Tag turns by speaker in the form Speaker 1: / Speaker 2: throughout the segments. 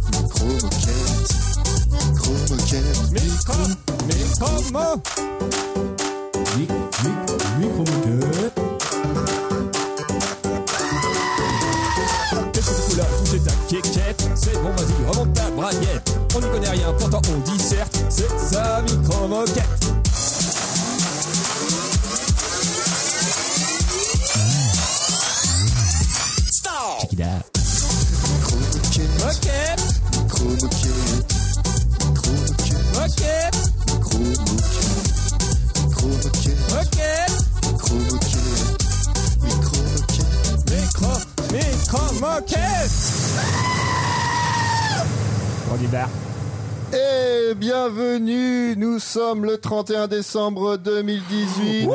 Speaker 1: hein. mon vas-y, remonte ta braguette. On ne connaît rien, pourtant on disserte, c'est sa micro-moquette. Stop!
Speaker 2: Check it out.
Speaker 1: Moquette, moquette, moquette, micro, micro-moquette.
Speaker 3: Ah
Speaker 1: On y va.
Speaker 4: Et bienvenue, nous sommes le 31 décembre 2018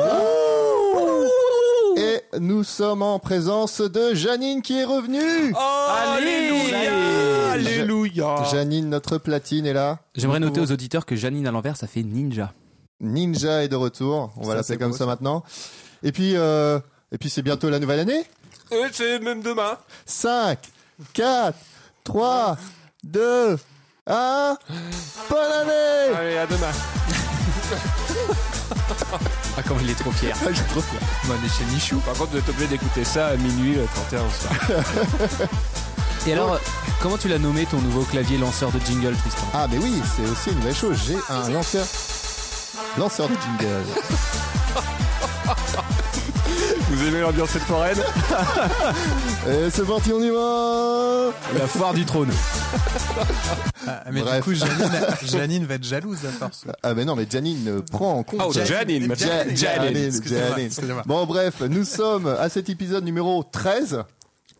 Speaker 4: et nous sommes en présence de Janine qui est revenue.
Speaker 3: Alléluia Oh, Alléluia
Speaker 4: Janine, notre platine est là.
Speaker 2: J'aimerais noter aux auditeurs que Janine à l'envers, ça fait ninja.
Speaker 4: Ninja est de retour. On va l'appeler comme ça maintenant. Et puis, euh, et puis c'est bientôt la nouvelle année.
Speaker 3: Euh, C'est même demain.
Speaker 4: 5, 4, 3, 2, 1. Bonne année
Speaker 3: Allez, à demain.
Speaker 2: Ah, comme il est trop fier.
Speaker 3: On est chez Michou. Par contre, vous êtes obligé d'écouter ça à minuit euh, 31 au soir.
Speaker 2: Et alors, euh, comment tu l'as nommé ton nouveau clavier lanceur de jingle, Tristan
Speaker 4: Ah mais oui, c'est aussi une vraie chose. J'ai un lanceur. Lanceur de jingle.
Speaker 3: Vous aimez l'ambiance cette foraine
Speaker 4: Et c'est parti, on y va
Speaker 2: La foire du trône.
Speaker 5: Ah, mais
Speaker 4: Bref.
Speaker 5: du coup, Janine, Janine va être jalouse à force.
Speaker 4: Ah mais non, mais Janine euh, prend en compte.
Speaker 3: Oh, Janine, ma
Speaker 4: Ja-
Speaker 3: Janine.
Speaker 4: Janine,
Speaker 5: excusez-moi,
Speaker 4: Janine.
Speaker 5: excusez-moi.
Speaker 4: Bon bref, nous sommes à cet épisode numéro 13,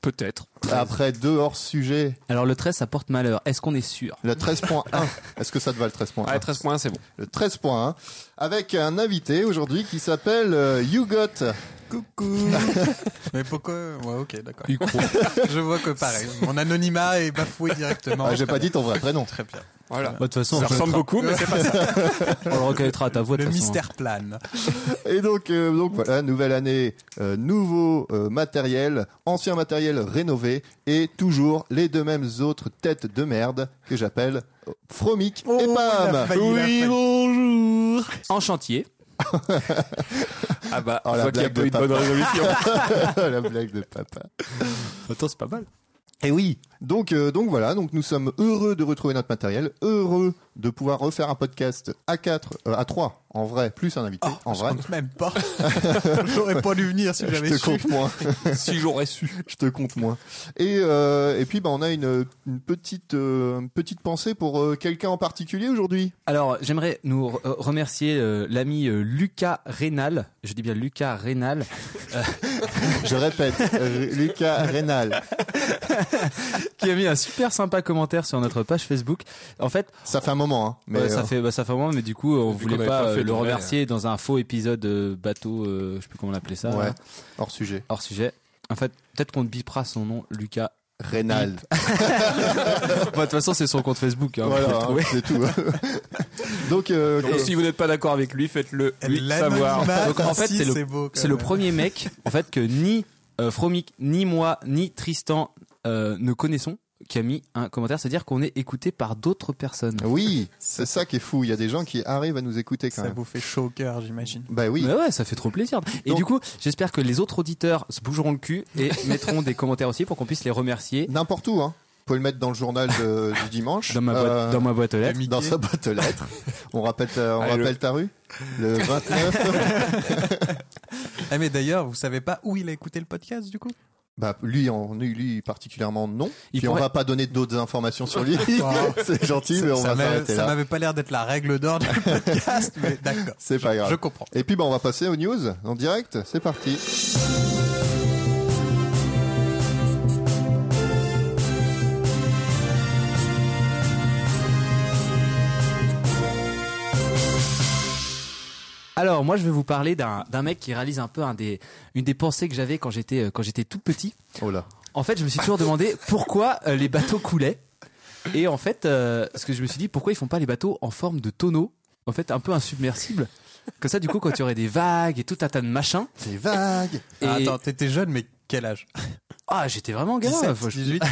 Speaker 3: Peut-être.
Speaker 4: après deux hors sujet,
Speaker 2: Alors, le 13, ça porte malheur. Est-ce qu'on est sûr
Speaker 4: le 13.1. Est-ce que ça te va le 13.1
Speaker 3: Ah, 13 points, c'est bon.
Speaker 4: Le 13.1, avec un invité aujourd'hui qui s'appelle euh, Hugot. Ah,
Speaker 5: Coucou Mais pourquoi Ouais, ok, d'accord.
Speaker 2: Ucro.
Speaker 5: Je vois que pareil, mon anonymat est bafoué directement.
Speaker 4: Ah, J'ai pas dit ton vrai prénom.
Speaker 5: Très bien.
Speaker 3: Voilà.
Speaker 2: Bah, De toute façon, on
Speaker 3: Ça
Speaker 2: le
Speaker 3: ressemble beaucoup, mais c'est pas ça.
Speaker 2: reconnaîtra. on le reconnaîtra à ta voix. de
Speaker 5: Le
Speaker 2: toute façon.
Speaker 5: mystère plane.
Speaker 4: Et donc, euh, donc voilà, nouvelle année, euh, nouveau euh, matériel, ancien matériel rénové, et toujours les deux mêmes autres têtes de merde que j'appelle euh, Fromic et
Speaker 5: il a
Speaker 4: Pam.
Speaker 5: failli, il a failli.
Speaker 3: oh. bonjour.
Speaker 2: En chantier.
Speaker 3: Ah bah,
Speaker 4: Oh,
Speaker 3: on
Speaker 4: la
Speaker 3: voit qu'il y a
Speaker 4: blague
Speaker 3: pas
Speaker 4: de
Speaker 3: eu de bonne
Speaker 4: papa.
Speaker 3: résolution.
Speaker 4: La blague de papa.
Speaker 2: Attends, c'est pas mal. Eh
Speaker 4: Et oui. Donc, euh, donc voilà, donc nous sommes heureux de retrouver notre matériel, heureux de pouvoir refaire un podcast à 4, à 3 en vrai, plus un invité
Speaker 2: Ah,
Speaker 4: en vrai.
Speaker 5: Compte Même pas. J'aurais pas dû venir si j'avais
Speaker 4: Je te
Speaker 5: su.
Speaker 4: compte moins.
Speaker 3: si j'aurais su.
Speaker 4: je te compte moins. Et, euh, et puis bah, on a une, une petite, euh, une petite pensée pour euh, quelqu'un en particulier aujourd'hui.
Speaker 2: Alors, j'aimerais nous re- euh, remercier euh, l'ami euh, Lucas Rénal. Je dis bien Lucas Rénal.
Speaker 4: Je répète, R- Lucas Rénal.
Speaker 2: qui a mis un super sympa commentaire sur notre page Facebook. En fait,
Speaker 4: Ça fait un moment, hein, mais
Speaker 2: ouais, ça
Speaker 4: euh,
Speaker 2: fait bah, ça fait un moment, mais du coup, on
Speaker 3: Vu qu'on
Speaker 2: voulait
Speaker 3: avait
Speaker 2: pas,
Speaker 3: pas
Speaker 2: euh,
Speaker 3: fait de
Speaker 2: le
Speaker 3: vrai,
Speaker 2: remercier dans un faux épisode euh, bateau, euh, je sais plus comment on appelait ça,
Speaker 4: ouais,
Speaker 2: hein,
Speaker 4: hors sujet.
Speaker 2: hors sujet. En fait, peut-être qu'on bipera son nom, Lucas.
Speaker 4: Rénal.
Speaker 2: Ah, Bah, De toute façon, c'est son compte Facebook. Hein, vous
Speaker 4: Voilà,
Speaker 2: pouvez le trouver.
Speaker 4: hein, c'est tout. donc, euh,
Speaker 3: Donc, si vous n'êtes pas d'accord avec lui, faites-le lui savoir.
Speaker 5: L'anonymat,
Speaker 2: Donc, en fait,
Speaker 5: si,
Speaker 2: c'est le-
Speaker 5: beau, quand
Speaker 2: C'est le
Speaker 5: même.
Speaker 2: premier mec, en fait, que ni euh, Fromic, ni moi, ni Tristan euh, ne connaissons, qui a mis un commentaire, c'est-à-dire qu'on est écouté par d'autres personnes.
Speaker 4: oui, c'est ça qui est fou. Il y a des gens qui arrivent à nous écouter quand
Speaker 5: Ça
Speaker 4: même.
Speaker 5: vous fait chaud au cœur, j'imagine.
Speaker 4: Bah oui.
Speaker 2: Bah ouais, ça fait trop plaisir. Et
Speaker 4: Donc-
Speaker 2: du coup, j'espère que les autres auditeurs se bougeront le cul et mettront des commentaires aussi pour qu'on puisse les remercier
Speaker 4: N'importe où, hein. Vous pouvez le mettre dans le journal de- du dimanche.
Speaker 2: dans ma boîte,
Speaker 4: Euh,
Speaker 2: dans ma boîte aux lettres.
Speaker 5: Mickey.
Speaker 4: dans sa boîte aux lettres. On rappelle, ta- on
Speaker 3: Allez, le-
Speaker 4: rappelle ta rue Le 29.
Speaker 5: Ah, mais d'ailleurs, vous savez pas où il a écouté le podcast, du coup
Speaker 4: bah, lui, en, lui particulièrement, non.
Speaker 2: Il
Speaker 4: Puis on
Speaker 2: pourrait-
Speaker 4: va pas donner d'autres informations sur lui. C'est gentil, mais on
Speaker 5: Ça
Speaker 4: va
Speaker 5: m'avait-
Speaker 4: s'arrêter
Speaker 5: ça
Speaker 4: là.
Speaker 5: m'avait pas l'air d'être la règle d'or du podcast, mais d'accord.
Speaker 4: C'est pas grave.
Speaker 5: Je comprends.
Speaker 4: Et puis bah, on va passer aux news en direct. C'est parti.
Speaker 2: Alors moi, je vais vous parler d'un d'un mec qui réalise un peu un des, une des pensées que j'avais quand j'étais euh, quand j'étais tout petit.
Speaker 4: Oh là.
Speaker 2: En fait, je me suis toujours demandé pourquoi euh, les bateaux coulaient. Et en fait, euh, ce que je me suis dit, pourquoi ils font pas les bateaux en forme de tonneaux, en fait, un peu insubmersibles. Comme ça, du coup, quand tu aurais des vagues et tout un tas de machins.
Speaker 4: C'est vague.
Speaker 2: Et...
Speaker 5: Ah, attends, t'étais jeune, mais quel âge
Speaker 2: ah, j'étais vraiment gamin.
Speaker 5: 17,
Speaker 2: Faut- je
Speaker 5: 18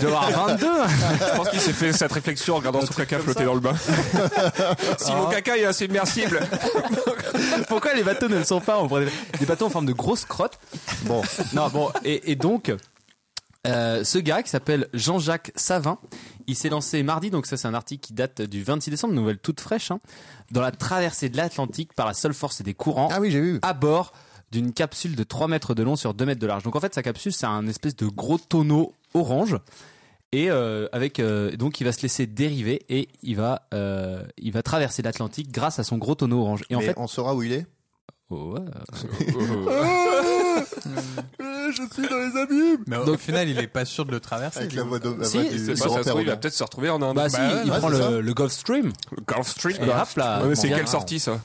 Speaker 2: devais avoir 22.
Speaker 3: Je pense qu'il s'est fait cette réflexion en regardant son caca flotter dans le bain. si mon caca est insubmersible.
Speaker 2: Ah. Pourquoi les bateaux ne le sont pas On prend des, des bateaux en forme de grosses crottes.
Speaker 4: Bon,
Speaker 2: Non, bon, et, et donc, Euh, ce gars qui s'appelle Jean-Jacques Savin, il s'est lancé mardi, donc ça c'est un article qui date du 26 décembre, nouvelle toute fraîche, hein, dans la traversée de l'Atlantique par la seule force des courants
Speaker 4: Ah oui, j'ai vu.
Speaker 2: à bord d'une capsule de 3 mètres de long sur 2 mètres de large. Donc en fait, sa capsule, c'est un espèce de gros tonneau orange. Et euh, avec euh, donc il va se laisser dériver et il va euh, il va traverser l'Atlantique grâce à son gros tonneau orange. Et en
Speaker 4: Mais
Speaker 2: fait,
Speaker 4: on saura où il est.
Speaker 2: Oh, ouais.
Speaker 3: Euh,
Speaker 4: Je suis dans les abîmes.
Speaker 5: Mais au final, il est pas sûr de le traverser.
Speaker 4: Avec
Speaker 5: du
Speaker 4: la
Speaker 5: coup.
Speaker 4: voix de la
Speaker 2: Si,
Speaker 4: voix du-
Speaker 2: c'est
Speaker 4: du
Speaker 3: Bah, ça se
Speaker 4: grand-père
Speaker 3: trouve, il va
Speaker 4: Robert.
Speaker 3: peut-être se retrouver en Inde.
Speaker 2: bah, si, il
Speaker 4: ouais,
Speaker 2: prend
Speaker 4: c'est ça.
Speaker 2: le, le Gulf Stream
Speaker 3: Gulf Street.
Speaker 2: et hop là.
Speaker 3: Ah Ouais, mais c'est
Speaker 2: mondial.
Speaker 3: quelle sortie ça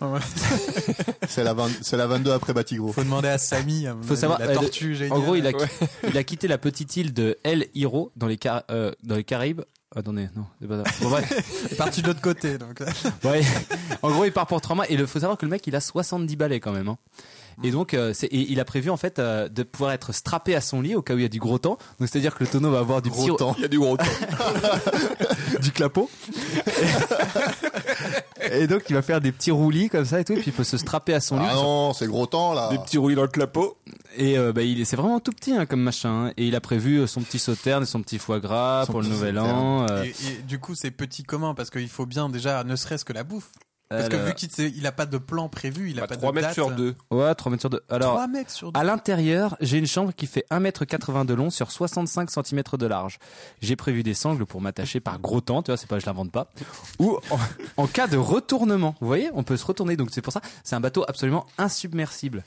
Speaker 4: C'est la, 20 c'est la 22 après Batigro.
Speaker 5: Faut demander à Samy. à mon
Speaker 2: Faut
Speaker 5: avis,
Speaker 2: savoir,
Speaker 5: La
Speaker 2: elle-
Speaker 5: tortue, géniale.
Speaker 2: En gros, il a,
Speaker 3: Ouais.
Speaker 2: qui- il a quitté la petite île de El Hierro dans les, Car- euh, dans les Caraïbes. Attendez, non, c'est pas ça. Bon, bref.
Speaker 5: est parti de l'autre côté. Donc,
Speaker 2: Ouais. En gros, il part pour Trauma. Et il faut savoir que le mec, il a 70 balais quand même. hein. Et donc, euh, c'est- et il a prévu en fait euh, de pouvoir être strappé à son lit au cas où il y a du gros temps. Donc, c'est-à-dire que le tonneau va avoir du petit-
Speaker 4: Gros temps.
Speaker 3: Il y a du gros temps.
Speaker 2: du clapot. et donc, il va faire des petits roulis comme ça et tout. Et puis, il peut se strapper à son lit.
Speaker 4: Ah non, c'est gros temps là.
Speaker 3: Des petits roulis dans le clapot.
Speaker 2: Et euh, bah, il est- c'est vraiment tout petit hein, comme machin. hein. Et il a prévu euh, son petit sauterne et son petit foie gras
Speaker 4: Son
Speaker 2: pour le
Speaker 4: petit
Speaker 2: nouvel
Speaker 4: sauterne.
Speaker 2: an. euh,
Speaker 5: Et, et du coup, c'est petit commun parce qu'il faut bien déjà, ne serait-ce que la bouffe. Parce
Speaker 2: euh,
Speaker 5: que
Speaker 2: le-
Speaker 5: vu qu'il sait- il a pas de plan prévu, il a
Speaker 3: Bah,
Speaker 5: pas de
Speaker 3: 3 mètres
Speaker 5: date.
Speaker 3: sur 2.
Speaker 2: Ouais, 3 mètres sur 2. Alors,
Speaker 5: 3 mètres sur deux.
Speaker 2: à l'intérieur, j'ai une chambre qui fait 1m80 de long sur 65 cm de large. J'ai prévu des sangles pour m'attacher par gros temps, tu vois, c'est pas je l'invente pas. Ou en, en cas de retournement, vous voyez, on peut se retourner, donc c'est pour ça, c'est un bateau absolument insubmersible.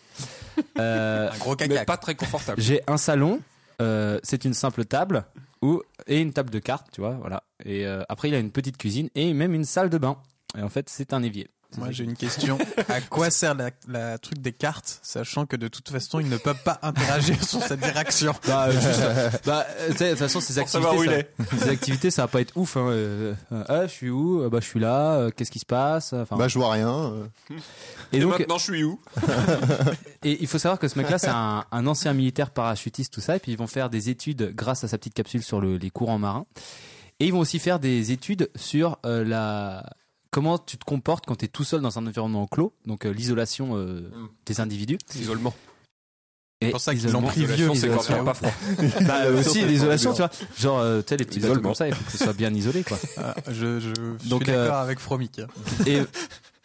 Speaker 2: Euh,
Speaker 5: Un gros
Speaker 3: Mais
Speaker 5: caca.
Speaker 3: pas très confortable.
Speaker 2: j'ai un salon, euh, c'est une simple table ou et une table de cartes, tu vois, voilà. Et euh, après, il a une petite cuisine et même une salle de bain. Et en fait, c'est un évier.
Speaker 5: Moi, j'ai une question. À quoi sert la, la truc des cartes, sachant que de toute façon, ils ne peuvent pas interagir sur cette direction
Speaker 2: Bah, euh, juste, bah, euh, tu sais, de toute façon, ces activités,
Speaker 3: savoir où il
Speaker 2: ça, ces activités, ça va pas être ouf. Hein. euh, euh, ah, je suis où Ah, Bah, je suis là. euh, Qu'est-ce qui se passe Enfin,
Speaker 4: Bah je vois rien. euh.
Speaker 2: et
Speaker 3: Et
Speaker 2: donc,
Speaker 3: maintenant, je suis où
Speaker 2: et il faut savoir que ce mec-là, c'est un, un ancien militaire parachutiste, tout ça, et puis ils vont faire des études grâce à sa petite capsule sur le- les courants marins, et ils vont aussi faire des études sur euh, la comment tu te comportes quand tu es tout seul dans un environnement clos, donc euh, l'isolation euh,
Speaker 3: Hmm.
Speaker 2: des individus.
Speaker 3: Isolement.
Speaker 2: C'est
Speaker 5: pour ça qu'ils
Speaker 2: l'ont
Speaker 5: l'ont pris
Speaker 3: Isolation, c'est quand t'as pas froid.
Speaker 2: Bah, euh, aussi l'isolation, tu vois. Genre, euh, tu sais, les petits bateaux
Speaker 3: Isolement.
Speaker 2: comme ça, il faut que ce soit bien isolé, quoi.
Speaker 5: Ah, Je, je, je
Speaker 2: Donc,
Speaker 5: suis d'accord avec Fromic.
Speaker 2: Et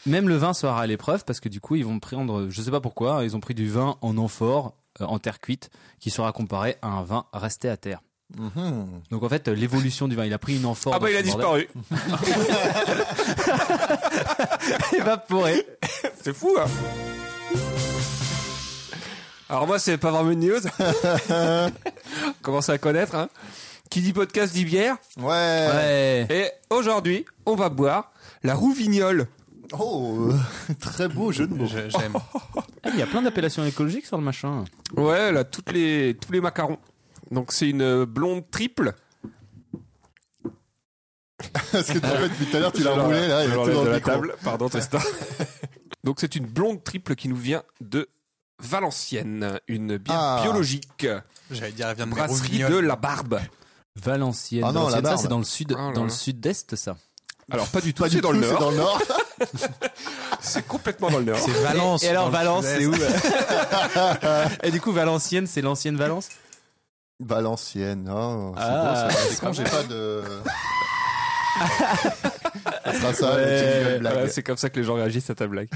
Speaker 2: même le vin sera à l'épreuve parce que du coup, ils vont prendre, je sais pas pourquoi, ils ont pris du vin en amphore, euh, en terre cuite, qui sera comparé à un vin resté à terre.
Speaker 4: Mhm.
Speaker 5: Mm-hmm.
Speaker 2: Donc en fait, euh, l'évolution du vin, il a pris une amphore.
Speaker 3: Ah bah,
Speaker 2: dans
Speaker 3: il a
Speaker 2: ce bordel.
Speaker 3: disparu.
Speaker 2: Évaporé.
Speaker 3: C'est fou, hein Alors moi, c'est pas vraiment une news. Commence à connaître, hein. Qui dit podcast dit bière.
Speaker 4: Ouais.
Speaker 5: Euh.
Speaker 2: Ouais.
Speaker 3: Et aujourd'hui, on va boire la Rouvignole.
Speaker 4: Oh, euh, très beau jeu de mots.
Speaker 5: Je- J'aime.
Speaker 2: Ah, il y a plein d'appellations écologiques sur le machin.
Speaker 3: Ouais, là, toutes les, tous les macarons. Donc c'est une blonde triple.
Speaker 4: Parce que en fait, depuis tout à l'heure tu l'as
Speaker 3: Je
Speaker 4: roulé
Speaker 3: l'enlève-
Speaker 4: là, il
Speaker 3: je
Speaker 4: est tout
Speaker 3: l'enlève
Speaker 4: dans
Speaker 3: de
Speaker 4: le
Speaker 3: la
Speaker 4: micro.
Speaker 3: table. Pardon, Testa. Donc c'est une blonde triple qui nous vient de Valenciennes, une bière
Speaker 4: Ah.
Speaker 3: biologique,
Speaker 5: J'allais dire, elle vient de mes
Speaker 3: brasserie de
Speaker 5: rouvignoles.
Speaker 3: la Barbe.
Speaker 2: Valenciennes.
Speaker 4: Ah non,
Speaker 2: Valenciennes,
Speaker 4: la
Speaker 2: ça
Speaker 4: barbe.
Speaker 2: c'est dans le sud,
Speaker 3: Ah là
Speaker 2: dans
Speaker 3: là.
Speaker 2: le sud-est, ça.
Speaker 3: Alors pas du tout,
Speaker 4: Pas
Speaker 3: c'est
Speaker 4: du
Speaker 3: dans
Speaker 4: tout,
Speaker 3: le
Speaker 4: c'est
Speaker 3: nord,
Speaker 4: dans le nord.
Speaker 3: c'est complètement dans le nord.
Speaker 5: Ah C'est Valence.
Speaker 2: Et, et alors
Speaker 5: dans le
Speaker 2: Valence,
Speaker 5: sud-est.
Speaker 2: c'est où
Speaker 3: euh
Speaker 2: Et du coup, Valenciennes, c'est l'ancienne Valence.
Speaker 4: Valenciennes. Oh, c'est
Speaker 2: Ah,
Speaker 4: beau ça. C'est quand j'ai pas de. ça sera ça, le petit jingle blague.
Speaker 3: Voilà, c'est comme ça que les gens réagissent à ta blague.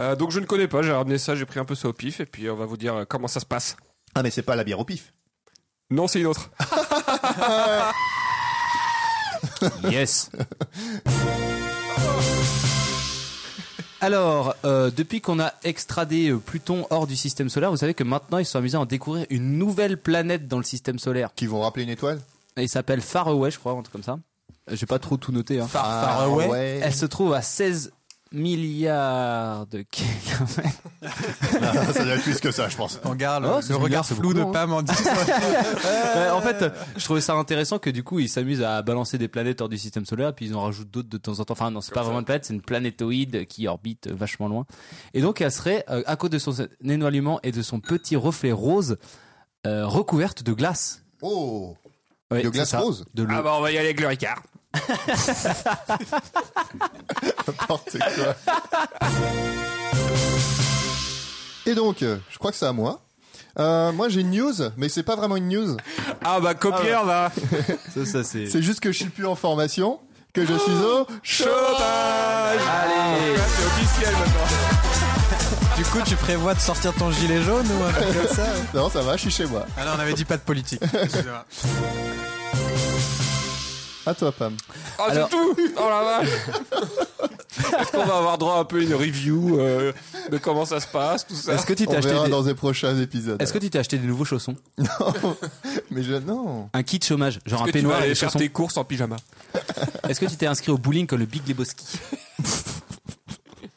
Speaker 3: Euh, donc je ne connais pas, j'ai ramené ça, j'ai pris un peu ça au pif et puis on va vous dire euh, comment ça se passe.
Speaker 4: Ah mais c'est pas la bière au pif.
Speaker 3: Non, c'est une autre.
Speaker 2: Yes. Alors, euh, depuis qu'on a extradé euh, Pluton hors du système solaire, vous savez que maintenant ils se sont amusés à en découvrir une nouvelle planète dans le système solaire.
Speaker 4: Qui vont rappeler une étoile
Speaker 2: Elle s'appelle Faraway, je crois, un truc comme ça. Euh, J'ai pas trop tout noté. hein.
Speaker 5: Far,
Speaker 4: Ah,
Speaker 5: far away.
Speaker 2: Elle se trouve à 16 milliards de kilomètres.
Speaker 4: Ah, ça doit être plus que ça, je pense.
Speaker 5: Regarde le-
Speaker 2: Oh,
Speaker 5: le
Speaker 2: c'est
Speaker 5: regard
Speaker 2: bizarre, c'est
Speaker 5: flou de
Speaker 2: beaucoup, hein.
Speaker 5: Pam en disant
Speaker 2: Ouais, en fait, euh, je trouvais ça intéressant que du coup ils s'amusent à balancer des planètes hors du système solaire, puis ils en rajoutent d'autres de temps en temps. Enfin, non, c'est pas vraiment une planète, c'est une planétoïde qui orbite euh, vachement loin. Et donc elle serait, euh, à cause de son éloignement et de son petit reflet rose, euh, recouverte de glace.
Speaker 4: Oh
Speaker 2: Ouais,
Speaker 4: De
Speaker 2: c'est
Speaker 4: glace
Speaker 2: ça,
Speaker 4: rose
Speaker 2: De l'eau.
Speaker 3: Ah bah on va y aller avec le Ricard.
Speaker 4: N'importe quoi. Et donc, euh, je crois que c'est à moi. Euh, moi, j'ai une news, mais c'est pas vraiment une news.
Speaker 3: Ah bah copieur va
Speaker 2: Ça, ça c'est.
Speaker 4: C'est juste que je suis plus en formation, que je suis au
Speaker 3: Chômage
Speaker 2: Allez.
Speaker 3: Là, C'est officiel maintenant.
Speaker 5: Du coup, tu prévois de sortir ton gilet jaune ou un truc comme ça
Speaker 4: Non, ça va, je suis chez moi.
Speaker 5: Ah non, on avait dit pas de politique. Excusez-moi.
Speaker 4: À toi, Pam.
Speaker 3: Ah
Speaker 2: Alors-
Speaker 3: c'est tout Oh la vache Est-ce qu'on va avoir droit à un peu à une review euh, de comment ça se passe, tout ça
Speaker 2: Est-ce que tu t'es
Speaker 4: On
Speaker 2: acheté
Speaker 4: verra
Speaker 2: des...
Speaker 4: dans les prochains épisodes.
Speaker 2: Est-ce que tu t'es acheté des nouveaux chaussons
Speaker 4: Mais je... non.
Speaker 2: Un kit chômage, genre
Speaker 3: Est-ce
Speaker 2: un
Speaker 3: que tu vas
Speaker 2: peignoir et
Speaker 3: aller
Speaker 2: des
Speaker 3: faire
Speaker 2: chaussons.
Speaker 3: tes courses en pyjama
Speaker 2: Est-ce que tu t'es inscrit au bowling comme le Big Lebowski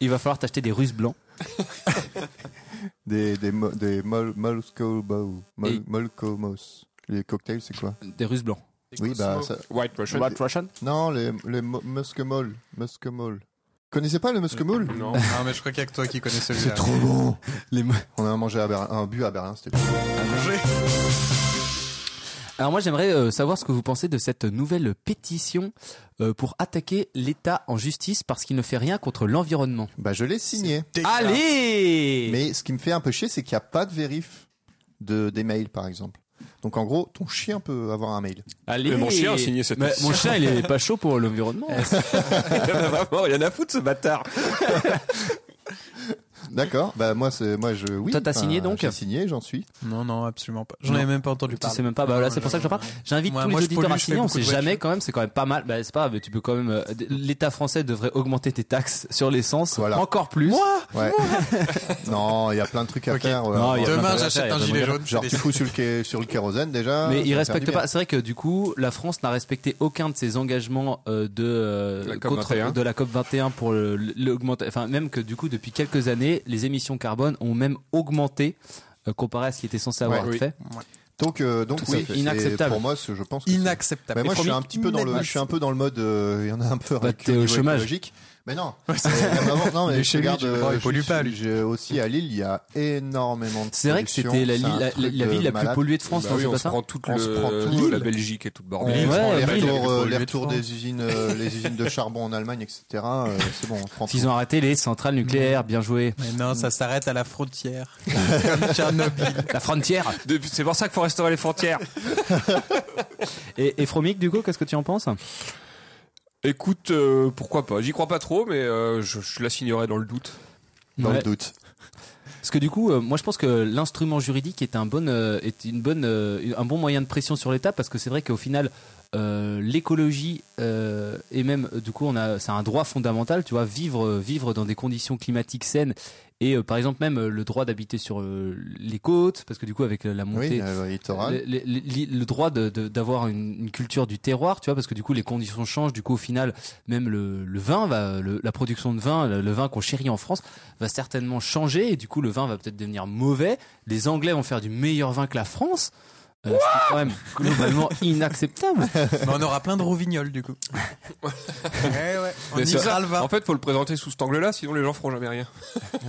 Speaker 2: Il va falloir t'acheter des Russes blancs.
Speaker 4: Des, des, mo- des mol, Molsko Bow. Mol-
Speaker 2: Et-
Speaker 4: Molkomos. Les cocktails, c'est quoi
Speaker 2: Des Russes blancs.
Speaker 4: Oui, bah. Ça...
Speaker 3: White Russian
Speaker 2: White Russian
Speaker 4: Non, les, les mo- Muskemol. Muskemol. Connaissez pas le Muskemol
Speaker 3: Non.
Speaker 5: Non, mais je crois qu'il y a que toi qui connais celui-là.
Speaker 4: bon.
Speaker 2: Les mo-
Speaker 4: On a mangé à Berlin, un bu à Berlin, c'était.
Speaker 2: Alors moi j'aimerais euh, savoir ce que vous pensez de cette nouvelle pétition euh, pour attaquer l'État en justice parce qu'il ne fait rien contre l'environnement.
Speaker 4: Bah, je l'ai signé.
Speaker 2: Allez
Speaker 4: Mais ce qui me fait un peu chier, c'est qu'il n'y a pas de vérif de, des mails, par exemple. Donc, en gros, ton chien peut avoir un mail.
Speaker 2: Allez
Speaker 3: Mais mon chien a signé cette
Speaker 2: Mais
Speaker 3: pétition.
Speaker 2: Mon chien il est pas chaud pour l'environnement.
Speaker 3: Il y en a vraiment, il y en a foutre ce bâtard
Speaker 4: D'accord. Bah, moi, c'est, moi, je, oui.
Speaker 2: Toi, t'as
Speaker 4: enfin,
Speaker 2: signé, donc
Speaker 4: J'ai signé, j'en suis.
Speaker 5: Non, non, absolument pas. J'en
Speaker 2: Non.
Speaker 5: avais même pas entendu
Speaker 2: Tu
Speaker 5: parler.
Speaker 2: sais même pas, bah là c'est pour ça que j'en parle. J'invite
Speaker 5: Moi-
Speaker 2: tous
Speaker 5: moi,
Speaker 2: les
Speaker 5: je
Speaker 2: auditeurs
Speaker 5: pollue,
Speaker 2: à
Speaker 5: je
Speaker 2: signer,
Speaker 5: fais
Speaker 2: on
Speaker 5: beaucoup
Speaker 2: sait
Speaker 5: de
Speaker 2: jamais
Speaker 5: voitures.
Speaker 2: quand même, c'est quand même pas mal. Bah c'est pas grave, mais tu peux quand même. euh, d- L'État français devrait augmenter tes taxes sur l'essence
Speaker 4: Voilà.
Speaker 2: encore plus.
Speaker 4: Ouais. non, il y a plein de trucs à
Speaker 5: Ok.
Speaker 4: faire. ouais.
Speaker 2: Non, il y a plein de
Speaker 5: Demain,
Speaker 2: choses à
Speaker 5: j'achète
Speaker 2: faire,
Speaker 5: un
Speaker 2: il y a
Speaker 5: gilet
Speaker 2: plein de
Speaker 5: jaune.
Speaker 4: Genre,
Speaker 5: je
Speaker 4: tu
Speaker 5: décide.
Speaker 4: fous sur le, ké- sur le kérosène, déjà.
Speaker 2: Mais
Speaker 4: ça
Speaker 2: il
Speaker 4: va faire du
Speaker 2: respecte
Speaker 4: bien.
Speaker 2: pas. C'est vrai que du coup, la France n'a respecté aucun de ses engagements euh, de euh,
Speaker 3: La COP 21.
Speaker 2: de la COP 21 pour le- l'augmenter. Enfin, même que du coup, depuis quelques années, les émissions carbone ont même augmenté euh, comparé à ce qui était censé avoir
Speaker 4: Ouais,
Speaker 2: été
Speaker 3: oui.
Speaker 2: fait.
Speaker 4: Donc, euh, donc
Speaker 2: Tout
Speaker 4: oui,
Speaker 2: est
Speaker 4: c'est-
Speaker 2: inacceptable.
Speaker 4: Pour moi, c'est- je pense que c'est-
Speaker 5: Inacceptable.
Speaker 4: Mais moi, je suis un petit peu dans le, je suis un peu dans le mode, euh, il y en a un peu
Speaker 2: Bah,
Speaker 4: avec
Speaker 2: t'es au chômage.
Speaker 4: écologique. Mais non, Mais vraiment, non, mais
Speaker 5: Mais
Speaker 4: je
Speaker 5: chez lui,
Speaker 4: regarde, euh,
Speaker 5: tu vois, il
Speaker 4: je
Speaker 5: pollue
Speaker 4: suis-
Speaker 5: pas, lui.
Speaker 4: j'ai aussi à Lille, il y a énormément de
Speaker 2: C'est vrai que
Speaker 4: pollution,
Speaker 2: c'était la,
Speaker 4: c'est
Speaker 2: li-
Speaker 4: un
Speaker 2: la-
Speaker 4: truc
Speaker 2: la
Speaker 4: de
Speaker 2: ville la plus
Speaker 4: malade.
Speaker 2: polluée de France,
Speaker 3: Bah
Speaker 2: non,
Speaker 3: oui,
Speaker 2: c'est
Speaker 3: on
Speaker 2: pas
Speaker 3: se
Speaker 2: ça
Speaker 3: prend toute
Speaker 4: On se
Speaker 3: le-
Speaker 4: prend tout.
Speaker 3: toute la Belgique et toute
Speaker 4: On
Speaker 3: bordel.
Speaker 4: prend les
Speaker 2: ouais, Lille,
Speaker 4: retours, euh, les
Speaker 5: polluée de
Speaker 4: retours
Speaker 5: France.
Speaker 4: des usines, euh, les usines de charbon en Allemagne, etc. euh, c'est bon, on prend tout.
Speaker 2: S'ils ont arrêté les centrales nucléaires, bien joué.
Speaker 5: Mais non, ça s'arrête à la frontière. Comme Tchernobyl.
Speaker 2: La frontière.
Speaker 3: De- C'est pour ça qu'il faut restaurer les frontières.
Speaker 2: Et, et Fromic, du coup, qu'est-ce que tu en penses
Speaker 3: Écoute, euh, pourquoi pas J'y crois pas trop, mais euh, je, je la signerai dans le doute.
Speaker 4: dans
Speaker 2: Ouais.
Speaker 4: le doute.
Speaker 2: Parce que du coup, euh, moi je pense que l'instrument juridique est un bon, euh, est une bonne, euh, un bon moyen de pression sur l'État parce que c'est vrai qu'au final, euh, l'écologie euh, et même euh, du coup, on a, c'est un droit fondamental, tu vois, vivre, euh, vivre dans des conditions climatiques saines et euh, par exemple même euh, le droit d'habiter sur euh, les côtes parce que du coup avec euh, la montée
Speaker 4: Oui, euh, littoral.
Speaker 2: le, le- le- le droit de- de- d'avoir une, une culture du terroir, tu vois, parce que du coup les conditions changent. Du coup, au final, même le, le vin, va, le- la production de vin, le, le vin qu'on chérit en France, va certainement changer. Et du coup, le vin va peut-être devenir mauvais. Les Anglais vont faire du meilleur vin que la France. Euh, ce qui est quand même globalement inacceptable.
Speaker 5: Mais on aura plein de rouvignols, du coup. ouais, ouais. On
Speaker 3: Mais c'est
Speaker 5: ira le vin.
Speaker 3: En fait, faut le présenter sous cet angle-là, sinon les gens feront jamais rien.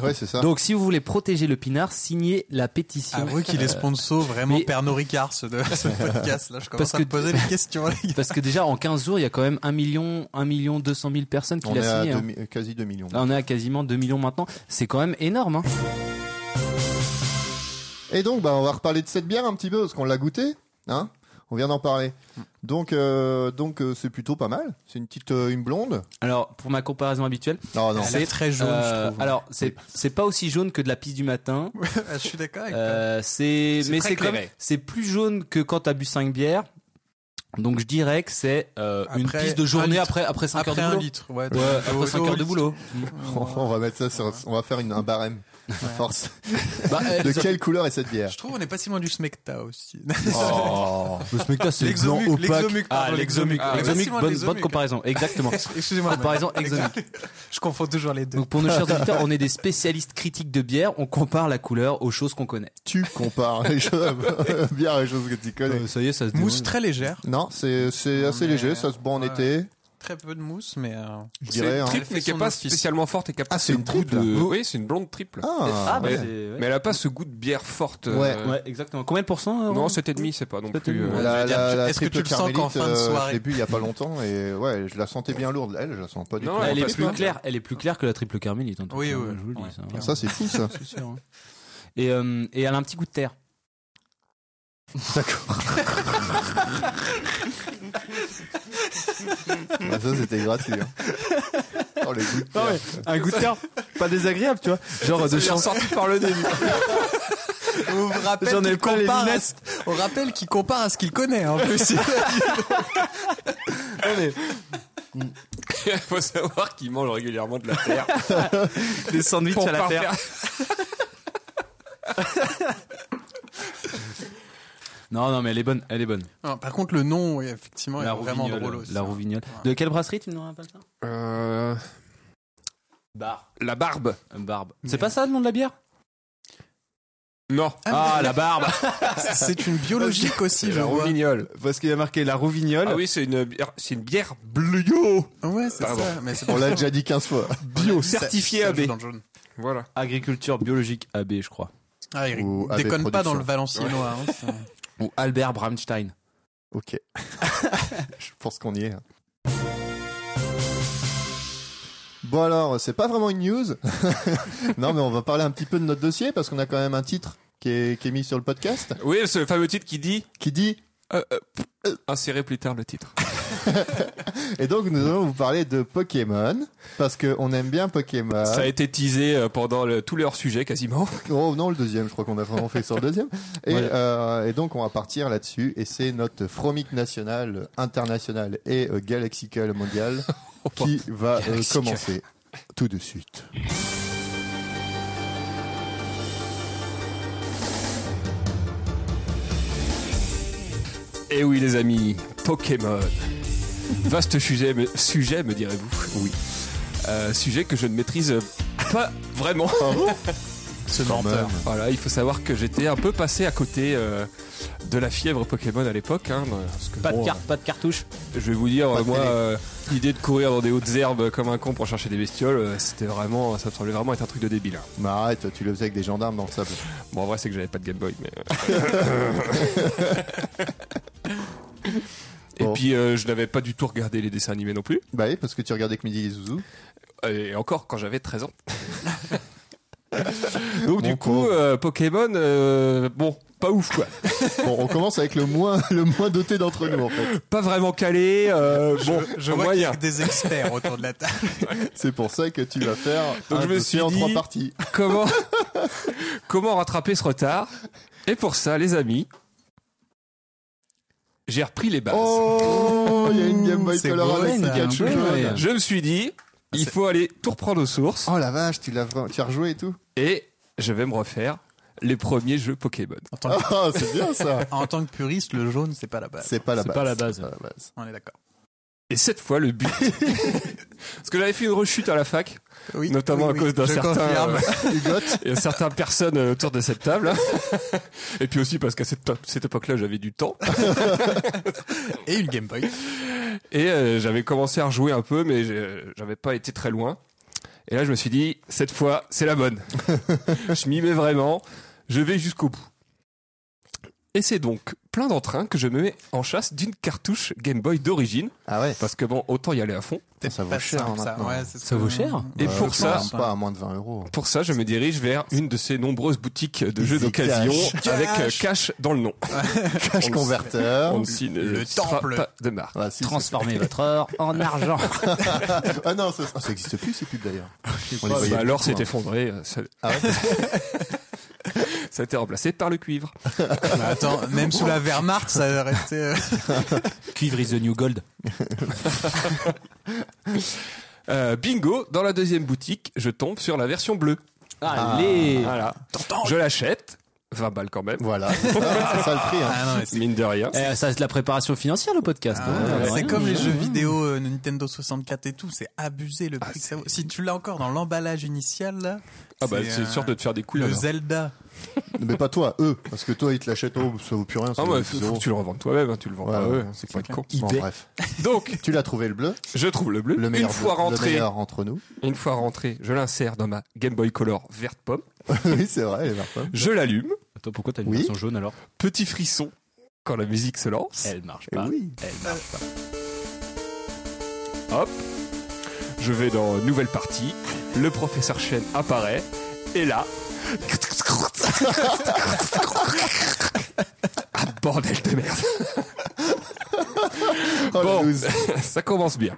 Speaker 4: Ouais, c'est ça.
Speaker 2: Donc, si vous voulez protéger le pinard, signez la pétition.
Speaker 5: Avoue qu'il est
Speaker 2: Euh,
Speaker 5: sponsor vraiment
Speaker 2: mais-
Speaker 5: Pernod Ricard, ce, de, ce podcast. Là, je
Speaker 2: Parce
Speaker 5: commence à
Speaker 2: que-
Speaker 5: me poser des questions. les gars.
Speaker 2: Parce que déjà, en 15 jours, il y a quand même 1 million, 1 million 200 000 personnes qui
Speaker 4: on
Speaker 2: l'ont
Speaker 4: est à
Speaker 2: signé. hein.
Speaker 4: deux mi- euh, quasi 2 millions.
Speaker 2: Là, on est à quasiment 2 millions maintenant. C'est quand même énorme. hein.
Speaker 4: Et donc, bah, on va reparler de cette bière un petit peu parce qu'on l'a goûtée, hein On vient d'en parler. Donc, euh, donc, euh, c'est plutôt pas mal. C'est une petite, euh, une blonde.
Speaker 2: Alors, pour ma comparaison habituelle,
Speaker 4: Non, non.
Speaker 5: Elle est très jaune,
Speaker 2: euh,
Speaker 5: je trouve.
Speaker 2: alors c'est c'est pas aussi jaune que de la pisse du matin.
Speaker 5: je suis d'accord avec toi.
Speaker 2: Euh, c'est
Speaker 3: C'est
Speaker 2: mais
Speaker 3: très
Speaker 2: c'est comme
Speaker 3: clairé.
Speaker 2: c'est plus jaune que quand t'as bu 5 bières. Donc je dirais que c'est euh, une
Speaker 5: Après
Speaker 2: pisse de
Speaker 5: un
Speaker 2: journée
Speaker 5: litre.
Speaker 2: après après 5
Speaker 5: Après
Speaker 2: heures de
Speaker 5: un
Speaker 2: boulot.
Speaker 5: litre, ouais.
Speaker 2: Ouais, après 5 heures de boulot.
Speaker 4: On va mettre ça sur, on va faire une, un barème. à Force.
Speaker 2: Bah, euh,
Speaker 4: De quelle couleur est cette bière
Speaker 5: Je trouve on n'est pas si loin du smecta aussi.
Speaker 4: Oh.
Speaker 2: le smecta c'est
Speaker 5: L'exomuc,
Speaker 2: blanc opaque.
Speaker 5: l'exomuc, pardon,
Speaker 2: ah l'exomuc,
Speaker 5: l'exomuc. Ah,
Speaker 2: L'exomuc,
Speaker 5: facile, moi,
Speaker 2: bonne,
Speaker 5: l'exomuc.
Speaker 2: bonne comparaison, exactement.
Speaker 5: Excusez-moi, mais
Speaker 2: comparaison exotique.
Speaker 5: je confonds toujours les deux.
Speaker 2: Ah, Donc pour nos chers auditeurs, on est des spécialistes critiques de bière, on compare la couleur aux choses qu'on connaît.
Speaker 4: tu compares les choses, bien les choses que tu connais.
Speaker 2: Euh, ça y est, ça se
Speaker 5: Mousse
Speaker 2: démonte.
Speaker 5: très légère,
Speaker 4: Non, c'est c'est assez
Speaker 5: Mais-
Speaker 4: léger, ça se boit en
Speaker 5: ouais.
Speaker 4: été,
Speaker 5: très peu de mousse, mais euh,
Speaker 4: je
Speaker 3: C'est
Speaker 4: dirais.
Speaker 3: une
Speaker 4: hein.
Speaker 3: triple, mais qui n'est pas spécialement forte et qui a pas
Speaker 4: Ah, c'est
Speaker 3: ce
Speaker 4: une
Speaker 3: goût
Speaker 4: triple.
Speaker 3: de- Oui, c'est une blonde triple.
Speaker 4: Ah,
Speaker 2: Ah bah
Speaker 3: ouais.
Speaker 2: c'est ouais.
Speaker 3: Mais elle a pas ce goût de bière forte.
Speaker 4: Ouais.
Speaker 3: euh,
Speaker 2: Ouais, exactement. Combien de pourcents euh, Romain
Speaker 3: Non, 7,5, c'est pas non
Speaker 2: Sept et
Speaker 3: plus.
Speaker 2: demi,
Speaker 3: euh,
Speaker 2: ouais.
Speaker 4: la,
Speaker 5: je veux dire,
Speaker 4: la, la
Speaker 5: est-ce que
Speaker 4: triple
Speaker 5: tu le sens qu'en
Speaker 4: carmélite,
Speaker 5: fin de
Speaker 4: euh,
Speaker 5: soirée
Speaker 4: Je l'ai bu il y a pas longtemps et ouais, je la sentais bien lourde. Elle, je la sens pas du
Speaker 3: Non,
Speaker 4: tout.
Speaker 3: ouais,
Speaker 2: elle
Speaker 3: en
Speaker 2: est
Speaker 3: fait,
Speaker 2: plus
Speaker 3: ouais.
Speaker 2: claire, elle est plus claire que la triple carmélite. En tout
Speaker 5: Oui,
Speaker 2: cas,
Speaker 5: oui,
Speaker 2: je vous le dis,
Speaker 5: ouais.
Speaker 2: ça,
Speaker 4: Ça c'est fou ça.
Speaker 2: c'est sûr. hein. Et, euh, et elle a un petit goût de terre.
Speaker 4: Ah, ça, c'était gratuit. hein. Oh, le goût de
Speaker 2: Non,
Speaker 4: terre.
Speaker 2: mais un goût de terre, pas désagréable, tu vois. Genre de chanson.
Speaker 3: sorti par le nez.
Speaker 5: On vous rappelle
Speaker 2: J'en ai
Speaker 5: qu'il
Speaker 2: pas les
Speaker 5: compare à-
Speaker 2: lunettes.
Speaker 5: on rappelle qu'il compare à ce qu'il connaît en plus.
Speaker 3: Il faut savoir qu'il mange régulièrement de la terre.
Speaker 2: Des sandwichs
Speaker 3: Pour
Speaker 2: à la
Speaker 3: pas
Speaker 2: terre. Non, non, mais elle est bonne, elle est bonne.
Speaker 5: Non, par contre, le nom, oui, effectivement,
Speaker 2: la
Speaker 5: est vraiment
Speaker 2: rouvignole.
Speaker 5: drôle aussi. hein.
Speaker 2: La rouvignole. De quelle brasserie tu me rappelles ça
Speaker 3: Euh,
Speaker 2: Bar.
Speaker 3: la barbe.
Speaker 2: Euh, Barbe.
Speaker 5: Mais- euh,
Speaker 2: C'est pas ça le nom de la bière
Speaker 3: Non.
Speaker 2: Ah, la barbe
Speaker 5: C'est une biologique aussi, je
Speaker 3: la
Speaker 5: vois.
Speaker 3: rouvignole.
Speaker 2: Parce qu'il y a marqué la rouvignole.
Speaker 3: Ah oui, c'est une bière, c'est une bière bio.
Speaker 5: Ouais, c'est
Speaker 3: Pardon.
Speaker 5: ça. Mais c'est
Speaker 4: On l'a déjà dit 15 fois.
Speaker 3: Bio, certifié AB.
Speaker 5: Dans le jaune.
Speaker 3: Voilà.
Speaker 2: Agriculture biologique AB, je crois.
Speaker 5: Ah, Eric,
Speaker 4: Ou AB
Speaker 5: déconne pas
Speaker 4: Production.
Speaker 5: dans le Valenciennois. hein, c'est-
Speaker 2: Ou Albert Bramstein.
Speaker 4: Ok. Je pense qu'on y est. hein. Bon alors, c'est pas vraiment une news. non, mais on va parler un petit peu de notre dossier parce qu'on a quand même un titre qui est, qui est mis sur le podcast
Speaker 3: Oui, ce fameux titre qui dit.
Speaker 4: qui dit
Speaker 3: euh, euh, euh, insérez plus tard le titre.
Speaker 4: et donc nous allons vous parler de Pokémon parce que on aime bien Pokémon.
Speaker 2: Ah.
Speaker 3: Ça a été teasé euh, pendant le- tout leur sujet quasiment.
Speaker 4: Oh non, le deuxième, je crois qu'on a vraiment fait sur le deuxième. Et,
Speaker 2: Ouais.
Speaker 4: euh, et donc on va partir là-dessus et c'est notre Fromic national, euh, international et euh, galaxical mondial qui va euh,
Speaker 3: Galaxical.
Speaker 4: commencer tout de suite.
Speaker 3: Et oui, les amis, Pokémon. Vaste sujet, me, sujet, me direz-vous. Oui. Euh, sujet que je ne maîtrise pas vraiment.
Speaker 5: Ce
Speaker 4: Quand
Speaker 5: menteur.
Speaker 4: même.
Speaker 3: Voilà, il faut savoir que j'étais un peu passé à côté euh, de la fièvre Pokémon à l'époque. hein, parce que,
Speaker 2: Pas de
Speaker 3: bon,
Speaker 2: carte, pas de cartouche.
Speaker 3: euh, Je vais vous dire,
Speaker 4: Pas
Speaker 3: euh,
Speaker 4: de
Speaker 3: moi,
Speaker 4: télé.
Speaker 3: euh, l'idée de courir dans des hautes herbes comme un con pour chercher des bestioles, euh, c'était vraiment, ça me semblait vraiment être un truc de débile. hein.
Speaker 4: Mais arrête, tu le faisais avec des gendarmes dans le sable.
Speaker 3: Bon, en vrai, c'est que j'avais pas de Game Boy, mais. euh, Et
Speaker 4: Bon.
Speaker 3: puis, euh, je n'avais pas du tout regardé les dessins animés non plus.
Speaker 4: Bah oui, parce que tu regardais que Midi les Zouzous.
Speaker 3: Et encore quand j'avais 13 ans. Donc,
Speaker 4: Mon
Speaker 3: du coup,
Speaker 4: pauvre.
Speaker 3: euh, Pokémon, euh, bon, pas ouf quoi.
Speaker 4: Bon, on commence avec le moins, le moins doté d'entre nous en fait.
Speaker 3: Pas vraiment calé, euh, bon,
Speaker 5: Je vois qu'il y
Speaker 3: moyen.
Speaker 5: a que des experts autour de la table.
Speaker 4: C'est pour ça que tu vas faire
Speaker 3: Donc
Speaker 4: un
Speaker 3: je me
Speaker 4: dossier
Speaker 3: suis
Speaker 4: en
Speaker 3: dit-
Speaker 4: trois parties.
Speaker 3: comment, comment rattraper ce retard Et pour ça, les amis, j'ai repris les bases.
Speaker 4: Oh, il y a une Game Boy
Speaker 5: C'est
Speaker 4: Color
Speaker 5: beau,
Speaker 4: avec
Speaker 5: ça.
Speaker 4: des Pikachu
Speaker 5: Ouais.
Speaker 4: jaune.
Speaker 3: Je me suis dit, il faut aller tout reprendre aux sources
Speaker 4: Oh la vache, tu l'as, vra- tu as rejoué et tout.
Speaker 3: et je vais me refaire les premiers jeux Pokémon.
Speaker 5: En tant, que,
Speaker 4: Oh, c'est bien ça.
Speaker 5: en tant que puriste, le jaune, c'est pas la base.
Speaker 4: C'est pas la
Speaker 2: C'est
Speaker 4: base.
Speaker 2: pas la base.
Speaker 4: C'est pas la base.
Speaker 5: On est d'accord.
Speaker 3: Et cette fois, le but. Parce que j'avais fait une rechute à la fac,
Speaker 5: Oui,
Speaker 3: notamment
Speaker 5: oui,
Speaker 3: à
Speaker 5: oui,
Speaker 3: cause d'un
Speaker 5: je
Speaker 3: certain.
Speaker 5: confirme.
Speaker 3: euh,
Speaker 4: Hugotte,
Speaker 3: et certaines personnes euh, autour de cette table. Et puis aussi parce qu'à cette, cette époque-là, j'avais du temps.
Speaker 5: Et une Game Boy.
Speaker 3: Et euh, j'avais commencé à rejouer un peu, mais je- j'avais pas été très loin. Et là, je me suis dit, cette fois, c'est la bonne. je m'y mets vraiment. Je vais jusqu'au bout. Et c'est donc plein d'entrain que je me mets en chasse d'une cartouche Game Boy d'origine.
Speaker 4: Ah ouais.
Speaker 3: Parce que bon, autant y aller à fond.
Speaker 4: Putain, ça vaut
Speaker 5: Pas
Speaker 4: cher
Speaker 5: simple, ça.
Speaker 4: maintenant.
Speaker 5: Ouais, c'est ce
Speaker 2: Ça
Speaker 5: que-
Speaker 2: vaut cher.
Speaker 3: Et pour
Speaker 5: je
Speaker 3: ça-
Speaker 5: pense,
Speaker 4: Euh, Pas à moins de 20 euros.
Speaker 3: Pour ça, je me dirige vers une de ces nombreuses boutiques de
Speaker 4: Easy
Speaker 3: jeux d'occasion
Speaker 5: Cash.
Speaker 3: avec euh, cash dans le nom.
Speaker 4: Cash
Speaker 3: On
Speaker 4: converteur.
Speaker 3: On ne signe-
Speaker 5: Le
Speaker 3: euh, citera
Speaker 5: temple.
Speaker 3: pas de marque.
Speaker 4: Ah, si, c'est-
Speaker 2: Transformez votre or en argent.
Speaker 4: Ah non, ça, ah, ça existe plus ces pubs d'ailleurs. On les
Speaker 3: Ah,
Speaker 4: voyait
Speaker 3: bah, L'or
Speaker 4: beaucoup,
Speaker 3: s'est
Speaker 4: hein.
Speaker 3: effondré, euh, ça,
Speaker 4: Ah ouais
Speaker 3: ça a été remplacé par le cuivre.
Speaker 5: Mais attends, même sous la Wehrmacht, ça a resté. euh,
Speaker 2: Cuivre is the new gold.
Speaker 3: Euh, bingo, dans la deuxième boutique, je tombe sur la version bleue.
Speaker 2: Allez
Speaker 3: Voilà. Je l'achète, 20 balles quand même,
Speaker 4: Voilà, c'est ça c'est ça le prix. hein.
Speaker 5: Ah non, mais c'est-
Speaker 3: mine de rien.
Speaker 2: Eh, Ça, c'est de la préparation financière, le podcast.
Speaker 5: Ah,
Speaker 2: hein,
Speaker 5: c'est
Speaker 2: rien.
Speaker 5: comme les jeux vidéo euh, Nintendo 64 et tout, c'est abusé le prix que
Speaker 3: Ah, c'est-
Speaker 5: ça vaut. Si tu l'as encore dans l'emballage initial, là,
Speaker 3: Ah bah
Speaker 5: c'est,
Speaker 3: c'est
Speaker 5: euh,
Speaker 3: sûr de te faire des couilles.
Speaker 5: le
Speaker 3: alors.
Speaker 5: Zelda.
Speaker 4: Mais pas toi, eux, parce que toi ils te l'achètent, oh, ça vaut plus rien. ça
Speaker 3: Ah
Speaker 4: vaut
Speaker 3: ouais,
Speaker 4: dix
Speaker 3: faut, faut
Speaker 4: euros.
Speaker 3: que tu le revends toi-même, hein, tu le vends
Speaker 4: Ouais,
Speaker 3: pas à
Speaker 4: ouais,
Speaker 3: eux, hein, c'est pas con.
Speaker 4: Bon,
Speaker 2: eBay.
Speaker 4: bref,
Speaker 3: Donc,
Speaker 4: tu l'as trouvé le bleu,
Speaker 3: je trouve le bleu.
Speaker 4: le meilleur,
Speaker 3: une fois
Speaker 4: bleu, le
Speaker 3: rentré,
Speaker 4: meilleur entre nous.
Speaker 3: une fois rentré, je l'insère dans ma Game Boy Color verte pomme,
Speaker 4: oui, c'est vrai, les verts pommes.
Speaker 3: je l'allume,
Speaker 2: Attends, pourquoi t'as une
Speaker 4: Oui.
Speaker 2: version jaune alors
Speaker 3: petit frisson quand la musique se lance.
Speaker 2: Elle marche
Speaker 4: Eh
Speaker 2: pas.
Speaker 4: oui.
Speaker 2: Elle marche pas.
Speaker 3: Hop, je vais dans nouvelle partie, le professeur Chen apparaît, et là. Ah Bordel de merde.
Speaker 4: Oh, la
Speaker 3: Bon.
Speaker 4: loose.
Speaker 3: ça commence bien.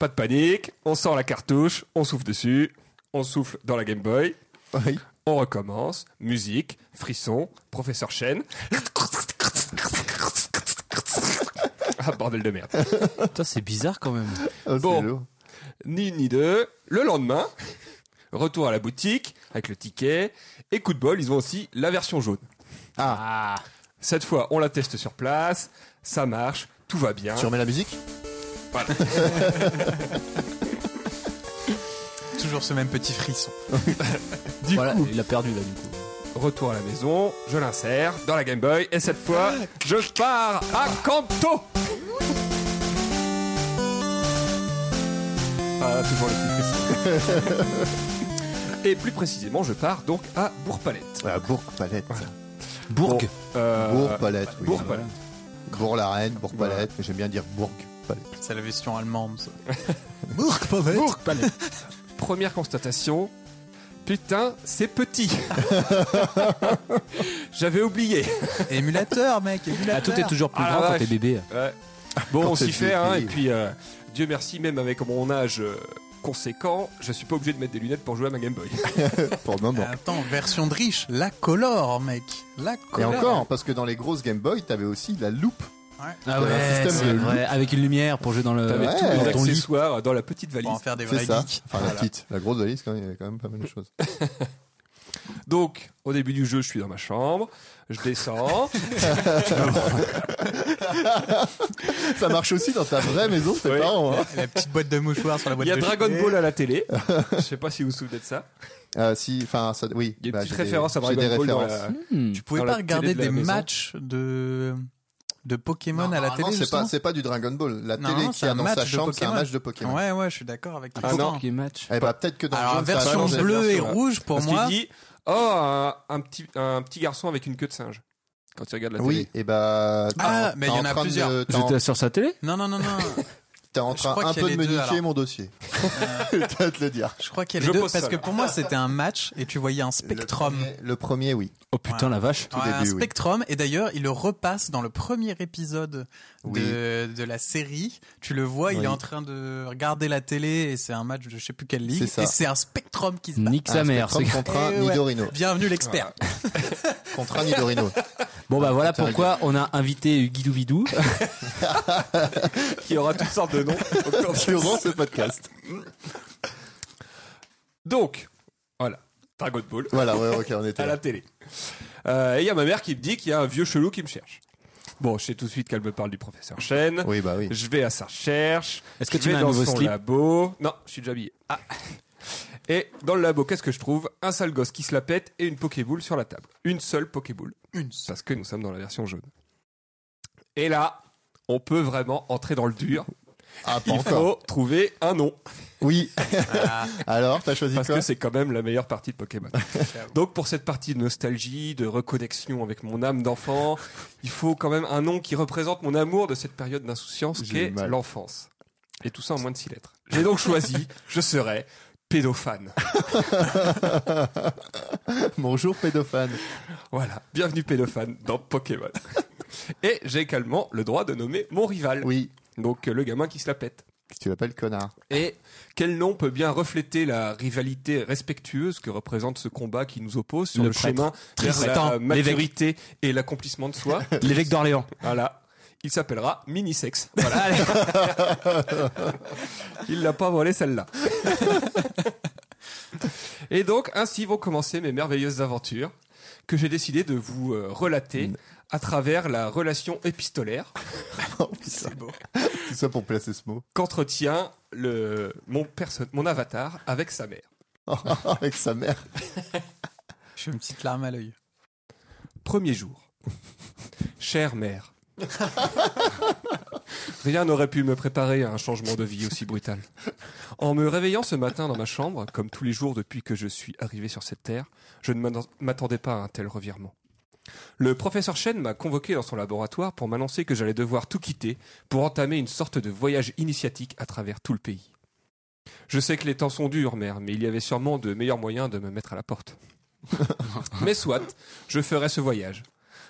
Speaker 3: Pas de panique, on sort la cartouche, on souffle dessus, on souffle dans la Game Boy,
Speaker 4: Oui.
Speaker 3: on recommence, musique, frisson, professeur Chen. Ah, bordel de merde.
Speaker 2: Putain, c'est bizarre quand même.
Speaker 4: Oh, c'est
Speaker 3: Bon.
Speaker 4: lourd.
Speaker 3: Ni une, ni deux. Le lendemain, retour à la boutique avec le ticket. Et coup de bol, ils ont aussi la version jaune. Ah. Cette fois, on la teste sur place, ça marche, tout va bien.
Speaker 4: Tu remets la musique
Speaker 3: Voilà.
Speaker 5: Toujours ce même petit frisson.
Speaker 3: Du
Speaker 2: voilà,
Speaker 3: coup,
Speaker 2: il a perdu là du coup.
Speaker 3: retour à la maison, je l'insère dans la Game Boy et cette fois, je pars à Kanto. Ah, toujours le petit frisson. Et plus précisément, je pars donc à Bourg-Palette.
Speaker 4: ah, Bourg-Palette.
Speaker 2: Bourg.
Speaker 3: Bon, euh,
Speaker 4: Bourg-Palette, oui.
Speaker 3: Bourg-Palette.
Speaker 4: Bourg-la-Reine, Bourg-Palette. mais J'aime bien dire Bourg-Palette.
Speaker 5: C'est la version allemande. ça.
Speaker 3: Première constatation, putain, c'est petit. J'avais oublié.
Speaker 5: émulateur, mec, émulateur.
Speaker 2: Ah, tout est toujours plus
Speaker 3: Ah, la
Speaker 2: grand quand
Speaker 3: vache.
Speaker 2: t'es bébé.
Speaker 3: Ouais. Bon, on
Speaker 4: Quand
Speaker 3: s'y
Speaker 4: c'est
Speaker 3: fait, hein, et
Speaker 4: petit.
Speaker 3: puis euh, Dieu merci, même avec mon âge euh, conséquent, je suis pas obligé de mettre des lunettes pour jouer à ma Game Boy.
Speaker 4: Pour le moment.
Speaker 5: Attends, version de riche, la color, mec. La
Speaker 4: Et
Speaker 5: color.
Speaker 4: encore, parce que dans les grosses Game Boy, t'avais aussi la loupe.
Speaker 5: Ouais.
Speaker 2: Ah
Speaker 4: ouais,
Speaker 2: ouais,
Speaker 4: système
Speaker 2: c'est
Speaker 4: de
Speaker 2: vrai. Avec une lumière pour jouer dans le.
Speaker 3: T'avais
Speaker 4: Ouais.
Speaker 3: tous les
Speaker 2: dans ton lit.
Speaker 3: accessoires dans la petite valise.
Speaker 5: Pour en faire des
Speaker 4: C'est
Speaker 5: vrais
Speaker 4: ça.
Speaker 5: geeks.
Speaker 4: Enfin, la petite. La grosse valise, quand même, il y avait quand même pas mal de choses.
Speaker 3: Donc, au début du jeu, je suis dans ma chambre, je descends,
Speaker 4: Ça marche aussi dans ta vraie maison, tes
Speaker 3: Ouais.
Speaker 4: parents. hein.
Speaker 5: La petite boîte de mouchoirs sur la boîte
Speaker 3: il y a
Speaker 5: de
Speaker 3: Dragon
Speaker 5: chevet.
Speaker 3: Ball à la télé. Je sais pas si vous vous souvenez de ça.
Speaker 4: Euh, si, enfin, ça, oui.
Speaker 3: Il y a une
Speaker 4: bah,
Speaker 3: petite
Speaker 4: j'ai des-
Speaker 3: référence à
Speaker 4: j'ai
Speaker 3: Dragon
Speaker 4: des
Speaker 5: euh,
Speaker 3: Ball. dans
Speaker 4: références.
Speaker 3: la-
Speaker 2: Hmm.
Speaker 5: Tu pouvais
Speaker 3: Dans
Speaker 5: pas
Speaker 3: la
Speaker 5: regarder
Speaker 3: télé de la
Speaker 5: des
Speaker 3: maison.
Speaker 5: matchs de de Pokémon à la
Speaker 4: Normalement,
Speaker 5: télé
Speaker 4: c'est
Speaker 5: justement
Speaker 4: pas, c'est pas du Dragon Ball. La
Speaker 5: Non,
Speaker 4: télé
Speaker 5: non,
Speaker 4: qui
Speaker 5: c'est
Speaker 4: a
Speaker 5: un
Speaker 4: dans
Speaker 5: match
Speaker 4: sa
Speaker 5: de
Speaker 4: chambre, c'est un
Speaker 5: Pokémon.
Speaker 4: match de Pokémon.
Speaker 5: Ouais, ouais, je suis d'accord avec toi.
Speaker 3: Ah non.
Speaker 5: Pourtant,
Speaker 2: Qui match.
Speaker 4: Eh bah, peut-être que dans
Speaker 5: Alors
Speaker 4: le jeu, ça a
Speaker 5: version
Speaker 4: changé,
Speaker 5: bleue
Speaker 4: bien
Speaker 5: et
Speaker 4: sûr.
Speaker 5: rouge pour
Speaker 3: Parce
Speaker 5: moi.
Speaker 3: qu'il dit Oh, un, un petit, un petit garçon avec une queue de singe. Quand il regarde la
Speaker 4: Oui,
Speaker 3: télé.
Speaker 4: et bah. t'es
Speaker 5: Ah,
Speaker 4: en-
Speaker 5: mais
Speaker 4: t'es
Speaker 5: il y en
Speaker 4: en
Speaker 5: a
Speaker 4: train de-
Speaker 5: plusieurs.
Speaker 4: t'es en-
Speaker 2: J'étais sur sa télé
Speaker 5: Non, non, non, non.
Speaker 4: T'es en
Speaker 5: Je
Speaker 4: train
Speaker 5: crois
Speaker 4: un
Speaker 5: qu'il y a
Speaker 4: peu de
Speaker 5: les
Speaker 4: me
Speaker 5: deux,
Speaker 4: niquer
Speaker 5: alors.
Speaker 4: mon dossier. Je vais te le dire.
Speaker 5: Je crois qu'il y a
Speaker 3: Je
Speaker 5: les deux
Speaker 3: pose
Speaker 5: parce
Speaker 3: ça,
Speaker 5: que
Speaker 3: là.
Speaker 5: pour moi c'était un match et tu voyais un Spectrum.
Speaker 4: Le premier- Le premier, oui.
Speaker 2: Oh putain, la vache.
Speaker 5: Ouais, un
Speaker 4: début, oui.
Speaker 5: Spectrum et d'ailleurs il le repasse dans le premier épisode
Speaker 4: Oui.
Speaker 5: de, de la série. Tu le vois, il
Speaker 4: Oui.
Speaker 5: est en train de regarder la télé et c'est un match de je sais plus quelle ligue
Speaker 4: C'est ça.
Speaker 5: et c'est un Spectrum qui se bat.
Speaker 2: Nique sa
Speaker 4: Un
Speaker 2: mère.
Speaker 4: Spectrum
Speaker 2: c'est-
Speaker 4: contre un
Speaker 5: Eh ouais.
Speaker 4: Nidorino.
Speaker 5: Bienvenue l'expert.
Speaker 4: Contre un Nidorino.
Speaker 2: Bon bah voilà
Speaker 4: putain,
Speaker 2: pourquoi on a invité Guidou Bidou.
Speaker 3: Qui aura toutes sortes de noms.
Speaker 4: Durant ce podcast.
Speaker 3: Donc, voilà, Dragon Ball
Speaker 4: Voilà, ouais, ok, on était
Speaker 3: à la
Speaker 4: là.
Speaker 3: télé. Euh, et il y a ma mère qui me dit qu'il y a un vieux chelou qui me cherche. Bon, je sais tout de suite qu'elle me parle du professeur Chen.
Speaker 4: Oui, bah oui.
Speaker 3: Je vais à sa recherche.
Speaker 2: Est-ce que
Speaker 3: Je
Speaker 2: tu
Speaker 3: vais
Speaker 2: mets un
Speaker 3: dans
Speaker 2: nouveau
Speaker 3: son
Speaker 2: slip
Speaker 3: labo Non, je suis déjà habillé. Ah. Et dans le labo, qu'est-ce que je trouve Un sale gosse qui se la pète et une Pokéball sur la table. Une seule Pokéball.
Speaker 5: Une.
Speaker 3: Parce que nous sommes dans la version jaune. Et là, on peut vraiment entrer dans le dur.
Speaker 4: Ah, pas
Speaker 3: Il
Speaker 4: encore.
Speaker 3: faut trouver un nom.
Speaker 4: Oui. Alors, t'as choisi
Speaker 3: Parce
Speaker 4: quoi
Speaker 3: que c'est quand même la meilleure partie de Pokémon. Donc pour cette partie de nostalgie, de reconnexion avec mon âme d'enfant, il faut quand même un nom qui représente mon amour de cette période d'insouciance
Speaker 4: J'ai
Speaker 3: qu'est
Speaker 4: mal.
Speaker 3: l'enfance. Et tout ça en moins de six lettres. J'ai donc choisi, je serai pédophane.
Speaker 4: Bonjour, pédophane.
Speaker 3: Voilà, bienvenue pédophane dans Pokémon. Et j'ai également le droit de nommer mon rival,
Speaker 4: Oui.
Speaker 3: donc euh, le gamin qui se la pète.
Speaker 4: Tu l'appelles connard.
Speaker 3: Et quel nom peut bien refléter la rivalité respectueuse que représente ce combat qui nous oppose sur
Speaker 2: Le
Speaker 3: le,
Speaker 2: prêtre.
Speaker 3: chemin vers
Speaker 2: Tristan,
Speaker 3: la maturité et l'accomplissement de soi
Speaker 2: L'évêque d'Orléans.
Speaker 3: Voilà. Il s'appellera Minisex. Voilà. Il l'a pas volé celle-là. Et donc, ainsi vont commencer mes merveilleuses aventures que j'ai décidé de vous euh, relater
Speaker 2: Mm.
Speaker 3: à travers la relation épistolaire
Speaker 4: Oh, putain. Tout ça pour placer ce mot.
Speaker 3: qu'entretient le, mon, perso- mon avatar avec sa mère.
Speaker 4: Avec sa mère.
Speaker 5: J'ai une petite larme à l'œil.
Speaker 3: Premier jour. Chère mère. Rien n'aurait pu me préparer à un changement de vie aussi brutal. En me réveillant ce matin dans ma chambre, comme tous les jours depuis que je suis arrivé sur cette terre, je ne m'attend- m'attendais pas à un tel revirement. Le professeur Chen m'a convoqué dans son laboratoire pour m'annoncer que j'allais devoir tout quitter pour entamer une sorte de voyage initiatique à travers tout le pays. Je sais que les temps sont durs, mère, mais il y avait sûrement de meilleurs moyens de me mettre à la porte. mais soit, je ferai ce voyage.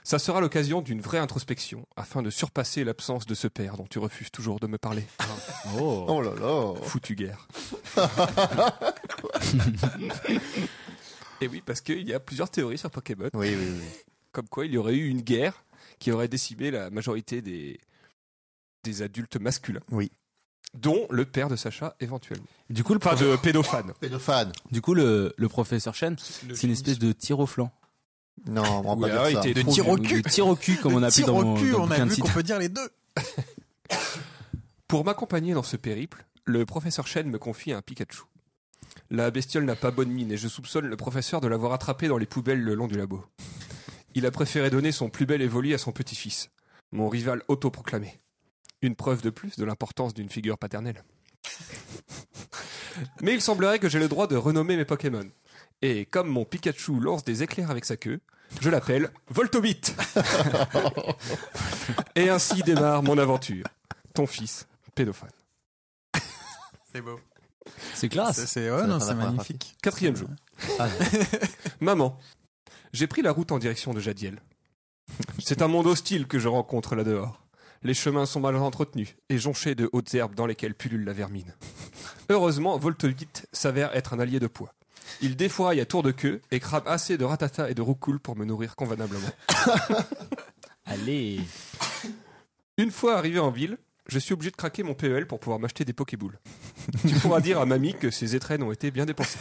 Speaker 3: Ça sera l'occasion d'une vraie introspection afin de surpasser l'absence de ce père dont tu refuses toujours de me parler.
Speaker 2: Oh.
Speaker 4: Oh là là.
Speaker 3: Foutu guerre. Et oui, parce qu'il y a plusieurs théories sur Pokémon,
Speaker 4: Oui, oui, oui.
Speaker 3: comme quoi il y aurait eu une guerre qui aurait décimé la majorité des, des adultes masculins.
Speaker 4: Oui.
Speaker 3: Dont le père de Sacha, éventuellement.
Speaker 2: Du coup, le,
Speaker 3: Enfin, de pédophane.
Speaker 4: Pédophane.
Speaker 2: du coup, le, le professeur Chen, c'est une espèce de tir au flanc.
Speaker 4: Non, on va pas
Speaker 3: Oui, alors,
Speaker 4: dire
Speaker 3: il
Speaker 4: ça.
Speaker 3: était
Speaker 5: De
Speaker 3: trop
Speaker 5: tir au
Speaker 3: nul.
Speaker 5: cul.
Speaker 2: De tir au cul, comme on
Speaker 5: Le
Speaker 2: appelait
Speaker 5: tir
Speaker 2: dans,
Speaker 5: au
Speaker 2: mon-
Speaker 5: cul,
Speaker 2: dans
Speaker 5: on a
Speaker 2: le bouquin de
Speaker 5: vu qu'on
Speaker 2: titre.
Speaker 5: peut dire les deux.
Speaker 3: Pour m'accompagner dans ce périple, le professeur Chen me confie un Pikachu. La bestiole n'a pas bonne mine et je soupçonne le professeur de l'avoir attrapé dans les poubelles le long du labo. Il a préféré donner son plus bel évolu à son petit-fils, mon rival autoproclamé. Une preuve de plus de l'importance d'une figure paternelle. Mais il semblerait que j'ai le droit de renommer mes Pokémon. Et comme mon Pikachu lance des éclairs avec sa queue, je l'appelle Voltobit. et ainsi démarre mon aventure. Ton fils, pédophane.
Speaker 5: C'est beau.
Speaker 2: C'est classe.
Speaker 5: C'est ouais, non,
Speaker 4: faire
Speaker 5: c'est
Speaker 4: Ah, la première
Speaker 5: magnifique.
Speaker 3: Quatrième jour. Maman, j'ai pris la route en direction de Jadiel. C'est un monde hostile que je rencontre là-dehors. Les chemins sont mal entretenus et jonchés de hautes herbes dans lesquelles pullule la vermine. Heureusement, Voltogit s'avère être un allié de poids. Il défouraille à tour de queue et crabe assez de ratata et de roucoule pour me nourrir convenablement.
Speaker 2: Allez.
Speaker 3: Une fois arrivé en ville, je suis obligé de craquer mon PEL pour pouvoir m'acheter des Pokéboules. tu pourras dire à mamie que ces étrennes ont été bien dépensées.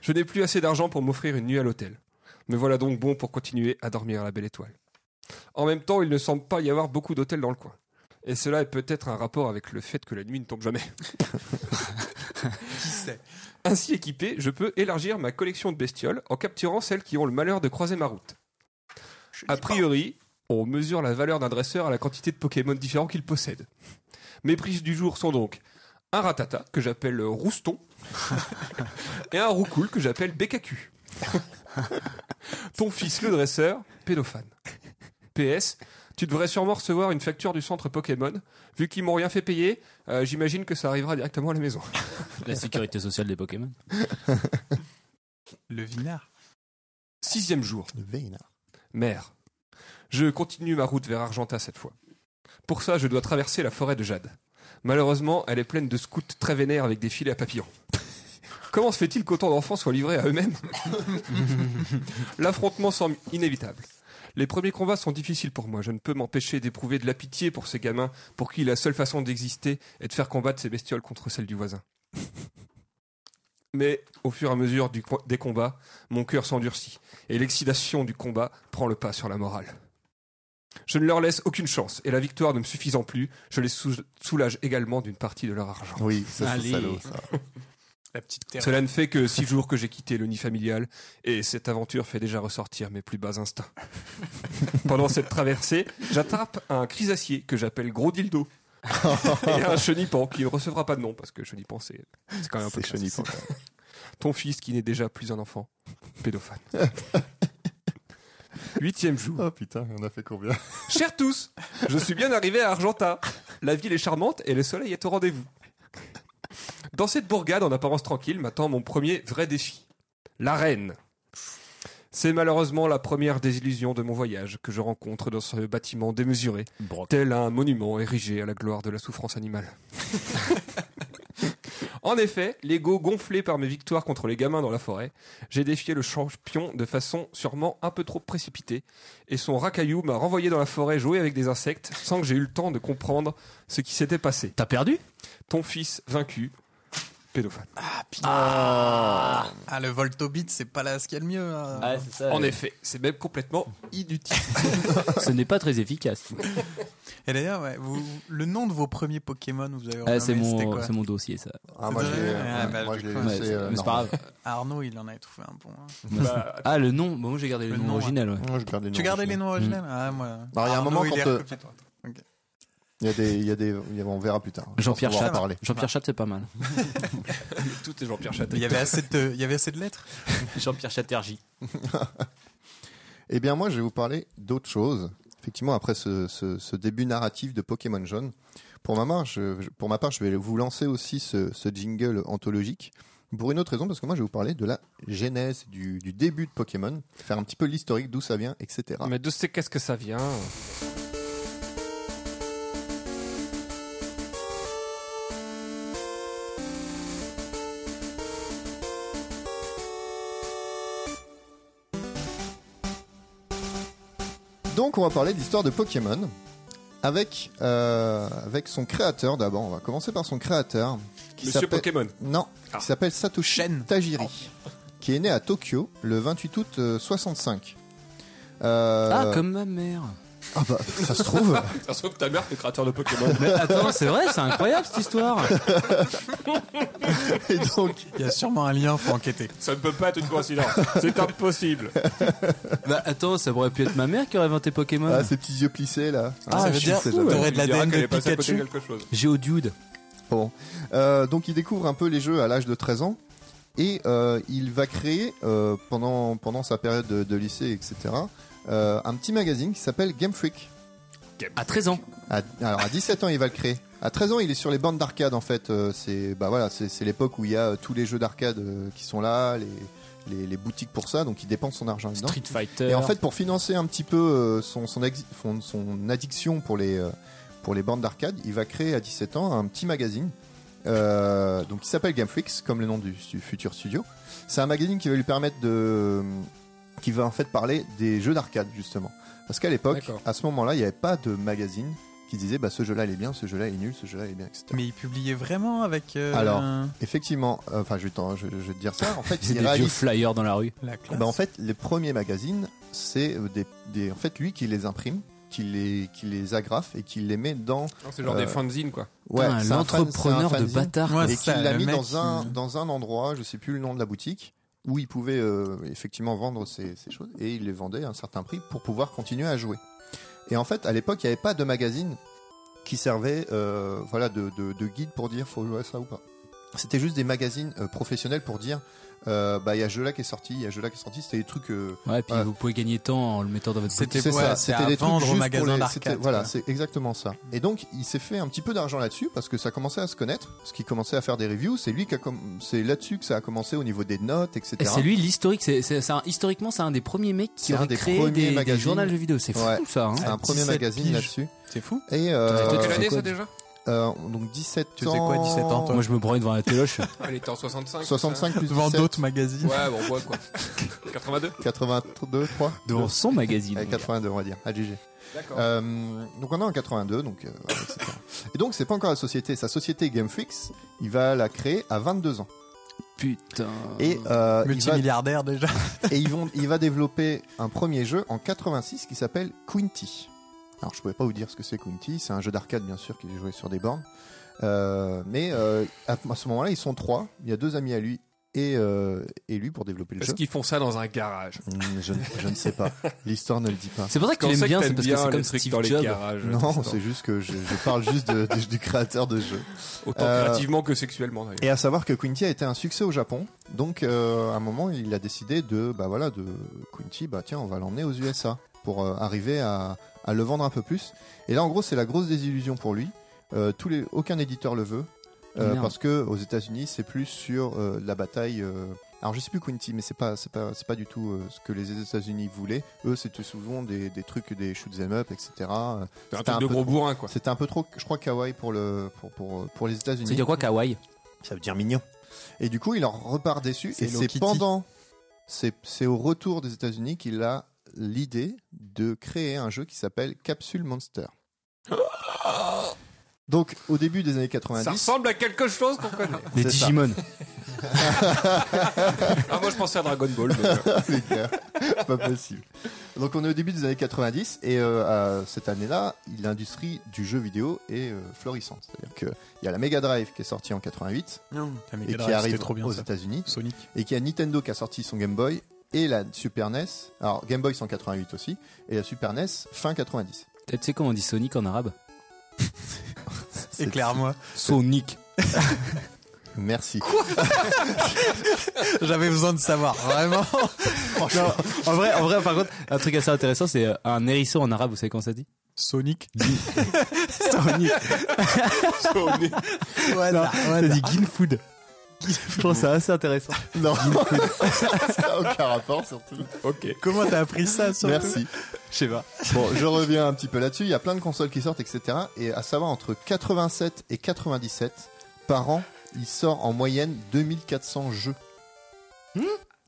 Speaker 3: Je n'ai plus assez d'argent pour m'offrir une nuit à l'hôtel. Me voilà donc bon pour continuer à dormir à la belle étoile. En même temps, il ne semble pas y avoir beaucoup d'hôtels dans le coin. Et cela est peut-être un rapport avec le fait que la nuit ne tombe jamais.
Speaker 5: Qui sait
Speaker 3: Ainsi équipé, je peux élargir ma collection de bestioles en capturant celles qui ont le malheur de croiser ma route. A priori, on mesure la valeur d'un dresseur à la quantité de Pokémon différents qu'il possède. Mes prises du jour sont donc un Ratata, que j'appelle Rouston, et un Roucoule, que j'appelle Bécacu. Ton fils, le dresseur, pédophane. PS, tu devrais sûrement recevoir une facture du centre Pokémon. Vu qu'ils m'ont rien fait payer, euh, j'imagine que ça arrivera directement à la maison.
Speaker 2: La sécurité sociale des Pokémon.
Speaker 5: Le vinard.
Speaker 3: Sixième jour.
Speaker 4: Le vénard.
Speaker 3: Mère, je continue ma route vers Argenta cette fois. Pour ça, je dois traverser la forêt de Jade. Malheureusement, elle est pleine de scouts très vénères avec des filets à papillons. Comment se fait-il qu'autant d'enfants soient livrés à eux-mêmes L'affrontement semble inévitable. Les premiers combats sont difficiles pour moi. Je ne peux m'empêcher d'éprouver de la pitié pour ces gamins pour qui la seule façon d'exister est de faire combattre ces bestioles contre celles du voisin. Mais au fur et à mesure du co- des combats, mon cœur s'endurcit et l'excitation du combat prend le pas sur la morale. Je ne leur laisse aucune chance, et la victoire ne me suffisant plus, je les sou- soulage également d'une partie de leur argent.
Speaker 4: Oui, ça c'est
Speaker 2: Allez.
Speaker 4: salaud ça.
Speaker 5: La petite terre.
Speaker 3: Cela ne fait que six jours que j'ai quitté le nid familial, et cette aventure fait déjà ressortir mes plus bas instincts. Pendant cette traversée, j'attrape un chrysacier que j'appelle Gros Dildo, et un chenipan qui ne recevra pas de nom, parce que chenipan c'est c'est quand même un peu
Speaker 4: C'est
Speaker 3: classe.
Speaker 4: chenipant.
Speaker 3: Ton fils qui n'est déjà plus un enfant, pédophane. Huitième jour.
Speaker 4: Oh putain, on a fait combien
Speaker 3: Chers tous, je suis bien arrivé à Argenta. La ville est charmante et le soleil est au rendez-vous. Dans cette bourgade en apparence tranquille m'attend mon premier vrai défi. L'arène. C'est malheureusement la première désillusion de mon voyage que je rencontre dans ce bâtiment démesuré,
Speaker 2: Broc.
Speaker 3: tel un monument érigé à la gloire de la souffrance animale. en effet, l'ego gonflé par mes victoires contre les gamins dans la forêt, j'ai défié le champion de façon sûrement un peu trop précipitée, et son racaillou m'a renvoyé dans la forêt jouer avec des insectes sans que j'ai eu le temps de comprendre ce qui s'était passé.
Speaker 2: T'as perdu
Speaker 3: Ton fils vaincu, pédophane.
Speaker 5: Ah, le Voltobit, c'est pas là ce qu'il y a de mieux. hein.
Speaker 2: Ah, c'est ça.
Speaker 3: En effet, c'est même complètement inutile.
Speaker 2: Ce n'est pas très efficace.
Speaker 5: Et d'ailleurs, ouais, vous- le nom de vos premiers Pokémon, vous
Speaker 4: Eh,
Speaker 5: avez
Speaker 2: Ah,
Speaker 5: renommé,
Speaker 2: c'est
Speaker 5: c'était
Speaker 2: mon,
Speaker 5: quoi
Speaker 2: c'est mon dossier, ça.
Speaker 4: Ah, moi je l'ai.
Speaker 5: Ah, bah,
Speaker 4: moi,
Speaker 5: du
Speaker 4: je l'ai
Speaker 5: coup,
Speaker 4: laissé,
Speaker 2: Ouais, c'est-
Speaker 4: euh,
Speaker 2: mais c'est pas grave.
Speaker 5: Arnaud, il en avait trouvé un bon. hein.
Speaker 2: Ah, le nom. Bon, moi, j'ai gardé le,
Speaker 5: Le
Speaker 2: nom
Speaker 5: nom,
Speaker 2: original, ouais.
Speaker 4: normal. Moi, je Hmm. garde les
Speaker 5: Tu
Speaker 4: noms
Speaker 5: gardais les
Speaker 4: originaux.
Speaker 5: noms originels Ah, moi.
Speaker 4: Alors, il y a un
Speaker 5: Arnaud,
Speaker 4: moment
Speaker 5: il
Speaker 4: quand,
Speaker 5: est
Speaker 4: euh,
Speaker 5: recopié, toi. Ok.
Speaker 4: Il y a des, il y a des, il y a- on verra plus tard. Je
Speaker 2: Jean-Pierre
Speaker 4: pense qu'on va en
Speaker 2: Chat.
Speaker 4: parler.
Speaker 2: Jean-Pierre Chat, c'est pas mal.
Speaker 3: Tout est Jean-Pierre Châtel.
Speaker 5: Il y avait assez de, il y avait assez de lettres.
Speaker 2: Jean-Pierre Chatterjee.
Speaker 4: Eh bien, moi, je vais vous parler d'autre chose. Effectivement, après ce, ce- ce début narratif de Pokémon Jaune, pour ma part, je, je- pour ma part, je vais vous lancer aussi ce, ce jingle anthologique Pour une autre raison, parce que moi, je vais vous parler de la genèse, du, du début de Pokémon, faire un petit peu l'historique, d'où ça vient, etc.
Speaker 3: Mais de c'est qu'est-ce que ça vient
Speaker 4: Donc, on va parler de l'histoire de Pokémon avec, euh, avec son créateur d'abord. On va commencer par son créateur. qui
Speaker 3: Monsieur
Speaker 4: s'appelle-
Speaker 3: Pokémon.
Speaker 4: Non,
Speaker 3: Ah.
Speaker 4: qui s'appelle Satoshi
Speaker 5: Chen.
Speaker 4: Tajiri, qui est né à Tokyo le 28 août euh, 65. Euh,
Speaker 2: Ah, comme ma mère.
Speaker 4: ah bah, ça se trouve.
Speaker 3: Ça se trouve que ta mère, t'es créateur de Pokémon.
Speaker 2: Mais attends, c'est vrai, c'est incroyable cette histoire.
Speaker 4: Et donc,
Speaker 5: Il y a sûrement un lien, faut enquêter.
Speaker 3: ça ne peut pas être une coïncidence. C'est impossible.
Speaker 2: Bah attends, ça aurait pu être ma mère qui aurait inventé Pokémon.
Speaker 4: ah, ces petits yeux plissés là.
Speaker 5: Ah, ça veut
Speaker 4: je
Speaker 5: dire
Speaker 4: sais
Speaker 5: fou,
Speaker 4: jamais.
Speaker 5: ouais. T'aurais de
Speaker 3: Tu me diras
Speaker 5: l'ADN de
Speaker 3: qu'elle est passée à côté de
Speaker 5: Pikachu.
Speaker 3: quelque chose.
Speaker 2: Géodude.
Speaker 4: Bon. Euh, donc il découvre un peu les jeux à l'âge de 13 ans et euh, il va créer euh, pendant, pendant sa période de, de lycée, etc., euh, un petit magazine qui s'appelle Game Freak.
Speaker 2: À 13 ans.
Speaker 4: À- alors à 17 ans il va le créer. À 13 ans il est sur les bandes d'arcade en fait. Euh, c'est bah voilà c'est c'est l'époque où il y a euh, tous les jeux d'arcade euh, qui sont là, les, les, les boutiques pour ça, donc il dépense son argent dedans.
Speaker 2: Street Fighter.
Speaker 4: Et en fait, pour financer un petit peu euh, son, son, exi- son- son addiction pour les, euh, pour les bandes d'arcade, il va créer à 17 ans un petit magazine euh, donc qui s'appelle Game Freaks, comme le nom du, stu- futur studio. C'est un magazine qui va lui permettre de. euh, qui va en fait parler des jeux d'arcade, justement. Parce qu'à l'époque,
Speaker 3: D'accord.
Speaker 4: à ce moment-là, il n'y avait pas de magazine qui disait bah, ce jeu-là il est bien, ce jeu-là il est nul, ce jeu-là il est bien, etc.
Speaker 5: Mais il publiait vraiment avec euh,
Speaker 4: Alors. Effectivement, euh, enfin, je, vais t'en- je, je vais te dire ça. En fait,
Speaker 2: c'est
Speaker 4: il
Speaker 2: des vieux
Speaker 4: réalise
Speaker 2: flyers dans la rue.
Speaker 5: la classe.
Speaker 4: bah, en fait, les premiers magazines, c'est euh, des, des- en fait lui qui les imprime, qui les, qui les agrafe et qui les met dans.
Speaker 3: C'est genre
Speaker 4: Euh,
Speaker 3: des fanzines, quoi.
Speaker 4: Ouais,
Speaker 2: Putain,
Speaker 4: c'est un fan-
Speaker 2: L'entrepreneur
Speaker 4: c'est un
Speaker 2: de
Speaker 4: fanzine.
Speaker 2: bâtard.
Speaker 5: Ouais,
Speaker 4: Et
Speaker 5: c'est
Speaker 4: qui
Speaker 5: ça,
Speaker 4: l'a
Speaker 5: le
Speaker 4: mis
Speaker 5: mec
Speaker 4: dans
Speaker 5: qui-
Speaker 4: un, dans un endroit, je sais plus le nom de la boutique, où il pouvait euh, effectivement vendre ces, ces choses et il les vendait à un certain prix pour pouvoir continuer à jouer. Et en fait, à l'époque, il n'y avait pas de magazine qui servait euh, voilà, de, de- de guide pour dire faut jouer à ça ou pas. C'était juste des magazines euh, professionnels pour dire euh, bah il y a jeu là qui est sorti, il y a jeu là qui est sorti, c'était des trucs euh,
Speaker 2: Ouais, puis
Speaker 4: Ouais.
Speaker 2: vous pouvez gagner temps en le mettant dans votre
Speaker 5: C'était-
Speaker 2: boutique.
Speaker 4: c'est
Speaker 5: ouais,
Speaker 4: ça,
Speaker 5: c'est
Speaker 4: c'était
Speaker 5: à
Speaker 4: des trucs
Speaker 5: vendre au
Speaker 4: juste pour
Speaker 5: magasin
Speaker 4: les-
Speaker 5: d'arcade,
Speaker 4: c'était- Voilà,
Speaker 5: quoi.
Speaker 4: c'est exactement ça. Et donc, il s'est fait un petit peu d'argent là-dessus parce que ça commençait à se connaître, parce qu'il commençait à faire des reviews. C'est lui qui a com- c'est là-dessus que ça a commencé au niveau des notes, etc.
Speaker 2: Et c'est lui l'historique. C'est, c'est- c'est un- historiquement, c'est un des premiers mecs qui
Speaker 4: C'est un
Speaker 2: aurait
Speaker 4: des
Speaker 2: créé
Speaker 4: premiers
Speaker 2: des, des
Speaker 4: magazines.
Speaker 2: journaux de jeux vidéo. C'est fou
Speaker 4: Ouais.
Speaker 2: ça. hein.
Speaker 4: C'est un premier
Speaker 5: 17
Speaker 4: magazine
Speaker 5: piges.
Speaker 4: là-dessus.
Speaker 5: C'est fou.
Speaker 4: Et
Speaker 2: T'as
Speaker 4: euh,
Speaker 2: dit, toi,
Speaker 3: Quelle
Speaker 2: tu
Speaker 3: année,
Speaker 2: quoi
Speaker 3: ça, déjà
Speaker 4: euh, donc 17
Speaker 5: Tu
Speaker 4: ans.
Speaker 5: faisais quoi, 17 ans, toi
Speaker 2: Moi, je me branle devant la téloche.
Speaker 3: Elle était en 65.
Speaker 4: 65 plus
Speaker 5: Devant
Speaker 4: 17,
Speaker 5: d'autres magazines.
Speaker 3: Ouais, bon, ouais, quoi. 82
Speaker 4: 82, 3
Speaker 2: devant son magazine.
Speaker 4: Euh,
Speaker 2: mon gars.
Speaker 4: 82, on va dire. AGG.
Speaker 3: D'accord.
Speaker 4: Euh, donc on est en 82, donc, euh, voilà, etc. Et donc c'est pas encore la société. Sa société Game Freaks, il va la créer à 22 ans.
Speaker 2: Putain.
Speaker 4: Et euh, il va
Speaker 5: Multimilliardaire déjà.
Speaker 4: Et ils vont, il va développer un premier jeu en 86 qui s'appelle Quinty. Alors je pouvais pas vous dire ce que c'est Quinty, c'est un jeu d'arcade bien sûr qu'il est joué sur des bornes. Euh, mais euh, à, à ce moment-là, ils sont trois. Il y a deux amis à lui et, euh, et lui pour développer le
Speaker 3: Est-ce
Speaker 4: jeu.
Speaker 3: qu'ils font ça dans un garage
Speaker 4: Hmm, je, ne- je ne sais pas. L'histoire ne le dit pas.
Speaker 2: C'est pour ça que tu
Speaker 3: Comme
Speaker 2: l'aimes
Speaker 3: ça
Speaker 2: bien,
Speaker 3: t'aimes
Speaker 2: c'est parce que c'est
Speaker 3: les
Speaker 2: comme
Speaker 3: trucs
Speaker 2: Steve
Speaker 3: dans les
Speaker 2: Jobs.
Speaker 3: garages.
Speaker 4: Non,
Speaker 3: Tristan.
Speaker 4: c'est juste que je, je parle juste de- de- du créateur de jeu.
Speaker 3: Autant
Speaker 4: Euh,
Speaker 3: créativement que sexuellement, d'ailleurs.
Speaker 4: Et à savoir que Quinty a été un succès au Japon, donc euh, à un moment il a décidé de bah voilà de Quinty bah tiens on va l'emmener aux USA pour euh, arriver à, à le vendre un peu plus. Et là en gros c'est la grosse désillusion pour lui. Euh, tous les aucun éditeur le veut euh,
Speaker 2: Merde.
Speaker 4: parce que aux États-Unis c'est plus sur euh, la bataille. euh, Alors je sais plus Quinty mais c'est pas c'est pas c'est pas du tout euh, ce que les États-Unis voulaient. Eux c'était souvent des, des trucs des shoot 'em up etc. Euh,
Speaker 3: C'est un
Speaker 4: c'était
Speaker 3: truc
Speaker 4: un
Speaker 3: de
Speaker 4: peu
Speaker 3: gros
Speaker 4: trop.
Speaker 3: bourrin, quoi.
Speaker 4: C'était un peu trop je crois kawaii pour le pour pour pour les États-Unis.
Speaker 2: C'est dire quoi, Kawaii
Speaker 4: Ça veut dire mignon. Et du coup, il en repart déçu.
Speaker 5: C'est
Speaker 4: Et
Speaker 5: Hello
Speaker 4: c'est
Speaker 5: Kitty.
Speaker 4: pendant, c'est c'est au retour des États-Unis qu'il a l'idée de créer un jeu qui s'appelle Capsule Monster. Donc, au début des années
Speaker 3: Ça
Speaker 4: 90,
Speaker 3: ressemble à quelque chose qu'on connaît.
Speaker 2: Les
Speaker 4: C'est ça.
Speaker 2: Digimon.
Speaker 3: ah, moi, je pensais à Dragon Ball. mais, euh,
Speaker 4: les gars, pas possible. Donc, on est au début des années 90 et euh, à cette année-là, l'industrie du jeu vidéo est euh, florissante. C'est-à-dire que il y a la Mega Drive qui est sortie en 88
Speaker 5: La Mega
Speaker 4: et
Speaker 5: Drive,
Speaker 4: qui
Speaker 5: c'était
Speaker 4: arrive
Speaker 5: trop bien
Speaker 4: aux
Speaker 5: ça.
Speaker 4: États-Unis.
Speaker 5: Sonic.
Speaker 4: et qu'il y a Nintendo qui a sorti son Game Boy et la Super NES, alors Game Boy 188 aussi, et la Super NES fin 90.
Speaker 2: Tu sais comment on dit Sonic en arabe
Speaker 4: C'est-
Speaker 5: Éclaire-moi.
Speaker 2: Sonic.
Speaker 4: Merci.
Speaker 5: J'avais besoin de savoir. Vraiment.
Speaker 2: Non, en vrai, en vrai, par contre, un truc assez intéressant, c'est euh, un hérisson en arabe. Vous savez comment ça dit
Speaker 5: Sonic.
Speaker 2: Sonic.
Speaker 3: Sony.
Speaker 5: Voilà.
Speaker 2: Ça dit Gin Food. Je trouve ça assez intéressant.
Speaker 4: Non, ça n'a aucun rapport surtout.
Speaker 3: Ok.
Speaker 5: Comment t'as appris ça surtout
Speaker 4: Merci.
Speaker 2: Je sais pas.
Speaker 4: Bon, je reviens un petit peu là-dessus. Il y a plein de consoles qui sortent, etc. Et à savoir, entre 87 et 97, par an, il sort en moyenne 2400 jeux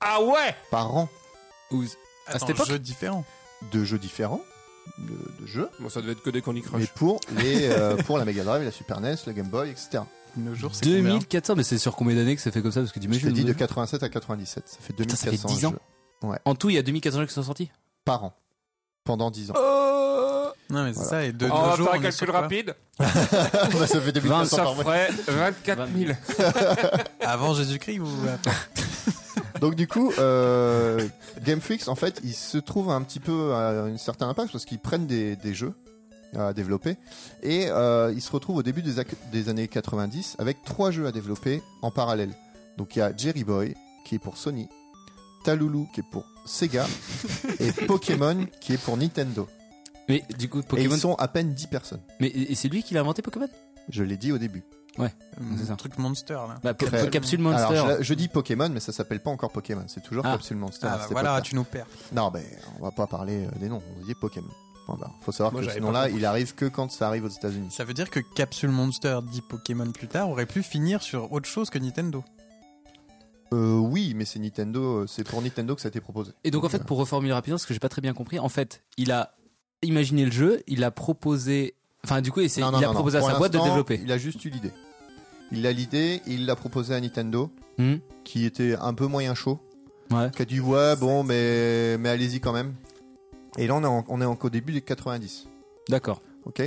Speaker 3: Ah ouais
Speaker 4: par an
Speaker 5: Attends,
Speaker 2: cette époque
Speaker 5: jeu différent.
Speaker 4: de jeux différents, de, de jeux,
Speaker 3: Bon, ça devait être que des Candy
Speaker 4: mais
Speaker 3: Crush.
Speaker 4: pour, les, euh, pour la Mega Drive, la Super NES, la Game Boy, etc.
Speaker 5: De nos jours, c'est combien
Speaker 2: 2400, mais c'est sur combien d'années que ça fait comme ça Parce que
Speaker 4: Je
Speaker 2: t'imagines.
Speaker 4: t'ai dit de 87 à 97. Ça fait
Speaker 2: Putain, ça
Speaker 4: 2400
Speaker 2: fait 10 ans.
Speaker 4: jeux
Speaker 2: En tout, il y a 2400 jeux qui sont sortis.
Speaker 4: par an. Pendant 10 ans.
Speaker 5: Non, mais c'est
Speaker 4: Voilà.
Speaker 5: ça. Et de
Speaker 3: Oh! on
Speaker 5: nos
Speaker 3: va
Speaker 5: jours,
Speaker 3: faire un
Speaker 5: on est sur
Speaker 3: calcul
Speaker 5: quoi
Speaker 3: rapide.
Speaker 4: Bah, ça fait 2400
Speaker 3: Ça
Speaker 4: par mois.
Speaker 3: ferait 24 000.
Speaker 5: Avant Jésus-Christ ou après
Speaker 4: Donc du coup, euh, Game Freaks, en fait, ils se trouvent un petit peu à un certain impact parce qu'ils prennent des, des jeux à développer et euh, ils se retrouvent au début des, ac- des années 90 avec trois jeux à développer en parallèle. Donc il y a Jerry Boy qui est pour Sony, Talulu qui est pour Sega et Pokémon qui est pour Nintendo.
Speaker 2: Mais du coup,
Speaker 4: Et
Speaker 2: Pokémon.
Speaker 4: ils sont à peine 10 personnes.
Speaker 2: Mais et c'est lui qui l'a inventé Pokémon
Speaker 4: Je l'ai dit au début.
Speaker 2: C'est ça.
Speaker 5: Un truc monster là.
Speaker 2: Bah, po-
Speaker 4: Crème.
Speaker 2: Capsule Monster.
Speaker 4: Alors je, je dis Pokémon mais ça s'appelle pas encore Pokémon, c'est toujours
Speaker 2: Ah.
Speaker 4: Capsule Monster. hein, à
Speaker 5: Ah, bah,
Speaker 4: cette
Speaker 5: voilà,
Speaker 4: époque-là.
Speaker 5: tu nous perds.
Speaker 4: Non, mais on va pas parler euh, des noms, on dit Pokémon. Bon, bah, faut savoir
Speaker 3: Moi,
Speaker 4: que
Speaker 3: j'avais
Speaker 4: ce nom-là, il arrive que quand ça arrive aux États-Unis.
Speaker 5: Ça veut dire que Capsule Monster dit Pokémon plus tard aurait pu finir sur autre chose que Nintendo.
Speaker 4: Euh, oui, mais c'est Nintendo, euh, c'est pour Nintendo que ça a été proposé.
Speaker 2: Et donc en fait, pour reformuler rapidement, parce que j'ai pas très bien compris, en fait, il a imaginé le jeu, il a proposé, enfin du coup, il, s'est-
Speaker 4: Non, non,
Speaker 2: il a
Speaker 4: non, non.
Speaker 2: proposé
Speaker 4: Pour
Speaker 2: à sa boîte de
Speaker 4: l'instant,
Speaker 2: développer.
Speaker 4: Il a juste eu l'idée. Il a l'idée, il l'a proposé à Nintendo,
Speaker 2: Hmm.
Speaker 4: qui était un peu moyen chaud,
Speaker 2: Ouais.
Speaker 4: qui a dit ouais, bon, mais, mais allez-y quand même. Et là, on est, en- on est encore au début des 90.
Speaker 2: D'accord.
Speaker 4: Ok.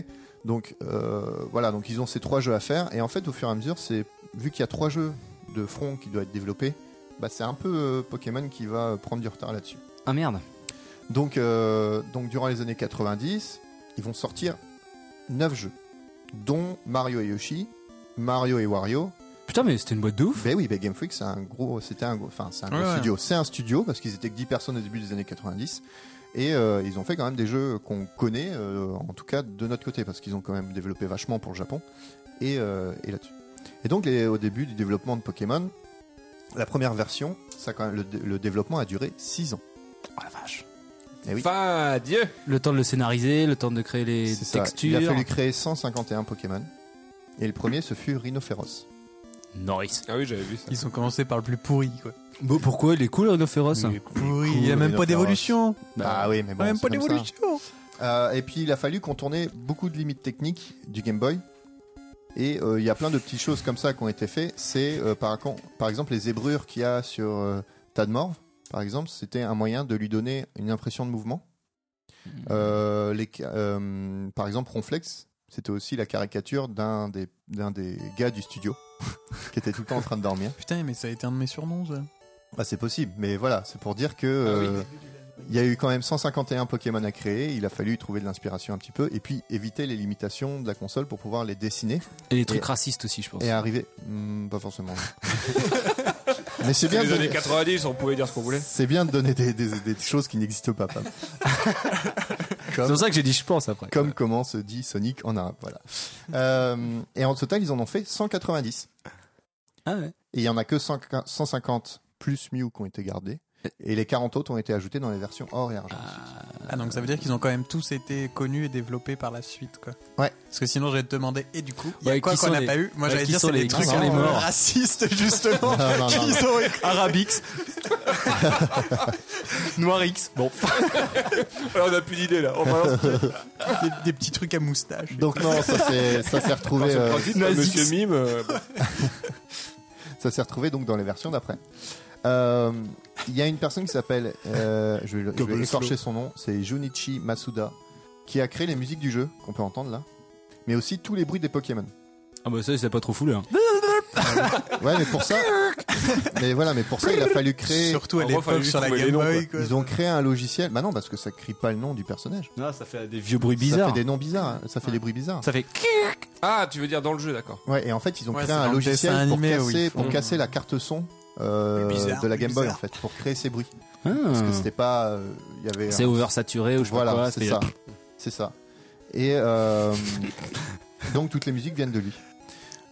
Speaker 4: Donc euh, voilà, donc ils ont ces trois jeux à faire et en fait au fur et à mesure, c'est vu qu'il y a trois jeux de front qui doivent être développés, bah c'est un peu euh, Pokémon qui va euh, prendre du retard là-dessus.
Speaker 2: Ah merde.
Speaker 4: Donc euh, donc durant les années 90, ils vont sortir neuf jeux, dont Mario et Yoshi, Mario et Wario.
Speaker 2: Putain, mais c'était une boîte de ouf.
Speaker 4: Ben oui, ben Game Freak, c'est un gros, c'était un gros, enfin c'est un gros
Speaker 5: Ouais, ouais.
Speaker 4: studio, c'est un studio parce qu'ils étaient que 10 personnes au début des années 90. Et euh, ils ont fait quand même des jeux qu'on connaît, euh, en tout cas de notre côté, parce qu'ils ont quand même développé vachement pour le Japon et, euh, et là-dessus. Et donc, les- au début du développement de Pokémon, la première version, ça, quand même, le, dé- le développement a duré 6 ans.
Speaker 2: Oh la vache.
Speaker 4: Eh oui.
Speaker 3: Enfin, Dieu
Speaker 2: Le temps de le scénariser, le temps de créer les
Speaker 4: C'est ça.
Speaker 2: textures.
Speaker 4: Il a fallu créer 151 Pokémon. Et le premier, ce fut Rhinophéros.
Speaker 2: Nice.
Speaker 3: Ah oui, j'avais vu ça.
Speaker 5: Ils ont commencé par le plus pourri quoi.
Speaker 2: Bon, pourquoi il est cool, Rhinophéros
Speaker 3: Il est
Speaker 5: Pourri,
Speaker 4: cool,
Speaker 5: il y a même
Speaker 4: Rhinophéros.
Speaker 5: pas d'évolution.
Speaker 4: Bah oui, mais
Speaker 5: Il y a Ah,
Speaker 4: bon.
Speaker 5: même
Speaker 4: c'est
Speaker 5: pas
Speaker 4: comme ça.
Speaker 5: d'évolution.
Speaker 4: Euh, et puis il a fallu contourner beaucoup de limites techniques du Game Boy. Et euh, il y a plein de petites choses comme ça qui ont été faites. C'est euh, par, con- par exemple les zébrures qu'il y a sur euh, Tadmorv, par exemple, c'était un moyen de lui donner une impression de mouvement. Euh, les ca- euh, par exemple, Ronflex, c'était aussi la caricature d'un des, d'un des gars du studio qui était tout le temps en train de dormir.
Speaker 5: Putain, mais ça a été un de mes surnoms ça.
Speaker 4: Bah, c'est possible, mais voilà, c'est pour dire que
Speaker 2: Ah
Speaker 4: euh, il y a eu quand même 151 Pokémon à créer. Il a fallu trouver de l'inspiration un petit peu et puis éviter les limitations de la console pour pouvoir les dessiner
Speaker 2: Et les trucs
Speaker 4: Et-
Speaker 2: racistes aussi, je pense.
Speaker 4: et arriver. Hmm, pas forcément. mais c'est bien.
Speaker 3: les
Speaker 4: de-
Speaker 3: années 90, on pouvait dire ce qu'on voulait.
Speaker 4: C'est bien de donner des, des- des choses qui n'existent pas, Pam.
Speaker 2: C'est pour ça que j'ai dit je pense après.
Speaker 4: comme comment se dit Sonic en arabe. Voilà. Euh, et en total, ils en ont fait 190.
Speaker 2: Ah ouais.
Speaker 4: Et il y en a que 100 150 plus Mew qui ont été gardés. Et les 40 autres ont été ajoutés dans les versions or et argent.
Speaker 5: Ah donc ça veut dire qu'ils ont quand même tous été connus et développés par la suite quoi.
Speaker 4: Ouais.
Speaker 5: Parce que sinon j'allais te demander et du coup, il y a
Speaker 2: Ouais,
Speaker 5: quoi
Speaker 2: qui
Speaker 5: qu'on
Speaker 2: sont
Speaker 5: n'a
Speaker 2: les-
Speaker 5: pas eu Moi
Speaker 2: ouais,
Speaker 5: j'allais
Speaker 2: qui
Speaker 5: dire
Speaker 2: sont
Speaker 5: c'est
Speaker 2: les-
Speaker 5: des
Speaker 2: qui
Speaker 5: trucs
Speaker 4: sont
Speaker 5: un
Speaker 4: les
Speaker 5: peu
Speaker 2: morts
Speaker 5: racistes justement.
Speaker 4: Non, non, non, non.
Speaker 5: Qu'ils ont
Speaker 2: Arabix. Noirix. Bon.
Speaker 3: Alors, on a plus d'idée là. On balance
Speaker 5: des, des petits trucs à moustache.
Speaker 4: Donc non, ça s'est ça s'est retrouvé, euh,
Speaker 3: Monsieur Mime. euh,
Speaker 4: ça s'est retrouvé donc dans les versions d'après. Euh, Il y a une personne qui s'appelle, euh, je vais, le- je vais écorcher son nom, c'est Junichi Masuda, qui a créé les musiques du jeu qu'on peut entendre là, mais aussi tous les bruits des Pokémon.
Speaker 2: Ah bah ça, c'est pas trop fou là.
Speaker 4: Ouais, mais pour ça, mais voilà, mais pour ça il a fallu créer,
Speaker 5: Surtout à
Speaker 3: En gros, fallait
Speaker 5: l'époque
Speaker 3: juste
Speaker 5: sur la
Speaker 3: trouver les
Speaker 5: Game
Speaker 3: noms,
Speaker 5: Boy quoi.
Speaker 4: ils ont créé un logiciel. Bah non, parce que ça crie pas le nom du personnage.
Speaker 2: Non, ça fait des vieux bruits
Speaker 4: Ça
Speaker 2: bizarres.
Speaker 4: fait des noms bizarres, hein. ça fait des bruits bizarres.
Speaker 2: Ça fait.
Speaker 3: Ah, tu veux dire dans le jeu, d'accord.
Speaker 4: Ouais, et en fait, ils ont
Speaker 5: Ouais,
Speaker 4: créé
Speaker 5: c'est
Speaker 4: un
Speaker 5: dans le dessin
Speaker 4: logiciel pour,
Speaker 5: animé où
Speaker 4: casser,
Speaker 5: ils
Speaker 4: pour
Speaker 3: font-
Speaker 4: casser la carte son euh,
Speaker 5: Plus bizarre,
Speaker 4: de la
Speaker 5: plus
Speaker 4: Game Boy, en
Speaker 5: bizarre.
Speaker 4: fait, pour créer ces bruits.
Speaker 2: Ah.
Speaker 4: Parce que c'était pas. euh, Il y avait.
Speaker 2: C'est
Speaker 4: un-
Speaker 2: oversaturé ou je sais pas
Speaker 4: Voilà,
Speaker 2: quoi.
Speaker 4: c'est ça. C'est ça. Et euh, donc, toutes les musiques viennent de lui.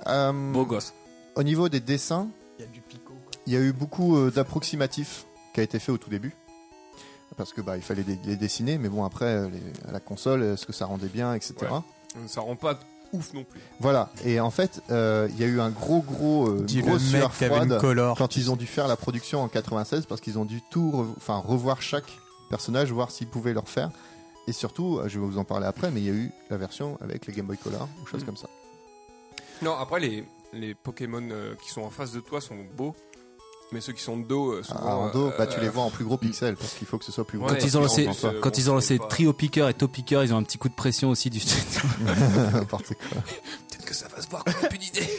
Speaker 4: Euh,
Speaker 3: Beau gosse.
Speaker 4: Au niveau des dessins,
Speaker 5: Il y a du picot. quoi.
Speaker 4: Il y a eu beaucoup euh, d'approximatifs qui a été fait au tout début. Parce que bah, il fallait les, les dessiner, mais bon, après, euh, les- à la console, est-ce que ça rendait bien, etc.
Speaker 3: Ouais. Ça rend pas ouf non plus.
Speaker 4: Voilà. Et en fait, euh, il y a eu un gros, gros, euh,
Speaker 5: Dis le
Speaker 4: grosse
Speaker 5: mec
Speaker 4: sueur
Speaker 5: qui avait
Speaker 4: froide
Speaker 5: une color.
Speaker 4: quand ils ont dû faire la production en 96 parce qu'ils ont dû tout re- enfin revoir chaque personnage voir s'ils pouvaient le refaire et surtout euh, je vais vous en parler après mais il y a eu la version avec les Game Boy Color ou choses
Speaker 3: Mm.
Speaker 4: comme ça
Speaker 3: Non, après, les, les Pokémon euh, qui sont en face de toi sont beaux, mais ceux qui sont de dos, euh, souvent.
Speaker 4: Ah, en dos
Speaker 3: euh,
Speaker 4: bah tu les
Speaker 3: euh,
Speaker 4: vois en plus gros pixels parce qu'il faut que ce soit plus gros
Speaker 3: Ouais,
Speaker 2: Quand ils ont
Speaker 3: et
Speaker 2: lancé,
Speaker 3: en plus, euh,
Speaker 2: quand
Speaker 3: bon,
Speaker 2: ils ont lancé
Speaker 3: c'est pas-
Speaker 2: Trio Picker et Top Picker, ils ont un petit coup de pression aussi du studio.
Speaker 4: n'importe quoi
Speaker 3: Peut-être que ça va se voir comme une idée.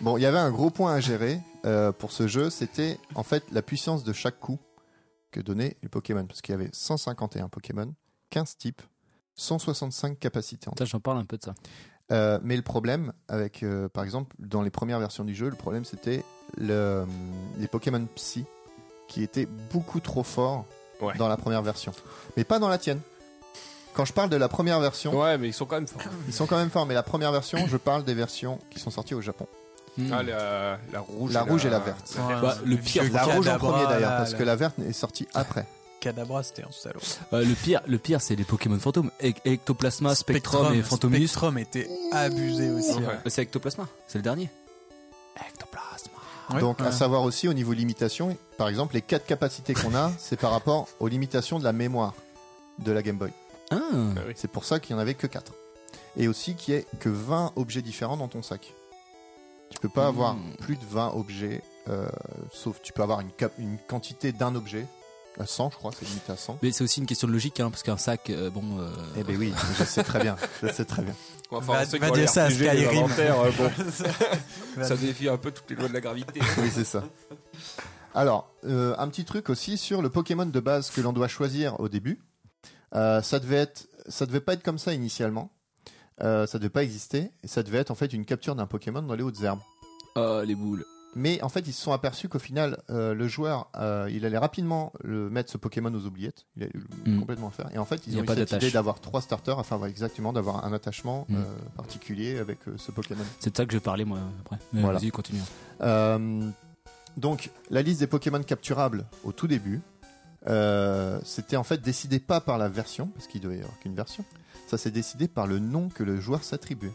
Speaker 4: Bon, il y avait un gros point à gérer euh, pour ce jeu, c'était en fait la puissance de chaque coup que donnait les Pokémon. Parce qu'il y avait 151 Pokémon, 15 types, 165 capacités. en tout.
Speaker 2: Putain, J'en parle un peu de ça.
Speaker 4: Euh, mais le problème, avec euh, par exemple, dans les premières versions du jeu, le problème c'était le- euh, les Pokémon Psy qui étaient beaucoup trop forts
Speaker 3: Ouais.
Speaker 4: dans la première version. Mais pas dans la tienne. Quand je parle de la première version,
Speaker 3: ouais, mais ils sont quand même forts.
Speaker 4: ils sont quand même forts, mais la première version, je parle des versions qui sont sorties au Japon.
Speaker 2: Hmm.
Speaker 3: Ah, la, la rouge.
Speaker 4: La rouge et la verte.
Speaker 2: Bah, le pire-
Speaker 5: vieux
Speaker 4: La rouge en
Speaker 5: Kadabra,
Speaker 4: premier d'ailleurs,
Speaker 5: là,
Speaker 4: parce
Speaker 5: le
Speaker 4: que la verte est sortie après.
Speaker 5: Kadabra, euh, c'était un salaud.
Speaker 2: Euh, le pire, le pire, c'est les Pokémon fantômes. E- Ectoplasma, Spectrum, et Phantominus.
Speaker 5: Spectrum était abusé aussi.
Speaker 3: Ouais.
Speaker 5: hein.
Speaker 2: C'est Ectoplasma, c'est le dernier. Ectoplasma.
Speaker 5: Ouais.
Speaker 4: Donc, à
Speaker 5: Ouais.
Speaker 4: savoir aussi au niveau limitation, par exemple, les quatre capacités qu'on a, c'est par rapport aux limitations de la mémoire de la Game Boy.
Speaker 2: Ah.
Speaker 4: C'est pour ça qu'il n'y en avait que 4. Et aussi qu'il n'y ait que 20 objets différents dans ton sac. Tu peux pas
Speaker 2: Hmm.
Speaker 4: avoir plus de 20 objets, euh, sauf tu peux avoir une, cap- une quantité d'un objet, à 100 je crois, c'est limité à 100.
Speaker 2: Mais c'est aussi une question de logique, hein, parce qu'un sac, euh, bon. euh,
Speaker 4: Eh ben oui, je sais très bien, je sais très bien.
Speaker 3: Enfin,
Speaker 5: Va-
Speaker 3: on sait que
Speaker 5: va
Speaker 3: dans
Speaker 5: dire
Speaker 3: les
Speaker 5: ça à
Speaker 3: RPG, les
Speaker 5: Skyrim.
Speaker 3: inventaires,
Speaker 4: hein,
Speaker 3: euh, bon,
Speaker 5: Va-
Speaker 3: ça défie un peu toutes les lois de la gravité. hein.
Speaker 4: Oui, c'est ça. Alors, euh, un petit truc aussi sur le Pokémon de base que l'on doit choisir au début. Euh, ça devait être, ça devait pas être comme ça initialement. Euh, ça devait pas exister. Et ça devait être en fait une capture d'un Pokémon dans les hautes herbes.
Speaker 2: Oh, les boules.
Speaker 4: Mais en fait, ils se sont aperçus qu'au final, euh, le joueur, euh, il allait rapidement le mettre ce Pokémon aux oubliettes. Il allait le-
Speaker 2: Mm.
Speaker 4: complètement faire. Et en fait, ils
Speaker 2: Il y
Speaker 4: ont
Speaker 2: a
Speaker 4: eu
Speaker 2: pas
Speaker 4: cette
Speaker 2: d'attache.
Speaker 4: idée d'avoir trois starters afin voilà, exactement d'avoir un attachement
Speaker 2: Mm.
Speaker 4: euh, particulier avec euh, ce Pokémon.
Speaker 2: C'est de ça que je parlais moi après. Mais
Speaker 4: Voilà.
Speaker 2: Vas-y, continue.
Speaker 4: Euh, donc, la liste des Pokémon capturables au tout début, euh, c'était en fait décidé pas par la version, parce qu'il devait y avoir qu'une version. Ça s'est décidé par le nom que le joueur s'attribue.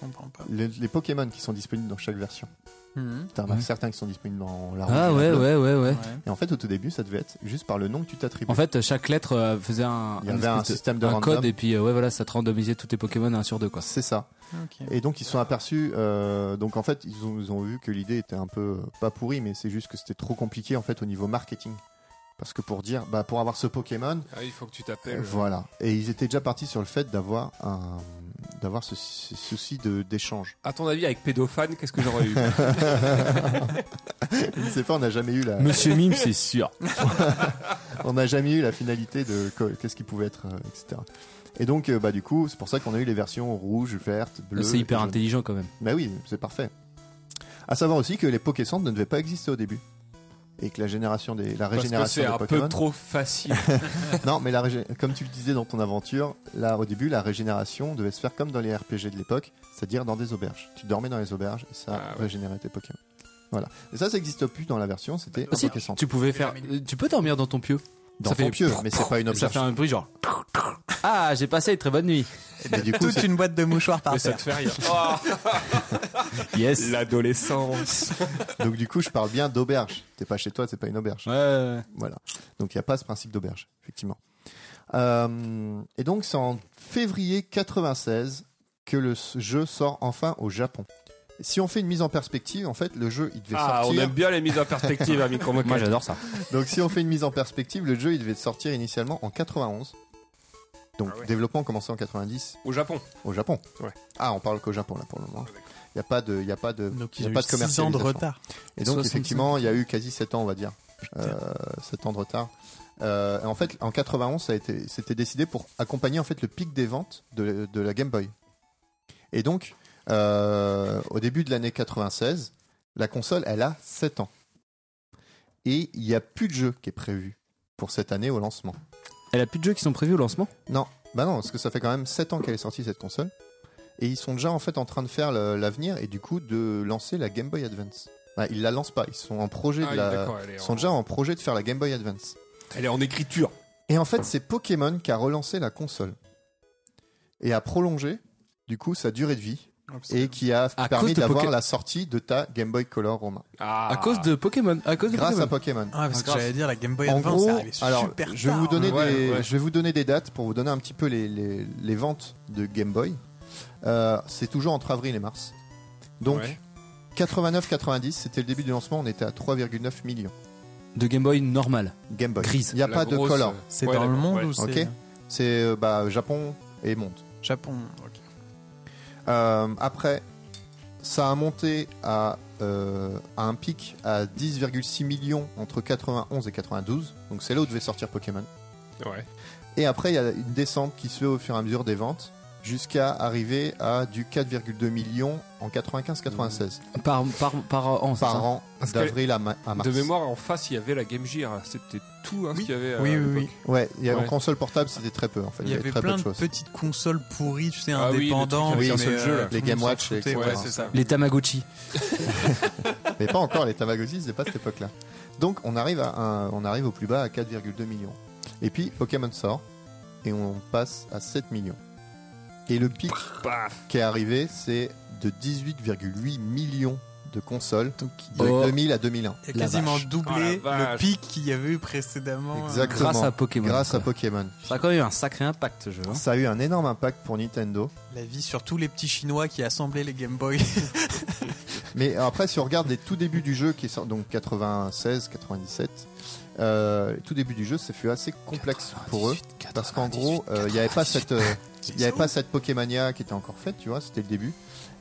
Speaker 5: Je comprends pas.
Speaker 4: Le- les Pokémon qui sont disponibles dans chaque version.
Speaker 5: Mhm.
Speaker 4: T'en as
Speaker 2: Ouais.
Speaker 4: certains qui sont disponibles dans la
Speaker 2: Mm. Ah
Speaker 4: rouge et
Speaker 2: ouais,
Speaker 4: la bleue.
Speaker 2: ouais, ouais, ouais.
Speaker 5: Ouais.
Speaker 4: Et en fait, au tout début, ça devait être juste par le nom que tu t'attribues.
Speaker 2: En fait, chaque lettre euh, faisait un,
Speaker 4: Il y avait
Speaker 2: espèce
Speaker 4: un système de
Speaker 2: un
Speaker 4: random.
Speaker 2: code et puis euh, ouais voilà, ça te randomisait tous tes Pokémon un sur deux quoi.
Speaker 4: c'est ça.
Speaker 5: Ok.
Speaker 4: Et donc ils se sont aperçus. euh, donc en fait, ils ont, ils ont vu que l'idée était un peu euh, pas pourrie, mais c'est juste que c'était trop compliqué en fait au niveau marketing. Parce que pour dire, bah pour avoir ce Pokémon,
Speaker 3: Ah, il faut que tu
Speaker 4: euh,
Speaker 3: t'appelles.
Speaker 4: voilà. Et ils étaient déjà partis sur le fait d'avoir un, d'avoir ce, ce souci de d'échange.
Speaker 3: À ton avis, avec pédophane, qu'est-ce que j'aurais eu
Speaker 4: Je sais pas, on n'a jamais eu la,
Speaker 2: Monsieur Mime, c'est sûr.
Speaker 4: on n'a jamais eu la finalité de co- qu'est-ce qui pouvait être, euh, etc. Et donc euh, bah du coup, c'est pour ça qu'on a eu les versions rouge, verte, bleue.
Speaker 2: C'est hyper
Speaker 4: et jaune.
Speaker 2: intelligent quand même.
Speaker 4: Bah oui, c'est parfait. À savoir aussi que les Pokécentres ne devaient pas exister au début. Et que la génération des, la
Speaker 3: Parce que
Speaker 4: régénération
Speaker 3: c'est
Speaker 4: des
Speaker 3: un
Speaker 4: Pokémon.
Speaker 3: peu trop facile.
Speaker 4: Non, mais la régé- comme tu le disais dans ton aventure, là au début, la régénération devait se faire comme dans les RPG de l'époque, c'est-à-dire dans des auberges. Tu dormais dans les auberges et ça
Speaker 3: Ah ouais.
Speaker 4: régénérait tes Pokémon. Voilà. Et ça, ça n'existe plus dans la version, c'était
Speaker 5: Bah,
Speaker 4: un
Speaker 5: si,
Speaker 4: Pokécentre.
Speaker 2: Tu pouvais faire, euh, tu peux dormir dans ton pieu.
Speaker 4: Dans
Speaker 2: ça
Speaker 4: ton
Speaker 2: fait-
Speaker 4: pieu, mais c'est pas une
Speaker 2: Et ça
Speaker 4: auberge.
Speaker 2: fait un bruit genre. Ah, j'ai passé une très bonne nuit.
Speaker 4: Mais du coup,
Speaker 5: Toute
Speaker 4: c'est-
Speaker 5: une boîte de mouchoirs par
Speaker 3: mais ça
Speaker 5: terre.
Speaker 3: te fait rire. Ah,
Speaker 2: Yes.
Speaker 3: L'adolescence.
Speaker 4: donc du coup, je parle bien d'auberge. T'es pas chez toi, c'est pas une auberge.
Speaker 2: Ouais, ouais, ouais.
Speaker 4: Voilà. Donc il n'y a pas ce principe d'auberge, effectivement. Euh, et donc c'est en février 96 que le s- jeu sort enfin au Japon. Si on fait une mise en perspective, en fait, le jeu il devait
Speaker 3: Ah, on
Speaker 4: sortir.
Speaker 3: aime bien les mises en perspective à micro
Speaker 2: Moi j'adore ça.
Speaker 4: Donc si on fait une mise en perspective, le jeu il devait sortir initialement en 91. Donc
Speaker 3: Ah ouais.
Speaker 4: développement commencé en 90
Speaker 3: Au Japon.
Speaker 4: au Japon.
Speaker 3: Ouais.
Speaker 4: Ah, on parle qu'au Japon là pour le moment.
Speaker 3: Ouais, d'accord.
Speaker 4: Il n'y a pas de, il y a pas de,
Speaker 5: Donc
Speaker 4: il y
Speaker 5: ils
Speaker 4: a
Speaker 5: ont
Speaker 4: pas
Speaker 5: eu
Speaker 4: de
Speaker 5: 6 ans de
Speaker 4: commercialisation.
Speaker 5: retard.
Speaker 4: Et donc,
Speaker 2: 65.
Speaker 4: effectivement, il y a eu quasi 7 ans, on va dire.
Speaker 5: Putain.
Speaker 4: Euh, 7 ans de retard. Euh, et en fait, en 91, ça a été, c'était décidé pour accompagner en fait le pic des ventes de, de la Game Boy. Et donc, euh, au début de l'année 96, la console, elle a 7 ans. Et il n'y a plus de jeu qui est prévu pour cette année au lancement.
Speaker 2: Elle a plus de jeux qui sont prévus au lancement.
Speaker 4: Non, bah non, parce que ça fait quand même 7 ans qu'elle est sortie cette console. et ils sont déjà en fait en train de faire le- l'avenir et du coup de lancer la Game Boy Advance. Ah, ils la lancent pas, ils sont en projet
Speaker 3: Ah
Speaker 4: de
Speaker 3: oui,
Speaker 4: la-
Speaker 3: d'accord, elle est
Speaker 4: ils
Speaker 3: en-
Speaker 4: sont déjà en projet de faire la Game Boy Advance.
Speaker 3: Elle est en écriture.
Speaker 4: Et en fait, c'est Pokémon qui a relancé la console et a prolongé du coup sa durée de vie et qui a
Speaker 2: À cause
Speaker 4: permis
Speaker 2: de
Speaker 4: d'avoir
Speaker 2: Poké-
Speaker 4: la sortie de ta Game Boy Color Romain
Speaker 3: Ah.
Speaker 2: À cause de Pokémon. À cause de
Speaker 4: grâce à
Speaker 2: Pokémon.
Speaker 4: Pokémon.
Speaker 5: Ah, parce que
Speaker 2: grave.
Speaker 5: j'allais dire la Game Boy
Speaker 4: En
Speaker 5: Advance,
Speaker 4: gros,
Speaker 5: c'est arrivé super
Speaker 4: alors
Speaker 5: tard.
Speaker 4: je vais vous donner
Speaker 3: Ouais,
Speaker 4: des,
Speaker 3: ouais.
Speaker 4: je vais vous donner des dates pour vous donner un petit peu les, les- les ventes de Game Boy. Euh, c'est toujours entre avril et mars. Donc
Speaker 3: Ouais.
Speaker 4: 89-90, c'était le début du lancement, on était à 3,9 millions.
Speaker 2: De Game Boy normal.
Speaker 4: Game Boy.
Speaker 2: Grise.
Speaker 4: Il n'y a
Speaker 3: La
Speaker 4: pas
Speaker 3: grosse,
Speaker 4: de color.
Speaker 3: euh,
Speaker 5: C'est
Speaker 3: ouais,
Speaker 5: dans le
Speaker 3: d'accord,
Speaker 5: monde
Speaker 3: ouais.
Speaker 5: ou c'est
Speaker 4: Ok. C'est euh, bah, Japon et monde.
Speaker 5: Japon ok.
Speaker 4: Euh, après, ça a monté à, euh, à un pic à 10,6 millions entre 91 et 92. Donc c'est là où devait sortir Pokémon.
Speaker 3: Ouais.
Speaker 4: Et après, il y a une descente qui se fait au fur et à mesure des ventes jusqu'à arriver à du 4,2 millions en 95-96
Speaker 2: Par, par, par an, Mmh. c'est ça
Speaker 4: par an
Speaker 3: Parce que
Speaker 4: d'avril à, ma- à mars.
Speaker 3: De mémoire, en face, il y avait la Game Gear. C'était tout hein, ce qu'il y avait. à
Speaker 5: Oui, oui,
Speaker 3: l'époque.
Speaker 4: Ouais, il y a, en
Speaker 3: Ouais.
Speaker 4: console portable, c'était très peu en fait.
Speaker 5: Il y avait
Speaker 4: très
Speaker 5: plein
Speaker 4: peu
Speaker 5: de
Speaker 4: de choses.
Speaker 5: petites consoles pourries, tu sais,
Speaker 3: Ah oui, le
Speaker 5: indépendantes.
Speaker 3: truc avec
Speaker 4: un
Speaker 5: mais,
Speaker 3: seul
Speaker 5: euh,
Speaker 3: jeu, là.
Speaker 5: tout
Speaker 4: Les
Speaker 5: le
Speaker 4: Game
Speaker 5: monde s'en
Speaker 4: Watch,
Speaker 5: foutait,
Speaker 4: etc.
Speaker 5: ouais,
Speaker 3: c'est ça.
Speaker 2: Les Tamagotchi.
Speaker 4: Mais pas encore, les Tamagotchi, c'était pas cette époque-là. Donc on arrive, à un- on arrive au plus bas à 4,2 millions. Et puis Pokémon sort et on passe à 7 millions. Et le pic
Speaker 3: Paf.
Speaker 4: qui est arrivé, c'est de 18,8 millions de consoles
Speaker 5: Donc,
Speaker 4: de
Speaker 2: Oh.
Speaker 4: 2000 à 2001.
Speaker 5: il a
Speaker 2: La
Speaker 5: quasiment
Speaker 2: vache.
Speaker 5: doublé
Speaker 3: Oh, la
Speaker 5: le
Speaker 3: vache.
Speaker 5: pic qu'il y avait eu précédemment. euh,
Speaker 4: Exact. Exactement.
Speaker 2: Grâce à Pokémon.
Speaker 4: Grâce à
Speaker 2: quoi.
Speaker 4: Pokémon.
Speaker 2: Ça a quand même eu un sacré impact, ce jeu. hein.
Speaker 4: Ça a eu un énorme impact pour Nintendo.
Speaker 5: Euh, La vie sur tous les petits Chinois qui assemblaient les Game Boy.
Speaker 4: Mais après, si on regarde les tout débuts du jeu, qui est sorti donc 96, 97, euh, les tout début du jeu, ça fut assez complexe pour eux.
Speaker 2: 98,
Speaker 4: Parce
Speaker 5: Ah,
Speaker 4: qu'en gros, euh, il n'y avait pas cette, euh, il y avait pas cette Pokémania qui était encore faite, tu vois, c'était le début.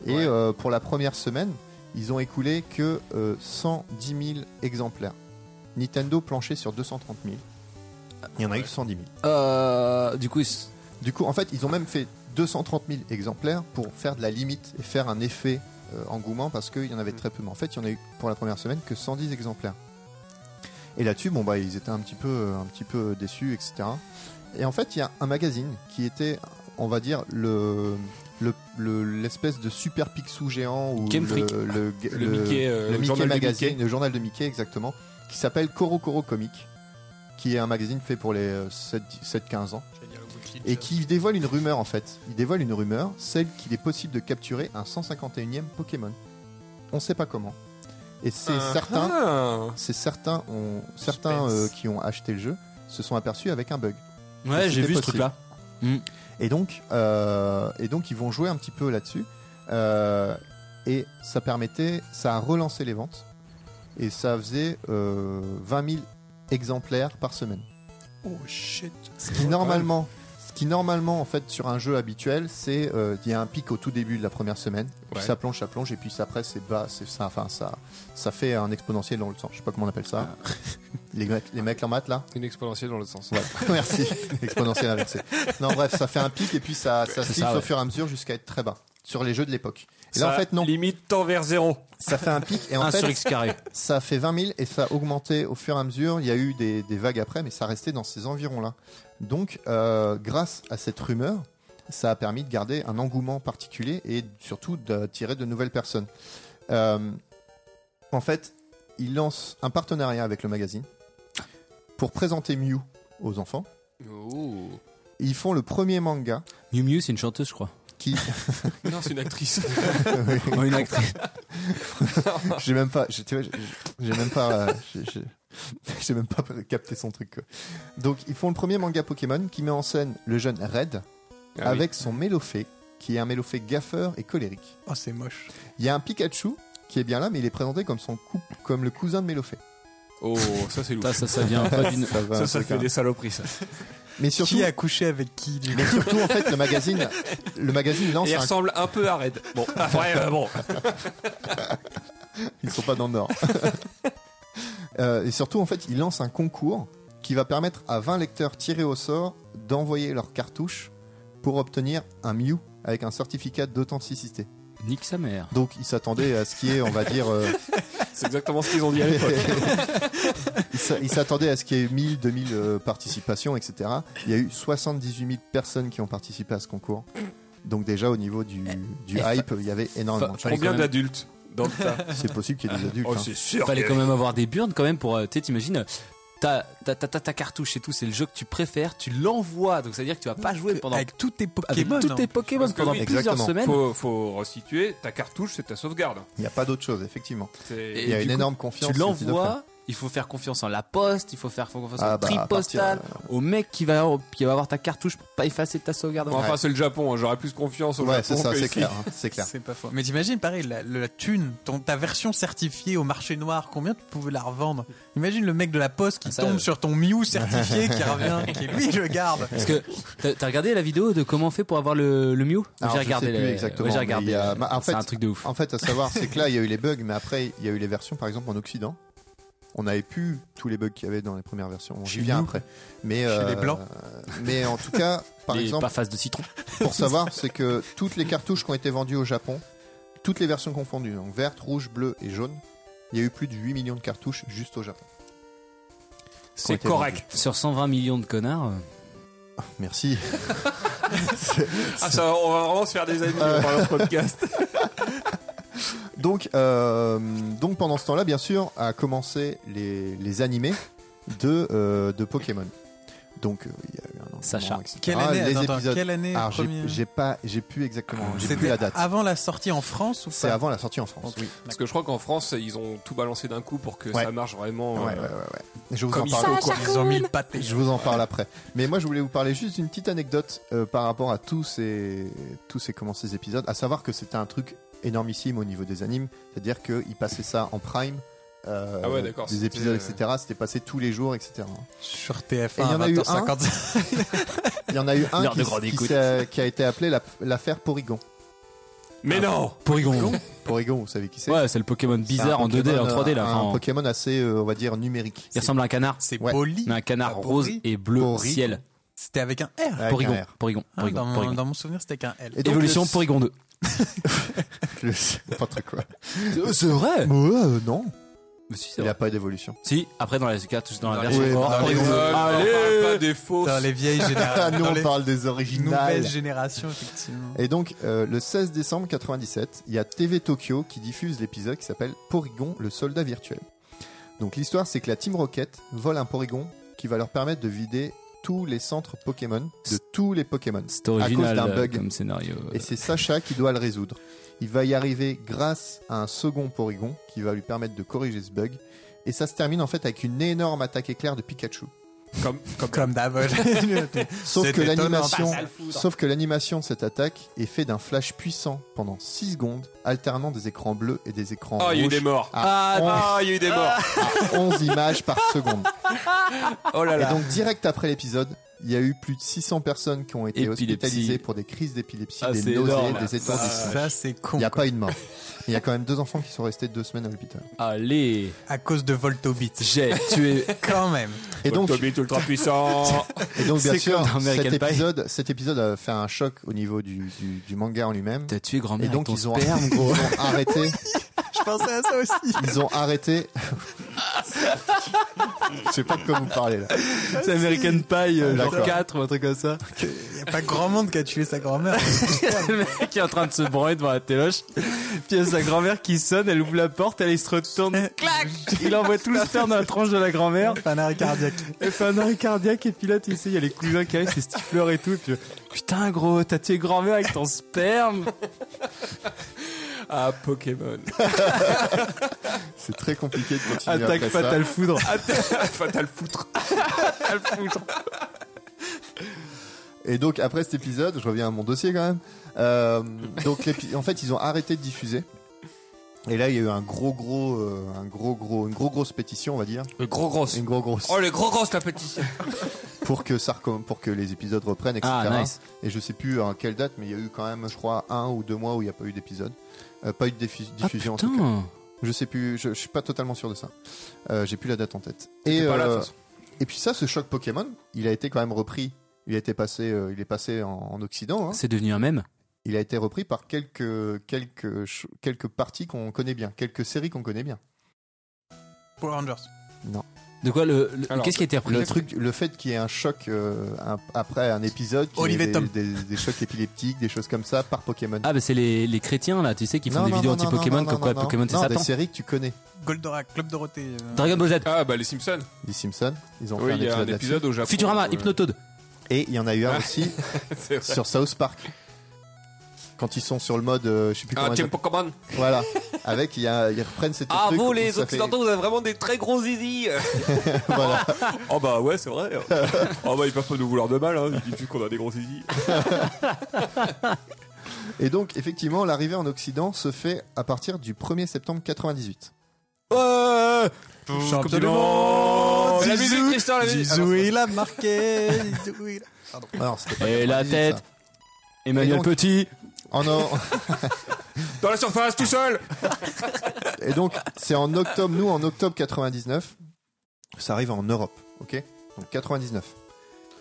Speaker 4: Et
Speaker 3: Ouais.
Speaker 4: euh, pour la première semaine, ils ont écoulé que euh, 110 000 exemplaires. Nintendo planchait sur 230 000. Il y en a eu que 110 000.
Speaker 2: Euh, du coup, ils-
Speaker 4: Du coup, en fait, ils ont même fait 230 000 exemplaires pour faire de la limite et faire un effet euh, engouement parce qu'il y en avait très peu. Mais en fait, il y en a eu pour la première semaine que 110 exemplaires. Et là-dessus, bon, bah, ils étaient un petit peu, un petit peu déçus, etc. Et en fait, il y a un magazine qui était, on va dire, le le- le- l'espèce de super pixou géant ou
Speaker 2: Game
Speaker 4: le,
Speaker 2: Freak.
Speaker 4: le-
Speaker 3: Le Mickey, euh,
Speaker 4: le Mickey
Speaker 3: journal de
Speaker 4: magazine
Speaker 3: Mickey.
Speaker 4: le journal de Mickey exactement qui s'appelle Koro Koro Comic qui est un magazine fait pour les euh, 7-15 ans et qui dévoile une rumeur en fait. Il dévoile une rumeur, celle qu'il est possible de capturer un 151e Pokémon. On sait pas comment. Et c'est
Speaker 3: Ah.
Speaker 4: certain,
Speaker 3: Ah.
Speaker 4: c'est certain, on, certains
Speaker 5: Suspense.
Speaker 4: euh, qui ont acheté le jeu se sont aperçus avec un bug.
Speaker 2: ouais, j'ai
Speaker 4: C'était
Speaker 2: vu ce
Speaker 4: possible.
Speaker 2: truc-là.
Speaker 4: Et donc, euh, et donc ils vont jouer un petit peu là-dessus. Euh, et ça permettait, ça a relancé les ventes. Et ça faisait euh, 20 000 exemplaires par semaine.
Speaker 5: Oh shit.
Speaker 4: Ce qui normalement, ce qui normalement en fait sur un jeu habituel, c'est euh, il y a un pic au tout début de la première semaine, puis
Speaker 3: Ouais.
Speaker 4: ça plonge, ça plonge, et puis après c'est bas, c'est ça, enfin ça, ça fait un exponentiel dans le sens. Je sais pas comment on appelle ça. les, mecs, les mecs en maths là.
Speaker 3: Une exponentielle dans l'autre sens.
Speaker 4: Ouais. Merci. Exponentiel inversé. Non bref, ça fait un pic et puis ça, ça
Speaker 2: C'est
Speaker 4: slip
Speaker 2: ça, ouais.
Speaker 4: au fur et à mesure jusqu'à être très bas sur les jeux de l'époque. Et
Speaker 3: Ça
Speaker 4: là en fait non,
Speaker 3: Limite temps vers zéro.
Speaker 4: ça fait un pic et en
Speaker 2: 1
Speaker 4: fait
Speaker 2: Ah, sur X carré.
Speaker 4: ça a fait 20 000 et ça a augmenté au fur et à mesure. Il y a eu des, des vagues après, mais ça restait dans ces environs-là. Donc, euh, grâce à cette rumeur, ça a permis de garder un engouement particulier et surtout d'attirer de nouvelles personnes. Euh, en fait, il lance un partenariat avec le magazine pour présenter Mew aux enfants. Ils font le premier manga
Speaker 2: Miu Miu, c'est une chanteuse, je crois.
Speaker 4: qui.
Speaker 3: Non, c'est une actrice. Ah
Speaker 2: une actrice.
Speaker 4: j'ai même pas j'ai- tu vois, j'ai- j'ai j'ai même pas euh, j'ai- j'ai- j'ai même pas capté son truc quoi. donc ils font le premier manga Pokémon qui met en scène le jeune Red
Speaker 3: Ah oui.
Speaker 4: avec son Mélofée qui est un Mélofée gaffeur et colérique
Speaker 5: Oh, c'est moche.
Speaker 4: il y a un Pikachu qui est bien là mais il est présenté comme son coup, comme le cousin de Mélofée
Speaker 3: Oh, ça c'est lourd.
Speaker 2: Ça, ça, ça vient pas d'une.
Speaker 4: ça, va un
Speaker 3: Ça, ça
Speaker 4: truc,
Speaker 3: fait
Speaker 4: hein.
Speaker 3: des saloperies, ça.
Speaker 4: mais surtout
Speaker 5: Qui a couché avec qui du coup
Speaker 4: mais surtout en fait le magazine le magazine lance
Speaker 3: Et il
Speaker 4: un
Speaker 3: ressemble un peu à Red. Bon, après, euh, bon.
Speaker 4: Ils sont pas dans le Nord. Euh, et surtout, en fait, il lance un concours qui va permettre à 20 lecteurs tirés au sort d'envoyer leurs cartouches pour obtenir un Mew avec un certificat d'authenticité.
Speaker 2: Nique sa mère.
Speaker 4: Donc, ils s'attendaient à ce qui est, on va dire, euh,
Speaker 3: C'est exactement ce qu'ils ont dit à l'époque.
Speaker 4: ils s'a- ils s'attendaient à ce qu'il y ait 1000, 2000 euh, participations, etc. Il y a eu 78 000 personnes qui ont participé à ce concours. Donc déjà au niveau du, du hype, il y avait énormément de choses.
Speaker 3: Combien d'adultes dans le tas
Speaker 4: C'est possible qu'il y ait des adultes.
Speaker 3: Oh,
Speaker 4: hein.
Speaker 3: c'est sûr.
Speaker 2: Fallait
Speaker 3: que-
Speaker 2: quand même avoir des burnes quand même pour. euh, Tu sais, t'imagines, euh, t'as t'as- t'as- t'as ta cartouche et tout, c'est le jeu que tu préfères, tu l'envoies, donc ça veut dire que tu vas pas jouer pendant.
Speaker 5: Avec tous tes
Speaker 2: avec
Speaker 5: Pokémon.
Speaker 2: tous
Speaker 5: hein.
Speaker 2: tes Pokémon
Speaker 3: Parce que
Speaker 2: pendant
Speaker 3: oui,
Speaker 2: plusieurs
Speaker 4: exactement.
Speaker 2: semaines.
Speaker 3: Faut, faut resituer, ta cartouche, c'est ta sauvegarde.
Speaker 4: Il n'y a pas d'autre chose, effectivement.
Speaker 3: C'est-
Speaker 2: Et
Speaker 4: Il y a
Speaker 2: du
Speaker 4: une
Speaker 2: coup,
Speaker 4: énorme confiance.
Speaker 2: Tu
Speaker 4: que dois faire.
Speaker 2: l'envoies, il faut faire confiance en la poste, il faut faire confiance
Speaker 4: Ah
Speaker 2: en
Speaker 4: bah,
Speaker 2: tri
Speaker 4: à partir,
Speaker 2: postal, au mec qui va, qui va avoir ta cartouche pour pas effacer ta sauvegarde.
Speaker 3: Bon, Enfin, c'est le Japon, hein, j'aurais plus confiance au
Speaker 4: Ouais,
Speaker 3: Japon.
Speaker 4: c'est ça,
Speaker 3: que
Speaker 4: c'est
Speaker 3: ici.
Speaker 4: clair. hein, C'est clair.
Speaker 5: C'est pas faux. Mais t'imagines, pareil, la, la thune, ton- ta version certifiée au marché noir, combien tu pouvais la revendre Imagine le mec de la poste qui
Speaker 2: Ah, ça,
Speaker 5: tombe
Speaker 2: euh.
Speaker 5: sur ton Mew certifié qui revient, qui lui je garde.
Speaker 2: Parce que t'as- t'as regardé la vidéo de comment on fait pour avoir le, le Mew
Speaker 4: Alors,
Speaker 2: J'ai
Speaker 4: je
Speaker 2: regardé.
Speaker 4: sais plus
Speaker 2: la-
Speaker 4: exactement,
Speaker 2: ouais, j'ai
Speaker 4: mais il
Speaker 2: regardé.
Speaker 4: y a- bah, en
Speaker 2: c'est
Speaker 4: fait-
Speaker 2: un truc de ouf.
Speaker 4: En fait, à savoir, c'est que là, il y a eu les bugs, mais après, il y a eu les versions, par exemple, en Occident. On n'avait plus tous les bugs qu'il y avait dans les premières versions. On y
Speaker 5: Chez
Speaker 4: vient
Speaker 5: nous.
Speaker 4: après. Mais, euh,
Speaker 5: Chez les Blancs.
Speaker 4: mais en tout cas, par
Speaker 2: Des
Speaker 4: exemple,
Speaker 2: face de citron.
Speaker 4: pour savoir, c'est que toutes les cartouches qui ont été vendues au Japon, toutes les versions confondues, donc verte, rouge, bleu et jaune, il y a eu plus de 8 millions de cartouches juste au Japon. Quand
Speaker 3: C'est
Speaker 4: t'es
Speaker 3: correct.
Speaker 2: Sur 120 millions de connards. euh,
Speaker 4: Merci.
Speaker 3: Ah, ça, on va vraiment se faire des amis
Speaker 4: Euh.
Speaker 3: par le podcast.
Speaker 4: Donc, euh, donc pendant ce temps-là, bien sûr, a commencé les, les animés de, euh, de Pokémon. Donc, euh, il y a eu un engouement,
Speaker 2: Sacha.
Speaker 4: etc.
Speaker 5: Quelle année,
Speaker 4: les
Speaker 5: attends, attends,
Speaker 4: épisodes.
Speaker 5: quelle année
Speaker 4: Alors, j'ai-
Speaker 5: premier
Speaker 4: j'ai pas, j'ai plus exactement, j'ai plus
Speaker 5: C'était
Speaker 4: la date.
Speaker 5: avant la sortie en France ou
Speaker 4: C'est
Speaker 5: pas
Speaker 4: avant la sortie en France.
Speaker 5: Oui.
Speaker 3: Parce que je crois qu'en France, ils ont tout balancé d'un coup pour que
Speaker 4: Ouais.
Speaker 3: ça marche vraiment.
Speaker 4: Ouais, ouais, ouais,
Speaker 3: euh,
Speaker 4: ouais. Je vous
Speaker 3: Comme
Speaker 4: en
Speaker 3: il
Speaker 4: parle.
Speaker 3: faut, quoi.
Speaker 5: Ils ont mis le pâté.
Speaker 4: Je vous en parle après. Mais moi, je voulais vous parler juste d'une petite anecdote euh, par rapport à tous ces, tous ces, comment, ces épisodes. À savoir que c'était un truc énormissime au niveau des animes. C'est-à-dire qu'ils passaient ça en prime. euh,
Speaker 3: Ah ouais, d'accord,
Speaker 4: Des
Speaker 3: c'était-
Speaker 4: épisodes, etc. C'était passé tous les jours, etc.
Speaker 5: Sur
Speaker 4: Et il y
Speaker 5: TF1
Speaker 4: en a
Speaker 5: à
Speaker 4: eu un
Speaker 5: 20h50.
Speaker 4: Il y en a eu un
Speaker 2: L'heure
Speaker 4: qui,
Speaker 2: de grande
Speaker 4: qui
Speaker 2: écoute. Oh.
Speaker 4: s'est- qui a été appelé la- l'affaire Porygon.
Speaker 3: Mais non
Speaker 2: Porygon.
Speaker 4: Porygon, vous savez qui c'est
Speaker 2: Ouais, c'est le Pokémon
Speaker 4: C'est un
Speaker 2: bizarre en 2D,
Speaker 4: Pokémon, euh,
Speaker 2: en 3D là.
Speaker 4: Un,
Speaker 2: enfin, en-
Speaker 4: Pokémon assez, euh, on va dire, numérique.
Speaker 2: Il ressemble à un canard.
Speaker 5: C'est
Speaker 4: Ouais.
Speaker 5: poli.
Speaker 2: Mais un canard
Speaker 5: Pory-
Speaker 2: rose et bleu
Speaker 4: Porygon.
Speaker 2: ciel.
Speaker 5: C'était avec un R.
Speaker 4: Avec
Speaker 2: Porygon.
Speaker 4: un R.
Speaker 2: Porygon.
Speaker 5: Ah,
Speaker 2: Porygon.
Speaker 5: dans, mon,
Speaker 2: Porygon.
Speaker 5: dans mon souvenir, c'était qu'un L.
Speaker 4: Et donc,
Speaker 2: Évolution
Speaker 4: le-
Speaker 2: Porygon 2.
Speaker 4: le- c'est n'importe quoi.
Speaker 2: C'est vrai
Speaker 4: Bon, euh, non,
Speaker 2: Bah, si, c'est
Speaker 4: il
Speaker 2: vrai.
Speaker 4: n'a pas d'évolution.
Speaker 2: Si, après dans la, dans la
Speaker 5: Dans
Speaker 2: version
Speaker 4: les-
Speaker 2: hors
Speaker 4: dans Ah, les-
Speaker 2: Porygon.
Speaker 3: Euh, on parle pas
Speaker 2: Allez
Speaker 3: des fausses.
Speaker 5: Dans les vieilles
Speaker 4: Ah,
Speaker 5: générations.
Speaker 4: nous,
Speaker 5: Dans
Speaker 4: on
Speaker 5: les
Speaker 4: parle des originales.
Speaker 5: nouvelles générations, effectivement.
Speaker 4: Et donc, euh, le 16 décembre 97, il y a TV Tokyo qui diffuse l'épisode qui s'appelle Porygon, le soldat virtuel. Donc, l'histoire, c'est que la Team Rocket vole un Porygon qui va leur permettre de vider tous les centres Pokémon, de tous les Pokémon.
Speaker 2: C'est original
Speaker 4: à cause d'un
Speaker 2: euh,
Speaker 4: bug.
Speaker 2: comme scénario.
Speaker 4: Et c'est Sacha qui doit le résoudre. Il va y arriver grâce à un second Porygon qui va lui permettre de corriger ce bug. Et ça se termine en fait avec une énorme attaque éclair de Pikachu.
Speaker 3: Comme, comme,
Speaker 5: Comme d'hab.
Speaker 4: Sauf
Speaker 5: C'est
Speaker 4: que
Speaker 5: étonnant.
Speaker 4: l'animation,
Speaker 5: Bah, ça le
Speaker 4: sauf que l'animation de cette attaque est faite d'un flash puissant pendant 6 secondes, alternant des écrans bleus et des écrans
Speaker 3: Ah, il y a eu des
Speaker 4: rouges
Speaker 3: morts.
Speaker 4: à,
Speaker 3: Ah, il y a eu des morts.
Speaker 4: 11, à 11 images par seconde.
Speaker 3: Oh là
Speaker 4: Et
Speaker 3: là.
Speaker 4: donc direct après l'épisode, il y a eu plus de 600 personnes qui ont été
Speaker 2: Épilepsie.
Speaker 4: hospitalisées pour des crises d'épilepsie,
Speaker 2: Ah,
Speaker 4: des
Speaker 2: c'est
Speaker 4: nausées,
Speaker 2: énorme.
Speaker 4: des étourdissements.
Speaker 5: Ah, Ça, c'est con.
Speaker 4: Il n'y a
Speaker 5: quoi.
Speaker 4: pas une mort. Il y a quand même deux enfants qui sont restés deux semaines à l'hôpital.
Speaker 2: Allez,
Speaker 5: À cause de Voltobit.
Speaker 2: j'ai tué.
Speaker 5: Quand même.
Speaker 4: Et donc,
Speaker 3: Octobit ultra puissant.
Speaker 4: et donc bien
Speaker 2: C'est
Speaker 4: sûr,
Speaker 2: comme dans American
Speaker 4: cet
Speaker 2: Pie.
Speaker 4: épisode, cet épisode a fait un choc au niveau du, du, du manga en lui-même.
Speaker 2: T'as tué
Speaker 4: Et
Speaker 2: grand-mère
Speaker 4: donc
Speaker 2: avec
Speaker 4: ils
Speaker 2: ton
Speaker 4: ont,
Speaker 2: sperme,
Speaker 4: ils
Speaker 2: gros.
Speaker 4: ont arrêté,
Speaker 5: Je pensais à ça aussi.
Speaker 4: ils ont arrêté. Je sais pas de quoi vous parlez là.
Speaker 2: C'est American Pie,
Speaker 4: euh, genre
Speaker 2: genre 4 ou un truc comme ça.
Speaker 5: Il a pas grand monde qui a tué sa grand-mère.
Speaker 2: le mec qui est en train de se branler devant la téloche. Puis il y a sa grand-mère qui sonne, elle ouvre la porte, elle il se retourne. Clac Il envoie tout le sperme dans la tranche de la grand-mère.
Speaker 5: Enfin, un arrêt cardiaque.
Speaker 2: Elle fait un arrêt cardiaque et puis là, tu sais, il y a les cousins qui arrivent, c'est Stifleur et tout. Et puis, putain, gros, t'as tué grand-mère avec ton sperme.
Speaker 3: Ah, Pokémon.
Speaker 4: C'est très compliqué de continuer
Speaker 2: Attaque
Speaker 4: après
Speaker 2: fatale foudre.
Speaker 3: Fatal foutre.
Speaker 4: ça. Et donc après cet épisode, je reviens à mon dossier quand même. Euh, donc l'épi- en fait, ils ont arrêté de diffuser. Et là, il y a eu un gros, gros, euh, un gros, gros, une gros, grosse pétition, on va dire,
Speaker 3: Le gros grosse.
Speaker 4: une gros, grosse,
Speaker 3: Oh, le gros grosse, la petite.
Speaker 4: pour que ça recomm- pour que les épisodes reprennent, etc.
Speaker 2: Ah, nice.
Speaker 4: Et je sais plus à quelle date, mais il y a eu quand même, je crois, un ou deux mois où il n'y a pas eu d'épisode, Euh, pas eu de diffu-
Speaker 2: Ah,
Speaker 4: diffusion en tout cas. Je sais plus, je, je suis pas totalement sûr de ça. Euh, J'ai plus la date en tête. Et,
Speaker 3: pas là, de toute
Speaker 4: euh, et puis ça, ce choc Pokémon, il a été quand même repris. Il a été passé, euh, il est passé en, en Occident. hein.
Speaker 2: C'est devenu un mème.
Speaker 4: Il a été repris par quelques quelques ch- quelques parties qu'on connaît bien, quelques séries qu'on connaît bien.
Speaker 5: Power Rangers.
Speaker 2: De quoi le, le-
Speaker 3: Alors,
Speaker 2: Qu'est-ce qui a été repris
Speaker 4: Le truc, le fait qu'il y ait un choc euh, un- après un épisode, qu'il y ait
Speaker 5: Olivier
Speaker 4: des,
Speaker 5: Tom.
Speaker 4: des- des chocs épileptiques, des choses comme ça par Pokémon.
Speaker 2: Ah, bah c'est les, les chrétiens là, tu sais, qui font
Speaker 4: Non,
Speaker 2: des
Speaker 4: non,
Speaker 2: vidéos
Speaker 4: non, non,
Speaker 2: anti-Pokémon
Speaker 4: non,
Speaker 2: comme
Speaker 4: non,
Speaker 2: quoi
Speaker 4: non,
Speaker 2: Pokémon c'est
Speaker 4: non,
Speaker 2: Satan.
Speaker 4: des séries que tu connais.
Speaker 5: Goldorak, Club Dorothée. euh,
Speaker 2: Dragon Ball Z,
Speaker 3: Ah bah les Simpsons.
Speaker 4: Les Simpsons, ils ont
Speaker 3: Oui, il y
Speaker 4: fait
Speaker 3: a
Speaker 4: un
Speaker 3: un
Speaker 4: épisode, là-dessus.
Speaker 3: épisode Ah. au Japon.
Speaker 2: Futurama,
Speaker 3: où, euh,
Speaker 2: Hypnotoad.
Speaker 4: Et il y en a eu un aussi
Speaker 3: c'est vrai.
Speaker 4: sur South Park. Quand ils sont sur le mode, euh, je sais plus
Speaker 3: Ah,
Speaker 4: comment. ils
Speaker 3: Team Pokémon.
Speaker 4: appellent- Voilà. Avec, il y a- ils reprennent cette
Speaker 3: Ah, vous les Occidentaux, vous avez vraiment des très gros zizi.
Speaker 4: Voilà.
Speaker 3: Oh bah ouais, c'est vrai. oh bah ils peuvent pas nous vouloir de mal, hein. ils disent juste qu'on a des gros zizi.
Speaker 4: Et donc, effectivement, l'arrivée en Occident se fait à partir du 1er septembre 98.
Speaker 3: Ouais
Speaker 5: Champion du
Speaker 3: monde La
Speaker 5: Zizou,
Speaker 3: musique, Christian, la musique
Speaker 5: Zizou, il a marqué. Zizou, il a-
Speaker 4: Alors, c'était pas
Speaker 2: Et la
Speaker 4: 98,
Speaker 2: tête.
Speaker 4: ça.
Speaker 2: Emmanuel
Speaker 4: Et donc-
Speaker 2: Petit.
Speaker 4: En, en-
Speaker 3: Dans la surface, tout seul
Speaker 4: Et donc, c'est en octobre, nous, en octobre 99, ça arrive en Europe, ok Donc 99.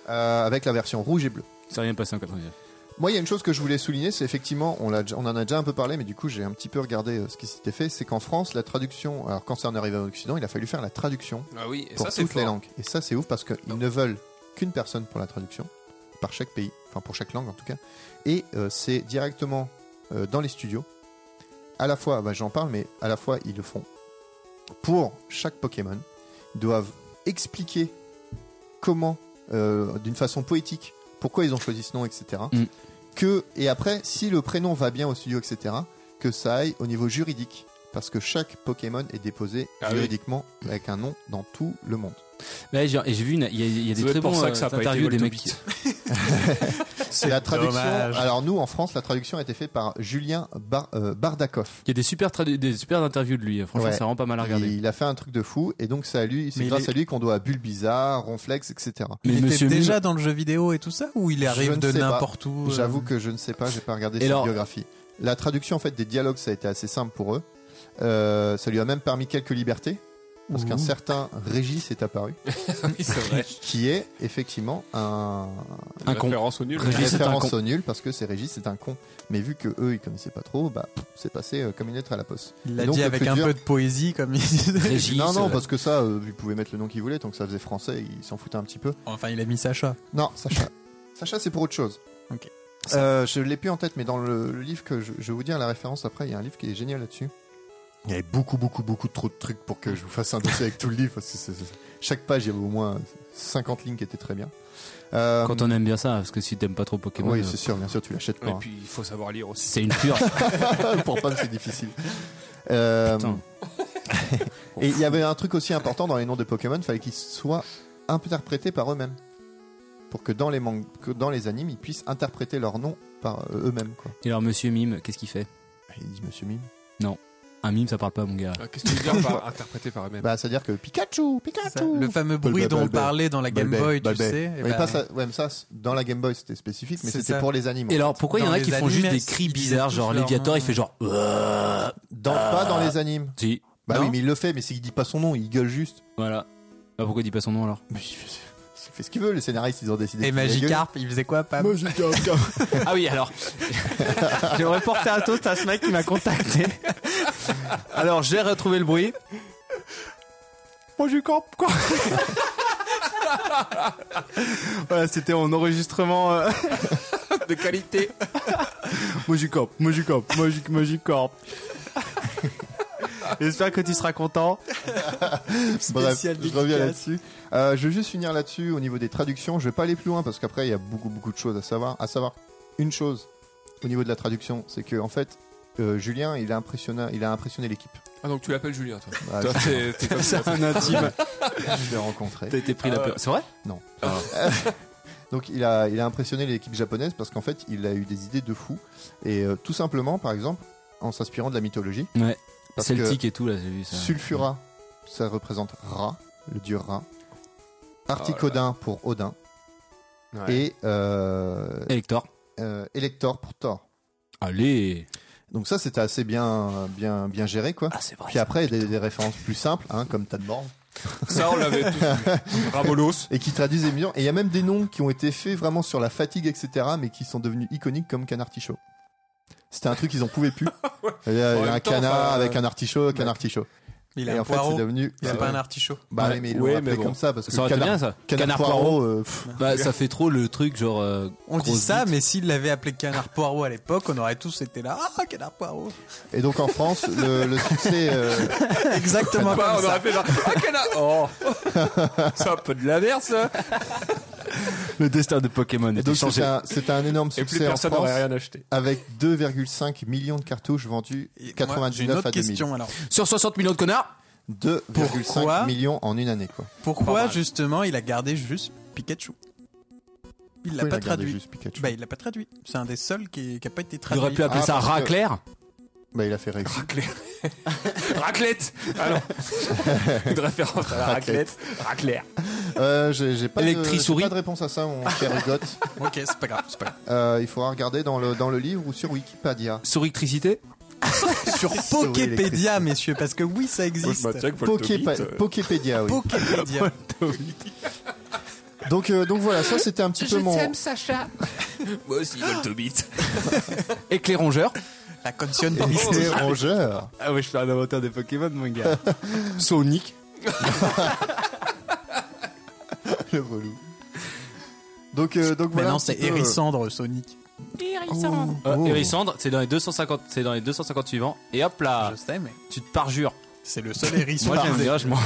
Speaker 4: Euh, avec la version rouge et bleue.
Speaker 2: Ça rien passé en 99.
Speaker 4: Moi, il y a une chose que je voulais souligner, c'est effectivement, on, l'a déjà- on en a déjà un peu parlé, mais du coup, j'ai un petit peu regardé euh, ce qui s'était fait. C'est qu'en France, la traduction, alors quand c'est en arrivé en Occident, il a fallu faire la traduction
Speaker 3: Ah oui, et
Speaker 4: pour
Speaker 3: ça c'est
Speaker 4: toutes les
Speaker 3: fort.
Speaker 4: langues. Et ça, c'est ouf parce qu'ils ne veulent qu'une personne pour la traduction, par chaque pays, enfin pour chaque langue en tout cas. Et euh, c'est directement euh, dans les studios. À la fois, bah, j'en parle, mais à la fois, ils le font. Pour chaque Pokémon, ils doivent expliquer comment, euh, d'une façon poétique, pourquoi ils ont choisi ce nom, etc.
Speaker 2: Mm.
Speaker 4: Que, et après, si le prénom va bien au studio, etc., que ça aille au niveau juridique. Parce que chaque Pokémon est déposé
Speaker 3: Ah oui.
Speaker 4: juridiquement avec un nom dans tout le monde.
Speaker 2: Ouais, j'ai, et j'ai vu, une- il y a, il y a des
Speaker 3: C'est
Speaker 2: très
Speaker 3: pour
Speaker 2: bons
Speaker 3: ça
Speaker 2: euh,
Speaker 3: que ça a pas été
Speaker 2: interviews des mecs.
Speaker 3: Voltobit.
Speaker 2: qui-
Speaker 4: C'est la traduction.
Speaker 5: dommage.
Speaker 4: Alors nous, en France, la traduction a été faite par Julien Bar- euh, Bardakoff.
Speaker 2: Il y a des super, tradu- des super interviews de lui. euh, Franchement,
Speaker 4: Ouais.
Speaker 2: ça rend pas mal à regarder.
Speaker 4: Il a fait un truc de fou et donc c'est à lui, c'est
Speaker 5: Mais il
Speaker 4: grâce
Speaker 5: est-
Speaker 4: à lui qu'on doit à Bulbizarre, Ronflex, etc.
Speaker 2: Mais
Speaker 5: il était
Speaker 2: Monsieur
Speaker 5: déjà dans le jeu vidéo et tout ça ou il
Speaker 4: Je
Speaker 5: arrive
Speaker 4: ne
Speaker 5: de
Speaker 4: sais pas.
Speaker 5: n'importe où euh,
Speaker 4: J'avoue que je ne sais pas, j'ai pas regardé
Speaker 2: Et
Speaker 4: sa
Speaker 2: alors-
Speaker 4: biographie. La traduction en fait des dialogues, ça a été assez simple pour eux. Euh, ça lui a même permis quelques libertés parce qu'un certain Régis est apparu,
Speaker 3: Oui, c'est vrai.
Speaker 4: qui est effectivement un
Speaker 2: Un con.
Speaker 3: Référence au nul.
Speaker 2: Régis est un
Speaker 4: référence
Speaker 2: con.
Speaker 4: au nul parce que c'est Régis, c'est un con. Mais vu que eux, ils connaissaient pas trop, bah pff, c'est passé euh, comme une lettre à la poste.
Speaker 5: Il
Speaker 4: Et
Speaker 5: l'a
Speaker 4: donc,
Speaker 5: dit
Speaker 4: le
Speaker 5: avec
Speaker 4: plus
Speaker 5: un
Speaker 4: dur-
Speaker 5: peu de poésie comme il disait.
Speaker 2: Régis.
Speaker 4: Non, non,
Speaker 2: euh,
Speaker 4: parce que ça, euh, il pouvait mettre le nom qu'il voulait, donc ça faisait français, il s'en foutait un petit peu.
Speaker 5: Enfin, il a mis Sacha.
Speaker 4: Non, Sacha. Sacha, c'est pour autre chose.
Speaker 5: Ok.
Speaker 4: Euh, je l'ai plus en tête, mais dans le, le livre que je, je vais vous dire la référence après, il y a un livre qui est génial là-dessus. Il y avait beaucoup, beaucoup, beaucoup trop de trucs pour que je vous fasse un dossier avec tout le livre. parce que c'est- c'est- Chaque page, il y avait au moins 50 lignes qui étaient très bien. Euh,
Speaker 2: Quand on aime bien ça, parce que si t'aimes pas trop Pokémon,
Speaker 4: oui,
Speaker 2: euh,
Speaker 4: c'est sûr, bien sûr, tu l'achètes pas.
Speaker 3: Et puis il faut savoir lire aussi.
Speaker 2: c'est une pure.
Speaker 4: hein. pour Pam, c'est difficile. Euh,
Speaker 2: Putain.
Speaker 4: et il y avait un truc aussi important dans les noms de Pokémon, il fallait qu'ils soient interprétés par eux-mêmes. Pour que dans les, mangas, que dans les animes, ils puissent interpréter leurs noms par euh, eux-mêmes. quoi.
Speaker 2: Et alors, Monsieur Mime, qu'est-ce qu'il fait
Speaker 5: Ah,
Speaker 4: Il dit Monsieur Mime.
Speaker 2: Un mime, ça parle pas, mon gars.
Speaker 3: Ah, Qu'est-ce que tu veux dire par interprété par eux-mêmes
Speaker 4: Bah, c'est-à-dire que Pikachu,
Speaker 5: Ça,
Speaker 4: Pikachu
Speaker 5: le fameux
Speaker 4: Balbé,
Speaker 5: bruit dont on
Speaker 4: balbé.
Speaker 5: parlait dans la Game
Speaker 4: Balbé,
Speaker 5: Boy, tu
Speaker 4: balbé.
Speaker 5: sais. eh
Speaker 4: Mais
Speaker 5: ben,
Speaker 4: pas ça, ouais, mais ça, c'est- dans la Game Boy c'était spécifique, mais
Speaker 5: C'est
Speaker 4: c'était
Speaker 5: ça.
Speaker 4: pour les animaux.
Speaker 2: Et alors, pourquoi il y en
Speaker 5: Dans
Speaker 2: a qui
Speaker 5: les
Speaker 2: font juste
Speaker 5: animés,
Speaker 2: des cris
Speaker 5: ils disaient
Speaker 2: bizarres,
Speaker 5: tous
Speaker 2: genre
Speaker 5: leur
Speaker 2: Léviator,
Speaker 5: nom.
Speaker 2: il fait genre. Dans...
Speaker 4: Dans- Pas dans les animes.
Speaker 2: Si,
Speaker 4: Bah
Speaker 5: Non.
Speaker 4: oui, mais il le fait, mais c'est qu'il dit pas son nom, il gueule juste.
Speaker 2: voilà. Bah, pourquoi il dit pas son nom alors
Speaker 4: Mais il fait ce qu'il veut, les scénaristes ils ont décidé.
Speaker 5: Et
Speaker 4: qu'il allait
Speaker 5: Magikarp, il faisait quoi, Pam
Speaker 4: gueuler. Magikarp.
Speaker 2: Ah oui, alors. J'aimerais porter un toast à ce mec qui m'a contacté. Alors, j'ai retrouvé le bruit. Moi, je campe, quoi. voilà, c'était en enregistrement. euh,
Speaker 3: De qualité.
Speaker 2: Moi, je campe, moi, je campe, moi, je- moi, je campe. J'espère que tu seras content.
Speaker 4: Bref,
Speaker 2: Spécial
Speaker 4: je reviens
Speaker 2: dédicace.
Speaker 4: là-dessus. Euh, je veux juste finir là-dessus au niveau des traductions. Je vais pas aller plus loin parce qu'après il y a beaucoup beaucoup de choses à savoir. À savoir une chose au niveau de la traduction, c'est que en fait euh, Julien il a impressionné, il a impressionné l'équipe.
Speaker 3: Ah, donc tu l'appelles Julien, toi.
Speaker 4: Bah,
Speaker 3: Toi, t'es t'es comme ça.
Speaker 2: un intime.
Speaker 4: je l'ai rencontré.
Speaker 2: T'as été pris la
Speaker 3: Ah ouais.
Speaker 2: peur. C'est vrai
Speaker 4: Donc il a, il a impressionné l'équipe japonaise parce qu'en fait il a eu des idées de fou et euh, tout simplement par exemple en s'inspirant de la mythologie.
Speaker 2: Ouais.
Speaker 4: Parce
Speaker 2: Celtic et tout, là, j'ai vu
Speaker 4: que
Speaker 2: ça.
Speaker 4: Sulfura ça représente Ra, le dieu Ra. Articodin pour Odin
Speaker 3: Oh Ouais.
Speaker 4: et euh,
Speaker 2: Elector.
Speaker 4: euh, Elector pour Thor.
Speaker 2: Allez.
Speaker 4: Donc ça c'était assez bien bien bien géré quoi.
Speaker 2: Ah, c'est vrai.
Speaker 4: Puis après il y a des, des références plus simples hein, comme Tad Borg
Speaker 3: Ça, on l'avait tous vu. Ramolos.
Speaker 4: et qui traduisent les millions. Et il y a même des noms qui ont été faits vraiment sur la fatigue, etc., mais qui sont devenus iconiques comme canard artichaut. C'était un truc qu'ils en pouvaient plus. Il y a, il y a
Speaker 3: En même
Speaker 4: un
Speaker 3: temps,
Speaker 4: canard
Speaker 3: enfin,
Speaker 4: avec un artichaut,
Speaker 3: ouais.
Speaker 4: canard artichaut.
Speaker 5: Il
Speaker 4: Et
Speaker 5: a un
Speaker 4: en fait, c'est
Speaker 5: poireau.
Speaker 4: devenu.
Speaker 5: Il a
Speaker 4: euh,
Speaker 5: pas un artichaut.
Speaker 4: Bah,
Speaker 3: Ouais,
Speaker 4: mais ils l'ont
Speaker 3: ouais,
Speaker 4: appelé
Speaker 3: mais bon.
Speaker 4: comme ça parce que
Speaker 2: Ça aurait été
Speaker 4: canard,
Speaker 2: bien, ça.
Speaker 4: canard
Speaker 2: Canard
Speaker 4: poireau,
Speaker 2: poireau.
Speaker 4: euh, pff,
Speaker 2: Bah, ça fait trop le truc, genre. euh,
Speaker 5: On dit
Speaker 2: grosse
Speaker 5: ça,
Speaker 2: bite.
Speaker 5: mais s'il l'avait appelé canard poireau à l'époque, on aurait tous été là. Ah, canard poireau.
Speaker 4: Et donc en France, le, le succès. euh,
Speaker 5: Exactement
Speaker 3: Bah,
Speaker 5: comme
Speaker 3: on
Speaker 5: ça.
Speaker 3: aurait fait genre, ah, canard Oh C'est un peu de la merde, ça
Speaker 2: Le destin de Pokémon
Speaker 4: et
Speaker 2: est
Speaker 4: donc
Speaker 2: changé.
Speaker 4: c'était un, c'était un énorme
Speaker 3: Et plus
Speaker 4: succès en
Speaker 3: personne
Speaker 4: France
Speaker 3: n'aurait rien acheté.
Speaker 4: avec 2,5 millions de cartouches vendues
Speaker 5: Et moi, J'ai une
Speaker 4: 99
Speaker 5: autre
Speaker 4: à 2000.
Speaker 5: question alors.
Speaker 2: Sur 60 millions de connards
Speaker 4: 2,5
Speaker 5: Pourquoi
Speaker 4: millions en une année quoi.
Speaker 5: Pourquoi justement il a gardé juste Pikachu Il l'a pas
Speaker 4: Pourquoi il a gardé
Speaker 5: traduit.
Speaker 4: juste Pikachu
Speaker 5: Bah, il l'a pas traduit. C'est un des seuls qui, qui a pas été
Speaker 2: Il
Speaker 5: traduit.
Speaker 2: aurait pu appeler
Speaker 4: Ah,
Speaker 2: ça
Speaker 4: parce que-
Speaker 2: Raclair.
Speaker 4: Bah, il a fait réussir.
Speaker 3: Raclette Ah non Une référence à la raclette. Raclaire.
Speaker 4: Euh, j'ai j'ai pas, de-
Speaker 2: Électrisouris.
Speaker 4: j'ai pas de réponse à ça, mon cher Hugotte.
Speaker 5: Ok, c'est pas grave, c'est pas grave.
Speaker 4: Euh, il faudra regarder dans le, dans le livre ou sur Wikipédia.
Speaker 2: Sur électricité
Speaker 5: Sur Poképédia, messieurs, parce que oui, ça
Speaker 3: Bah,
Speaker 5: existe.
Speaker 4: Poképédia,
Speaker 3: euh,
Speaker 4: Poképédia oui.
Speaker 5: Poképédia.
Speaker 4: Donc, euh, donc voilà, ça c'était un petit peu mon.
Speaker 2: Sacha.
Speaker 3: Moi aussi, Voltobit.
Speaker 2: Éclairongeur.
Speaker 5: La condition de
Speaker 4: Lycée
Speaker 5: mystère.
Speaker 4: Rongeur.
Speaker 2: Ah ouais, je suis un inventeur des Pokémon, mon gars. Sonic.
Speaker 4: Le relou. Donc, euh, donc
Speaker 5: Mais
Speaker 4: voilà.
Speaker 5: non,
Speaker 4: un
Speaker 5: c'est
Speaker 4: petit peu, euh,
Speaker 5: Hérissandre, Sonic.
Speaker 2: Euh,
Speaker 4: Oh.
Speaker 2: Hérissandre, c'est dans les 250, c'est dans les 250 suivants. Et hop là,
Speaker 5: Je sais, mais
Speaker 2: tu te parjures.
Speaker 5: c'est le seul hérisson.
Speaker 2: Ah. Moi, j'aime bien, je m'en-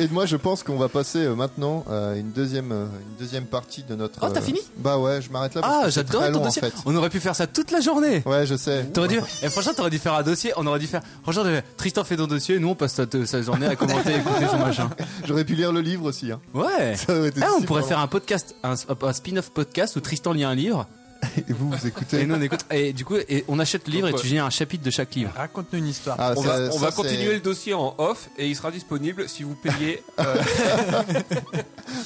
Speaker 4: Et moi, je pense qu'on va passer euh, maintenant à une deuxième, euh, une deuxième partie de notre.
Speaker 2: Oh, t'as
Speaker 4: euh,
Speaker 2: fini
Speaker 4: Bah ouais, je m'arrête là. parce
Speaker 2: Ah,
Speaker 4: que c'est
Speaker 2: j'adore
Speaker 4: très
Speaker 2: ton
Speaker 4: long, en
Speaker 2: dossier.
Speaker 4: fait.
Speaker 2: On aurait pu faire ça toute la journée.
Speaker 4: Ouais, je sais.
Speaker 2: T'aurais dû, eh, franchement, t'aurais dû faire un dossier. On aurait dû faire. Franchement, t'aurais- Tristan fait ton dossier. Nous, on passe sa sa journée à commenter, écouter son machin.
Speaker 4: J'aurais pu lire le livre aussi. Hein.
Speaker 2: Ouais.
Speaker 4: Ça aurait été
Speaker 2: Ah, on
Speaker 4: super
Speaker 2: pourrait
Speaker 4: long.
Speaker 2: faire un podcast, un, un spin-off podcast où Tristan lit un livre
Speaker 4: Et vous, vous écoutez.
Speaker 2: et nous on écoute. Et du coup, et on achète le livre et
Speaker 3: Donc,
Speaker 2: tu lis un chapitre de chaque livre.
Speaker 5: Raconte-nous une histoire.
Speaker 4: Ah,
Speaker 3: On
Speaker 4: ça-
Speaker 3: va, on
Speaker 4: ça,
Speaker 3: va
Speaker 4: c'est-
Speaker 3: continuer le dossier en off et il sera disponible si vous payez. euh,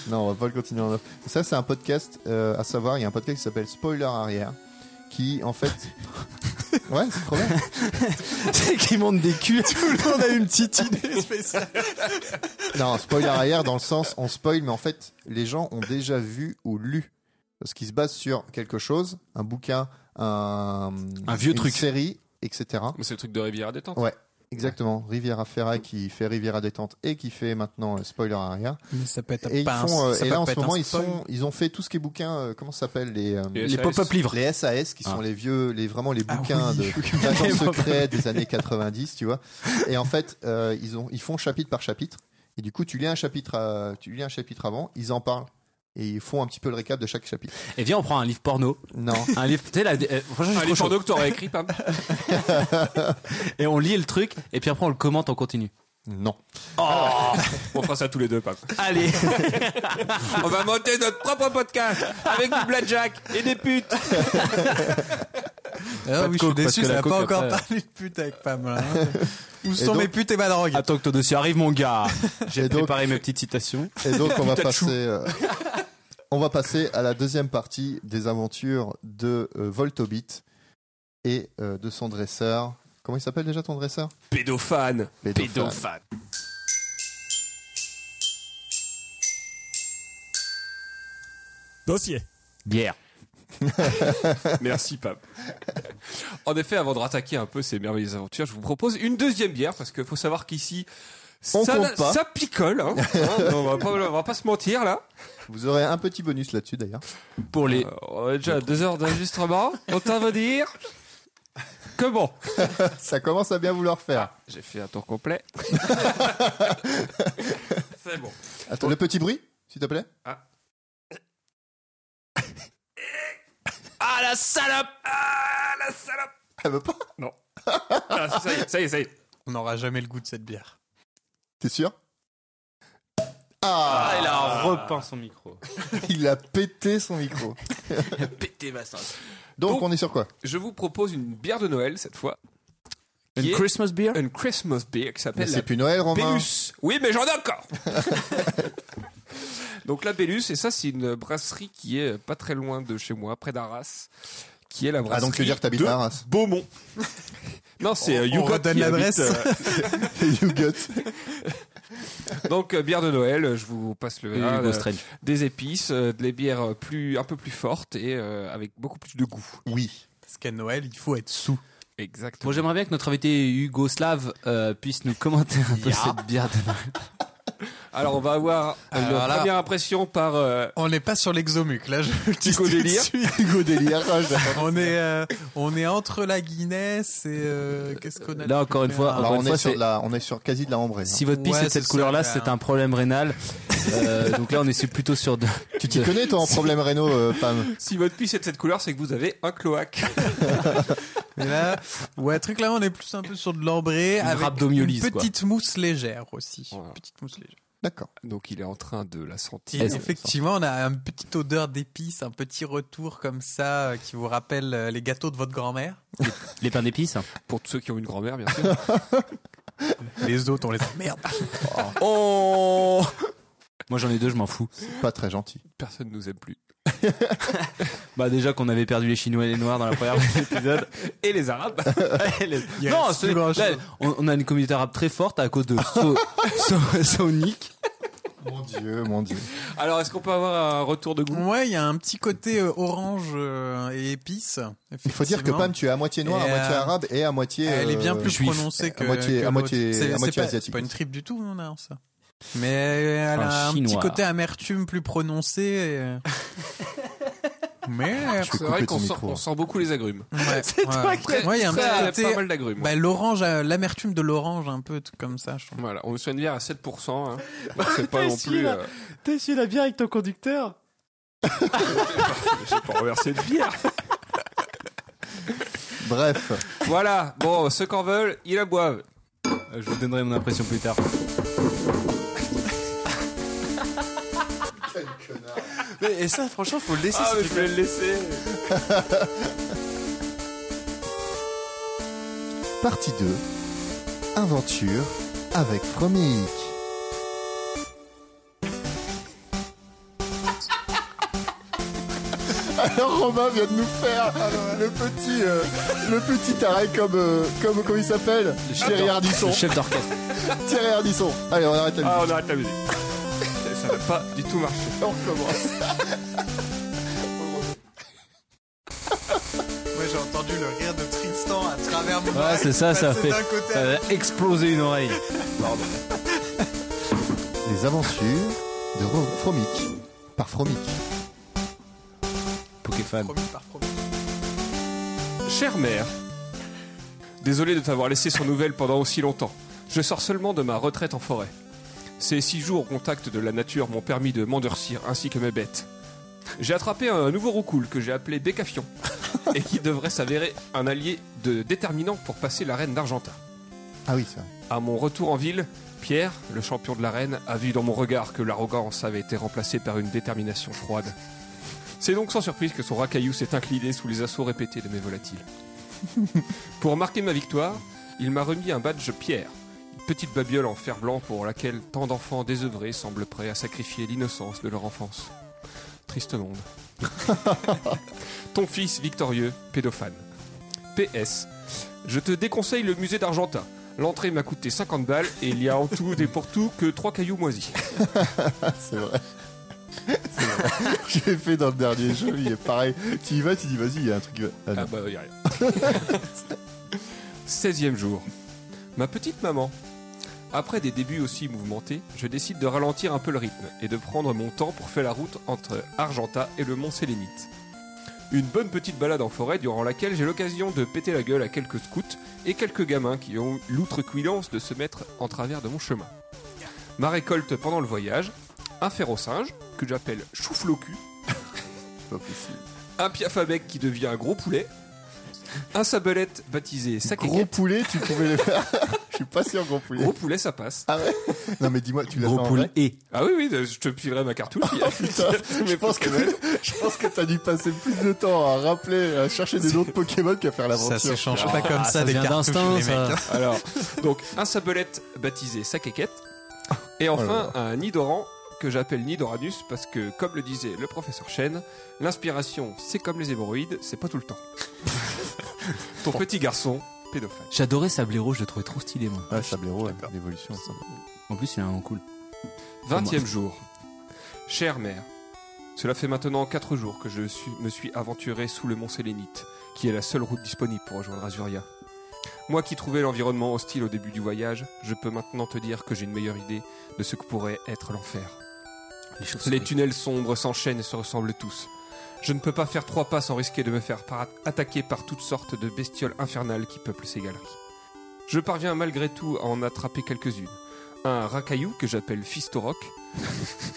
Speaker 4: Non, on va pas le continuer en off. Ça, c'est un podcast, euh, à savoir, il y a un podcast qui s'appelle Spoiler Arrière, qui en fait. ouais, c'est trop bien.
Speaker 2: C'est qui monte des culs.
Speaker 5: on a une petite idée spéciale.
Speaker 4: Non, spoiler arrière dans le sens, on spoil, mais en fait, les gens ont déjà vu ou lu. Parce qu'ils se basent sur quelque chose, un bouquin, un.
Speaker 2: Un vieux
Speaker 4: une
Speaker 2: truc.
Speaker 4: série, etc.
Speaker 3: C'est le truc de Rivière Détente.
Speaker 4: Ouais, exactement. Riviera Ferra qui fait Riviera Détente et qui fait maintenant euh, spoiler arrière.
Speaker 5: Mais ça peut être
Speaker 4: Et, ils
Speaker 5: pas
Speaker 4: font,
Speaker 5: un,
Speaker 4: euh,
Speaker 5: ça
Speaker 4: et
Speaker 5: peut
Speaker 4: là, en
Speaker 5: pas
Speaker 4: ce
Speaker 5: être un
Speaker 4: moment, ils,
Speaker 5: spoil.
Speaker 4: sont, ils ont fait tout ce qui est bouquin, euh, comment ça s'appelle les. euh,
Speaker 3: Les
Speaker 2: Les
Speaker 3: SAS.
Speaker 2: pop-up livres.
Speaker 4: les SAS qui sont
Speaker 2: Ah.
Speaker 4: les vieux, les vraiment les
Speaker 5: Ah
Speaker 4: bouquins
Speaker 5: oui.
Speaker 4: de d'agents secrets des années 90, tu vois. Et en fait, euh, ils ont ils font chapitre par chapitre. Et du coup, tu lis un chapitre, à- tu lis un chapitre avant, ils en parlent et ils font un petit peu le récap de chaque chapitre.
Speaker 2: Et viens, on prend un livre porno.
Speaker 4: Non,
Speaker 2: Un livre, tu sais, là, euh, franchement, je suis
Speaker 3: Un
Speaker 2: trop
Speaker 3: livre
Speaker 2: chaud.
Speaker 3: porno que t'aurais écrit, Pam.
Speaker 2: Et on lit le truc, et puis après, on le commente, on continue.
Speaker 4: non.
Speaker 3: On fera ça tous les deux, Pam.
Speaker 2: Allez.
Speaker 3: On va monter notre propre podcast avec du blackjack et des putes.
Speaker 5: Ah
Speaker 2: Pas de
Speaker 5: oui, je suis
Speaker 2: coke, parce
Speaker 5: déçu,
Speaker 2: que
Speaker 5: ça
Speaker 2: la
Speaker 5: n'a pas
Speaker 2: coke,
Speaker 5: encore
Speaker 2: après-
Speaker 5: parlé de pute avec Pam. là. Où sont
Speaker 4: donc-
Speaker 5: mes putes et ma drogue
Speaker 2: Attends que ton dossier arrive, mon gars. J'ai
Speaker 4: Et donc-
Speaker 2: préparé mes petites citations.
Speaker 4: Et donc on va
Speaker 3: Pikachu.
Speaker 4: passer, euh, on va passer à la deuxième partie des aventures de euh, Voltobit et euh, de son dresseur. Comment il s'appelle déjà ton dresseur
Speaker 3: Pédophane.
Speaker 4: Pédophane.
Speaker 1: Dossier.
Speaker 2: Bière.
Speaker 3: Merci, Pam. En effet, avant de rattaquer un peu ces merveilleuses aventures, je vous propose une deuxième bière parce qu'il faut savoir qu'ici,
Speaker 4: On
Speaker 3: ça,
Speaker 4: compte pas.
Speaker 3: ça picole. hein. Hein, on, va pas, on va pas se mentir là.
Speaker 4: Vous aurez un petit bonus là-dessus d'ailleurs.
Speaker 2: Pour les.
Speaker 3: Euh, on est déjà à deux heures d'enregistrement. Autant vous dire que bon.
Speaker 4: Ça commence à bien vouloir faire.
Speaker 3: J'ai fait un tour complet. C'est bon.
Speaker 2: Ah,
Speaker 4: Attends, le petit bruit, s'il te plaît.
Speaker 3: Ah la salope Ah la salope
Speaker 4: Elle veut bah, pas.
Speaker 3: Ah, Ça y est, ça y est, ça y est.
Speaker 5: On n'aura jamais le goût de cette bière.
Speaker 4: T'es sûr Ah,
Speaker 2: il a repeint son micro.
Speaker 4: il a pété son micro.
Speaker 2: Pété ma
Speaker 4: Donc
Speaker 3: Donc-
Speaker 4: on est sur quoi
Speaker 3: Je vous propose une bière de Noël cette fois.
Speaker 2: Une
Speaker 3: Qui est-
Speaker 2: Christmas beer
Speaker 3: Une Christmas beer qui
Speaker 4: Mais
Speaker 3: s'appelle la
Speaker 4: c'est plus Noël, Romain.
Speaker 3: Bélus. Oui, mais j'en ai encore. Donc la Bélus, et ça, c'est une brasserie qui est pas très loin de chez moi, près d'Arras, qui est la brasserie.
Speaker 4: Ah donc tu veux dire que t'habites
Speaker 3: de
Speaker 4: à Arras
Speaker 3: Beaumont. non, c'est
Speaker 5: On-
Speaker 3: euh,
Speaker 5: on
Speaker 3: Hugo
Speaker 5: redonne
Speaker 3: qui
Speaker 5: l'adresse.
Speaker 3: habite, euh,
Speaker 4: You got.
Speaker 3: donc euh, bière de Noël, euh, je vous passe le verre, euh,
Speaker 2: Strange.
Speaker 3: des épices, euh, des bières euh, plus un peu plus fortes et euh, avec beaucoup plus de goût.
Speaker 4: Oui.
Speaker 5: Parce qu'à Noël, il faut être sous.
Speaker 3: Exactement.
Speaker 2: Bon, j'aimerais bien que notre invité Hugo Slav euh, puisse nous commenter un peu
Speaker 5: Ya.
Speaker 2: cette bière de Noël.
Speaker 3: Alors, on va avoir euh,
Speaker 5: Alors
Speaker 3: la
Speaker 5: là-
Speaker 3: première impression par. euh,
Speaker 5: On n'est pas sur l'exomuc, là, je le dis
Speaker 3: Pico
Speaker 5: tout de
Speaker 3: délire.
Speaker 5: suite.
Speaker 4: Hugo délire. Ah, je-
Speaker 5: On est, euh, on est entre la Guinness et euh, qu'est-ce qu'on a
Speaker 2: Là, encore une
Speaker 5: Ah,
Speaker 2: fois,
Speaker 4: Bah,
Speaker 2: encore
Speaker 4: on,
Speaker 2: une
Speaker 4: est
Speaker 2: fois,
Speaker 4: sur
Speaker 2: c'est-
Speaker 4: de la, on est sur quasi de la ambrée. hein.
Speaker 2: si votre piste
Speaker 5: Ouais,
Speaker 2: est de
Speaker 5: c'est
Speaker 2: cette
Speaker 5: ça,
Speaker 2: couleur-là,
Speaker 5: là.
Speaker 2: c'est un problème rénal. Euh, donc là, on est sur- plutôt sur de.
Speaker 4: Tu t'y connais toi en problème réno, euh, Pam
Speaker 3: si votre puce est de cette couleur, c'est que vous avez un cloaque.
Speaker 5: Mais là, ouais, très clairement, on est plus un peu sur de l'ambré avec une
Speaker 2: rhabdomyolyse, quoi.
Speaker 5: petite mousse légère aussi.
Speaker 3: Voilà.
Speaker 5: Petite mousse légère.
Speaker 4: D'accord.
Speaker 3: Donc, il est en train de la sentir.
Speaker 5: Et
Speaker 2: Eh,
Speaker 5: effectivement, on a une petite odeur d'épices, un petit retour comme ça euh, qui vous rappelle euh, les gâteaux de votre grand-mère.
Speaker 2: Les pains d'épices. hein.
Speaker 3: Pour tous ceux qui ont une grand-mère, bien sûr.
Speaker 5: Les autres, on les merde.
Speaker 3: oh
Speaker 2: Moi, j'en ai deux, je m'en fous.
Speaker 4: Pas très gentil.
Speaker 3: Personne nous aime plus.
Speaker 2: Bah, déjà qu'on avait perdu les Chinois et les Noirs dans la première partie de l'épisode.
Speaker 3: Et les Arabes.
Speaker 2: Elle-
Speaker 5: Il
Speaker 2: non,
Speaker 5: reste
Speaker 2: ce-
Speaker 5: plus grand-chose.
Speaker 2: là, on, on a une communauté arabe très forte à cause de So- So- Sonic.
Speaker 4: Mon Dieu, mon Dieu.
Speaker 3: Alors, est-ce qu'on peut avoir un retour de goût
Speaker 5: Ouais, il y a un petit côté euh, orange euh, et épices.
Speaker 4: Il faut dire que Pam, tu es à moitié noir, à
Speaker 5: Et,
Speaker 4: moitié
Speaker 5: euh,
Speaker 4: arabe et à moitié.
Speaker 5: Elle est bien
Speaker 4: euh,
Speaker 5: plus
Speaker 2: juif.
Speaker 5: prononcée que.
Speaker 4: À moitié-
Speaker 5: que
Speaker 4: à moitié-
Speaker 5: l'autre. C'est-
Speaker 4: à moitié
Speaker 5: c'est pas-
Speaker 4: asiatique.
Speaker 5: C'est pas une tripe du tout, non, non, ça. Mais elle a
Speaker 2: Un
Speaker 5: un petit
Speaker 2: chinois.
Speaker 5: côté amertume plus prononcé. et- Mais.
Speaker 4: vais
Speaker 3: C'est
Speaker 4: couper
Speaker 3: vrai
Speaker 4: ton
Speaker 3: qu'on sent,
Speaker 4: micro.
Speaker 3: on sent beaucoup les agrumes.
Speaker 5: Ouais, ouais.
Speaker 3: Très-
Speaker 5: Ouais, il y a un
Speaker 3: très-
Speaker 5: petit
Speaker 3: pas
Speaker 5: côté.
Speaker 3: mal d'agrumes.
Speaker 5: Bah, l'orange, euh, l'amertume de l'orange, un peu, tout comme ça, je trouve.
Speaker 3: Voilà, on est sur une bière à 7%. hein. Donc, C'est pas non
Speaker 2: T'es sûr,
Speaker 3: plus.
Speaker 2: là
Speaker 3: euh,
Speaker 2: T'es su la bière avec ton conducteur
Speaker 3: J'ai pas renversé de bière.
Speaker 4: Bref.
Speaker 3: voilà, bon, ceux qu'en veulent, ils la boivent.
Speaker 2: Euh, Je vous donnerai mon impression plus tard. Mais, et ça, franchement, faut le laisser.
Speaker 3: Ah, mais je vais le laisser.
Speaker 4: Partie 2. Aventure avec Fromic. Alors Romain vient de nous faire le petit euh, le petit arrêt comme euh, comme comment il s'appelle Thierry Ardisson.
Speaker 2: le chef d'orchestre.
Speaker 4: Thierry Ardisson. Allez, on arrête la musique.
Speaker 3: Ah, on arrête la musique. Ça n'a pas du tout marché.
Speaker 4: On recommence.
Speaker 5: Moi, j'ai entendu le rire de Tristan à travers mon
Speaker 2: Ouais, c'est ça, ça fait. Ça va exploser une oreille.
Speaker 4: Les aventures de Ro- Fromic par Fromic.
Speaker 2: Pokéfan.
Speaker 3: Chère mère, désolé de t'avoir laissé sans nouvelles pendant aussi longtemps. Je sors seulement de ma retraite en forêt. Ces six jours au contact de la nature m'ont permis de m'endurcir ainsi que mes bêtes. J'ai attrapé un nouveau roucoule que j'ai appelé Décafion et qui devrait s'avérer un allié de déterminant pour passer l'arène d'Argentin.
Speaker 4: Ah oui, ça.
Speaker 3: À mon retour en ville, Pierre, le champion de l'arène, a vu dans mon regard que l'arrogance avait été remplacée par une détermination froide. C'est donc sans surprise que son racaillou s'est incliné sous les assauts répétés de mes volatiles. pour marquer ma victoire, il m'a remis un badge Pierre, une petite babiole en fer blanc pour laquelle tant d'enfants désœuvrés semblent prêts à sacrifier l'innocence de leur enfance. Triste monde. Ton fils victorieux, pédophane. PS. Je te déconseille le musée d'Argentin. L'entrée m'a coûté 50 balles et il y a en tout et pour tout que trois cailloux moisis.
Speaker 4: C'est vrai. C'est vrai. J'ai fait dans le dernier jeu, il est pareil. Tu y vas, tu dis vas-y, il y a un truc. qui va- Ah non.
Speaker 3: Ah bah y a rien. 16e jour. Ma petite maman. Après des débuts aussi mouvementés, je décide de ralentir un peu le rythme et de prendre mon temps pour faire la route entre Argenta et le mont Sélénite. Une bonne petite balade en forêt durant laquelle j'ai l'occasion de péter la gueule à quelques scouts et quelques gamins qui ont eu l'outrecuidance de se mettre en travers de mon chemin. Ma récolte pendant le voyage, un férocinge, que j'appelle chouflocu,
Speaker 4: C'est pas possible.
Speaker 3: un piafabec qui devient un gros poulet, un sabelette baptisé sac
Speaker 4: Gros poulet, tu pouvais le faire. Je suis pas sûr, gros poulet. Ah.
Speaker 3: Gros poulet, ça passe.
Speaker 4: Non, mais dis-moi, tu l'as fait
Speaker 2: Gros
Speaker 4: en
Speaker 2: poule
Speaker 4: vrai
Speaker 2: et.
Speaker 3: Ah oui, oui, je te filerai ma cartouche.
Speaker 4: Ah, Putain, je pense que je pense que t'as dû passer plus de temps à rappeler, à chercher des noms de Pokémon qu'à faire
Speaker 5: Ça
Speaker 4: l'aventure.
Speaker 5: se change
Speaker 2: Ah,
Speaker 5: pas comme ça,
Speaker 2: ça
Speaker 5: des
Speaker 2: vient
Speaker 5: cartouches,
Speaker 2: d'instinct,
Speaker 5: les
Speaker 2: ça.
Speaker 5: mecs.
Speaker 3: Alors, donc, un sabelette baptisé Sakéquette. Et
Speaker 4: Oh là
Speaker 3: enfin, un Nidoran que j'appelle Nidoranus parce que, comme le disait le professeur Chen, l'inspiration, c'est comme les hémorroïdes, c'est pas tout le temps. Ton petit garçon, pédophile.
Speaker 2: J'adorais Sablero, je le trouvais trop stylé, moi.
Speaker 4: Ah, Sablero, ouais, l'évolution. ça.
Speaker 2: En plus, il a un nom cool.
Speaker 3: 20e jour. Chère mère, cela fait maintenant 4 jours que je suis- me suis aventuré sous le mont Sélénite, qui est la seule route disponible pour rejoindre Azuria. Moi qui trouvais l'environnement hostile au début du voyage, je peux maintenant te dire que j'ai une meilleure idée de ce que pourrait être l'enfer.
Speaker 2: Les
Speaker 3: Les tunnels sombres s'enchaînent et se ressemblent tous. Je ne peux pas faire trois pas sans risquer de me faire par- attaquer par toutes sortes de bestioles infernales qui peuplent ces galeries. Je parviens malgré tout à en attraper quelques-unes. Un racaillou que j'appelle Fistoroc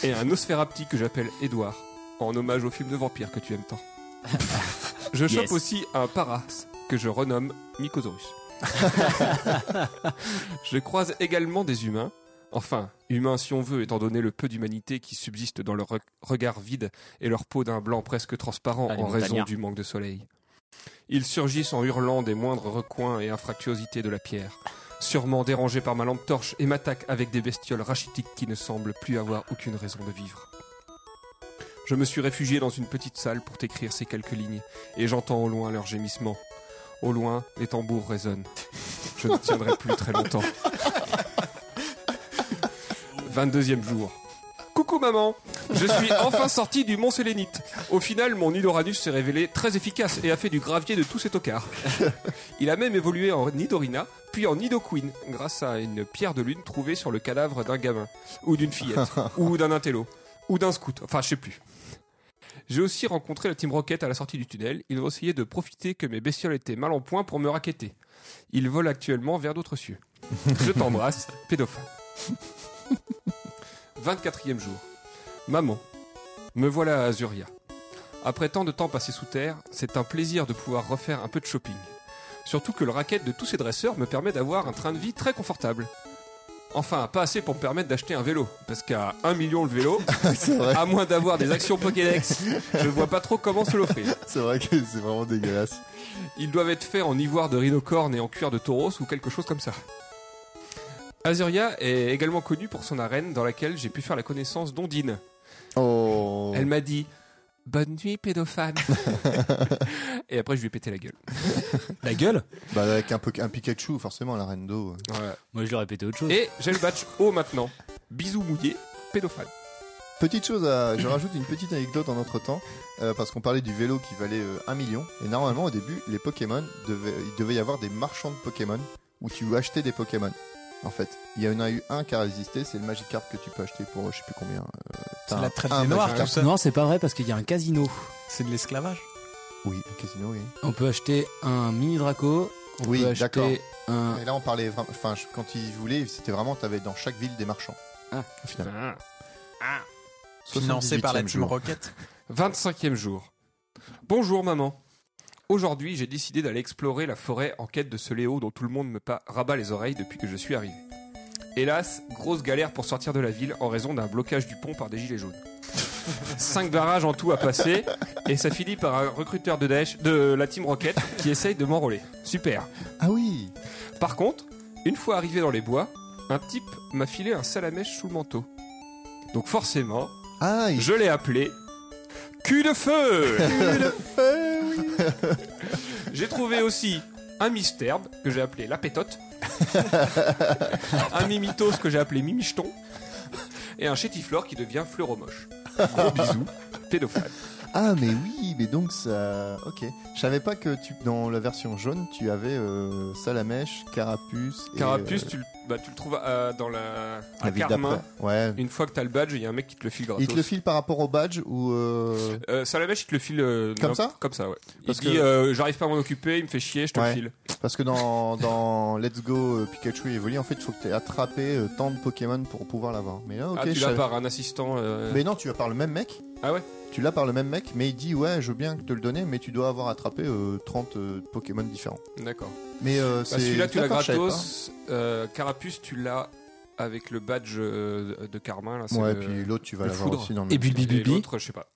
Speaker 3: et un Nosferapti que j'appelle Édouard, en hommage au film de vampire que tu aimes tant. Je chope
Speaker 2: Yes.
Speaker 3: aussi un paras que je renomme Mycosaurus. je croise également des humains Enfin, humain si on veut, étant donné le peu d'humanité qui subsiste dans leur re- regard vide et leur peau d'un blanc presque transparent
Speaker 2: Ah, les
Speaker 3: en raison
Speaker 2: montagnards.
Speaker 3: du manque de soleil. Ils surgissent en hurlant des moindres recoins et infractuosités de la pierre, sûrement dérangés par ma lampe torche et m'attaquent avec des bestioles rachitiques qui ne semblent plus avoir aucune raison de vivre. Je me suis réfugié dans une petite salle pour t'écrire ces quelques lignes, et j'entends au loin leurs gémissements. Au loin, les tambours résonnent. Je ne tiendrai plus très longtemps. 22e jour. Coucou maman, je suis enfin sorti du mont Sélénite. Au final, mon nid d'Uranus s'est révélé très efficace et a fait du gravier de tous ses tocards. Il a même évolué en Nidorina, puis en Nidoqueen, grâce à une pierre de lune trouvée sur le cadavre d'un gamin, ou d'une fillette, ou d'un intello, ou d'un scout, enfin je sais plus. J'ai aussi rencontré la Team Rocket à la sortie du tunnel. Ils ont essayé de profiter que mes bestioles étaient mal en point pour me raqueter. Ils volent actuellement vers d'autres cieux. Je t'embrasse, pédophile. 24e jour. Maman, me voilà à Azuria. Après tant de temps passé sous terre, c'est un plaisir de pouvoir refaire un peu de shopping. Surtout que le racket de tous ces dresseurs me permet d'avoir un train de vie très confortable. Enfin, pas assez pour me permettre d'acheter un vélo, parce qu'à 1 million le vélo,
Speaker 4: c'est vrai,
Speaker 3: à moins d'avoir des actions Pokédex, je vois pas trop comment se l'offrir.
Speaker 4: c'est vrai que c'est vraiment dégueulasse.
Speaker 3: Ils doivent être faits en ivoire de rhinocorne et en cuir de tauros ou quelque chose comme ça. Azuria est également connue pour son arène dans laquelle j'ai pu faire la connaissance d'Ondine.
Speaker 4: Oh.
Speaker 3: Elle m'a dit Bonne nuit, pédophane. et après, je lui ai pété la gueule.
Speaker 2: La gueule
Speaker 4: Bah, avec un, peu, un Pikachu, forcément, la reine d'eau.
Speaker 2: Moi, je l'aurais pété autre chose.
Speaker 3: Et j'ai le badge haut maintenant. Bisous mouillés, pédophane.
Speaker 4: Petite chose, à, je rajoute une petite anecdote en notre temps, euh, parce qu'on parlait du vélo qui valait euh, 1 million, et normalement au début, les Pokémon, devaient, il devait y avoir des marchands de Pokémon, où tu achetais des Pokémon. En fait, il y en a eu un qui a résisté, c'est le Magikarp que tu peux acheter pour euh, je sais plus combien. euh,
Speaker 5: C'est
Speaker 4: t'as
Speaker 5: de
Speaker 4: un-
Speaker 5: la traite
Speaker 4: un
Speaker 5: des noirs,
Speaker 4: Magikarp.
Speaker 5: tout ça.
Speaker 2: Non, c'est pas vrai parce qu'il y a un casino.
Speaker 5: C'est de l'esclavage.
Speaker 4: Oui, un casino, oui.
Speaker 2: On peut acheter un mini Draco. On
Speaker 4: Oui,
Speaker 2: peut
Speaker 4: d'accord.
Speaker 2: acheter un.
Speaker 4: Et là, on parlait vraiment. Enfin, je- quand ils voulaient, c'était vraiment, t'avais dans chaque ville des marchands.
Speaker 2: Ah.
Speaker 4: au final.
Speaker 5: Financé par la
Speaker 4: 78e
Speaker 5: Team
Speaker 4: jour.
Speaker 5: Rocket.
Speaker 3: 25e jour. Bonjour maman. Aujourd'hui, j'ai décidé d'aller explorer la forêt en quête de ce Léo dont tout le monde me pa- rabat les oreilles depuis que je suis arrivé. Hélas, grosse galère pour sortir de la ville en raison d'un blocage du pont par des gilets jaunes. Cinq barrages en tout à passer et ça finit par un recruteur de Daesh de la Team Rocket qui essaye de m'enrôler. Super.
Speaker 4: Ah oui
Speaker 3: Par contre, une fois arrivé dans les bois, un type m'a filé un salamèche sous le manteau. Donc forcément,
Speaker 4: Ah, il-
Speaker 3: je l'ai appelé cul de feu. J'ai trouvé aussi un mystère que j'ai appelé la pétote, un mimitos que j'ai appelé mimicheton et un chétiflore qui devient fleuromoche. Gros bisous, pédophile.
Speaker 4: Ah, mais oui, mais donc ça. Ok. Je savais pas que tu... dans la version jaune, tu avais euh, Salamèche, Carapuce. et,
Speaker 3: Carapuce,
Speaker 4: euh,
Speaker 3: tu, le- bah, tu le trouves euh, dans la, à
Speaker 4: la ville
Speaker 3: Carmin.
Speaker 4: d'après. Ouais.
Speaker 3: Une fois que t'as le badge, il y a un mec qui te le file gratos.
Speaker 4: Il te le file par rapport au badge ou. euh,
Speaker 3: Euh, Salamèche, il te le file. euh,
Speaker 4: Comme
Speaker 3: non,
Speaker 4: ça
Speaker 3: Comme ça, ouais. Il
Speaker 4: Parce
Speaker 3: dit
Speaker 4: que-
Speaker 3: euh, J'arrive pas à m'en occuper, il me fait chier, je te
Speaker 4: Ouais.
Speaker 3: le file.
Speaker 4: Parce que dans, dans Let's Go euh, Pikachu et Evoli, en fait, il faut que tu aies attrapé euh, tant de Pokémon pour pouvoir l'avoir. Mais là, ok,
Speaker 3: ah, tu
Speaker 4: je
Speaker 3: l'as
Speaker 4: savais-
Speaker 3: par un assistant. euh,
Speaker 4: Mais non, tu l'as par le même mec.
Speaker 3: Ah ouais
Speaker 4: Tu l'as par le même mec, mais il dit ouais, je veux bien te le donner, mais tu dois avoir attrapé euh, 30 euh, Pokémon différents.
Speaker 3: D'accord.
Speaker 4: Mais euh,
Speaker 3: Bah,
Speaker 4: c'est.
Speaker 3: Celui-là, tu l'as
Speaker 4: D'accord, je savais
Speaker 3: gratos. Euh, Carapuce, tu l'as avec le badge euh, de Carmin. Là,
Speaker 4: pas.
Speaker 3: c'est
Speaker 4: Ouais,
Speaker 3: le-
Speaker 4: puis l'autre, tu vas
Speaker 3: le
Speaker 4: l'avoir
Speaker 3: foudre.
Speaker 4: aussi dans le
Speaker 2: Et
Speaker 4: même-
Speaker 2: Bulbi
Speaker 3: et
Speaker 2: Bibi.
Speaker 3: l'autre, je sais pas.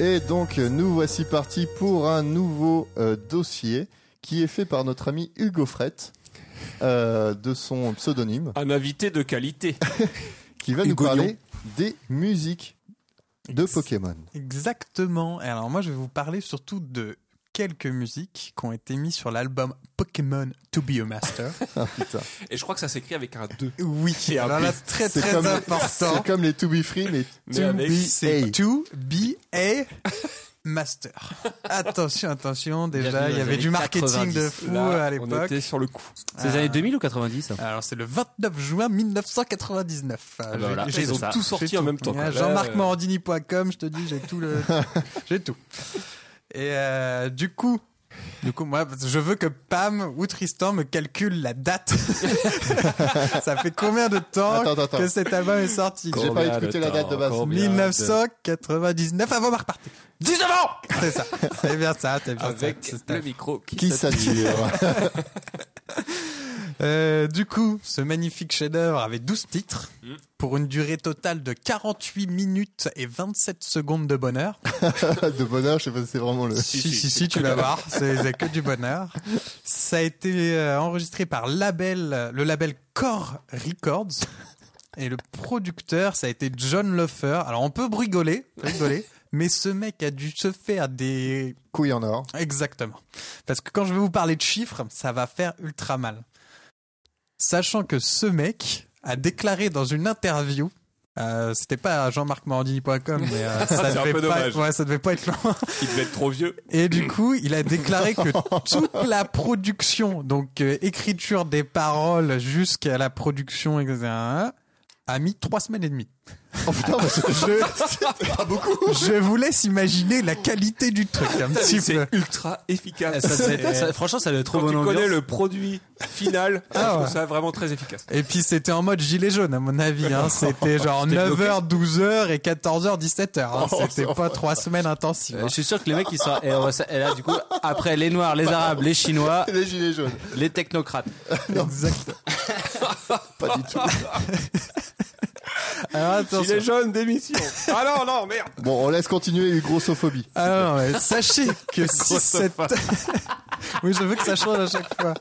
Speaker 4: Et donc, euh, nous voici partis pour un nouveau euh, dossier qui est fait par notre ami Hugo Fret, euh, de son pseudonyme,
Speaker 3: Un invité de qualité.
Speaker 4: qui va nous
Speaker 2: Hugo
Speaker 4: parler des musiques de Pokémon.
Speaker 5: Exactement. Et alors moi, je vais vous parler surtout de quelques musiques qui ont été mises sur l'album Pokémon To Be a Master.
Speaker 4: Ah, putain.
Speaker 3: Et je crois que ça s'écrit avec un 2.
Speaker 5: oui,
Speaker 3: Et
Speaker 5: alors là,
Speaker 3: puis,
Speaker 5: très
Speaker 4: c'est
Speaker 5: très
Speaker 4: comme-
Speaker 5: important.
Speaker 4: C'est comme les To Be Free, mais
Speaker 3: Mais
Speaker 4: To
Speaker 3: avec-
Speaker 4: Be A.
Speaker 5: C'est To Be a Master. Attention, attention, déjà,
Speaker 2: Bienvenue
Speaker 5: il y
Speaker 2: aux
Speaker 5: avait
Speaker 2: années
Speaker 5: du marketing de
Speaker 2: 90.
Speaker 5: fou à
Speaker 3: on
Speaker 5: l'époque.
Speaker 3: était sur le coup.
Speaker 2: C'est les
Speaker 5: Ah.
Speaker 2: années 2000 ou 90 ça
Speaker 5: Alors c'est le 29 juin 1999. Euh,
Speaker 2: bah
Speaker 5: j'ai-
Speaker 2: voilà,
Speaker 5: j'ai
Speaker 2: ils ont
Speaker 5: ça.
Speaker 3: tout sorti
Speaker 5: J'ai
Speaker 3: en même temps,
Speaker 5: Ouais,
Speaker 3: quoi.
Speaker 5: Jean-Marc
Speaker 3: Là, euh,
Speaker 5: Morandini.com, je te dis, j'ai tout le, j'ai tout. Et euh, du coup, du coup moi, je veux que Pam ou Tristan me calcule la date. ça fait combien de temps
Speaker 4: Attends, attends, attends.
Speaker 5: que cet album est sorti
Speaker 4: J'ai pas écouté la date de base.
Speaker 5: 1999 avant ma repartie. 19 ans Ah, C'est ça. C'est bien ça, c'est bien ça.
Speaker 3: Avec
Speaker 5: C'est ça.
Speaker 3: le micro qui,
Speaker 4: Qui ça dure
Speaker 5: Euh, du coup, ce magnifique chef-d'œuvre avait 12 titres
Speaker 3: Mm.
Speaker 5: pour une durée totale de 48 minutes et 27 secondes de bonheur.
Speaker 4: De bonheur, je sais pas si c'est vraiment le.
Speaker 5: Ah, si, si, si, tu vas voir, c'est c'est que du bonheur. Ça a été euh, enregistré par label, euh, le label Core Records. Et le producteur, ça a été John Loeffer. Alors on peut rigoler, rigoler, mais ce mec a dû se faire des
Speaker 4: Couille en or.
Speaker 5: Exactement. Parce que quand je vais vous parler de chiffres, ça va faire ultra mal. Sachant que ce mec a déclaré dans une interview, euh, c'était pas à jean-marc-morandini.com, mais euh, ça,
Speaker 3: C'est un
Speaker 5: devait
Speaker 3: peu
Speaker 5: pas,
Speaker 3: dommage.
Speaker 5: ouais, ça devait pas être loin.
Speaker 3: qui devait être trop vieux.
Speaker 5: Et du coup, il a déclaré que toute la production, donc euh, écriture des paroles jusqu'à la production, etc., a mis trois semaines et demie.
Speaker 4: Oh putain, bah, c'est-
Speaker 5: pas beaucoup. Je vous laisse imaginer la qualité du truc un petit peu.
Speaker 3: C'est ultra efficace.
Speaker 2: Eh, Ça, ça, ça- Franchement, ça doit être trop
Speaker 3: Quand tu
Speaker 2: bonne ambiance.
Speaker 3: connais le produit final,
Speaker 5: Ah
Speaker 3: je trouve
Speaker 5: ouais.
Speaker 3: ça vraiment très efficace.
Speaker 5: Et puis c'était en mode gilet jaune à mon avis. Hein. C'était genre 9h, 12h et 14h, 17h. Hein. C'était pas trois semaines intensives.
Speaker 2: Euh,
Speaker 5: hein.
Speaker 2: je suis sûr que les mecs ils sont et, on va- et là du coup après les noirs, les arabes, les chinois,
Speaker 4: les gilets jaunes.
Speaker 2: les technocrates.
Speaker 5: Exact.
Speaker 4: Pas du tout.
Speaker 5: Alors
Speaker 3: Il
Speaker 5: attention.
Speaker 3: est jaune d'émission. Ah non, non, merde.
Speaker 4: Bon, on laisse continuer les grossophobie.
Speaker 5: Alors, ouais, Ah sachez que si cette... oui, je veux que ça change à chaque fois.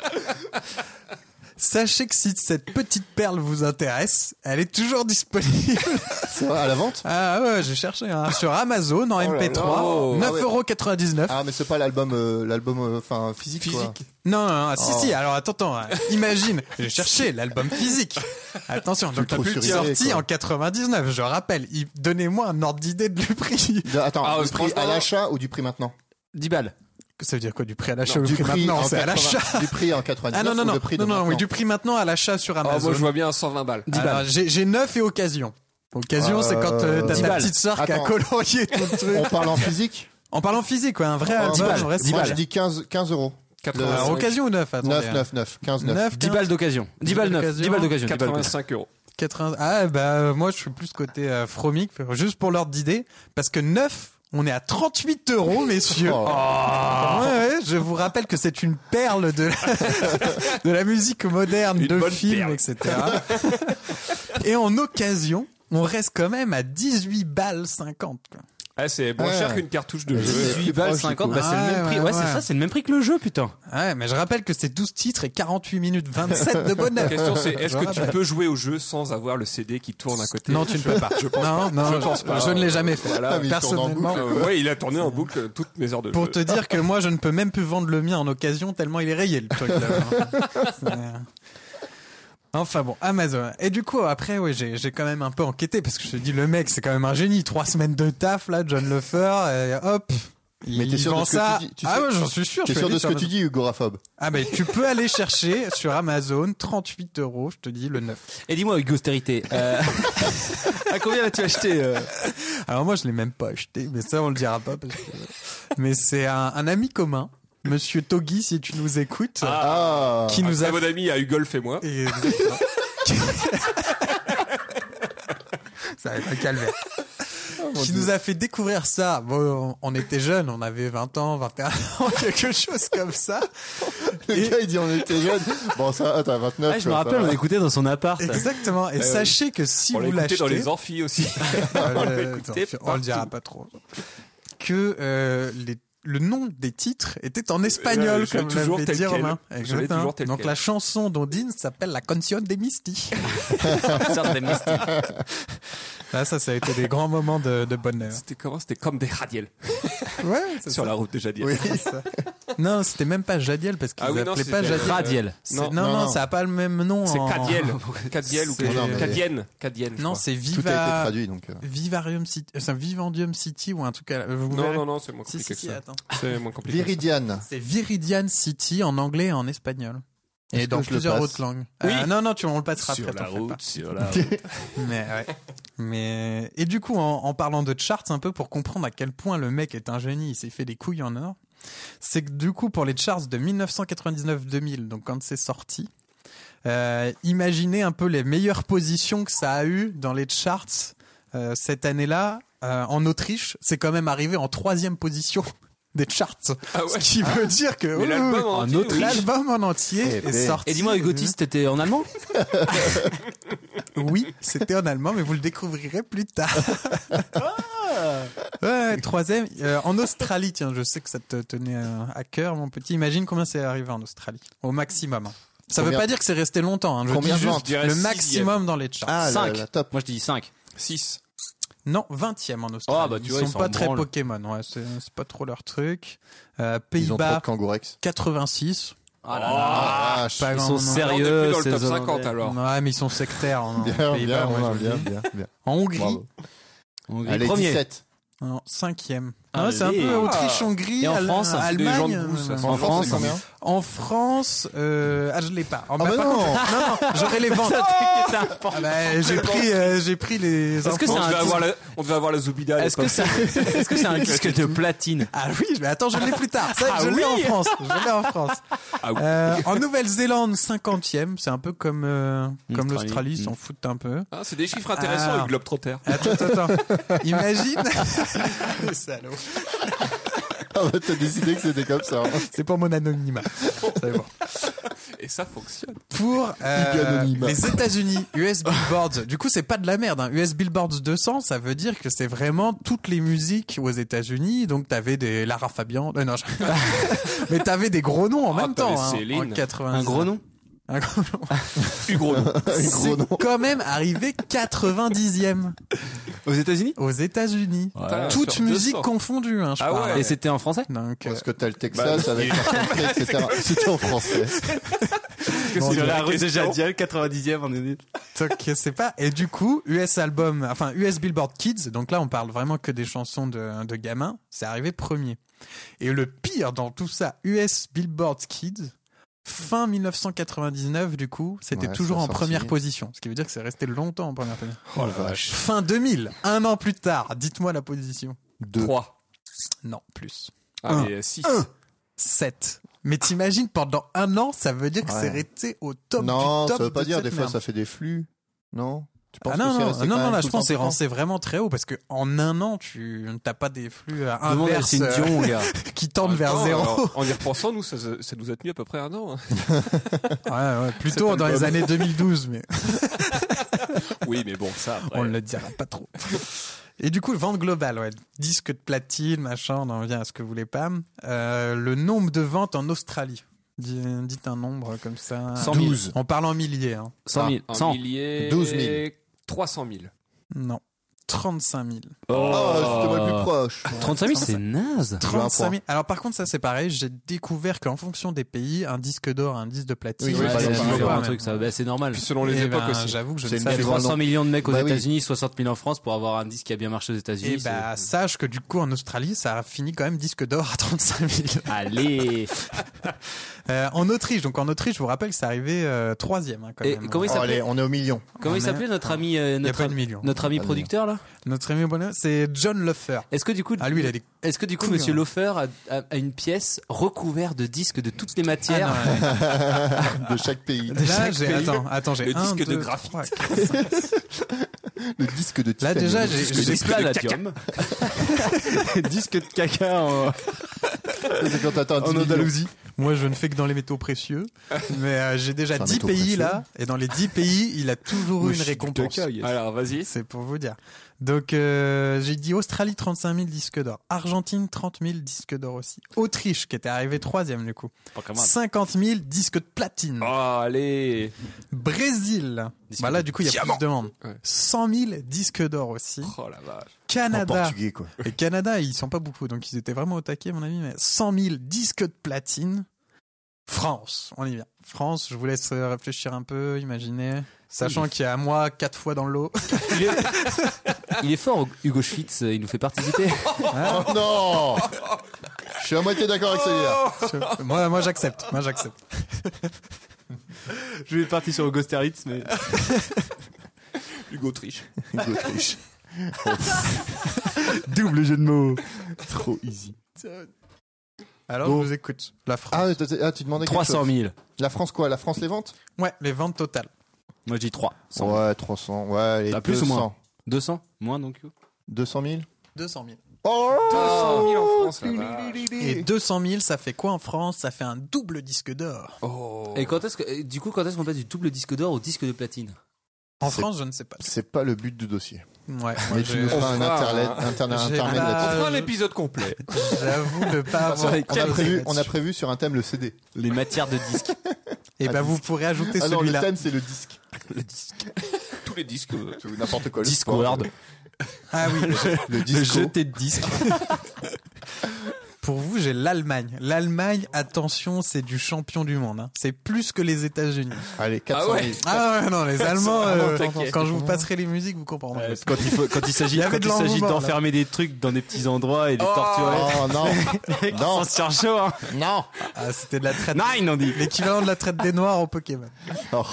Speaker 5: Sachez que si cette petite perle vous intéresse, elle est toujours disponible.
Speaker 4: C'est vrai, à la vente
Speaker 5: Ah ouais, j'ai cherché hein, sur Amazon en
Speaker 4: là là.
Speaker 5: MP3,
Speaker 4: Oh, ah ouais.
Speaker 5: 9,99€.
Speaker 4: Ah, mais c'est pas l'album, euh, l'album, euh, enfin physique. Quoi.
Speaker 5: Non, non, non, si,
Speaker 4: Oh.
Speaker 5: si, alors attends, attends, hein. imagine, j'ai cherché l'album physique. Attention, donc
Speaker 4: trop
Speaker 5: le
Speaker 4: surélevé,
Speaker 5: sorti
Speaker 4: quoi.
Speaker 5: en 99, je rappelle. Il- Donnez-moi un ordre d'idée de le prix.
Speaker 4: De- attends,
Speaker 3: Ah,
Speaker 4: du prix
Speaker 3: franchement-
Speaker 4: à l'achat ou du prix maintenant
Speaker 2: 10 balles.
Speaker 5: Ça veut dire quoi, du prix à l'achat
Speaker 4: Non,
Speaker 5: ou
Speaker 4: du
Speaker 5: du prix maintenant
Speaker 4: en
Speaker 5: C'est à
Speaker 4: 80
Speaker 5: l'achat.
Speaker 4: Du prix en
Speaker 5: Ah
Speaker 4: 99
Speaker 5: non, non,
Speaker 4: ou
Speaker 5: non,
Speaker 4: le prix
Speaker 5: non,
Speaker 4: de
Speaker 5: non, oui,
Speaker 4: maintenant
Speaker 5: du prix maintenant à l'achat sur
Speaker 3: Ah,
Speaker 5: Amazon.
Speaker 3: moi, je vois bien 120 balles.
Speaker 5: Alors, j'ai j'ai 9 et occasion. Occasion, c'est quand euh,
Speaker 4: Euh,
Speaker 5: t'as
Speaker 4: 10
Speaker 5: ta
Speaker 2: balles.
Speaker 5: petite sœur qui a
Speaker 4: Attends.
Speaker 5: colorié tout le truc.
Speaker 4: On parle en physique
Speaker 5: En parlant physique, ouais, un vrai
Speaker 4: En
Speaker 5: album,
Speaker 4: Oh, balles,
Speaker 5: un vrai
Speaker 4: Moi,
Speaker 5: single.
Speaker 4: je dis 15, 15 euros.
Speaker 3: 85,
Speaker 5: Alors, occasion ou 9 Attendez.
Speaker 4: 9,
Speaker 5: hein.
Speaker 4: 9, 9, 15, 9.
Speaker 5: 9,
Speaker 2: 10 balles d'occasion. 10 balles neuf. 10 balles d'occasion. 10 balles d'occasion.
Speaker 3: 85 Ah, euros.
Speaker 5: 80... Ah bah euh, moi je suis plus côté euh, Fromic, juste pour l'ordre d'idée, parce que 9, on est à 38 euros messieurs.
Speaker 4: Oh.
Speaker 5: Ouais, ouais, je vous rappelle que c'est une perle de la, de la musique moderne,
Speaker 3: Une
Speaker 5: de
Speaker 3: bonne
Speaker 5: films,
Speaker 3: perle.
Speaker 5: etc. Et en occasion, on reste quand même à 18 balles 50. quoi.
Speaker 3: Ah, c'est moins
Speaker 4: Ah.
Speaker 3: cher qu'une cartouche de jeu.
Speaker 2: 18 balles 50, bah, c'est le
Speaker 5: Ouais,
Speaker 2: même prix.
Speaker 5: ouais,
Speaker 2: Ouais,
Speaker 5: ouais.
Speaker 2: c'est ça, c'est le même prix que le jeu putain.
Speaker 5: Ouais, mais je rappelle que c'est 12 titres et 48 minutes 27 de bonheur.
Speaker 3: La question c'est est-ce que
Speaker 5: Ah,
Speaker 3: tu
Speaker 5: bah.
Speaker 3: peux jouer au jeu sans avoir le CD qui tourne à côté
Speaker 5: Non, tu ne peux pas.
Speaker 3: Je pense
Speaker 5: non, non, je, je ne l'ai jamais fait.
Speaker 4: Voilà, mais il tourne en
Speaker 5: Personnellement,
Speaker 3: Euh, ouais, il a tourné en boucle euh, toutes mes heures de
Speaker 5: Pour
Speaker 3: jeu.
Speaker 5: te dire que moi, je ne peux même plus vendre le mien en occasion tellement il est rayé le truc. là. C'est- Enfin bon, Amazon. Et du coup, après, oui, j'ai j'ai quand même un peu enquêté parce que je me suis dit, le mec, c'est quand même un génie. Trois semaines de taf, là, John Leffer, et hop.
Speaker 4: Mais t'es
Speaker 5: il
Speaker 4: sûr de
Speaker 5: vend
Speaker 4: ce que
Speaker 5: ça.
Speaker 4: tu dis Tu
Speaker 5: ah
Speaker 4: sais-
Speaker 5: ouais, j'en suis sûr. je
Speaker 4: T'es
Speaker 5: suis
Speaker 4: sûr
Speaker 5: allé
Speaker 4: de ce
Speaker 5: sur
Speaker 4: que
Speaker 5: Amazon.
Speaker 4: tu dis, Ugoraphobe
Speaker 5: Ah ben, tu peux aller chercher sur Amazon 38 euros, je te dis, le 9.
Speaker 2: Et dis-moi Hugo Stérité, euh, à combien l'as-tu acheté euh
Speaker 5: Alors moi, je l'ai même pas acheté, mais ça, on le dira pas. parce que- Mais c'est un, un ami commun, Monsieur Togi, si tu nous écoutes,
Speaker 4: Ah
Speaker 5: qui
Speaker 3: Un
Speaker 5: nous
Speaker 3: très
Speaker 5: a
Speaker 3: bon ami à Hugolf et euh, moi.
Speaker 5: Et- Exactement. ça va être un calvaire.
Speaker 3: Oh,
Speaker 5: qui nous a fait découvrir ça. Bon, on on était jeunes, on avait 20 ans, 21 ans, quelque chose comme ça.
Speaker 4: Le
Speaker 5: Et-
Speaker 4: gars, il dit on était jeunes. Bon, ça, attends, 29.
Speaker 2: Ah, Je me
Speaker 4: quoi, ça
Speaker 2: rappelle,
Speaker 4: va.
Speaker 2: on écoutait dans son appart.
Speaker 5: Exactement. Et sachez que si
Speaker 3: Ah On l'a
Speaker 5: vous
Speaker 3: écouté
Speaker 5: l'achetez,
Speaker 3: dans les amphis aussi.
Speaker 5: euh,
Speaker 3: on l'a
Speaker 5: euh,
Speaker 3: écouté
Speaker 5: on le dira pas trop. Que euh, les- le nom des titres était en espagnol,
Speaker 3: Euh, je l'ai
Speaker 5: comme
Speaker 3: toujours
Speaker 5: l'avait
Speaker 3: tel
Speaker 5: dit
Speaker 3: quel.
Speaker 5: Romain.
Speaker 3: Je l'ai
Speaker 5: Exactement.
Speaker 3: toujours tel
Speaker 5: Donc
Speaker 3: quel.
Speaker 5: la chanson d'Ondine s'appelle La Canción de Misty.
Speaker 3: Ah,
Speaker 5: Là, ça, ça a été des grands moments de, de bonheur.
Speaker 3: C'était comment C'était comme des radiels
Speaker 5: Ouais, c'est
Speaker 3: sur la route de Jadiel.
Speaker 4: Oui.
Speaker 5: ça. Non, c'était même pas Jadiel parce qu'ils
Speaker 3: Ah oui, non,
Speaker 5: appelaient
Speaker 3: c'était-
Speaker 5: pas Jadiel.
Speaker 2: Radiel.
Speaker 5: C'est- Non,
Speaker 3: Non,
Speaker 4: non,
Speaker 5: non,
Speaker 4: non.
Speaker 5: ça n'a pas le même nom.
Speaker 3: C'est
Speaker 5: en-
Speaker 3: Cadiel. Cadiel ou
Speaker 5: Oh. C'est-
Speaker 4: Non, mais-
Speaker 3: Cadienne. Cadienne. je
Speaker 5: Non,
Speaker 3: crois.
Speaker 5: c'est
Speaker 4: Tout a été
Speaker 5: Viva...
Speaker 4: traduit donc. euh,
Speaker 5: Vivarium City, euh, c'est Vivandium City ou un truc. À... la- Vous
Speaker 3: Non,
Speaker 5: verrez.
Speaker 3: non, non, c'est moins
Speaker 5: Si,
Speaker 3: compliqué
Speaker 5: si, si,
Speaker 3: que ça.
Speaker 5: attends.
Speaker 3: C'est moins compliqué. que ça.
Speaker 4: Viridiane.
Speaker 5: C'est Viridian City en anglais et en espagnol.
Speaker 4: Est-ce
Speaker 5: Et
Speaker 4: que
Speaker 5: dans
Speaker 4: je le
Speaker 5: plusieurs
Speaker 4: passe
Speaker 5: autres langues.
Speaker 3: Oui.
Speaker 5: Euh, non, non, tu on le passera
Speaker 3: Sur
Speaker 5: après.
Speaker 3: la
Speaker 5: t'en fais
Speaker 3: route,
Speaker 5: pas.
Speaker 3: sur la
Speaker 5: Mais ouais. Mais et du coup, en, en parlant de charts un peu pour comprendre à quel point le mec est un génie, il s'est fait des couilles en or. C'est que du coup, pour les charts de 1999-2000, donc quand c'est sorti, euh, imaginez un peu les meilleures positions que ça a eu dans les charts euh, cette année-là. Euh, en Autriche, c'est quand même arrivé en troisième position des charts,
Speaker 3: Ah ouais.
Speaker 5: ce qui veut dire que
Speaker 3: Mais
Speaker 5: oui,
Speaker 3: l'album
Speaker 5: oui,
Speaker 3: en
Speaker 2: En
Speaker 3: entier, oui.
Speaker 5: oui, l'album en entier
Speaker 4: Eh
Speaker 5: est
Speaker 4: ben.
Speaker 5: sorti.
Speaker 2: Et dis-moi, Hugo Tis, t'étais en allemand
Speaker 5: Oui, c'était en allemand, mais vous le découvrirez plus tard. ouais, troisième. euh, en Australie, tiens, je sais que ça te tenait euh, à cœur, mon petit. Imagine combien c'est arrivé en Australie, au maximum. hein. Ça ne veut
Speaker 4: Combien-
Speaker 5: pas dire que c'est resté longtemps. hein, Je
Speaker 4: Combien
Speaker 5: dis
Speaker 4: de
Speaker 5: juste
Speaker 4: ventes
Speaker 3: Je dirais
Speaker 5: le
Speaker 3: sixième.
Speaker 5: maximum dans les charts.
Speaker 4: Ah, la,
Speaker 2: Cinq.
Speaker 4: la top.
Speaker 2: Moi, je dis 5.
Speaker 3: 6.
Speaker 5: Non, 20e en Australie.
Speaker 2: Ah, bah, tu
Speaker 5: ils
Speaker 2: vois,
Speaker 5: sont
Speaker 2: ils s'en
Speaker 5: pas très
Speaker 2: branlent.
Speaker 5: Pokémon. Ouais, c'est c'est pas trop leur truc. Euh,
Speaker 4: Ils ont trop
Speaker 5: Pays-Bas,
Speaker 4: de Kangourex.
Speaker 5: 86.
Speaker 4: Ah, vache.
Speaker 5: pas
Speaker 2: Ils
Speaker 5: grand
Speaker 2: sont
Speaker 5: nombre.
Speaker 2: sérieux.
Speaker 3: dans le
Speaker 2: ces
Speaker 3: top 50
Speaker 2: Hollandais.
Speaker 3: alors.
Speaker 5: Ouais, mais ils sont sectaires. En,
Speaker 4: Bien,
Speaker 5: Pays-Bas,
Speaker 4: bien,
Speaker 5: moi,
Speaker 4: bien,
Speaker 5: je le
Speaker 4: bien,
Speaker 5: dis.
Speaker 4: bien, bien.
Speaker 5: en Hongrie,
Speaker 4: Bravo.
Speaker 2: Hongrie,
Speaker 4: Oh. Allez,
Speaker 2: premier.
Speaker 4: 17.
Speaker 5: en cinquième.
Speaker 2: Ah, Allez.
Speaker 5: Ouais, c'est un peu Autriche-Hongrie,
Speaker 2: Et en
Speaker 5: Al-
Speaker 2: France, c'est des
Speaker 3: gens
Speaker 5: Allemagne.
Speaker 3: de brousse,
Speaker 5: euh,
Speaker 3: ça.
Speaker 2: En France,
Speaker 4: c'est combien
Speaker 5: En France, euh, ah je l'ai pas. En
Speaker 4: Ah bah non.
Speaker 5: j'aurais les ventes.
Speaker 2: C'est important.
Speaker 5: Ah bah, j'ai pris, euh, j'ai pris les.
Speaker 2: Est-ce
Speaker 5: infos.
Speaker 2: que c'est
Speaker 3: On
Speaker 2: un
Speaker 3: devait,
Speaker 2: disque-
Speaker 3: avoir la, on devait avoir la Zubida. à
Speaker 2: Est-ce que
Speaker 3: l'époque.
Speaker 2: c'est est-ce que c'est un disque de platine
Speaker 5: Ah oui, mais attends, je l'ai plus tard.
Speaker 2: Ah
Speaker 5: Ça, je l'ai en France. Je l'ai en France.
Speaker 3: Ah oui.
Speaker 5: Euh, en Nouvelle-Zélande, 50e. C'est un peu comme euh, comme
Speaker 2: L'Australie. Mm.
Speaker 5: l'Australie, ils s'en foutent un peu.
Speaker 3: Ah, c'est des chiffres intéressants
Speaker 5: Ah.
Speaker 3: avec Globetrotter.
Speaker 5: Attends, attends. attends. Imagine. Le salaud.
Speaker 4: Ah bah, T'as décidé que c'était comme ça.
Speaker 5: C'est pour mon anonymat. C'est bon.
Speaker 3: Et ça fonctionne.
Speaker 5: pour euh,
Speaker 4: Big anonyme.
Speaker 5: les États-Unis, US Billboards. Du coup, c'est pas de la merde. Hein. US Billboards 200, ça veut dire que c'est vraiment toutes les musiques aux États-Unis. Donc, t'avais des Lara Fabian, euh, non, je- mais t'avais des gros noms en
Speaker 3: Ah,
Speaker 5: même temps.
Speaker 3: t'avais
Speaker 5: hein,
Speaker 3: Céline.
Speaker 5: en 90.
Speaker 2: Un gros nom
Speaker 5: Un gros nom.
Speaker 3: Hugo.
Speaker 4: Un gros nom.
Speaker 5: C'est quand même arrivé 90e
Speaker 2: Aux États-Unis
Speaker 5: aux États-Unis.
Speaker 3: Putain,
Speaker 5: Toutes
Speaker 3: sur
Speaker 5: musiques
Speaker 3: 200.
Speaker 5: confondues. Hein, je
Speaker 3: Ah
Speaker 5: parle.
Speaker 3: ouais.
Speaker 2: Et c'était en français
Speaker 5: Donc, euh,
Speaker 4: Parce que t'as le Texas avec la contrée, etc. C'était en français.
Speaker 5: Bon, c'est
Speaker 3: la rue de Jadiel,
Speaker 2: 90e en
Speaker 5: Donc c'est pas. Et du coup, US album, enfin US Billboard Kids. Donc là, on parle vraiment que des chansons de, de gamins. C'est arrivé premier. Et le pire dans tout ça, US Billboard Kids. Fin 1999, du coup, c'était
Speaker 4: Ouais,
Speaker 5: toujours
Speaker 4: c'est
Speaker 5: en
Speaker 4: sorti.
Speaker 5: première position. Ce qui veut dire que c'est resté longtemps en première position.
Speaker 3: Oh la vache.
Speaker 5: Fin 2000, un an plus tard. Dites-moi la position.
Speaker 4: Deux.
Speaker 3: 3.
Speaker 5: Non, plus. Un.
Speaker 3: Allez, 6.
Speaker 5: 7. Mais t'imagines, pendant un an, ça veut dire que
Speaker 4: Ouais.
Speaker 5: c'est resté au top
Speaker 4: non,
Speaker 5: du top
Speaker 4: ça veut pas
Speaker 5: de
Speaker 4: dire.
Speaker 5: cette
Speaker 4: Des fois,
Speaker 5: merde.
Speaker 4: ça fait des flux. Non Tu penses
Speaker 5: Ah
Speaker 4: que
Speaker 5: non,
Speaker 4: c'est
Speaker 5: non,
Speaker 4: resté
Speaker 5: non,
Speaker 4: quand
Speaker 5: non,
Speaker 4: même
Speaker 5: là,
Speaker 4: tout
Speaker 5: je
Speaker 4: le
Speaker 5: pense que
Speaker 4: temps dedans
Speaker 5: c'est vraiment très haut parce que en un an, tu t'as pas des flux euh,
Speaker 2: Demande à
Speaker 5: inverses
Speaker 2: Céline
Speaker 5: euh,
Speaker 2: Dion, gars.
Speaker 5: qui tendent vers zéro.
Speaker 3: en y repensant, nous, ça, ça- ça nous a tenu à peu près un an. hein.
Speaker 5: Ouais, ouais, plutôt
Speaker 3: Cet
Speaker 5: dans les
Speaker 3: album.
Speaker 5: années 2012, mais
Speaker 3: Oui, mais bon, ça, après.
Speaker 5: on le dira pas trop. Et du coup, vente globale, ouais, disque de platine, machin, on en vient à ce que vous voulez pas. Euh, le nombre de ventes en Australie. Dis- Dites un nombre comme ça.
Speaker 2: 100 000.
Speaker 5: On parle en milliers. Hein.
Speaker 2: 100 000.
Speaker 3: Un
Speaker 2: 100.
Speaker 3: millier.
Speaker 4: 12 000.
Speaker 3: 300 000.
Speaker 5: Non. 35 000. Oh.
Speaker 4: Ah, c'était moi le
Speaker 2: Oh.
Speaker 4: plus proche.
Speaker 2: 35 000, c'est naze.
Speaker 5: 35 000. Alors par contre, ça c'est pareil. J'ai découvert qu'en fonction des pays, un disque d'or, un disque de platine.
Speaker 4: Oui,
Speaker 2: Ouais,
Speaker 4: bah,
Speaker 5: ça
Speaker 2: c'est
Speaker 4: c'est
Speaker 5: se
Speaker 2: différent,
Speaker 5: voit pas,
Speaker 2: un
Speaker 5: mais-
Speaker 2: truc, ça. Bah, c'est normal.
Speaker 3: Puis selon les
Speaker 5: Eh
Speaker 3: époques
Speaker 5: ben,
Speaker 3: aussi.
Speaker 5: J'avoue que je
Speaker 4: C'est
Speaker 5: ne
Speaker 4: une
Speaker 2: Il y a
Speaker 5: savais
Speaker 4: belle
Speaker 5: pas.
Speaker 4: vraiment-
Speaker 2: 300 millions de mecs aux
Speaker 4: Bah oui.
Speaker 2: États-Unis, 60 000 en France pour avoir un disque qui a bien marché aux
Speaker 5: Et
Speaker 2: États-Unis. c'est-
Speaker 5: bah, sache que du coup, en Australie, ça a fini quand même disque d'or à 35 000.
Speaker 2: Allez.
Speaker 5: Euh, en Autriche, donc en Autriche, je vous rappelle que c'est arrivé euh, troisième. hein, quand
Speaker 2: Et
Speaker 5: même.
Speaker 2: comment il
Speaker 4: Oh, allez,
Speaker 2: s'appelait
Speaker 4: on est au million.
Speaker 2: Comment il
Speaker 5: On est-
Speaker 2: s'appelait notre ami euh,
Speaker 5: Il n'y a
Speaker 2: notre
Speaker 5: pas de
Speaker 2: ami-
Speaker 5: million.
Speaker 2: notre ami
Speaker 4: Pas de
Speaker 2: producteur là
Speaker 5: Notre ami bonheur, c'est John Loffer.
Speaker 2: Est-ce que du coup
Speaker 5: Ah, lui, il a des.
Speaker 2: Est-ce que du coup,
Speaker 5: Cool,
Speaker 2: Monsieur
Speaker 5: hein.
Speaker 2: Lofer a, a- a une pièce recouverte de disques de toutes les matières
Speaker 5: Ah, non, ouais. Ah.
Speaker 4: De chaque pays.
Speaker 5: Là,
Speaker 2: chaque
Speaker 5: j'ai.
Speaker 2: pays.
Speaker 5: Attends, attends, j'ai.
Speaker 3: Le
Speaker 5: un,
Speaker 3: disque de
Speaker 5: deux,
Speaker 3: graphite.
Speaker 5: trois, quatre.
Speaker 4: Le disque de
Speaker 5: Là,
Speaker 4: Titanic.
Speaker 5: déjà, j'ai.
Speaker 2: J'ai
Speaker 5: j'ai-
Speaker 2: des palladium. disque de caca en,
Speaker 4: C'est quand t'atteins 10
Speaker 2: en
Speaker 4: millions.
Speaker 2: Andalousie.
Speaker 5: Moi, je ne fais que dans les métaux précieux. Mais euh, j'ai déjà
Speaker 4: C'est un
Speaker 5: 10
Speaker 4: métaux
Speaker 5: pays
Speaker 4: précieux.
Speaker 5: là. Et dans les 10 pays, il a toujours eu une récompense.
Speaker 3: Alors, vas-y.
Speaker 5: C'est pour vous dire. Donc, euh, j'ai dit Australie, 35 000 disques d'or. Argentine, 30 000 disques d'or aussi. Autriche, qui était arrivée troisième du coup. 50 000 disques de platine.
Speaker 3: Oh, allez.
Speaker 5: Brésil.
Speaker 2: Disque
Speaker 5: Bah là, du coup, il y a plus de monde.
Speaker 3: Ouais.
Speaker 5: 100 000 disques d'or aussi.
Speaker 3: Oh la vache.
Speaker 4: En
Speaker 5: Canada.
Speaker 4: portugais, quoi.
Speaker 5: Et Canada, ils sont pas beaucoup, donc ils étaient vraiment au taquet, à mon avis. Mais 100 000 disques de platine. France, on y vient. France, je vous laisse euh, réfléchir un peu, imaginer. Sachant qu'il y a moi quatre fois dans l'eau.
Speaker 2: Il est, il est fort, Hugo Schwitz, il nous fait participer.
Speaker 4: Oh non Je suis à moitié d'accord avec celui-là.
Speaker 5: moi, moi j'accepte. Moi, j'accepte.
Speaker 2: Je vais partir sur Hugo Sterlitz, mais.
Speaker 3: Hugo triche.
Speaker 5: Oh.
Speaker 4: Hugo triche.
Speaker 2: Double jeu de mots.
Speaker 4: Trop easy.
Speaker 5: Alors,
Speaker 4: Bon.
Speaker 5: je vous écoute. La France.
Speaker 4: Ah, t'as- t'as- ah, tu demandais quelque
Speaker 2: 300
Speaker 4: chose.
Speaker 2: 000.
Speaker 4: La France quoi La France les ventes
Speaker 5: Ouais, les ventes totales.
Speaker 2: Moi, je dis 3.
Speaker 4: Ouais, 300. Ouais, les
Speaker 2: T'as plus ou
Speaker 4: 200.
Speaker 2: moins 200 Moins, donc.
Speaker 4: 200 000
Speaker 5: 200 000.
Speaker 4: Oh
Speaker 3: 200 000 en France, la vache.
Speaker 5: Et 200 000, ça fait quoi en France Ça fait un double disque d'or.
Speaker 3: Oh.
Speaker 2: Et quand est-ce que, et du coup, quand est-ce qu'on passe du double disque d'or au disque de platine
Speaker 5: En
Speaker 4: C'est-
Speaker 5: France, je ne sais pas.
Speaker 4: C'est pas le but du dossier.
Speaker 5: Ouais, moi,
Speaker 4: Mais
Speaker 5: je-
Speaker 4: tu nous feras un
Speaker 3: fera
Speaker 4: interlet-
Speaker 3: un-
Speaker 4: internet-
Speaker 5: j'ai
Speaker 4: intermède
Speaker 5: pas-
Speaker 3: On
Speaker 4: là-dessus.
Speaker 3: fera un
Speaker 5: je-
Speaker 3: épisode complet.
Speaker 5: j'avoue ne pas avoir.
Speaker 4: On a, prévu, on a prévu sur un thème le CD.
Speaker 2: Les matières de disque.
Speaker 5: Et ben, vous pourrez ajouter
Speaker 4: Ah non, le
Speaker 5: celui-là.
Speaker 4: thème c'est le disque.
Speaker 3: Tous les disques. euh.
Speaker 4: C'est N'importe quoi. le sport,
Speaker 2: Discord.
Speaker 5: Ah oui,
Speaker 4: Le
Speaker 2: Le
Speaker 4: disco.
Speaker 2: jeté de disque.
Speaker 5: Pour vous, j'ai l'Allemagne. L'Allemagne, attention, c'est du champion du monde. hein. C'est plus que les États-Unis.
Speaker 4: Allez, 400 000.
Speaker 3: Ah ouais.
Speaker 5: Ah ouais, non, les Allemands, euh,
Speaker 3: vraiment taquet.
Speaker 5: quand je vous passerai les musiques, vous comprendrez.
Speaker 2: Quand il, faut- quand il s'agit
Speaker 5: Il y avait
Speaker 2: quand
Speaker 5: de
Speaker 2: il s'agit
Speaker 5: l'engouement, là.
Speaker 2: d'enfermer des trucs dans des petits endroits et les torturer.
Speaker 4: Oh non Non
Speaker 2: On se tient chaud, hein.
Speaker 4: Non
Speaker 5: Ah, C'était de la traite.
Speaker 2: Nine, on dit.
Speaker 5: L'équivalent de la traite des Noirs au Pokémon.
Speaker 4: Oh,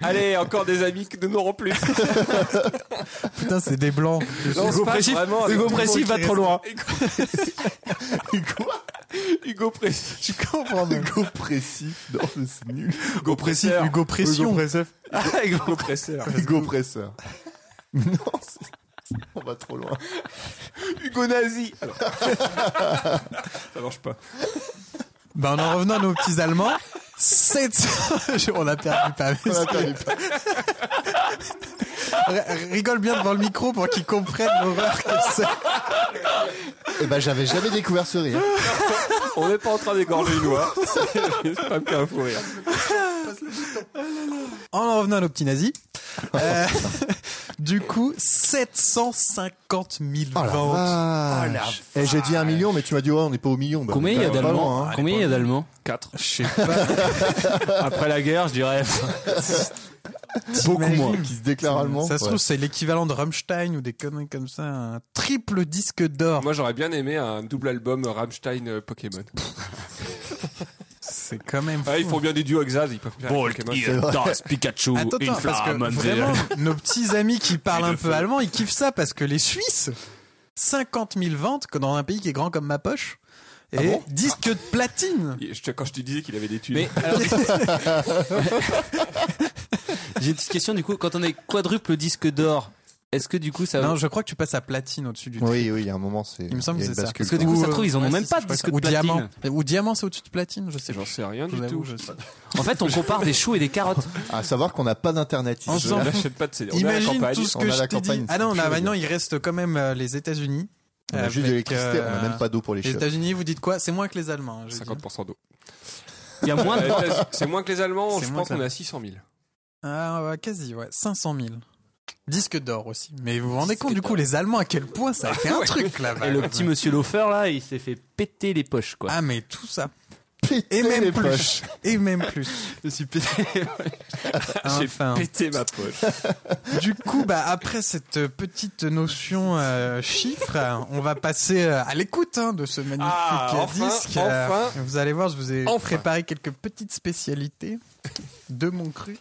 Speaker 3: Allez, encore des amis que nous n'aurons plus.
Speaker 5: Putain, c'est des Blancs.
Speaker 3: Lance
Speaker 2: Hugo
Speaker 3: pas
Speaker 2: Précis,
Speaker 3: vraiment avec
Speaker 2: Hugo
Speaker 3: tout le
Speaker 2: Précis
Speaker 3: monde
Speaker 2: va
Speaker 3: qui
Speaker 2: trop
Speaker 3: reste.
Speaker 2: loin.
Speaker 3: Hugo. Hugo Précis.
Speaker 5: Tu comprends même.
Speaker 4: Hugo Pressif. Non, mais c'est nul.
Speaker 3: Hugo Précis.
Speaker 5: Hugo Pression.
Speaker 3: Hugo Presseur.
Speaker 4: Hugo Presseur. Non, c'est- on va trop loin.
Speaker 3: Hugo Nazi. Alors. Ça marche pas.
Speaker 5: Ben, en en revenant à nos petits Allemands, 700... on a perdu pas. mais
Speaker 4: On a perdu.
Speaker 5: r- Rigole bien devant le micro pour qu'ils comprennent l'horreur que c'est.
Speaker 4: Eh ben, j'avais jamais découvert ce rire.
Speaker 3: On n'est pas en train d'égorger une oie. C'est pas qu'un fou rire.
Speaker 5: En en revenant à nos petits nazis. euh, du coup, 750 000
Speaker 4: Oh la
Speaker 5: ventes.
Speaker 4: vache. Eh, j'ai dit un million, mais tu m'as dit, ouais, on n'est pas au million. Bah,
Speaker 2: Combien il y a
Speaker 4: bah, pas
Speaker 2: d'allemands
Speaker 4: loin, hein.
Speaker 2: Combien il y a d'allemands
Speaker 3: 4.
Speaker 5: Je sais pas.
Speaker 2: Après la guerre, je dirais.
Speaker 4: Beaucoup
Speaker 2: hein
Speaker 5: T'imagines
Speaker 4: moins. Qui se déclarent allemands.
Speaker 5: Ça se
Speaker 4: ouais.
Speaker 5: trouve, c'est l'équivalent de Rammstein ou des conneries comme ça. Un triple disque d'or.
Speaker 3: Moi, j'aurais bien aimé un double album Rammstein euh, Pokémon.
Speaker 5: C'est quand même fou.
Speaker 3: Ah, ils font bien des duos avec Zaz, ils peuvent faire Pokémon.
Speaker 2: Das Pikachu,
Speaker 5: Attends, attends, parce que vraiment, nos petits amis qui parlent
Speaker 3: Et de
Speaker 5: un peu
Speaker 3: feu.
Speaker 5: allemand, ils kiffent ça parce que les Suisses, 50 000 ventes que dans un pays qui est grand comme ma poche,
Speaker 4: Ah
Speaker 5: et disque de platine.
Speaker 3: Et je te- Quand je te disais qu'il avait des thunes.
Speaker 2: Mais alors, j'ai une petite question du coup. Quand on est quadruple disque d'or, est-ce que du coup ça.
Speaker 5: Non, je crois que tu passes à platine au-dessus du
Speaker 4: Ah Oui, oui, il y a un moment, c'est.
Speaker 5: Il me semble
Speaker 4: y a
Speaker 5: que
Speaker 4: une
Speaker 5: c'est ça.
Speaker 4: bascule,
Speaker 2: Parce que du
Speaker 4: quoi.
Speaker 2: coup, ça
Speaker 5: Ou,
Speaker 2: trouve, ils en
Speaker 5: ouais,
Speaker 2: ont même
Speaker 5: c'est-
Speaker 2: pas
Speaker 5: je
Speaker 2: de
Speaker 5: crois que c'est-
Speaker 2: disque de
Speaker 5: Ou diamant.
Speaker 2: platine.
Speaker 5: Ou diamant, c'est au-dessus de platine, je sais
Speaker 3: J'en
Speaker 5: pas.
Speaker 3: sais rien
Speaker 5: Je
Speaker 3: du
Speaker 5: vous avoue,
Speaker 3: tout.
Speaker 5: je sais pas.
Speaker 2: En fait, on compare des choux et des carottes.
Speaker 4: À savoir qu'on n'a pas d'internet ici.
Speaker 5: On s'en
Speaker 3: On
Speaker 5: fout.
Speaker 3: n'achète pas de CD. On est à la
Speaker 5: Imagine
Speaker 3: campagne.
Speaker 5: tout ce
Speaker 4: on
Speaker 5: que
Speaker 4: est à
Speaker 5: je
Speaker 4: la
Speaker 5: t'ai
Speaker 4: campagne,
Speaker 5: dit.
Speaker 4: c'est
Speaker 5: Ah non,
Speaker 4: plus
Speaker 5: là,
Speaker 4: chaud,
Speaker 5: maintenant,
Speaker 4: les
Speaker 5: il reste quand même euh, les États-Unis.
Speaker 4: On a
Speaker 5: Euh, Avec,
Speaker 4: juste de l'électricité, on n'a
Speaker 5: euh,
Speaker 4: même pas d'eau pour les
Speaker 5: Les
Speaker 4: chiottes.
Speaker 5: États-Unis, vous dites quoi C'est moins que les Allemands. hein, je dis.
Speaker 3: 50% d'eau.
Speaker 2: Il y a moins de.
Speaker 3: Euh, C'est moins que les Allemands,
Speaker 5: C'est
Speaker 3: je
Speaker 5: moins
Speaker 3: pense
Speaker 5: que ça.
Speaker 3: qu'on est à 600 000.
Speaker 5: Ah, ouais, quasi, ouais. 500 000. Disque d'or aussi. Mais vous vous rendez compte, du coup, les Allemands, à quel point ça a été un truc là-bas.
Speaker 2: Et le petit monsieur Lofer là, il s'est fait péter les poches quoi.
Speaker 5: Ah, mais tout ça.
Speaker 4: Pétez
Speaker 5: Et même
Speaker 4: les
Speaker 5: plus.
Speaker 4: poches.
Speaker 5: Et même plus.
Speaker 2: Je suis pété.
Speaker 5: Enfin.
Speaker 3: Pété ma poche.
Speaker 5: Du coup, bah, après cette petite notion euh, chiffre, euh, on va passer euh, à l'écoute hein, de ce magnifique
Speaker 3: Ah,
Speaker 5: euh,
Speaker 3: enfin,
Speaker 5: disque.
Speaker 3: enfin.
Speaker 5: vous allez voir, je vous ai
Speaker 3: Enfin.
Speaker 5: préparé quelques petites spécialités de mon cru.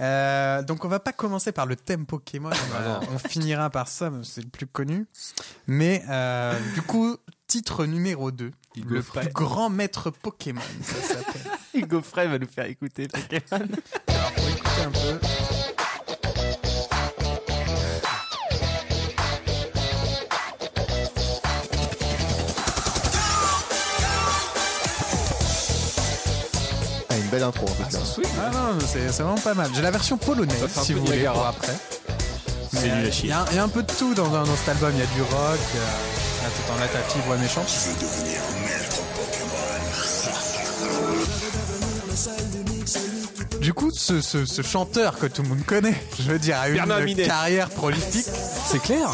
Speaker 5: Euh, donc on va pas commencer par le thème Pokémon,
Speaker 3: Ah,
Speaker 5: on,
Speaker 3: bah
Speaker 5: va- on finira par ça, mais c'est le plus connu. Mais euh, du coup, titre numéro 2, le plus grand maître Pokémon, ça s'appelle.
Speaker 2: Hugo Frey va nous faire écouter.
Speaker 5: Faut écouter un peu.
Speaker 6: Go, go,
Speaker 4: belle intro en tout cas.
Speaker 5: Ah non, c'est c'est vraiment pas mal. J'ai la version polonaise,
Speaker 3: Ça fait un
Speaker 5: si
Speaker 3: peu
Speaker 5: vous voulez,
Speaker 3: Niagara.
Speaker 5: pour après.
Speaker 6: C'est
Speaker 5: Mais,
Speaker 6: nul à
Speaker 5: euh, Il
Speaker 6: chier.
Speaker 5: y, a un- il y a un peu de tout dans, dans- dans cet album. Il y a du rock, euh, là, tout en la tapis, voix méchante. Du coup, ce, ce- ce chanteur que tout le monde connaît, je veux dire, a eu
Speaker 3: Bernard
Speaker 5: une
Speaker 3: Minet.
Speaker 5: carrière prolifique.
Speaker 2: C'est clair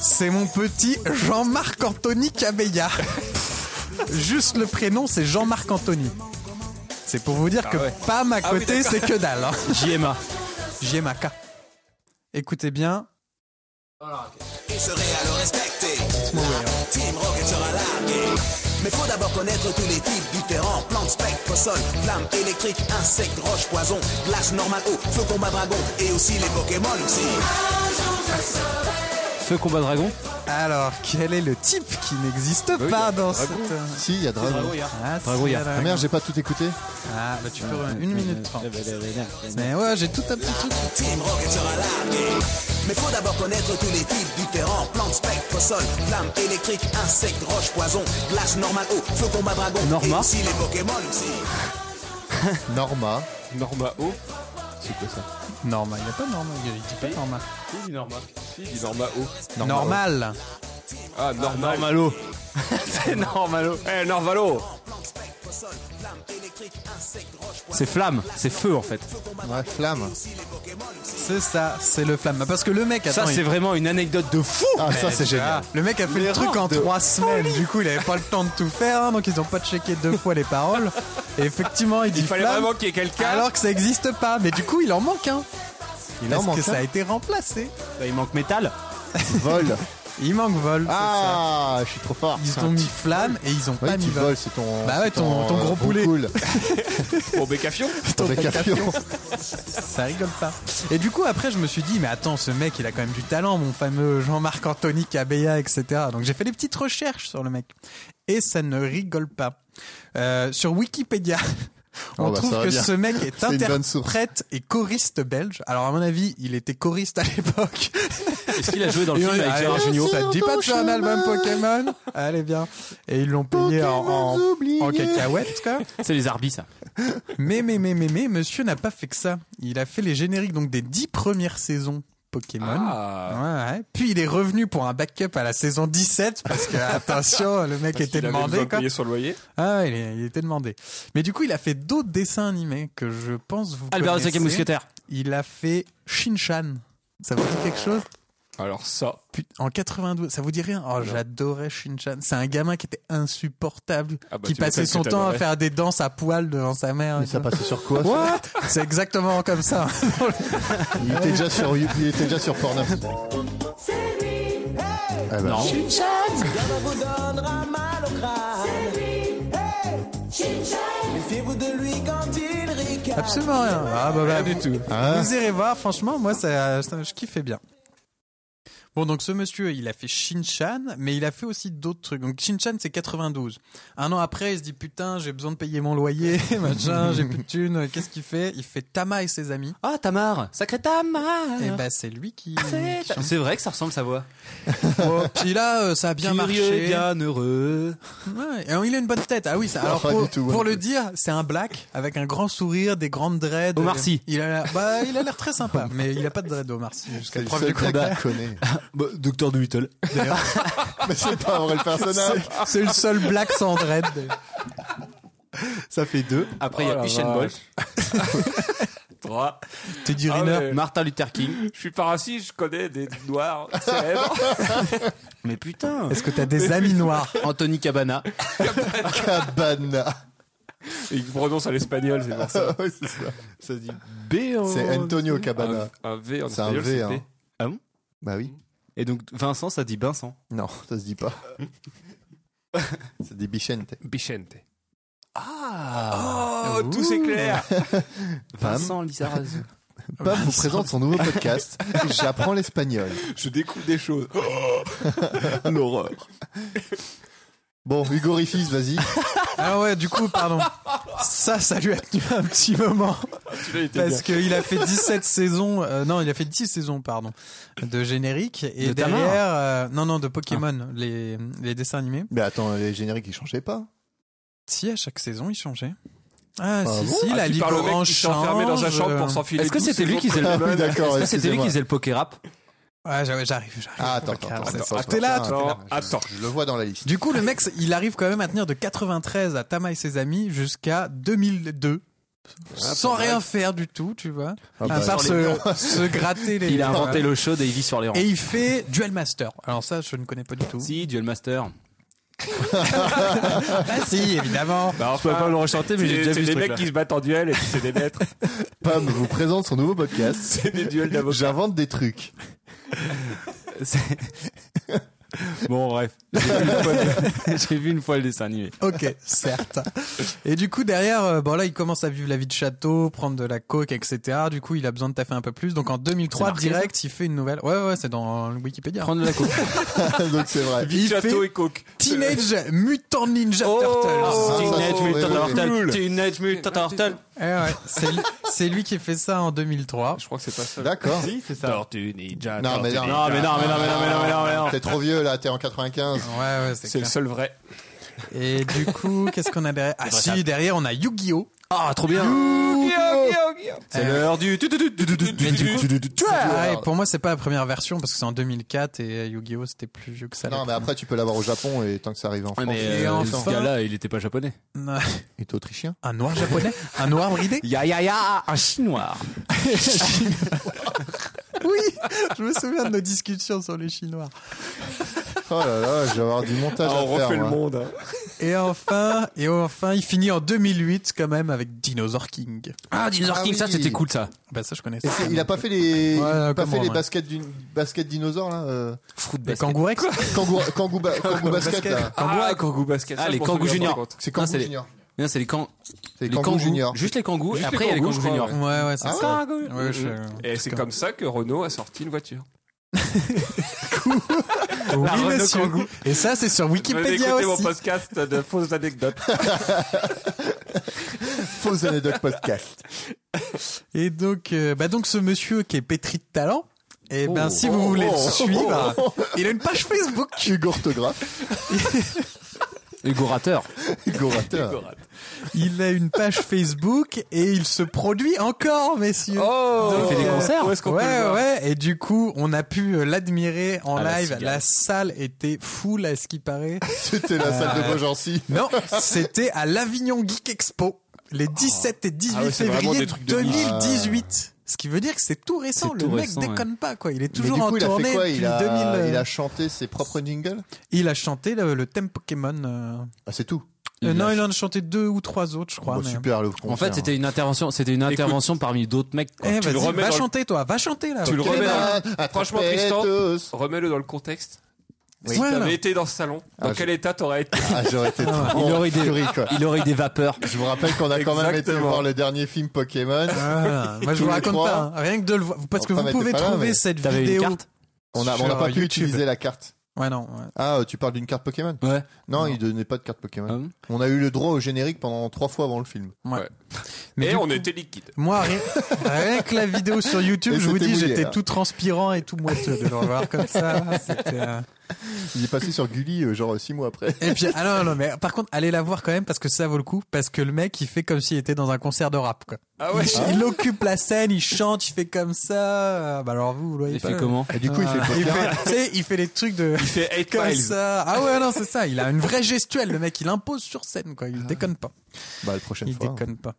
Speaker 5: C'est mon petit Jean-Marc Anthony Cabella. Juste le prénom, c'est Jean-Marc Anthony. C'est pour vous dire que
Speaker 3: ouais.
Speaker 5: Pam à
Speaker 3: Ah oui,
Speaker 5: côté,
Speaker 3: d'accord.
Speaker 5: c'est que dalle. hein.
Speaker 2: JMA.
Speaker 5: JMAK. Écoutez bien.
Speaker 7: et serai à le respecter. Team Rocket sera largué. Mais faut d'abord connaître tous les types différents plantes, spectres, sol, flammes électriques, insectes, roches, poison, glace, normale, eau, feu, combat, dragon et aussi les Pokémon aussi.
Speaker 2: Feu combat dragon.
Speaker 5: Alors, quel est le type qui n'existe pas dans cette. euh,
Speaker 4: Si, il y a Dragon.
Speaker 5: Ah, c'est
Speaker 2: Drago, il y a-
Speaker 5: Drago.
Speaker 4: Ah merde, j'ai pas tout écouté.
Speaker 5: Ah, bah tu peux revenir. Une minute trente. Mais ouais, j'ai tout un petit truc.
Speaker 7: Team Rocket sera largué. Mais faut d'abord connaître tous les types différents plantes, spectres, sol, flammes électriques, insectes, roches, poison, glace, normale, eau, feu, combat, dragon
Speaker 2: Norma.
Speaker 7: et aussi les Pokémon aussi.
Speaker 4: Norma.
Speaker 3: Norma O.
Speaker 5: Normal, il n'y a pas normal. Il dit pas normal.
Speaker 3: Si, il dit Norma O.
Speaker 5: Normal.
Speaker 3: Ah, Norma.
Speaker 2: Normalo. c'est normalo.
Speaker 3: Eh, Norvalo
Speaker 2: C'est flamme, c'est feu en fait.
Speaker 4: Ouais, Flamme.
Speaker 5: C'est ça, c'est le flamme. Parce que le mec,
Speaker 2: Ça
Speaker 5: attends, il-
Speaker 2: c'est vraiment une anecdote de fou.
Speaker 4: Ah, ça, c'est
Speaker 5: Ah,
Speaker 4: génial.
Speaker 5: le mec a fait le truc en trois semaines, du coup il avait pas le temps de tout faire, hein, donc ils ont pas checké deux fois les paroles. Et effectivement, il dit
Speaker 3: Il fallait
Speaker 5: flamme,
Speaker 3: vraiment qu'il y ait quelqu'un.
Speaker 5: alors que ça existe pas, mais du coup il en manque un.
Speaker 4: Il en
Speaker 5: Parce
Speaker 4: manque
Speaker 5: que ça
Speaker 4: un.
Speaker 5: a été remplacé.
Speaker 2: Bah, il manque métal.
Speaker 4: Vol.
Speaker 5: Il manque vol. c'est ça.
Speaker 4: Ah, je suis trop fort.
Speaker 5: Ils ont mis flamme et ils ont
Speaker 4: Oui,
Speaker 5: pas mis
Speaker 4: tu
Speaker 5: vol.
Speaker 4: voles, c'est ton.
Speaker 5: Bah ouais,
Speaker 4: c'est
Speaker 5: ton- ton gros
Speaker 4: euh,
Speaker 5: poulet.
Speaker 4: cool.
Speaker 3: Bon, Bécafion.
Speaker 4: Ton décapion.
Speaker 5: Ça rigole pas. Et du coup après je me suis dit mais attends ce mec il a quand même du talent, mon fameux Jean-Marc Anthony Cabella etc. Donc j'ai fait des petites recherches sur le mec et ça ne rigole pas. Euh, sur Wikipédia. On
Speaker 4: Oh bah, ça
Speaker 5: trouve
Speaker 4: va
Speaker 5: que
Speaker 4: bien.
Speaker 5: ce mec est
Speaker 4: C'est une bonne source.
Speaker 5: interprète et choriste belge. Alors à mon avis, il était choriste à l'époque.
Speaker 2: Est-ce qu'il a joué dans le
Speaker 5: Et
Speaker 2: film
Speaker 5: on-
Speaker 2: avec
Speaker 5: allez,
Speaker 2: Gérard
Speaker 5: on-
Speaker 2: Jugnot
Speaker 5: Ça te dit pas de faire un
Speaker 4: chemin.
Speaker 5: album Pokémon Allez bien. Et ils l'ont payé en, en,
Speaker 4: Pokémon oubliés.
Speaker 5: en cacahuètes quoi.
Speaker 2: C'est les arbis ça.
Speaker 5: Mais, mais, mais, mais, mais, monsieur n'a pas fait que ça. Il a fait les génériques donc des dix premières saisons Pokémon.
Speaker 3: Ah.
Speaker 5: Ouais, ouais. Puis il est revenu pour un backup à la saison 17 parce que, attention, le mec était
Speaker 3: Il avait
Speaker 5: demandé,
Speaker 3: besoin de
Speaker 5: quoi.
Speaker 3: payer son loyer.
Speaker 5: Ah, il, est- il était demandé. Mais du coup, il a fait d'autres dessins animés que je pense vous
Speaker 2: Albert le
Speaker 5: connaissez.
Speaker 2: cinquième mousquetaire.
Speaker 5: Il a fait Shinchan. Ça vous dit quelque chose
Speaker 3: Alors, ça.
Speaker 5: Put- En 92, ça vous dit rien Oh, j'adorais Shinchan. C'est un gamin qui était insupportable,
Speaker 3: Ah bah,
Speaker 5: qui
Speaker 3: tu m'étonnes
Speaker 5: passait son
Speaker 3: que
Speaker 5: temps à
Speaker 3: t'adorais.
Speaker 5: faire des danses à poil devant sa mère.
Speaker 4: Mais
Speaker 5: et
Speaker 4: ça
Speaker 5: tout.
Speaker 4: passait sur quoi ça
Speaker 5: What C'est exactement comme ça.
Speaker 4: Il était déjà sur, You- il était déjà sur Pornhub. Ah bah,
Speaker 7: Rien ne vous donnera mal au crâne. Méfiez-vous de lui quand il ricane.
Speaker 5: Absolument rien. Ah bah, bah, vous,
Speaker 4: Hein
Speaker 5: vous irez voir, franchement, moi ça, ça- je kiffais bien. Bon donc ce monsieur, il a fait Shinchan, mais il a fait aussi d'autres trucs. Donc Shinchan c'est 92. Un an après, il se dit putain, j'ai besoin de payer mon loyer, machin, j'ai plus de thunes, qu'est-ce qu'il fait Il fait Tama et ses amis.
Speaker 2: Ah Tamar, sacré Tamar.
Speaker 5: Et bah c'est lui qui,
Speaker 2: Ah, C'est-
Speaker 5: qui chante.
Speaker 2: C'est vrai que ça ressemble sa voix.
Speaker 5: Oh, Puis là, euh, ça a bien marché.
Speaker 2: bien heureux.
Speaker 5: Ouais, et il a une bonne tête. Ah oui, ça.
Speaker 4: Non,
Speaker 5: Alors
Speaker 4: pas
Speaker 5: pour,
Speaker 4: du tout,
Speaker 5: pour
Speaker 4: ouais.
Speaker 5: le dire, c'est un black avec un grand sourire, des grandes dreads.
Speaker 2: Omar Sy.
Speaker 5: Il a, l'air- bah, il a l'air très sympa, mais il a pas de dreads Omar Sy.
Speaker 4: c'est
Speaker 5: Jusqu'à
Speaker 4: le
Speaker 5: preuve Bah, du
Speaker 4: seul truc
Speaker 5: contraire.
Speaker 4: qu'il connaît.
Speaker 2: Docteur de Whittle.
Speaker 4: Mais c'est pas un vrai personnage.
Speaker 5: C'est le seul black sans dreads.
Speaker 2: Ça fait deux. Après il y
Speaker 3: Oh
Speaker 2: a
Speaker 3: la
Speaker 2: Usain
Speaker 3: vache.
Speaker 2: Bolt,
Speaker 3: Trois.
Speaker 5: Tu dis
Speaker 3: Ah
Speaker 5: Riner.
Speaker 3: ouais.
Speaker 2: Martin Luther King.
Speaker 3: Je suis pas raciste, je connais des noirs célèbres.
Speaker 2: Mais putain.
Speaker 5: Est-ce que t'as des amis noirs
Speaker 2: Anthony Cabana.
Speaker 4: Cabana.
Speaker 3: Il prononce à l'espagnol, c'est pour ça.
Speaker 4: Ouais, c'est ça. Ça dit-
Speaker 2: B.
Speaker 4: C'est Antonio Cabana.
Speaker 3: Un, un V en
Speaker 4: C'est un
Speaker 3: espagnol,
Speaker 4: V,
Speaker 3: c'était-
Speaker 4: hein. Bah oui.
Speaker 2: Et donc Vincent ça dit Vincent.
Speaker 4: Non, ça se dit pas. Ça dit Bichente.
Speaker 3: Bichente.
Speaker 2: Ah.
Speaker 3: Oh, tout s'éclaire
Speaker 2: Vincent Lizarazu.
Speaker 4: Pam vous présente son nouveau podcast. J'apprends l'espagnol.
Speaker 3: Je découvre des choses.
Speaker 4: L'horreur. Bon, Hugo Riffis, vas-y.
Speaker 5: Ah ouais, du coup, pardon. Ça, ça lui a tenu un petit moment. Parce qu'il a fait 17 saisons, euh, non, il a fait 10 saisons, pardon, de générique. Et
Speaker 2: De Tamar.
Speaker 5: derrière, euh, non, non, de Pokémon, les, les dessins animés.
Speaker 4: Mais attends, les génériques, ils changeaient pas.
Speaker 5: Si, à chaque saison, il changeait. Ah,
Speaker 4: Ah
Speaker 5: si,
Speaker 4: bon
Speaker 5: si, la
Speaker 3: tu
Speaker 5: libre
Speaker 3: parles au mec
Speaker 5: en
Speaker 3: qui s'est enfermé dans sa
Speaker 5: change,
Speaker 3: chambre
Speaker 5: euh,
Speaker 3: pour s'enfiler.
Speaker 2: Est-ce que
Speaker 3: douze
Speaker 2: c'était lui
Speaker 3: secondes
Speaker 2: qui faisait
Speaker 4: Ah oui,
Speaker 2: le
Speaker 4: d'accord.
Speaker 2: Est-ce que c'était lui
Speaker 4: excusez-moi.
Speaker 2: qui faisait le poker rap
Speaker 5: Ouais, j'arrive, j'arrive. j'arrive.
Speaker 4: Ah, attends, attends,
Speaker 5: Calme,
Speaker 4: attends,
Speaker 5: c'est
Speaker 4: attends,
Speaker 5: ça.
Speaker 4: attends,
Speaker 5: T'es là,
Speaker 4: attends,
Speaker 5: toi.
Speaker 3: Non,
Speaker 4: attends,
Speaker 3: attends.
Speaker 4: Je le vois dans la liste.
Speaker 5: Du coup, le mec, il arrive quand même à tenir de 93 à Tama et ses amis jusqu'à 2002. sans rien faire du tout, tu vois.
Speaker 4: Ah,
Speaker 5: à
Speaker 4: bah,
Speaker 5: part
Speaker 4: sur
Speaker 5: se, se gratter les.
Speaker 2: Il a inventé le show et il vit sur les rangs.
Speaker 5: Et il fait Duel Master. Alors ça, je ne connais pas du tout.
Speaker 2: Si, Duel Master.
Speaker 5: Ah si, évidemment.
Speaker 3: Bah,
Speaker 2: Je peux
Speaker 3: enfin,
Speaker 2: pas le rechanter, mais j'ai
Speaker 3: c'est-
Speaker 2: déjà
Speaker 3: c'est
Speaker 2: vu ce
Speaker 3: des mecs
Speaker 2: truc-là.
Speaker 3: qui se battent en duel et puis c'est des maîtres.
Speaker 4: Pam vous présente son nouveau podcast.
Speaker 3: c'est des duels d'avocats.
Speaker 4: J'invente des trucs.
Speaker 2: Bon, bref. J'ai vu une fois le- J'ai vu une fois le dessin animé.
Speaker 5: Ok, certes. Et du coup, derrière, euh, bon là, il commence à vivre la vie de château, prendre de la coke, etc. Du coup, il a besoin de taffer un peu plus. Donc en 2003, direct, il fait une nouvelle. Ouais, ouais, c'est dans le Wikipédia.
Speaker 2: Prendre de la coke.
Speaker 4: Ah, Donc c'est vrai.
Speaker 5: Il
Speaker 3: Château
Speaker 5: fait
Speaker 3: et coke.
Speaker 5: Teenage Mutant Ninja
Speaker 2: Oh,
Speaker 5: Turtles.
Speaker 4: Ah,
Speaker 2: Teenage
Speaker 4: ça,
Speaker 2: Mutant
Speaker 4: oui, oui.
Speaker 2: Turtle. Teenage Mutant Turtle.
Speaker 5: Eh ouais, c'est lui- c'est lui qui fait ça en 2003.
Speaker 3: Je crois que c'est pas ça.
Speaker 4: D'accord.
Speaker 2: c'est ça.
Speaker 3: Tortue Ninja.
Speaker 4: Non, mais non.
Speaker 2: Non, mais non, mais non, mais non, mais non, mais non, mais non.
Speaker 4: T'es trop vieux là, t'es en 95.
Speaker 5: Ouais, ouais, c'est
Speaker 3: C'est le
Speaker 5: clair.
Speaker 3: seul vrai.
Speaker 5: Et du coup, qu'est-ce qu'on a derrière Ah si, derrière, on a Yu-Gi-Oh!
Speaker 2: Ah, trop bien. C'est l'heure du. tu- tu- tu- tu- tu- tu- tu- tu- tu- tu- tu- tu-
Speaker 5: Ah, et pour moi, c'est pas la première version parce que c'est en 2004 et euh, Yu-Gi-Oh! c'était plus vieux que ça.
Speaker 4: Non,
Speaker 5: la
Speaker 4: mais après tu peux l'avoir au Japon et tant que ça arrive en
Speaker 2: Ouais,
Speaker 4: France.
Speaker 2: Mais
Speaker 5: Et
Speaker 2: euh,
Speaker 5: enfin-
Speaker 2: ce gars-là, il était pas japonais.
Speaker 5: première.
Speaker 4: Il est autrichien.
Speaker 5: Un noir japonais? Un noir bridé?
Speaker 2: Ya ya ya, un chinois.
Speaker 5: Oui! Je me souviens de nos discussions sur les Chinois.
Speaker 4: Oh là là, je vais avoir du montage à
Speaker 3: Ah, on
Speaker 4: faire.
Speaker 3: refait le
Speaker 4: moi.
Speaker 3: monde. hein.
Speaker 5: Et enfin, et enfin, il finit en 2008 quand même avec Dinosaur King.
Speaker 2: Ah, Dinosaur
Speaker 4: Ah
Speaker 2: King, ça
Speaker 4: oui.
Speaker 2: c'était cool ça.
Speaker 5: Bah, ça, je connais
Speaker 4: Et
Speaker 5: ça.
Speaker 4: c'est- il a pas fait
Speaker 5: Ouais,
Speaker 4: les, il a pas
Speaker 5: comment,
Speaker 4: fait les
Speaker 5: ouais.
Speaker 4: baskets d'une basket dinosaure là, euh,
Speaker 2: Fruit
Speaker 5: Le
Speaker 2: basket.
Speaker 5: Kangourex?
Speaker 4: kangou, kangou, ba- kangou basket là.
Speaker 3: Kangou, ah, Kangou Basket.
Speaker 2: Ah,
Speaker 3: ça, je
Speaker 2: les
Speaker 3: m'en
Speaker 2: Kangou
Speaker 3: souviens
Speaker 2: Junior.
Speaker 3: par contre.
Speaker 4: Ah, C'est
Speaker 2: Non, c'est
Speaker 4: kangou
Speaker 2: les-
Speaker 4: junior.
Speaker 2: Non, c'est les kangous.
Speaker 4: C'est kangou junior.
Speaker 2: Juste les kangous. Et
Speaker 3: Juste
Speaker 2: après,
Speaker 3: les
Speaker 2: il y a les
Speaker 3: kangous,
Speaker 2: kangous
Speaker 3: je crois,
Speaker 2: juniors.
Speaker 5: Ouais, ouais, c'est
Speaker 4: Ah
Speaker 5: ça.
Speaker 2: Kangou.
Speaker 5: Ouais, je-
Speaker 3: Et c'est comme ça que Renault a sorti une voiture.
Speaker 5: Oui,
Speaker 2: Renault
Speaker 5: monsieur. Et ça, c'est sur
Speaker 3: Venez
Speaker 5: Wikipédia
Speaker 3: écouter
Speaker 5: aussi.
Speaker 3: mon podcast de fausses anecdotes.
Speaker 4: Fausse anecdote podcast.
Speaker 5: Et donc, euh, bah donc ce monsieur qui est pétri de talent, et ben si vous
Speaker 4: Oh.
Speaker 5: voulez le
Speaker 4: Oh.
Speaker 5: suivre, il a une page Facebook.
Speaker 4: Hugo orthographe,
Speaker 2: Hugo Rater.
Speaker 4: Hugo Rater.
Speaker 5: Il a une page Facebook et il se produit encore, messieurs.
Speaker 2: Il fait des concerts.
Speaker 3: Où est-ce Oh, qu'on
Speaker 5: ouais,
Speaker 3: peut le voir
Speaker 5: ouais. Et du coup, on a pu euh, l'admirer en
Speaker 2: Ah, la
Speaker 5: live.
Speaker 2: cigale.
Speaker 5: La, salle était full à ce qui paraît.
Speaker 4: C'était la salle de Beaugency.
Speaker 5: non, c'était à l'Avignon Geek Expo les 17 et 18
Speaker 3: Ah ouais, c'est vraiment
Speaker 5: février
Speaker 3: des trucs de niche.
Speaker 5: 2018. Ce qui veut dire que c'est tout récent.
Speaker 2: C'est
Speaker 5: le
Speaker 2: tout
Speaker 5: mec
Speaker 2: récent,
Speaker 5: déconne pas, quoi. Il est toujours
Speaker 4: Mais du
Speaker 5: en
Speaker 4: coup, il a
Speaker 5: tournée
Speaker 4: fait quoi
Speaker 5: depuis
Speaker 4: il a,
Speaker 5: 2000. euh,
Speaker 4: il a chanté ses propres jingles
Speaker 5: Il a chanté le, le thème Pokémon. euh.
Speaker 4: Ah, c'est tout.
Speaker 5: Euh,
Speaker 2: Il
Speaker 5: non,
Speaker 2: a-
Speaker 5: il en a chanté deux ou trois autres, je crois.
Speaker 4: Bon,
Speaker 5: mais-
Speaker 4: Oh, bah, Super le
Speaker 2: En fait,
Speaker 4: concert.
Speaker 2: hein.
Speaker 4: hein.
Speaker 2: c'était une intervention, c'était une intervention parmi d'autres mecs. quoi.
Speaker 5: Eh,
Speaker 3: tu le
Speaker 5: vas-y,
Speaker 3: remets
Speaker 5: va
Speaker 3: dans le-
Speaker 5: chanter, toi, va chanter là.
Speaker 3: Tu le remets dans-
Speaker 4: Pokémon, attrapez
Speaker 3: hein. Franchement, Tristan.
Speaker 4: tous.
Speaker 3: Remets-le dans le contexte. Si
Speaker 5: Voilà.
Speaker 3: t'avais été dans ce salon, dans
Speaker 4: Ah,
Speaker 3: quel état t'aurais été
Speaker 4: Ah, j'aurais été trop
Speaker 2: Il
Speaker 4: en
Speaker 2: aurait des-
Speaker 4: furie, quoi.
Speaker 2: Il aurait eu des vapeurs.
Speaker 4: Je vous rappelle qu'on a quand même été
Speaker 3: Exactement.
Speaker 4: voir le dernier film Pokémon.
Speaker 5: Ah, moi, je
Speaker 4: Tous
Speaker 5: vous
Speaker 4: les
Speaker 5: raconte
Speaker 4: trois.
Speaker 5: pas, hein. rien que de le voir. Parce
Speaker 4: Enfin,
Speaker 5: que vous
Speaker 4: mais t'es
Speaker 5: pouvez
Speaker 4: pas là,
Speaker 5: trouver
Speaker 4: mais
Speaker 5: cette
Speaker 2: T'avais une
Speaker 5: vidéo.
Speaker 2: carte
Speaker 4: On a, on n'a
Speaker 5: Sur
Speaker 4: pas pu
Speaker 5: YouTube.
Speaker 4: utiliser la carte.
Speaker 5: Ouais, non. ouais.
Speaker 4: Ah, tu parles d'une carte Pokémon
Speaker 2: Ouais.
Speaker 4: Non, il donnait pas de carte Pokémon.
Speaker 2: Hum.
Speaker 4: On a eu le droit au générique pendant trois fois avant le film.
Speaker 5: Mais
Speaker 3: Et
Speaker 5: du
Speaker 3: on
Speaker 5: coup,
Speaker 3: était liquide.
Speaker 5: Moi, rien, rien que la vidéo sur YouTube,
Speaker 4: Et
Speaker 5: je vous
Speaker 4: c'était
Speaker 5: dis,
Speaker 4: mouillé,
Speaker 5: j'étais
Speaker 4: hein.
Speaker 5: tout transpirant et tout moiteux de le revoir comme ça. C'était, euh,
Speaker 4: Il est passé sur Gulli euh, genre six mois après.
Speaker 5: Et puis, ah non, non, mais par contre, allez la voir quand même parce que ça vaut le coup. Parce que le mec, il fait comme s'il était dans un concert de rap, quoi.
Speaker 3: Ah ouais.
Speaker 5: Il, il occupe la scène, il chante, il fait comme ça. Bah alors vous, vous voyez
Speaker 2: Il
Speaker 5: pas.
Speaker 2: fait comment
Speaker 4: Et du coup, il fait
Speaker 5: Ah,
Speaker 4: le
Speaker 5: il
Speaker 4: poker.
Speaker 5: fait, tu sais, il fait les trucs de
Speaker 3: Il fait 8
Speaker 5: comme
Speaker 3: miles.
Speaker 5: ça. Ah ouais, non, c'est ça. Il a une vraie gestuelle, le mec. Il impose sur scène, quoi.
Speaker 4: Ah.
Speaker 5: Il déconne pas.
Speaker 4: Bah, la prochaine
Speaker 5: Il
Speaker 4: fois.
Speaker 5: déconne pas.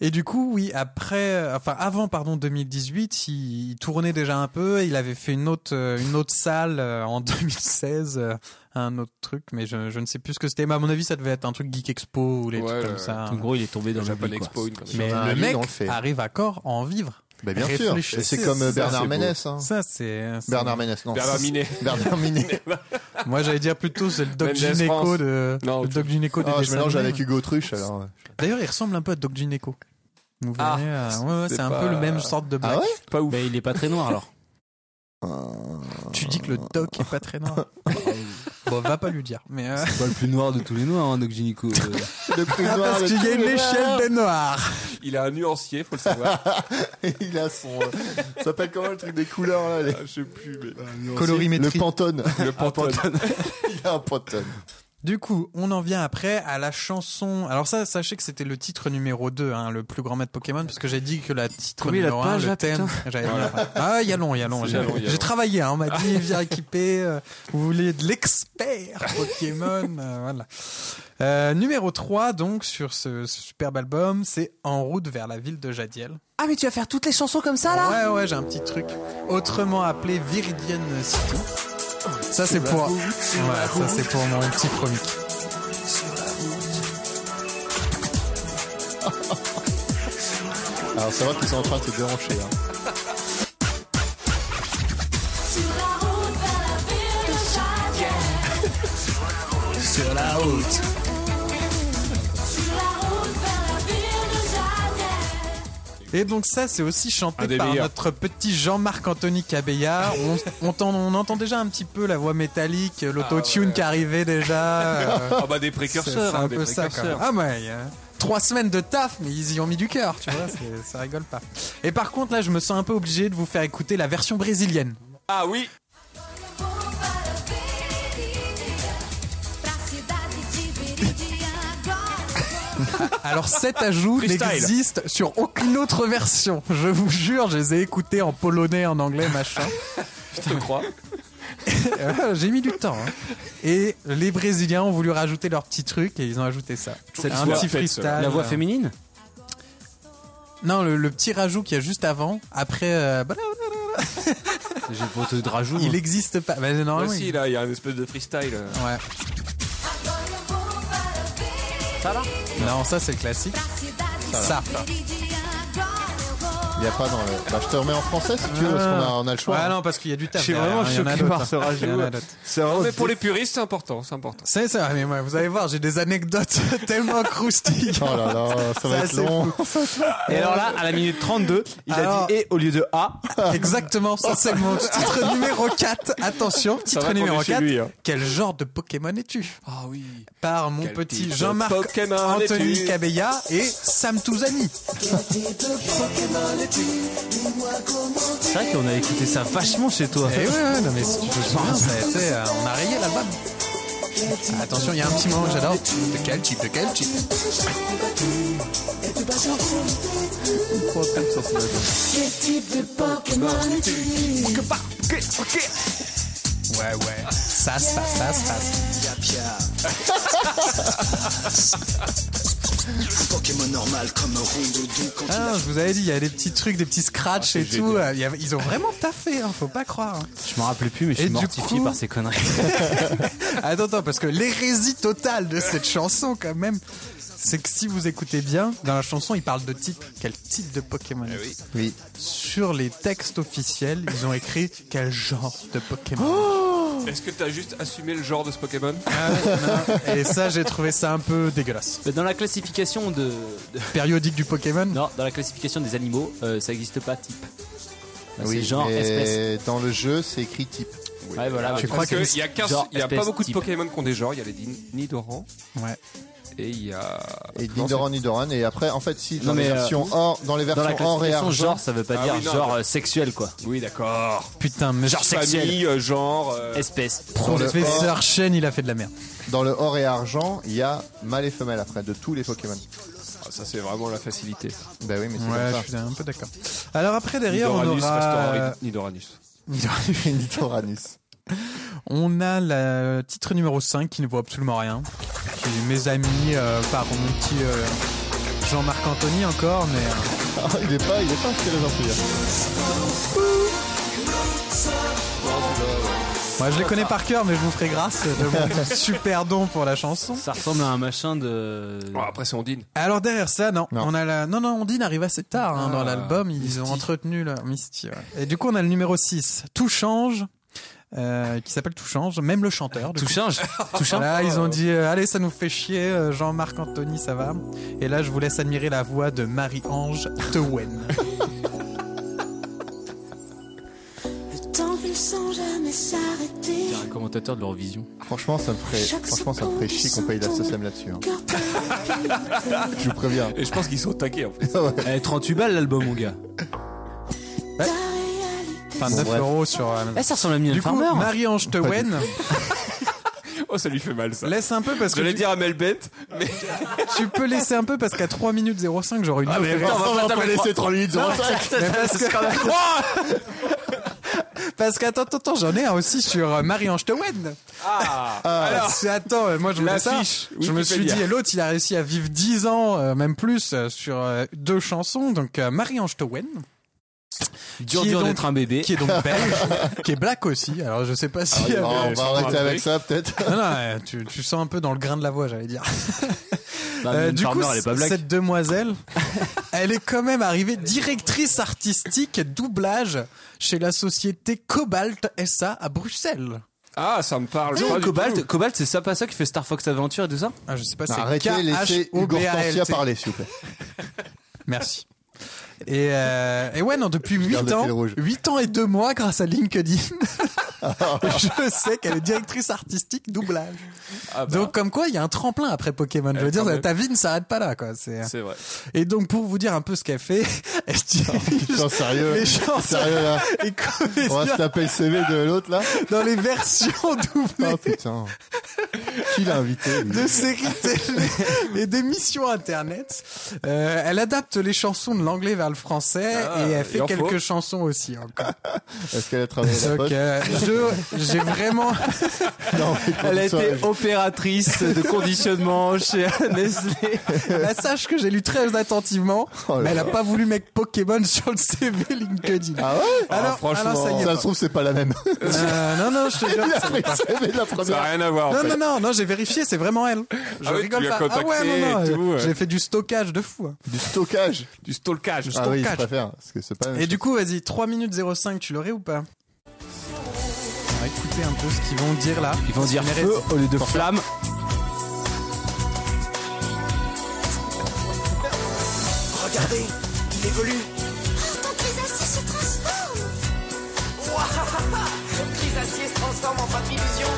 Speaker 5: Et du coup, oui, après, euh, enfin avant, pardon, 2018, il, il tournait déjà un peu. Il avait fait une autre, euh, une autre salle euh, en 2016, euh, un autre truc, mais je, je ne sais plus ce que c'était. Mais à mon avis, ça devait être un truc Geek Expo ou les
Speaker 3: Ouais,
Speaker 5: trucs comme
Speaker 3: ouais,
Speaker 5: ça.
Speaker 2: En gros, il est tombé dans
Speaker 3: Japan
Speaker 2: l'oubli, quoi.
Speaker 3: Expo, une connerie.
Speaker 5: Mais
Speaker 4: Sur un
Speaker 5: le
Speaker 4: lit,
Speaker 5: mec
Speaker 4: on le fait.
Speaker 5: arrive à corps à en vivre.
Speaker 4: Bah, bien sûr. Et
Speaker 5: Réfléchis.
Speaker 4: c'est comme euh,
Speaker 5: Ça,
Speaker 4: Bernard
Speaker 3: c'est beau.
Speaker 4: Ménès. hein.
Speaker 5: Ça, c'est c'est-
Speaker 4: Bernard Ménès, non.
Speaker 3: Bernard Minet.
Speaker 4: Bernard Minet.
Speaker 5: Moi, j'allais dire plutôt c'est le Doc
Speaker 3: Mendes
Speaker 5: Gineco
Speaker 3: France.
Speaker 5: de
Speaker 3: Non,
Speaker 5: le
Speaker 3: tu-
Speaker 5: Doc Gineco des
Speaker 4: Oh, je
Speaker 5: dessins
Speaker 4: mélange
Speaker 5: animés.
Speaker 4: avec Hugo Truche alors.
Speaker 5: D'ailleurs, il ressemble un peu à Doc Gineco. Vous verrez,
Speaker 3: Ah,
Speaker 5: euh, ouais, ouais, c'est
Speaker 3: c'est
Speaker 5: un
Speaker 3: pas-
Speaker 5: peu le même sorte de blague.
Speaker 4: Ah ouais
Speaker 3: Pas ouf.
Speaker 2: Mais il est pas très noir alors.
Speaker 4: Ah.
Speaker 5: tu dis que le Doc est pas très noir. bon, va pas lui dire. Mais
Speaker 4: Ah,
Speaker 5: euh,
Speaker 2: C'est pas le plus noir de tous les noirs, hein, Doc Gynéco.
Speaker 4: Le plus noir,
Speaker 5: parce
Speaker 4: le
Speaker 5: qu'il y a
Speaker 4: plus
Speaker 5: une
Speaker 4: noir.
Speaker 5: échelle des noirs.
Speaker 3: Il a un nuancier, faut le savoir.
Speaker 4: Il a son. euh, Ça s'appelle comment le truc des couleurs là les-
Speaker 3: Ah, Je sais plus. Mais...
Speaker 5: Colorimétrie.
Speaker 4: Le pantone.
Speaker 3: Le pantone.
Speaker 4: Il a un pantone.
Speaker 5: Du coup, on en vient après à la chanson. Alors ça, sachez que c'était le titre numéro 2, hein, le plus grand maître Pokémon, parce que j'ai dit que la titre
Speaker 2: Combien il a de
Speaker 5: numéro 1,
Speaker 2: pages,
Speaker 5: le
Speaker 2: là,
Speaker 5: thème. J'avais mis la fin. Ah, il y a long, il y a long.
Speaker 3: C'est
Speaker 5: J'ai
Speaker 3: long, il y a
Speaker 5: j'ai
Speaker 3: long.
Speaker 5: travaillé, hein, on m'a dit, viens équipé, euh, vous voulez de l'expert Pokémon, euh, voilà. Euh, numéro 3, donc, sur ce, ce superbe album, c'est En route vers la ville de Jadiel.
Speaker 2: Ah, mais tu vas faire toutes les chansons comme ça
Speaker 5: Ouais, ouais, j'ai un petit truc. Autrement appelé Viridian City. Ça, c'est pour. Ouais, ça, c'est pour mon petit promic.
Speaker 4: Alors, ça va qu'ils sont en train de se déhancher. hein.
Speaker 6: Sur la route vers la ville de Chadienne.
Speaker 7: Sur la route,
Speaker 6: Sur la route vers la ville de Chadienne.
Speaker 5: Et donc, ça, c'est aussi
Speaker 3: Un
Speaker 5: chanté
Speaker 3: des
Speaker 5: par
Speaker 3: meilleurs.
Speaker 5: notre petit Jean-Marc Anthony Cabella. On, on, t'en- on entend déjà un petit peu la voix métallique, l'autotune qui arrivait déjà. euh,
Speaker 3: Ah bah des
Speaker 5: c'est
Speaker 3: précurseurs,
Speaker 5: c'est
Speaker 3: hein,
Speaker 5: un
Speaker 3: des
Speaker 5: peu ça, quand même.
Speaker 3: précurseurs.
Speaker 5: Ah, ouais. il y a Trois semaines de taf, mais ils y ont mis du cœur, tu vois, c'est- ça rigole pas. Et par contre, là, je me sens un peu obligé de vous faire écouter la version brésilienne.
Speaker 3: Ah oui,
Speaker 6: Vou para Veridiana, pra cidade de Veridiana agora.
Speaker 5: Alors cet ajout
Speaker 3: Freestyle.
Speaker 5: n'existe sur aucune autre version. Je vous jure, je les ai écoutés en polonais, en anglais, machin.
Speaker 3: je te crois.
Speaker 5: Euh, J'ai mis du temps. hein. Et les Brésiliens ont voulu rajouter leur petit truc et ils ont ajouté ça.
Speaker 3: Cette
Speaker 5: un
Speaker 3: voix
Speaker 5: petit
Speaker 3: faite,
Speaker 5: freestyle.
Speaker 2: La voix
Speaker 5: euh,
Speaker 2: féminine
Speaker 5: Non, le, le petit rajout qu'il y a juste avant. Après, euh, bah,
Speaker 2: J'ai pas de hein. rajout.
Speaker 5: il existe pas. Bah,
Speaker 3: Moi
Speaker 5: normalement,
Speaker 3: aussi,
Speaker 5: il-
Speaker 3: là, il y a une espèce de freestyle. euh.
Speaker 5: Ouais.
Speaker 6: Agora eu vou para Veridiana,
Speaker 5: Non, ça c'est le classique.
Speaker 6: pra cidade
Speaker 5: Ça.
Speaker 6: de Veridiana agora eu
Speaker 4: Il
Speaker 6: vou.
Speaker 4: n'y a pas dans le... Bah, je te remets en français si tu veux, parce qu'on a, on a le choix.
Speaker 5: Ouais,
Speaker 4: hein.
Speaker 5: Ah, non, parce qu'il y a du taf.
Speaker 2: Je suis
Speaker 5: derrière,
Speaker 2: vraiment
Speaker 5: hein, il y en a
Speaker 2: choqué
Speaker 5: d'autres,
Speaker 2: par
Speaker 5: hein.
Speaker 2: ce rajout.
Speaker 5: Il y en a d'autres.
Speaker 4: C'est vraiment
Speaker 3: Mais pour les puristes, c'est important, c'est important.
Speaker 5: C'est ça, mais moi, vous allez voir, j'ai des anecdotes tellement croustillantes.
Speaker 4: Oh là là, ça va
Speaker 5: Ça,
Speaker 4: être
Speaker 5: c'est
Speaker 4: long.
Speaker 2: Et alors là, à la minute 32, il
Speaker 5: Alors-
Speaker 2: a dit et au lieu de A.
Speaker 5: Exactement, ça c'est mon titre numéro 4. Attention, titre
Speaker 3: va qu'on
Speaker 5: numéro
Speaker 3: est chez
Speaker 5: 4.
Speaker 3: lui, hein.
Speaker 5: Quel genre de Pokémon es-tu
Speaker 3: Ah oui.
Speaker 5: Par mon
Speaker 3: Quel
Speaker 5: petit
Speaker 3: type de
Speaker 5: Jean-Marc
Speaker 3: Pokémon
Speaker 5: Anthony
Speaker 3: es-tu
Speaker 5: Cabella et Sam Touzani.
Speaker 2: C'est vrai qu'on a écouté ça vachement chez toi.
Speaker 5: Et Eh ouais, ouais, non mais si tu te souviens, ça a été, euh, on a rayé l'album. Attention, il y a un petit moment que j'adore. De quel type De quel type Ouais, ouais. Ça, ça, ça, ça.
Speaker 7: un Pokémon normal comme un rondodou quand
Speaker 5: Ah, je vous avais dit, il y a des petits trucs, des petits scratchs et tout. euh, il y avait- Ils ont vraiment taffé, hein, faut pas croire. hein.
Speaker 2: Je m'en rappelais plus, mais je
Speaker 5: Et
Speaker 2: suis
Speaker 5: du
Speaker 2: mortifié
Speaker 5: coup-
Speaker 2: par ces conneries.
Speaker 5: Attends, attends, parce que l'hérésie totale de cette chanson, quand même, c'est que si vous écoutez bien, dans la chanson, il parle de type. Quel type de Pokémon
Speaker 3: Eh
Speaker 4: Oui.
Speaker 5: Sur les textes officiels, ils ont écrit quel genre de Pokémon
Speaker 3: Est-ce que t'as juste assumé le genre de ce Pokémon
Speaker 5: Ah, non. Et ça, j'ai trouvé ça un peu dégueulasse.
Speaker 2: Dans la classification de. de-
Speaker 5: Périodique du Pokémon
Speaker 2: Non, dans la classification des animaux, euh, ça n'existe pas type. Là,
Speaker 4: Oui,
Speaker 2: c'est genre,
Speaker 4: mais
Speaker 2: espèce.
Speaker 4: dans le jeu, c'est écrit type.
Speaker 2: Ouais, voilà.
Speaker 5: Ah, Tu
Speaker 2: ouais.
Speaker 5: crois
Speaker 3: Parce qu'il y a, 15
Speaker 2: genre,
Speaker 3: il y a pas
Speaker 2: espèce,
Speaker 3: beaucoup de
Speaker 2: type.
Speaker 3: Pokémon qui ont des genres. Il y a les Din- Nidoran
Speaker 5: Ouais.
Speaker 3: et il y a.
Speaker 4: Et
Speaker 3: Non, c'est-
Speaker 4: Nidoran, Nidoran. Et après, en fait, si, dans,
Speaker 2: Non,
Speaker 4: les,
Speaker 2: mais, euh,
Speaker 4: versions or, dans les
Speaker 2: Dans la
Speaker 4: versions or et
Speaker 2: classification
Speaker 4: argent,
Speaker 2: genre, ça veut pas
Speaker 3: Ah
Speaker 2: dire
Speaker 3: oui, non,
Speaker 2: genre
Speaker 3: mais-
Speaker 2: euh, sexuel quoi.
Speaker 3: Oui, d'accord.
Speaker 5: Putain, mais
Speaker 2: Genre sexuel.
Speaker 3: Famille, euh, genre. euh,
Speaker 2: Espèce.
Speaker 5: Professeur Shen, il a fait de la merde.
Speaker 4: dans le or et argent, il y a mâle et femelle après, de tous les Pokémon.
Speaker 3: ah, ça, c'est vraiment la facilité.
Speaker 4: Bah oui, mais c'est
Speaker 5: Ouais,
Speaker 4: comme
Speaker 5: je suis
Speaker 4: ça.
Speaker 5: un peu d'accord. Alors après, derrière, on
Speaker 3: Nidoranus
Speaker 5: aura... euh,
Speaker 3: restera Nidoranus.
Speaker 4: Nidoranus.
Speaker 5: On a le titre numéro 5 qui ne vaut absolument rien. Qui est mes amis euh, par mon petit euh, Jean-Marc Anthony encore, mais euh,
Speaker 4: Ah, il est pas, il est pas inspiré d'un truc.
Speaker 5: ouais, je les connais par cœur, mais je vous ferai grâce de mon super don pour la chanson.
Speaker 2: Ça ressemble à un machin de.
Speaker 3: Oh, après, c'est Ondine.
Speaker 5: Alors derrière ça, non,
Speaker 4: Non.
Speaker 5: on a la... non, non, Ondine arrive assez tard hein, dans
Speaker 3: Ah,
Speaker 5: l'album. Ils ont entretenu la Misty. ouais. Et du coup, on a le numéro 6, Tout change, euh, qui s'appelle Tout change, même le chanteur. du
Speaker 2: Tout
Speaker 5: coup.
Speaker 2: change. Tout change.
Speaker 5: Là, ils ont dit euh, allez, ça nous fait chier, euh, Jean-Marc Anthony, ça va. Et là, je vous laisse admirer la voix de Marie-Ange Tewen.
Speaker 6: Le temps vole sans jamais s'arrêter.
Speaker 2: Il y a un commentateur de l'Eurovision.
Speaker 4: Franchement, ça me ferait, franchement, ça me ferait chier qu'on paye la SACEM là-dessus. hein.
Speaker 6: Cœur palpite,
Speaker 4: Je vous préviens.
Speaker 3: Et je pense qu'ils sont taqués en fait.
Speaker 2: Eh, 38 balles l'album, mon gars.
Speaker 6: ta réalité.
Speaker 5: Enfin, 9
Speaker 4: bref.
Speaker 5: euros sur. euh,
Speaker 2: Eh, ça ressemble à Mylène
Speaker 5: du coup,
Speaker 2: Farmer.
Speaker 5: Marie-Ange Tewen,
Speaker 3: Oh, ça lui fait mal ça.
Speaker 5: Laisse un peu parce que
Speaker 3: J'allais
Speaker 5: tu,
Speaker 3: dire à Melbent.
Speaker 5: tu peux laisser un peu parce qu'à 3 minutes 05 j'aurais une
Speaker 4: Ah, mais
Speaker 2: on va
Speaker 4: Vincent,
Speaker 2: pas
Speaker 4: on va
Speaker 2: taper
Speaker 4: laisser 3 minutes 05.
Speaker 5: Parce qu'attends, attends, attends, j'en ai un aussi sur euh, Marie-Ange Towen.
Speaker 3: Ah,
Speaker 5: Parce que, attends, euh, moi je voulais ça.
Speaker 3: l'affiche
Speaker 5: Je me suis
Speaker 3: Wikipédia.
Speaker 5: dit, l'autre, il a réussi à vivre 10 ans, euh, même plus, euh, sur euh, deux chansons. Donc euh, Marie-Ange Towen,
Speaker 2: Dur,
Speaker 5: Qui est
Speaker 2: dur
Speaker 5: donc-
Speaker 2: d'être un bébé.
Speaker 5: qui est donc belge, qui est black aussi. Alors je sais pas si...
Speaker 4: Ah, On va
Speaker 3: Vincent,
Speaker 4: arrêter
Speaker 3: un
Speaker 4: avec
Speaker 3: truc.
Speaker 4: ça, peut-être.
Speaker 5: Non, non, euh, tu, tu sens un peu dans le grain de la voix, j'allais dire.
Speaker 2: Bah,
Speaker 5: Euh,
Speaker 2: Mylène
Speaker 5: du coup,
Speaker 2: Farmer, elle est pas black.
Speaker 5: cette demoiselle, elle est quand même arrivée directrice artistique doublage chez la société Cobalt SA à Bruxelles.
Speaker 3: Ah, ça me parle.
Speaker 2: Ah,
Speaker 3: pas du tout.
Speaker 2: Cobalt, Cobalt, c'est ça pas ça qui fait Star Fox Adventure et tout ça
Speaker 5: Ah, je sais pas, c'est
Speaker 4: Bah, Arrêtez, laissez Hugo Hortensia
Speaker 5: K-H-O-B-A-L-T.
Speaker 4: parler, s'il vous plaît.
Speaker 5: Merci. Et, euh, et ouais, non, depuis 8
Speaker 4: garde le fil
Speaker 5: ans,
Speaker 4: rouge.
Speaker 5: 8 ans et 2 mois grâce à LinkedIn, je sais qu'elle est directrice artistique doublage.
Speaker 3: Ah bah,
Speaker 5: Donc comme quoi, il y a un tremplin après Pokémon. Je veux
Speaker 3: Eh,
Speaker 5: dire,
Speaker 3: quand même.
Speaker 5: ta vie ne s'arrête pas là, quoi. C'est- euh,
Speaker 3: c'est vrai.
Speaker 5: Et donc pour vous dire un peu ce qu'elle fait, elle dirige
Speaker 4: Putain, sérieux.
Speaker 5: les chansons
Speaker 4: Sérieux, là.
Speaker 5: et comédiens
Speaker 4: Oh, On va se taper le CV de l'autre, là.
Speaker 5: dans les versions doublées
Speaker 4: Oh, putain. Qui l'a invité, lui
Speaker 5: de séries télé et d'émissions internet. Euh, elle adapte les chansons de l'anglais vers le français
Speaker 3: Ah,
Speaker 5: et elle
Speaker 3: il
Speaker 5: fait
Speaker 3: en
Speaker 5: quelques
Speaker 3: faut.
Speaker 5: chansons aussi encore.
Speaker 4: Est-ce qu'elle a travaillé à la
Speaker 5: Donc
Speaker 4: poste
Speaker 5: euh, je j'ai vraiment
Speaker 4: Non, mais
Speaker 2: Elle a
Speaker 4: qu'on soit-
Speaker 2: été opératrice de conditionnement chez Nestlé.
Speaker 5: la sache que j'ai lu très attentivement,
Speaker 4: Oh là
Speaker 5: mais elle a
Speaker 4: là.
Speaker 5: pas voulu mettre Pokémon sur le CV LinkedIn.
Speaker 4: Ah ouais
Speaker 5: alors,
Speaker 3: franchement,
Speaker 5: alors, ça y est.
Speaker 4: Ça se trouve, c'est pas la même.
Speaker 5: Euh, non non, je te jure.
Speaker 4: Il a fait le CV de la
Speaker 3: Ça n'a
Speaker 4: première.
Speaker 3: rien à voir. en
Speaker 5: Non,
Speaker 3: fait.
Speaker 5: non, non, non, j'ai vérifié, c'est vraiment elle. Je
Speaker 3: Ah oui, tu
Speaker 5: rigole
Speaker 3: lui as
Speaker 5: pas. Ah ouais,
Speaker 3: contacté
Speaker 5: non, non,
Speaker 3: et tout,
Speaker 5: euh,
Speaker 3: ouais.
Speaker 5: j'ai fait du stockage de fou. hein.
Speaker 4: Du stockage.
Speaker 3: Du stalkage.
Speaker 4: Ah oui, je
Speaker 5: Stockage.
Speaker 4: préfère. Parce que c'est pas la même
Speaker 5: Et du coup, vas-y, 3 minutes 05, tu l'aurais ou pas On va écouter un peu ce qu'ils vont dire là.
Speaker 2: Ils vont dire
Speaker 5: Mais
Speaker 2: feu
Speaker 5: reste-
Speaker 2: au lieu de flamme.
Speaker 7: Regardez, il évolue.
Speaker 6: Ton acier se transforme.
Speaker 7: Ouahaha Grisacier se transforme en fin d'illusion.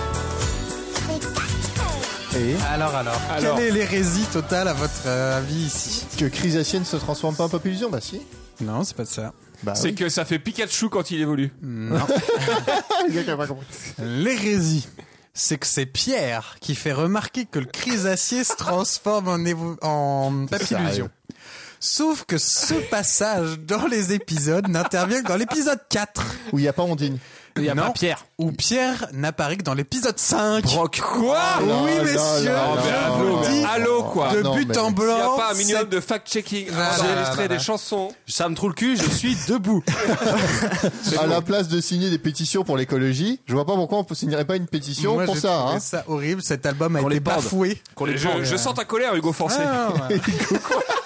Speaker 5: Alors, alors,
Speaker 3: Alors.
Speaker 5: quelle est l'hérésie totale à votre euh, avis ici
Speaker 4: chose. Que Chrysacienne se transforme pas en Papillusion Bah si.
Speaker 5: Non, c'est pas ça.
Speaker 4: Bah
Speaker 3: C'est
Speaker 4: oui.
Speaker 3: que ça fait Pikachu quand il évolue.
Speaker 4: le gars qui a pas compris.
Speaker 5: L'hérésie, c'est que c'est Pierre qui fait remarquer que le chrysacier se transforme en, évo- en papillusion.
Speaker 4: Sérieux.
Speaker 5: Sauf que ce passage dans les épisodes n'intervient que dans l'épisode 4,
Speaker 4: Où il y a pas Ondine.
Speaker 2: Il y a
Speaker 5: Non.
Speaker 2: pas Pierre.
Speaker 5: où Pierre n'apparaît que dans l'épisode 5.
Speaker 3: Brock. Quoi
Speaker 5: Oh, oui,
Speaker 4: Non,
Speaker 5: messieurs,
Speaker 4: non, non,
Speaker 3: Oh, mais
Speaker 5: je
Speaker 4: non,
Speaker 3: allô,
Speaker 5: vous
Speaker 4: non,
Speaker 3: mais
Speaker 5: dis,
Speaker 4: non,
Speaker 3: allô,
Speaker 4: non,
Speaker 3: quoi.
Speaker 5: de
Speaker 4: Ah non,
Speaker 5: but
Speaker 4: mais-
Speaker 5: en
Speaker 3: Il n'y
Speaker 5: blanc.
Speaker 3: a pas un
Speaker 5: c'est-
Speaker 3: minimum de fact-checking.
Speaker 5: Voilà,
Speaker 3: J'ai enregistré
Speaker 5: voilà.
Speaker 3: des chansons.
Speaker 2: Ça me trouve le cul, je suis debout.
Speaker 4: À la place de signer des pétitions pour l'écologie, je vois pas pourquoi on signerait pas une pétition
Speaker 5: Moi,
Speaker 4: pour
Speaker 5: j'ai
Speaker 4: ça.
Speaker 5: trouvé
Speaker 4: Hein.
Speaker 5: ça horrible, cet album a
Speaker 2: Qu'on
Speaker 5: été
Speaker 2: les borde.
Speaker 5: bafoué.
Speaker 2: Qu'on les
Speaker 3: Je,
Speaker 2: prend.
Speaker 3: je sens ta colère, Hugo Forcé.
Speaker 5: Ah, ouais.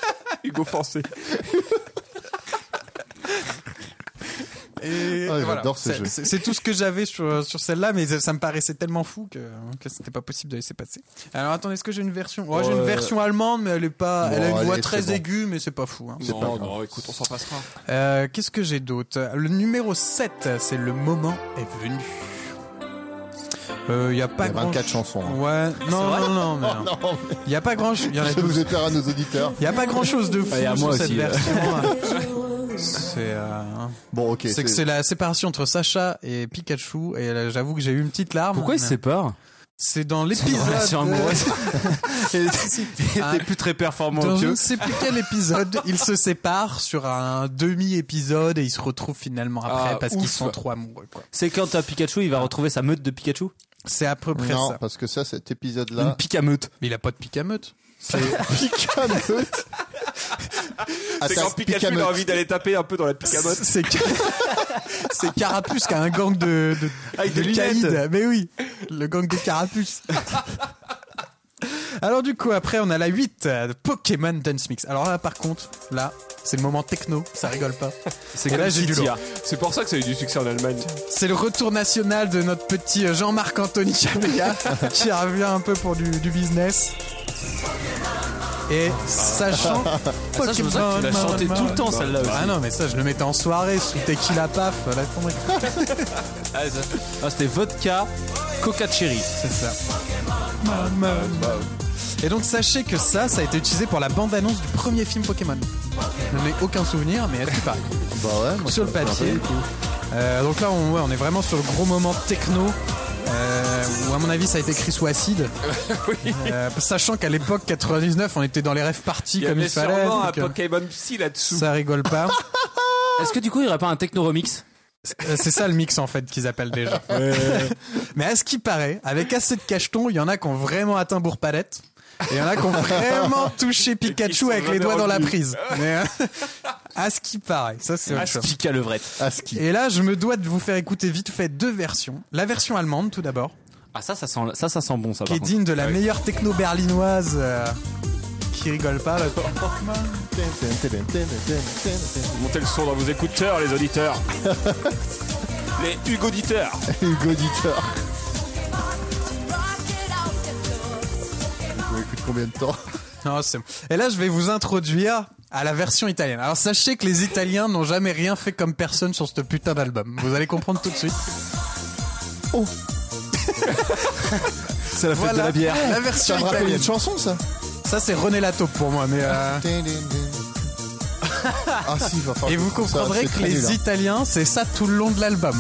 Speaker 3: Hugo Forcé.
Speaker 5: Et
Speaker 4: Ah,
Speaker 5: voilà.
Speaker 4: j'adore ce
Speaker 5: C'est-
Speaker 4: jeu.
Speaker 5: C'est c'est tout ce que j'avais sur, sur celle-là, mais ça, ça me paraissait tellement fou que, que c'était pas possible de laisser passer. Alors attendez, est-ce que j'ai une version Ouais, j'ai une
Speaker 2: Ouais.
Speaker 5: version allemande, mais elle est pas.
Speaker 4: Bon,
Speaker 5: elle a une voix
Speaker 4: allez,
Speaker 5: très
Speaker 4: c'est bon.
Speaker 5: aiguë, mais c'est pas fou. hein.
Speaker 3: Non,
Speaker 4: pas grave.
Speaker 3: non, Oh, écoute, on s'en passera.
Speaker 5: Euh, Qu'est-ce que j'ai d'autre Le numéro 7, c'est le moment est venu. Il y a
Speaker 4: Il
Speaker 5: pas
Speaker 4: y a
Speaker 5: grand.
Speaker 4: 24 chansons. hein.
Speaker 5: Ouais, non, non, non, mais non.
Speaker 4: Oh, Non,
Speaker 5: Il y a pas grand. Il y en a
Speaker 4: je vous
Speaker 5: 12.
Speaker 4: ai peur à nos auditeurs.
Speaker 5: Il y a pas grand chose de fou
Speaker 2: Ah, y a
Speaker 5: sur
Speaker 2: moi
Speaker 5: cette
Speaker 2: aussi, là.
Speaker 5: version. hein. C'est euh,
Speaker 4: Bon, ok.
Speaker 5: c'est que c'est la séparation entre Sacha et Pikachu et là, j'avoue que j'ai eu une petite larme.
Speaker 2: Pourquoi ils se
Speaker 5: Mais-
Speaker 2: séparent
Speaker 5: C'est dans l'épisode.
Speaker 2: relation amoureuse. T'es plus très performant
Speaker 5: Dans
Speaker 2: que
Speaker 5: je ne sais plus quel épisode, ils se séparent sur un demi-épisode et ils se retrouvent finalement après
Speaker 3: Ah,
Speaker 5: parce
Speaker 3: ouf.
Speaker 5: qu'ils sont trop amoureux. quoi.
Speaker 2: C'est quand t'as Pikachu, il va retrouver sa meute de Pikachu
Speaker 5: C'est à peu près
Speaker 4: Non,
Speaker 5: ça.
Speaker 4: parce que ça, cet
Speaker 2: Une
Speaker 4: épisode-là.
Speaker 2: picameute.
Speaker 5: Mais il a pas de picameute.
Speaker 4: Picameute Ah,
Speaker 3: C'est quand Pikachu il a envie d'aller taper un peu dans la picamote.
Speaker 5: C'est que- c'est Carapuce qui a un gang de, de,
Speaker 2: Avec
Speaker 5: de
Speaker 2: des lunettes.
Speaker 5: caïds. Mais oui, le gang de Carapuce. Alors du coup, après, on a la 8, euh, Pokémon Dance Mix. Alors là, par contre, là, c'est le moment techno, ça rigole pas.
Speaker 2: C'est
Speaker 5: Et là, j'ai du
Speaker 2: Cythia.
Speaker 5: lourd.
Speaker 3: C'est pour ça que ça a eu du succès en Allemagne.
Speaker 5: C'est le retour national de notre petit euh, Jean-Marc Anthony Chabria qui revient un peu pour du, du business. Et sachant
Speaker 2: Ah, ça, je me souviens que tu l'as chanté tout le temps, celle-là aussi.
Speaker 5: Ah non, mais ça, je le mettais en soirée sous tequila paf. Là, tomber.
Speaker 2: Ah, c'était vodka, coca cherry.
Speaker 5: c'est ça. Et donc, sachez que ça, ça a été utilisé pour la bande-annonce du premier film Pokémon. Je n'en ai aucun souvenir, mais elle pas.
Speaker 4: Bah ouais, moi,
Speaker 5: sur le
Speaker 4: ça me
Speaker 5: papier.
Speaker 4: rappelle du coup.
Speaker 5: Euh, donc là, on, ouais, on est vraiment sur le gros moment techno. Euh, ou à mon avis, ça a été écrit sous acide. Euh, sachant qu'à l'époque 99, on était dans les rêves partis
Speaker 3: Il y
Speaker 5: comme
Speaker 3: avait
Speaker 5: il fallait.
Speaker 3: sûrement un
Speaker 5: donc, euh,
Speaker 3: Pokémon Psy là-dessous.
Speaker 5: ça rigole pas.
Speaker 2: Est-ce que du coup, il n'y aurait pas un techno remix
Speaker 5: Euh, C'est ça le mix en fait qu'ils appellent déjà. Mais à ce qui paraît, avec assez de cachetons, il y en a qui ont vraiment atteint Bourg-Palette. Et il y en a qui ont vraiment touché Pikachu
Speaker 3: sont
Speaker 5: avec les
Speaker 3: jamais
Speaker 5: doigts dans la
Speaker 3: revenus.
Speaker 5: prise. Mais, euh, à ce qui paraît, ça c'est autre chose.
Speaker 2: Pika levrette.
Speaker 4: À ski.
Speaker 5: Et là, je me dois de vous faire écouter vite fait deux versions. La version allemande tout d'abord,
Speaker 2: Ah, ça, ça sent, ça, ça sent bon, ça.
Speaker 5: qui
Speaker 2: Par
Speaker 5: est
Speaker 2: contre.
Speaker 5: digne de la meilleure techno berlinoise euh, qui rigole pas. là.
Speaker 3: Montez le son dans vos écouteurs, les auditeurs. les Hugo auditeurs.
Speaker 4: Hugo Dieter.
Speaker 6: Rock it auf der Flucht.
Speaker 4: On écoute combien de temps
Speaker 5: Ah, Non, c'est bon. Et là, je vais vous introduire à la version italienne. Alors, sachez que les Italiens n'ont jamais rien fait comme personne sur ce putain d'album. Vous allez comprendre tout de suite.
Speaker 4: C'est la fête
Speaker 5: Voilà la version
Speaker 4: Ça me rappelle
Speaker 5: italienne.
Speaker 4: une chanson, ça
Speaker 5: Ça, c'est René Lataupe pour moi, mais... euh,
Speaker 4: Ah si, il va falloir
Speaker 5: Et vous
Speaker 4: je trouve ça,
Speaker 5: comprendrez
Speaker 4: c'est
Speaker 5: que
Speaker 4: très nul,
Speaker 5: les
Speaker 4: hein.
Speaker 5: Italiens, c'est ça tout le long de l'album.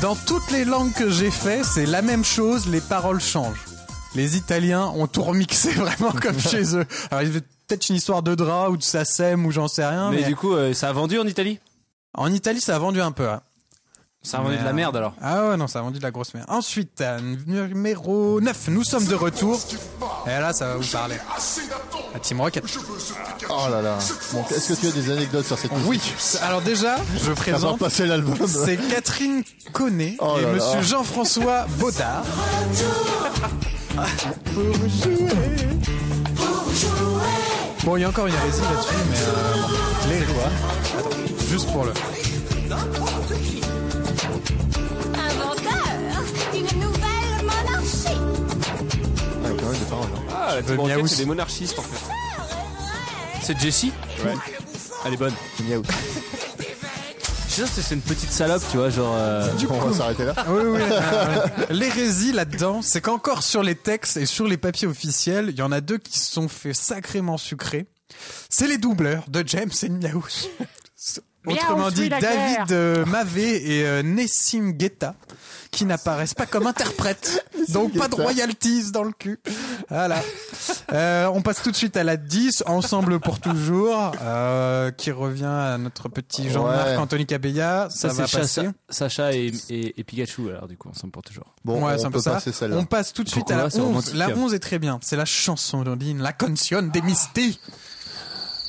Speaker 5: Dans toutes les langues que j'ai fait, c'est la même chose, les paroles changent. Les Italiens ont tout remixé vraiment comme chez eux. Alors, il y avait peut-être une histoire de drap ou de sacem ou j'en sais rien, mais,
Speaker 2: Mais du coup, euh, ça a vendu en Italie
Speaker 5: en Italie, ça a vendu un peu. hein.
Speaker 2: Ça a vendu
Speaker 5: Mais,
Speaker 2: de la
Speaker 5: euh,
Speaker 2: merde alors.
Speaker 5: Ah ouais, non, ça a vendu de la grosse merde. Ensuite, euh, numéro 9, nous sommes de retour. Et là, ça va vous parler. La Team Rocket.
Speaker 4: Oh là là. Bon, Est-ce que tu as des anecdotes sur cette musique
Speaker 5: Oui, alors déjà, je
Speaker 4: Avant
Speaker 5: présente.
Speaker 4: de passer l'album.
Speaker 5: C'est Catherine Connet
Speaker 4: Oh
Speaker 5: et
Speaker 4: là là.
Speaker 5: monsieur Jean-François Baudard. Bon, il y a encore une hérésie là-dessus, mais euh, bon. les quoi Attends, juste pour le.
Speaker 6: Inventeur d'une nouvelle monarchie.
Speaker 4: Ah, quand même des paroles, hein.
Speaker 3: Ah, la
Speaker 5: veux
Speaker 3: Team Rocket,
Speaker 5: Miaouss.
Speaker 3: c'est des monarchistes en fait.
Speaker 2: C'est Jessie Elle est bonne.
Speaker 4: Miaou.
Speaker 2: Je sais pas si c'est une petite salope, tu vois, genre. euh,
Speaker 4: On va s'arrêter là.
Speaker 5: Oui, oui. euh, L'hérésie là-dedans, c'est qu'encore sur les textes et sur les papiers officiels, il y en a deux qui se sont fait sacrément sucrer. C'est les doubleurs de James et Miaouche. Autrement dit, David euh, Mavet et euh, Nessim Guetta, qui n'apparaissent pas comme interprètes. donc pas de
Speaker 4: Guetta.
Speaker 5: royalties dans le cul. Voilà. Euh, on passe tout de suite à la 10, Ensemble pour toujours, euh, qui revient à notre petit Jean-Marc
Speaker 4: Ouais.
Speaker 5: Anthony Cabella. Ça,
Speaker 2: Ça,
Speaker 5: va
Speaker 2: c'est Chacha-
Speaker 5: passer.
Speaker 2: Sacha et, et, et Pikachu, alors du coup, ensemble pour toujours.
Speaker 4: Bon,
Speaker 5: Ouais, c'est
Speaker 4: on
Speaker 5: un peu
Speaker 4: peut
Speaker 5: ça.
Speaker 4: passer celle-là.
Speaker 5: On passe tout de suite
Speaker 2: Pourquoi
Speaker 5: à
Speaker 2: C'est
Speaker 5: la 11.
Speaker 2: romantique.
Speaker 5: La 11 est très bien. C'est la chanson d'Ondine, la canción des Misty.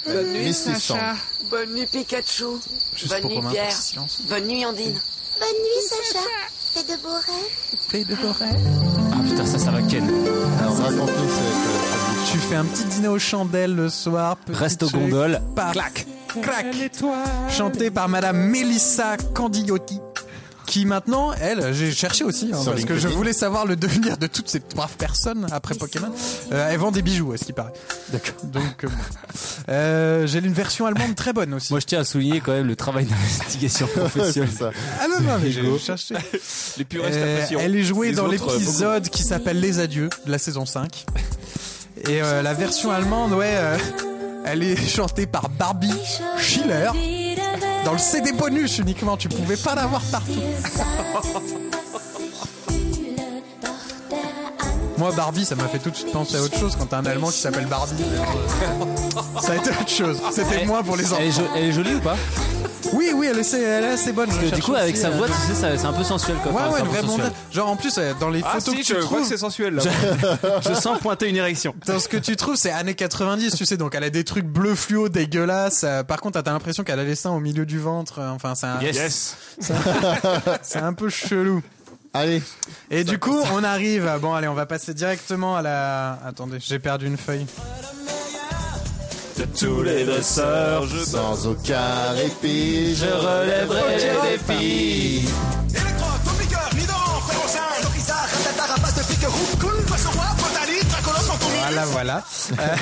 Speaker 8: Bonne nuit,
Speaker 4: Misty
Speaker 8: Sacha. Bonne nuit, Pikachu.
Speaker 5: Juste
Speaker 8: Bonne
Speaker 5: pour
Speaker 8: nuit,
Speaker 5: qu'on
Speaker 8: Pierre.
Speaker 5: silence.
Speaker 8: Bonne nuit, Andine.
Speaker 6: Bonne nuit, Sacha. Fais de beaux rêves.
Speaker 2: Ah putain, ça, ça va Ken.
Speaker 4: Alors, raconte-nous cette. euh,
Speaker 5: Tu fais un petit dîner aux chandelles le soir. petit
Speaker 2: Reste aux
Speaker 5: truc.
Speaker 2: gondoles.
Speaker 5: Paf. Clac. Crac. Chanté par madame Melissa Candioti. Qui maintenant, elle, j'ai cherché aussi, hein,
Speaker 4: Sur
Speaker 5: parce que je
Speaker 4: LinkedIn.
Speaker 5: voulais savoir le devenir de toutes ces braves personnes après Pokémon. Euh, elle vend des bijoux, à ce qui paraît. D'accord. Donc, euh, bon. Euh, j'ai une version allemande très bonne aussi.
Speaker 2: Moi, je tiens à souligner quand même le travail d'investigation professionnelle.
Speaker 4: ça.
Speaker 5: ah non, non, mais j'ai cherché.
Speaker 3: Les puristes
Speaker 5: Euh,
Speaker 3: apprécieront.
Speaker 5: elle est jouée
Speaker 3: Les
Speaker 5: dans
Speaker 3: autres, euh,
Speaker 5: l'épisode qui s'appelle Les Adieux de la saison 5. Et euh, la version allemande, ouais, euh, elle est chantée par Barbie Schiller. Dans le CD bonus uniquement, tu pouvais pas l'avoir partout. Moi, Barbie, ça m'a fait tout de suite penser à autre chose quand t'as un Allemand qui s'appelle Barbie. ça a été autre chose. C'était moins pour les enfants.
Speaker 2: Elle est, jo- elle est jolie ou pas
Speaker 5: Oui, oui, elle est, elle est assez bonne.
Speaker 2: Parce que du coup, avec sa
Speaker 5: voix
Speaker 2: voix, tu sais, ça- c'est un peu sensuel quand
Speaker 5: euh, Ouais,
Speaker 2: enfin,
Speaker 5: ouais,
Speaker 2: c'est
Speaker 5: une
Speaker 2: un peu
Speaker 5: vraie
Speaker 2: sensuel.
Speaker 5: montagne. Genre, en plus, euh, dans les
Speaker 3: Ah
Speaker 5: photos que
Speaker 3: si, je
Speaker 5: tu
Speaker 3: vois que
Speaker 5: trouves,
Speaker 3: c'est sensuel là.
Speaker 2: Je sens pointer une érection.
Speaker 5: Dans ce que tu trouves, c'est années 90, tu sais, donc elle a des trucs bleu fluo dégueulasses. Euh, par contre, t'as l'impression qu'elle a les seins au milieu du ventre. Euh, Enfin, c'est un,
Speaker 3: Yes.
Speaker 5: c'est un peu chelou.
Speaker 4: Allez,
Speaker 5: Et du coup, on arrive. à- Bon, allez, on va passer directement à la. Attendez, j'ai perdu une feuille.
Speaker 3: Tous les dresseurs,
Speaker 4: sans aucun répit, je relèverai les défis.
Speaker 7: Electro, Tombiqueur, Nidoran, Ferrosin, Dorizar, Ratata, Rapace de Pique, Roup, Koun, Passoura, Potali, Dracolos, Fantominus.
Speaker 5: Voilà, voilà. Euh,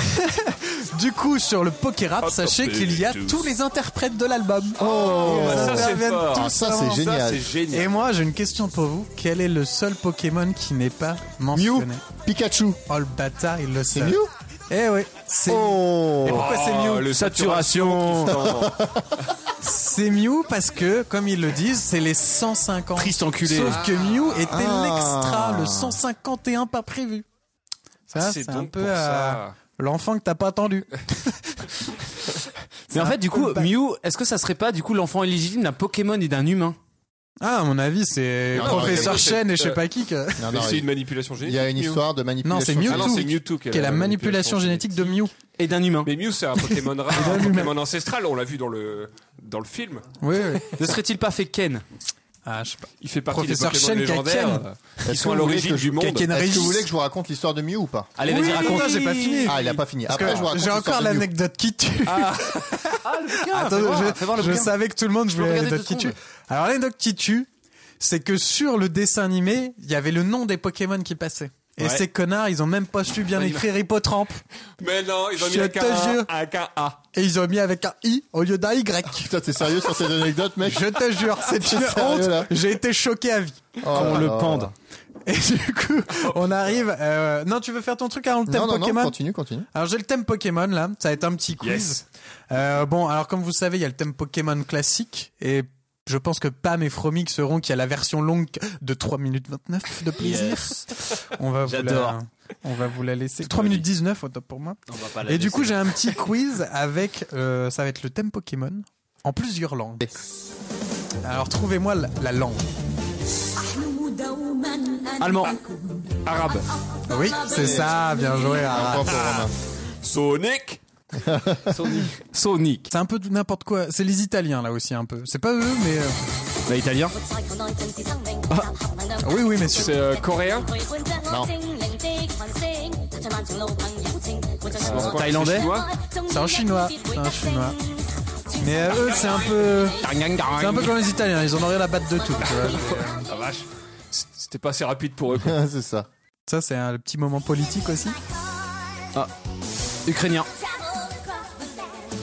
Speaker 5: du coup, sur le poké rap, sachez qu'il y a tous les interprètes de l'album. Oh,
Speaker 3: ça, c'est fort.
Speaker 4: Ah, Ça, c'est
Speaker 3: ça
Speaker 4: génial.
Speaker 3: c'est génial.
Speaker 5: Et moi, j'ai une question pour vous. Quel est le seul Pokémon qui n'est pas mentionné
Speaker 4: Mew, Pikachu,
Speaker 5: Oh, le bâtard, il le
Speaker 4: c'est
Speaker 5: sait.
Speaker 4: Mew
Speaker 5: Eh oui, c'est
Speaker 4: Oh
Speaker 5: Et pourquoi c'est Mew
Speaker 3: Oh, le
Speaker 2: Saturation
Speaker 5: C'est Mew parce que, comme ils le disent, c'est les 150.
Speaker 2: Triste enculé
Speaker 5: Sauf que Mew était
Speaker 4: Ah.
Speaker 5: l'extra, le 151 pas prévu. Ça, c'est un peu euh, l'enfant que t'as pas attendu.
Speaker 2: Mais en fait, du coup,
Speaker 5: Bah.
Speaker 2: Mew, est-ce que ça serait pas du coup l'enfant illégitime d'un Pokémon et d'un humain
Speaker 5: Ah, à mon avis, c'est
Speaker 3: Non,
Speaker 5: professeur
Speaker 3: non, c'est-
Speaker 5: Chen et je sais pas qui que-
Speaker 4: Non,
Speaker 3: Mais
Speaker 4: non,
Speaker 3: c'est une
Speaker 4: il
Speaker 3: manipulation
Speaker 4: il
Speaker 3: génétique.
Speaker 4: y a une
Speaker 3: Mew.
Speaker 4: histoire de
Speaker 5: Non, c'est
Speaker 4: manipulation.
Speaker 5: Mew.
Speaker 3: Ah non, c'est Mewtwo qui
Speaker 5: qui est la manipulation génétique de Mew.
Speaker 2: et d'un humain
Speaker 3: Mais Mew, c'est un Pokémon rare, un Pokémon ancestral, on l'a vu dans le, dans le film.
Speaker 5: Oui, oui.
Speaker 2: Ne serait-il pas fait Ken
Speaker 5: Ah, je sais pas.
Speaker 3: Il fait partie
Speaker 5: Professeur
Speaker 3: des
Speaker 5: Shen
Speaker 3: Pokémon légendaires
Speaker 5: Kaken.
Speaker 3: euh, qui
Speaker 4: Est-ce
Speaker 3: sont
Speaker 4: que
Speaker 3: à
Speaker 4: vous voulez
Speaker 3: l'origine
Speaker 4: que
Speaker 3: du monde.
Speaker 5: Kaken
Speaker 4: Est-ce que vous
Speaker 5: Régis.
Speaker 4: voulez que je vous raconte l'histoire de Mew ou pas
Speaker 2: Allez, vas-y, raconte.
Speaker 5: j'ai pas fini.
Speaker 4: Ah, il a pas fini.
Speaker 5: Parce que
Speaker 4: Après, je vous raconte
Speaker 5: J'ai encore
Speaker 4: l'histoire de Mew.
Speaker 5: l'anecdote qui tue. Attends,
Speaker 2: voir,
Speaker 5: je,
Speaker 2: Ah, fais voir le
Speaker 5: je
Speaker 2: bouquin.
Speaker 5: savais que tout le monde
Speaker 2: peux
Speaker 5: jouait à
Speaker 2: regarder
Speaker 5: l'anecdote qui
Speaker 2: deux
Speaker 5: tue. Alors, l'anecdote qui tue, c'est que sur le dessin animé, il y avait le nom des Pokémon qui passaient. Et
Speaker 3: Ouais.
Speaker 5: ces connards, ils ont même pas su bien
Speaker 3: Ouais, il
Speaker 5: écrire Hippotrampe.
Speaker 3: Mais non, ils ont
Speaker 5: Je
Speaker 3: mis un
Speaker 5: te
Speaker 3: K A,
Speaker 5: jure.
Speaker 3: un K A.
Speaker 5: Et ils ont mis avec un I au lieu d'un Y.
Speaker 4: Putain, t'es sérieux sur cette anecdote, mec
Speaker 5: Je te jure, c'est une
Speaker 4: sérieux, là Oh
Speaker 5: honte. J'ai été choqué à vie.
Speaker 4: Qu'on le pende.
Speaker 5: Et du coup, on arrive. euh, Non, tu veux faire ton truc avant le thème
Speaker 4: Non, non, non,
Speaker 5: Pokémon
Speaker 4: continue, continue.
Speaker 5: Alors j'ai le thème Pokémon là, ça va être un petit quiz.
Speaker 3: Yes.
Speaker 5: Euh, bon, alors comme vous savez, il y a le thème Pokémon classique et je pense que Pam et Fromix sauront qu'il y a la version longue de 3 minutes 29 de plaisir. On va vous la
Speaker 2: J'adore.
Speaker 5: on va vous la laisser 3 minutes 19 au top pour moi.
Speaker 2: On va pas
Speaker 5: Et du coup, j'ai un petit quiz avec euh, ça va être le thème Pokémon en plusieurs langues. Alors trouvez-moi la, la langue.
Speaker 2: Allemand.
Speaker 3: Arabe.
Speaker 5: Oui, c'est ça, bien joué. Ara.
Speaker 4: Un point pour
Speaker 5: Ah.
Speaker 4: Romain.
Speaker 3: Sonic.
Speaker 2: Sonic. Sonic.
Speaker 5: C'est un peu de n'importe quoi. C'est les Italiens là aussi un peu. C'est pas eux mais euh,
Speaker 2: Bah, italien.
Speaker 5: Oui oui messieurs.
Speaker 3: C'est euh, coréen.
Speaker 2: Thaïlandais.
Speaker 5: C'est en chinois. C'est en chinois. Mais euh, eux, c'est un peu. C'est un peu comme les Italiens, ils en ont rien à battre de tout. tu vois.
Speaker 3: Ah vache. C- C'était pas assez rapide pour eux. quoi.
Speaker 4: Ah, c'est ça.
Speaker 5: Ça, c'est un petit moment politique aussi.
Speaker 2: Ukrainien.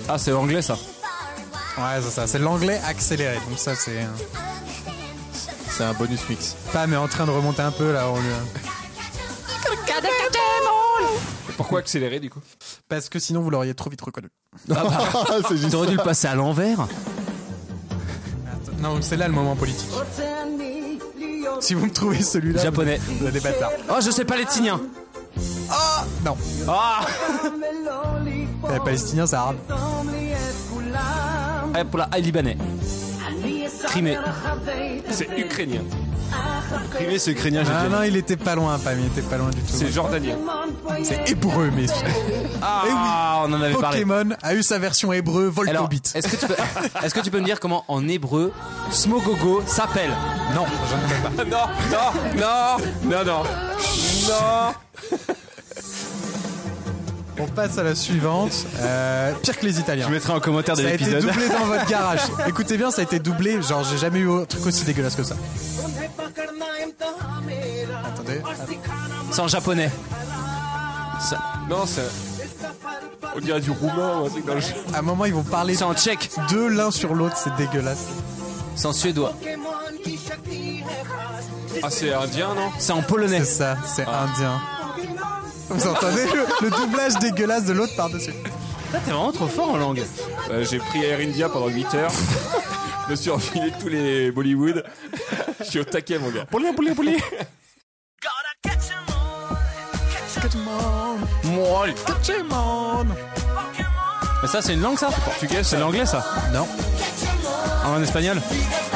Speaker 2: Ah, c'est anglais ça.
Speaker 5: Ouais, c'est ça. C'est l'anglais accéléré. Donc, ça, c'est. euh,
Speaker 4: C'est un bonus mix.
Speaker 5: Pam est en train de remonter un peu là. on lui-
Speaker 3: Et Pourquoi accélérer du coup
Speaker 5: Parce que sinon, vous l'auriez trop vite reconnu.
Speaker 2: Ah,
Speaker 4: Ah, c'est juste.
Speaker 2: T'aurais bah, dû le passer à l'envers.
Speaker 5: Attends, Non, c'est là le moment politique. Si vous me trouvez celui-là. vous-
Speaker 2: Japonais.
Speaker 5: Vous êtes des bâtards.
Speaker 2: Oh, je sais pas lettinien.
Speaker 5: Non.
Speaker 2: Ah
Speaker 5: Les Palestiniens, c'est arabe.
Speaker 2: Eh, Pour la ah, libanais. Crimée.
Speaker 3: C'est ukrainien.
Speaker 2: Crimée, c'est ukrainien,
Speaker 5: Ah non, il était pas loin, Pam. Il était pas loin du tout.
Speaker 3: C'est jordanien.
Speaker 5: C'est hébreu, mais.
Speaker 2: Ah, on en avait parlé.
Speaker 5: Eh Pokémon a eu sa version hébreu
Speaker 2: Alors,
Speaker 5: Voltobit.
Speaker 2: est-ce que, tu peux- est-ce que tu peux me dire comment en hébreu Smogogo s'appelle
Speaker 5: Non, je ne sais pas.
Speaker 3: Ah, non, non, non, non, non, non.
Speaker 5: On passe à la suivante. Euh, pire que les Italiens.
Speaker 2: mettrai en commentaire
Speaker 5: Ça a été doublé dans votre garage. Écoutez bien, ça a été doublé. Genre, j'ai jamais eu un truc aussi dégueulasse que ça. Attendez.
Speaker 2: C'est en japonais.
Speaker 3: Non, c'est. On dirait du roumain ou un truc dans le genre.
Speaker 5: À un moment, ils vont parler
Speaker 2: C'est en tchèque.
Speaker 5: de l'un sur l'autre. C'est dégueulasse.
Speaker 2: C'est en suédois.
Speaker 3: Ah, c'est indien, non
Speaker 2: C'est en polonais. Ah.
Speaker 5: C'est ça, c'est indien. Vous entendez le, le doublage dégueulasse de l'autre par-dessus
Speaker 2: T'es vraiment trop fort en langue.
Speaker 3: Euh, J'ai pris Air India pendant 8 heures. Je me suis enfilé tous les Bollywood. Je suis au taquet, mon gars.
Speaker 2: Polonais, polonais, polonais.
Speaker 5: Pokémon
Speaker 2: Mais ça, c'est une langue, ça Portugais, c'est l'anglais, ça Ah,
Speaker 5: Non,
Speaker 2: En espagnol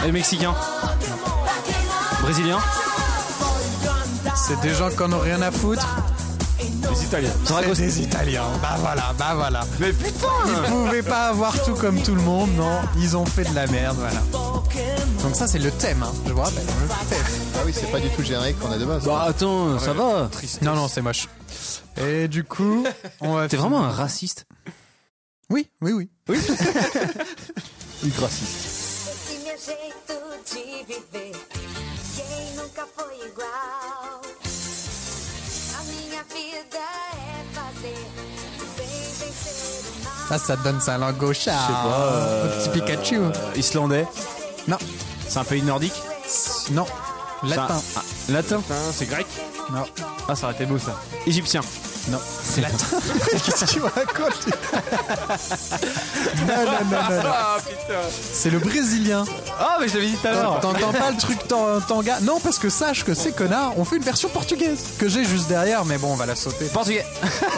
Speaker 2: Et mexicain Brésilien
Speaker 5: c'est des gens qui en ont rien à foutre.
Speaker 3: Les Italiens.
Speaker 5: C'est des Italiens. Bah voilà, bah voilà.
Speaker 2: Mais putain
Speaker 5: Ils pouvaient pas avoir tout comme tout le monde, non. Ils ont fait de la merde, voilà. Donc ça, c'est le thème, hein, je vous rappelle. Le thème.
Speaker 4: Ah oui, c'est pas du tout le générique qu'on a de base.
Speaker 2: Bah attends, ça va
Speaker 5: Non, non, c'est moche. Et du coup, on va...
Speaker 2: T'es vraiment un raciste.
Speaker 5: Oui, oui, oui. Ah, Ça, ça donne sa langue gauche à...
Speaker 2: euh,
Speaker 5: au petit Pikachu.
Speaker 2: Islandais
Speaker 5: Non,
Speaker 2: C'est un pays nordique
Speaker 5: non.
Speaker 2: C'est un-
Speaker 5: Latin.
Speaker 2: ah, Latin
Speaker 3: Putain, c'est grec.
Speaker 5: Non.
Speaker 2: Ah, ça aurait été beau, ça. Égyptien
Speaker 5: Non. C'est la Qu'est-ce qu'il me raconte Non, non, non, non, non.
Speaker 3: Ah putain
Speaker 5: C'est le brésilien.
Speaker 2: Ah, mais je l'avais dit tout à
Speaker 5: T'en-
Speaker 2: l'heure.
Speaker 5: T'entends pas le truc tan- tanga Non, parce que sache que ces connards ont fait une version portugaise que j'ai juste derrière, mais bon, on va la sauter.
Speaker 2: Portugais.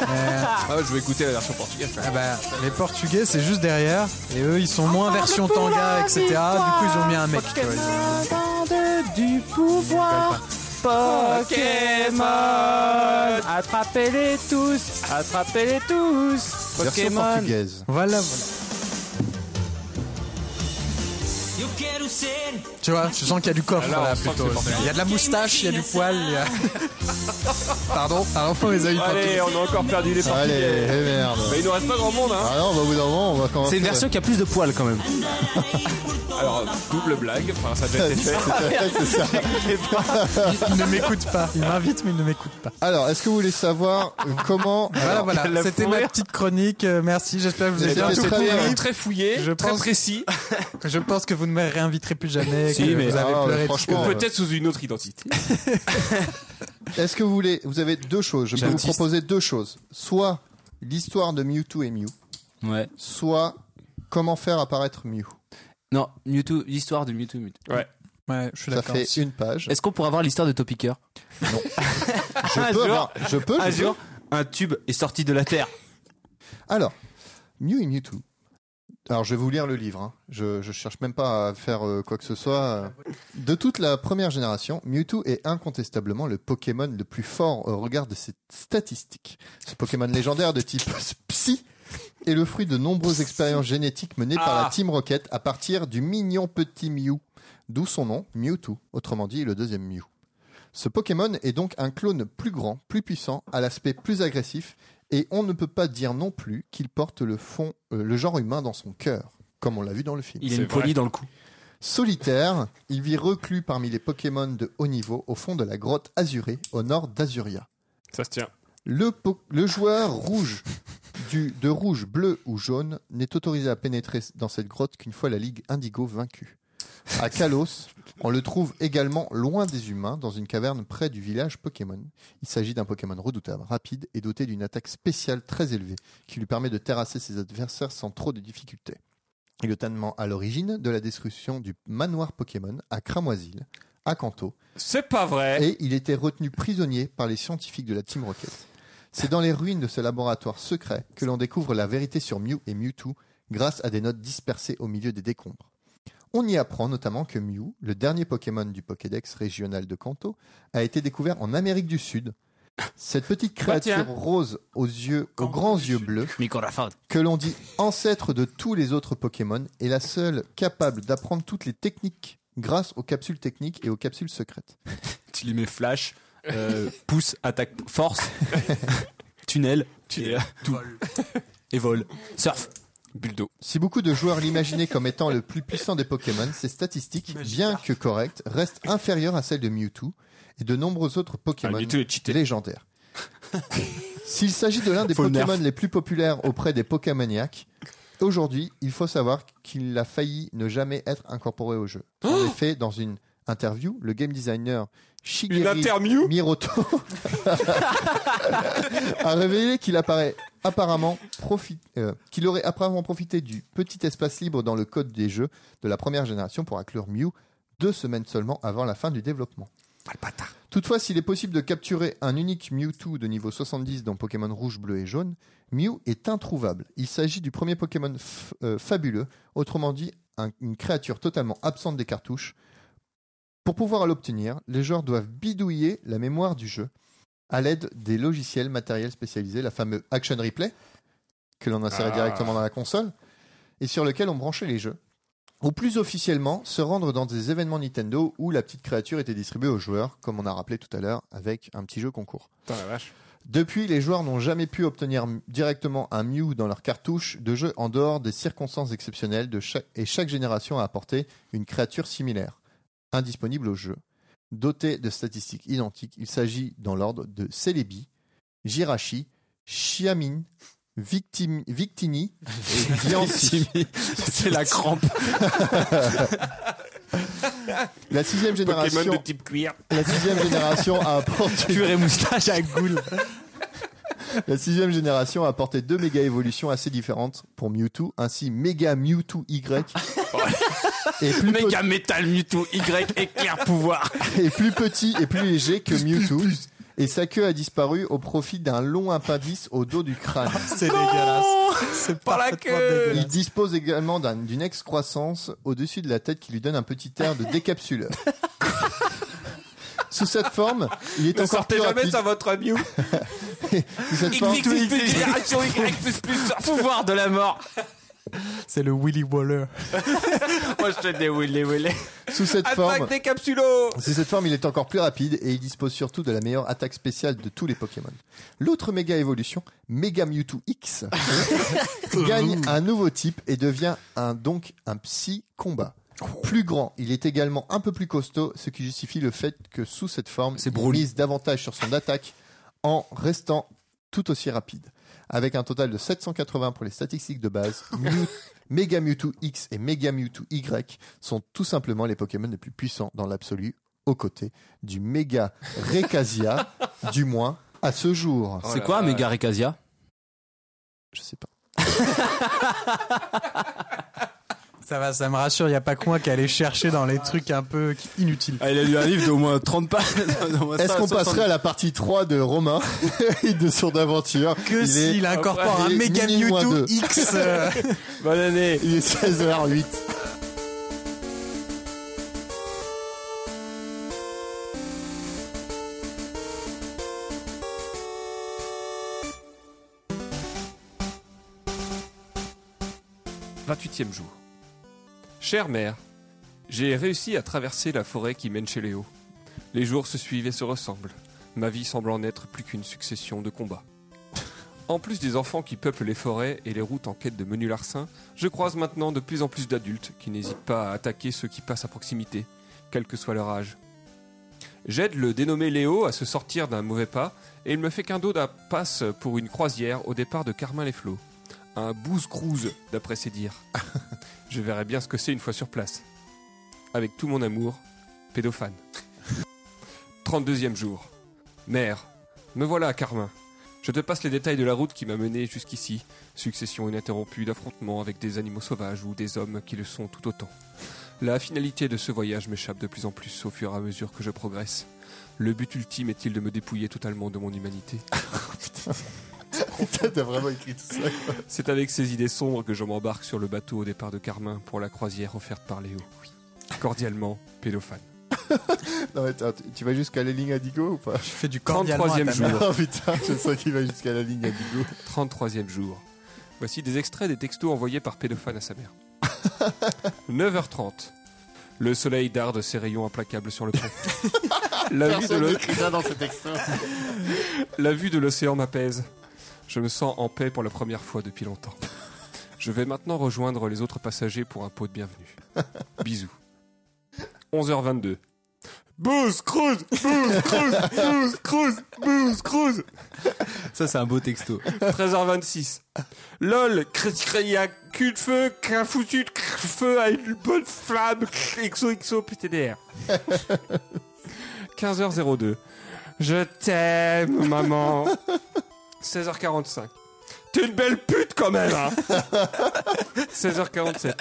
Speaker 3: Ah ouais, je vais écouter la version portugaise.
Speaker 5: Ah bah, les Portugais, c'est juste derrière. Et eux, ils sont moins version tanga, etc. Du coup, ils ont mis un mec. tu vois, ils ont-
Speaker 2: du pouvoir. Pokémon, attrapez-les tous, attrapez-les tous.
Speaker 4: Version portugaise.
Speaker 5: Voilà, voilà. Tu vois, je sens qu'il y a du coffre
Speaker 3: Alors,
Speaker 5: là
Speaker 3: on sent
Speaker 5: plutôt.
Speaker 3: que c'est portugais.
Speaker 5: Il y a de la moustache, il y a du poil. il y a- Pardon, pardon pour les amis
Speaker 3: Allez,
Speaker 5: portugais.
Speaker 3: on a encore perdu les
Speaker 4: Allez,
Speaker 3: portugais.
Speaker 4: eh merde.
Speaker 3: Mais il nous reste pas grand monde, hein.
Speaker 4: Ah non, bah, au bout d'un moment, on va commencer.
Speaker 2: C'est une version qui a plus de poils quand
Speaker 3: Eh
Speaker 2: même.
Speaker 3: Alors, double blague, enfin, ça a déjà été fait.
Speaker 4: C'est ça.
Speaker 5: Il ne m'écoute pas. Il m'invite, mais il ne m'écoute pas.
Speaker 4: Alors, est-ce que vous voulez savoir euh, comment.
Speaker 5: Voilà,
Speaker 4: Alors,
Speaker 5: voilà.
Speaker 3: la
Speaker 5: C'était ma
Speaker 3: fourrure.
Speaker 5: petite chronique. euh, Merci. J'espère que vous avez
Speaker 4: Mais
Speaker 5: bien
Speaker 4: bien
Speaker 5: tout
Speaker 4: sûr.
Speaker 5: compris.
Speaker 3: Très, très fouillé,
Speaker 5: Je
Speaker 3: très
Speaker 5: pense-
Speaker 3: précis,
Speaker 5: Je pense que vous ne me réinviterez plus jamais.
Speaker 2: Si,
Speaker 5: que
Speaker 2: mais-
Speaker 5: vous avez
Speaker 4: Ah,
Speaker 5: pleuré.
Speaker 4: franchement,
Speaker 5: parce
Speaker 3: ou
Speaker 5: que-
Speaker 4: euh,
Speaker 3: peut-être sous une autre identité.
Speaker 4: Est-ce que vous voulez. Vous avez deux choses. Je peux vous
Speaker 2: J'autiste.
Speaker 4: proposer deux choses. Soit l'histoire de Mewtwo et Mew,
Speaker 2: Ouais.
Speaker 4: soit comment faire apparaître Mew.
Speaker 2: Non, Mewtwo, l'histoire de Mewtwo. Mewtwo.
Speaker 5: Ouais, je suis
Speaker 4: Ça
Speaker 5: d'accord.
Speaker 4: fait une page.
Speaker 2: Est-ce qu'on pourrait avoir l'histoire de Topicker
Speaker 4: Je peux
Speaker 2: jour-
Speaker 4: avoir- Je peux,
Speaker 2: Un
Speaker 4: je peux.
Speaker 2: jour, un tube est sorti de la Terre.
Speaker 4: Alors, Mew et Mewtwo. Alors, je vais vous lire le livre. hein. Je, je cherche même pas à faire euh, quoi que ce soit. euh. De toute la première génération, Mewtwo est incontestablement le Pokémon le plus fort au regard de ses statistiques. Ce Pokémon légendaire de type Psy est le fruit de nombreuses expériences génétiques menées par la Team Rocket à partir du mignon petit Mew. D'où son nom, Mewtwo, autrement dit le deuxième Mew. Ce Pokémon est donc un clone plus grand, plus puissant, à l'aspect plus agressif, et on ne peut pas dire non plus qu'il porte le, fond, euh, le genre humain dans son cœur, comme on l'a vu dans le film.
Speaker 2: Il a
Speaker 3: C'est
Speaker 2: une polie dans le cou.
Speaker 4: Solitaire, il vit reclus parmi les Pokémon de haut niveau au fond de la grotte azurée, au nord d'Azuria.
Speaker 3: Ça se tient.
Speaker 4: Le, po- le joueur rouge du, de rouge, bleu ou jaune n'est autorisé à pénétrer dans cette grotte qu'une fois la Ligue Indigo vaincue. À Kalos, on le trouve également loin des humains, dans une caverne près du village Pokémon. Il s'agit d'un Pokémon redoutable, rapide et doté d'une attaque spéciale très élevée, qui lui permet de terrasser ses adversaires sans trop de difficultés. Il est notamment à l'origine de la destruction du manoir Pokémon à Cramoisil, à Kanto,
Speaker 3: C'est pas vrai.
Speaker 4: et il était retenu prisonnier par les scientifiques de la Team Rocket. C'est dans les ruines de ce laboratoire secret que l'on découvre la vérité sur Mew et Mewtwo grâce à des notes dispersées au milieu des décombres. On y apprend notamment que Mew, le dernier Pokémon du Pokédex régional de Kanto, a été découvert en Amérique du Sud. Cette petite créature rose aux yeux, aux grands yeux bleus,
Speaker 2: Microphone.
Speaker 4: que l'on dit ancêtre de tous les autres Pokémon, est la seule capable d'apprendre toutes les techniques grâce aux capsules techniques et aux capsules secrètes.
Speaker 2: Tu lui mets flash, euh, pouce, attaque, force, tunnel, et, euh, tout. Et vol. Surf.
Speaker 3: Buldo.
Speaker 4: Si beaucoup de joueurs l'imaginaient comme étant le plus puissant des Pokémon, ses statistiques, bien que correctes, restent inférieures à celles de Mewtwo et de nombreux autres
Speaker 3: Ah,
Speaker 4: Pokémon
Speaker 3: du tout, il est cheaté.
Speaker 4: légendaires. S'il s'agit de l'un des
Speaker 2: Faut le nerf.
Speaker 4: Pokémon les plus populaires auprès des Pokémoniacs, aujourd'hui, il faut savoir qu'il a failli ne jamais être incorporé au jeu. En effet, dans une interview, le game designer
Speaker 3: Oh Une
Speaker 4: Shigeru
Speaker 3: interview
Speaker 4: Miroto a révélé qu'il apparaît apparemment profi- euh, qu'il aurait apparemment profité du petit espace libre dans le code des jeux de la première génération pour inclure Mew deux semaines seulement avant la fin du développement. Toutefois, s'il est possible de capturer un unique Mewtwo de niveau 70 dans Pokémon rouge, bleu et jaune, Mew est introuvable. Il s'agit du premier Pokémon f- euh, fabuleux, autrement dit un- une créature totalement absente des cartouches. Pour pouvoir l'obtenir, les joueurs doivent bidouiller la mémoire du jeu à l'aide des logiciels matériels spécialisés, la fameuse Action Replay, que l'on insérait
Speaker 3: Ah.
Speaker 4: directement dans la console, et sur lequel on branchait les jeux. Ou plus officiellement, se rendre dans des événements Nintendo où la petite créature était distribuée aux joueurs, comme on a rappelé tout à l'heure, avec un petit jeu concours.
Speaker 3: Putain, la vache.
Speaker 4: Depuis, les joueurs n'ont jamais pu obtenir m- directement un Mew dans leur cartouche de jeu en dehors des circonstances exceptionnelles de chaque, et chaque génération a apporté une créature similaire, indisponible au jeu. Dotée de statistiques identiques, il s'agit dans l'ordre de Celebi, Jirachi, Chiamin, Victim- Victini et Diancie.
Speaker 2: C'est la crampe.
Speaker 4: La sixième
Speaker 3: Pokémon
Speaker 4: génération,
Speaker 3: de type cuir.
Speaker 4: la sixième génération a apporté
Speaker 2: Purée moustache à goule.
Speaker 4: La sixième génération a apporté deux méga évolutions assez différentes pour Mewtwo, ainsi Mega Mewtwo Y et, plus pe-
Speaker 2: Méga Metal Mewtwo Y éclair pouvoir.
Speaker 4: et plus petit et plus léger que Mewtwo. Et sa queue a disparu au profit d'un long appendice au dos du crâne.
Speaker 5: C'est
Speaker 2: Ah,
Speaker 5: dégueulasse. C'est
Speaker 2: Oh Par la
Speaker 5: parfaitement
Speaker 2: queue.
Speaker 5: dégueulasse.
Speaker 4: Il dispose également d'un- d'une excroissance au-dessus de la tête qui lui donne un petit air de décapsuleur. Sous cette forme, il est
Speaker 3: Ne
Speaker 4: encore
Speaker 3: sortez
Speaker 4: plus
Speaker 3: jamais
Speaker 4: rapide.
Speaker 3: sur votre Mew.
Speaker 4: Sous cette forme,
Speaker 2: génération Y plus plus pouvoir de la mort.
Speaker 5: C'est le Willy Waller.
Speaker 2: Moi je te dis Willy Willy.
Speaker 4: sous cette forme,
Speaker 2: des capsulos.
Speaker 4: Sous cette forme, il est encore plus rapide et il dispose surtout de la meilleure attaque spéciale de tous les Pokémon. L'autre méga évolution, Mega Mewtwo X, gagne un nouveau type et devient un, donc un psy combat. Plus grand, il est également un peu plus costaud, ce qui justifie le fait que sous cette forme,
Speaker 2: C'est
Speaker 4: il
Speaker 2: Broly.
Speaker 4: mise davantage sur son attaque en restant tout aussi rapide. Avec un total de 780 pour les statistiques de base, Mew- Mega Mewtwo X et Mega Mewtwo Y sont tout simplement les Pokémon les plus puissants dans l'absolu, aux côtés du Mega Rekasia, du moins à ce jour.
Speaker 2: C'est quoi un méga Recasia
Speaker 4: Je sais pas.
Speaker 5: Ça va, ça me rassure, il n'y a pas que moi qui allait chercher dans les trucs un peu inutiles.
Speaker 2: Ah, Il a lu un livre d'au moins 30 pages.
Speaker 4: Est-ce qu'on passerait à la partie 3 de Romain et de son aventure
Speaker 5: Que
Speaker 4: il est,
Speaker 5: s'il incorpore
Speaker 4: il est
Speaker 5: un méga
Speaker 4: minuit moins
Speaker 5: Mewtwo
Speaker 4: deux.
Speaker 5: X euh,
Speaker 2: Bonne année.
Speaker 4: il est 16h08.
Speaker 3: e jour. Chère mère, j'ai réussi à traverser la forêt qui mène chez Léo. Les jours se suivent et se ressemblent. Ma vie semble en être plus qu'une succession de combats. En plus des enfants qui peuplent les forêts et les routes en quête de menus larcins, je croise maintenant de plus en plus d'adultes qui n'hésitent pas à attaquer ceux qui passent à proximité, quel que soit leur âge. J'aide le dénommé Léo à se sortir d'un mauvais pas et il me fait qu'un dos d'un passe pour une croisière au départ de Carmin-les-Flots. Un booze cruise, d'après ses dires. Je verrai bien ce que c'est une fois sur place. Avec tout mon amour, pédophane. 32e jour. Mère, me voilà à Carmin. Je te passe les détails de la route qui m'a mené jusqu'ici. Succession ininterrompue d'affrontements avec des animaux sauvages ou des hommes qui le sont tout autant. La finalité de ce voyage m'échappe de plus en plus au fur et à mesure que je progresse. Le but ultime est-il de me dépouiller totalement de mon humanité
Speaker 4: Putain, T'as vraiment écrit tout ça.
Speaker 3: C'est avec ces idées sombres que je m'embarque sur le bateau au départ de Carmin pour la croisière offerte par Léo. Cordialement, pédophane.
Speaker 4: Non, mais attends, tu vas jusqu'à la ligne Indigo ou pas
Speaker 5: Tu fais du cordialement à ta
Speaker 3: 33e
Speaker 5: mère.
Speaker 3: jour.
Speaker 4: Oh putain, je sens qu'il va jusqu'à la ligne Indigo.
Speaker 3: 33e jour. Voici des extraits des textos envoyés par pédophane à sa mère. 9h30. Le soleil darde ses rayons implacables sur le pont. La vue de
Speaker 4: Personne
Speaker 3: l'o-
Speaker 4: n'écrit ça dans cet extrait.
Speaker 3: la vue de l'océan m'apaise. Je me sens en paix pour la première fois depuis longtemps. Je vais maintenant rejoindre les autres passagers pour un pot de bienvenue. Bisous. 11h22. Booze, cruise, booze, cruise, booze, cruise, booze, cruise.
Speaker 2: Ça c'est un beau texto.
Speaker 3: 13h26. Lol, il y a cul de feu, qu'un foutu de cr- feu à une bonne flamme, XOXO PTDR. 15h02. Je t'aime, maman. 16h45. T'es une belle pute quand même, hein. 16h47.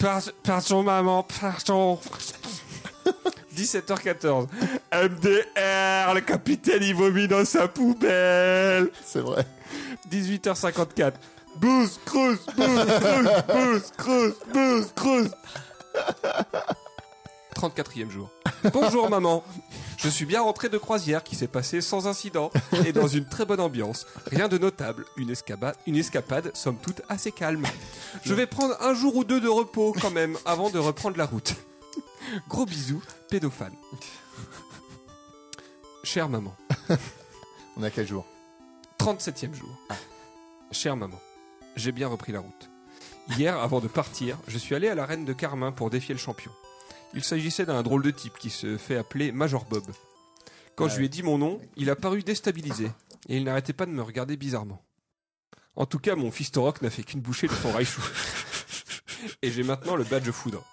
Speaker 3: Par- Pardon, maman, pardon. 17h14. MDR, le capitaine, il vomit dans sa poubelle.
Speaker 4: C'est vrai.
Speaker 3: 18h54. Booze, cruise, booze, cruise, booze, cruise, booze, cruise. 34e jour. Bonjour maman. Je suis bien rentré de croisière qui s'est passée sans incident et dans une très bonne ambiance. Rien de notable, une escapade, une escapade somme toute assez calme. Je vais prendre un jour ou deux de repos quand même avant de reprendre la route. Gros bisous, pédophane. Chère maman.
Speaker 4: On a quel jour
Speaker 3: 37e jour. Ah. Chère maman, j'ai bien repris la route. Hier, avant de partir, je suis allé à l'arène de Carmin pour défier le champion. Il s'agissait d'un drôle de type qui se fait appeler Major Bob. Quand je lui ai dit mon nom, il a paru déstabilisé et il n'arrêtait pas de me regarder bizarrement. En tout cas, mon fils Torok n'a fait qu'une bouchée de son raichou. et j'ai maintenant le badge foudre.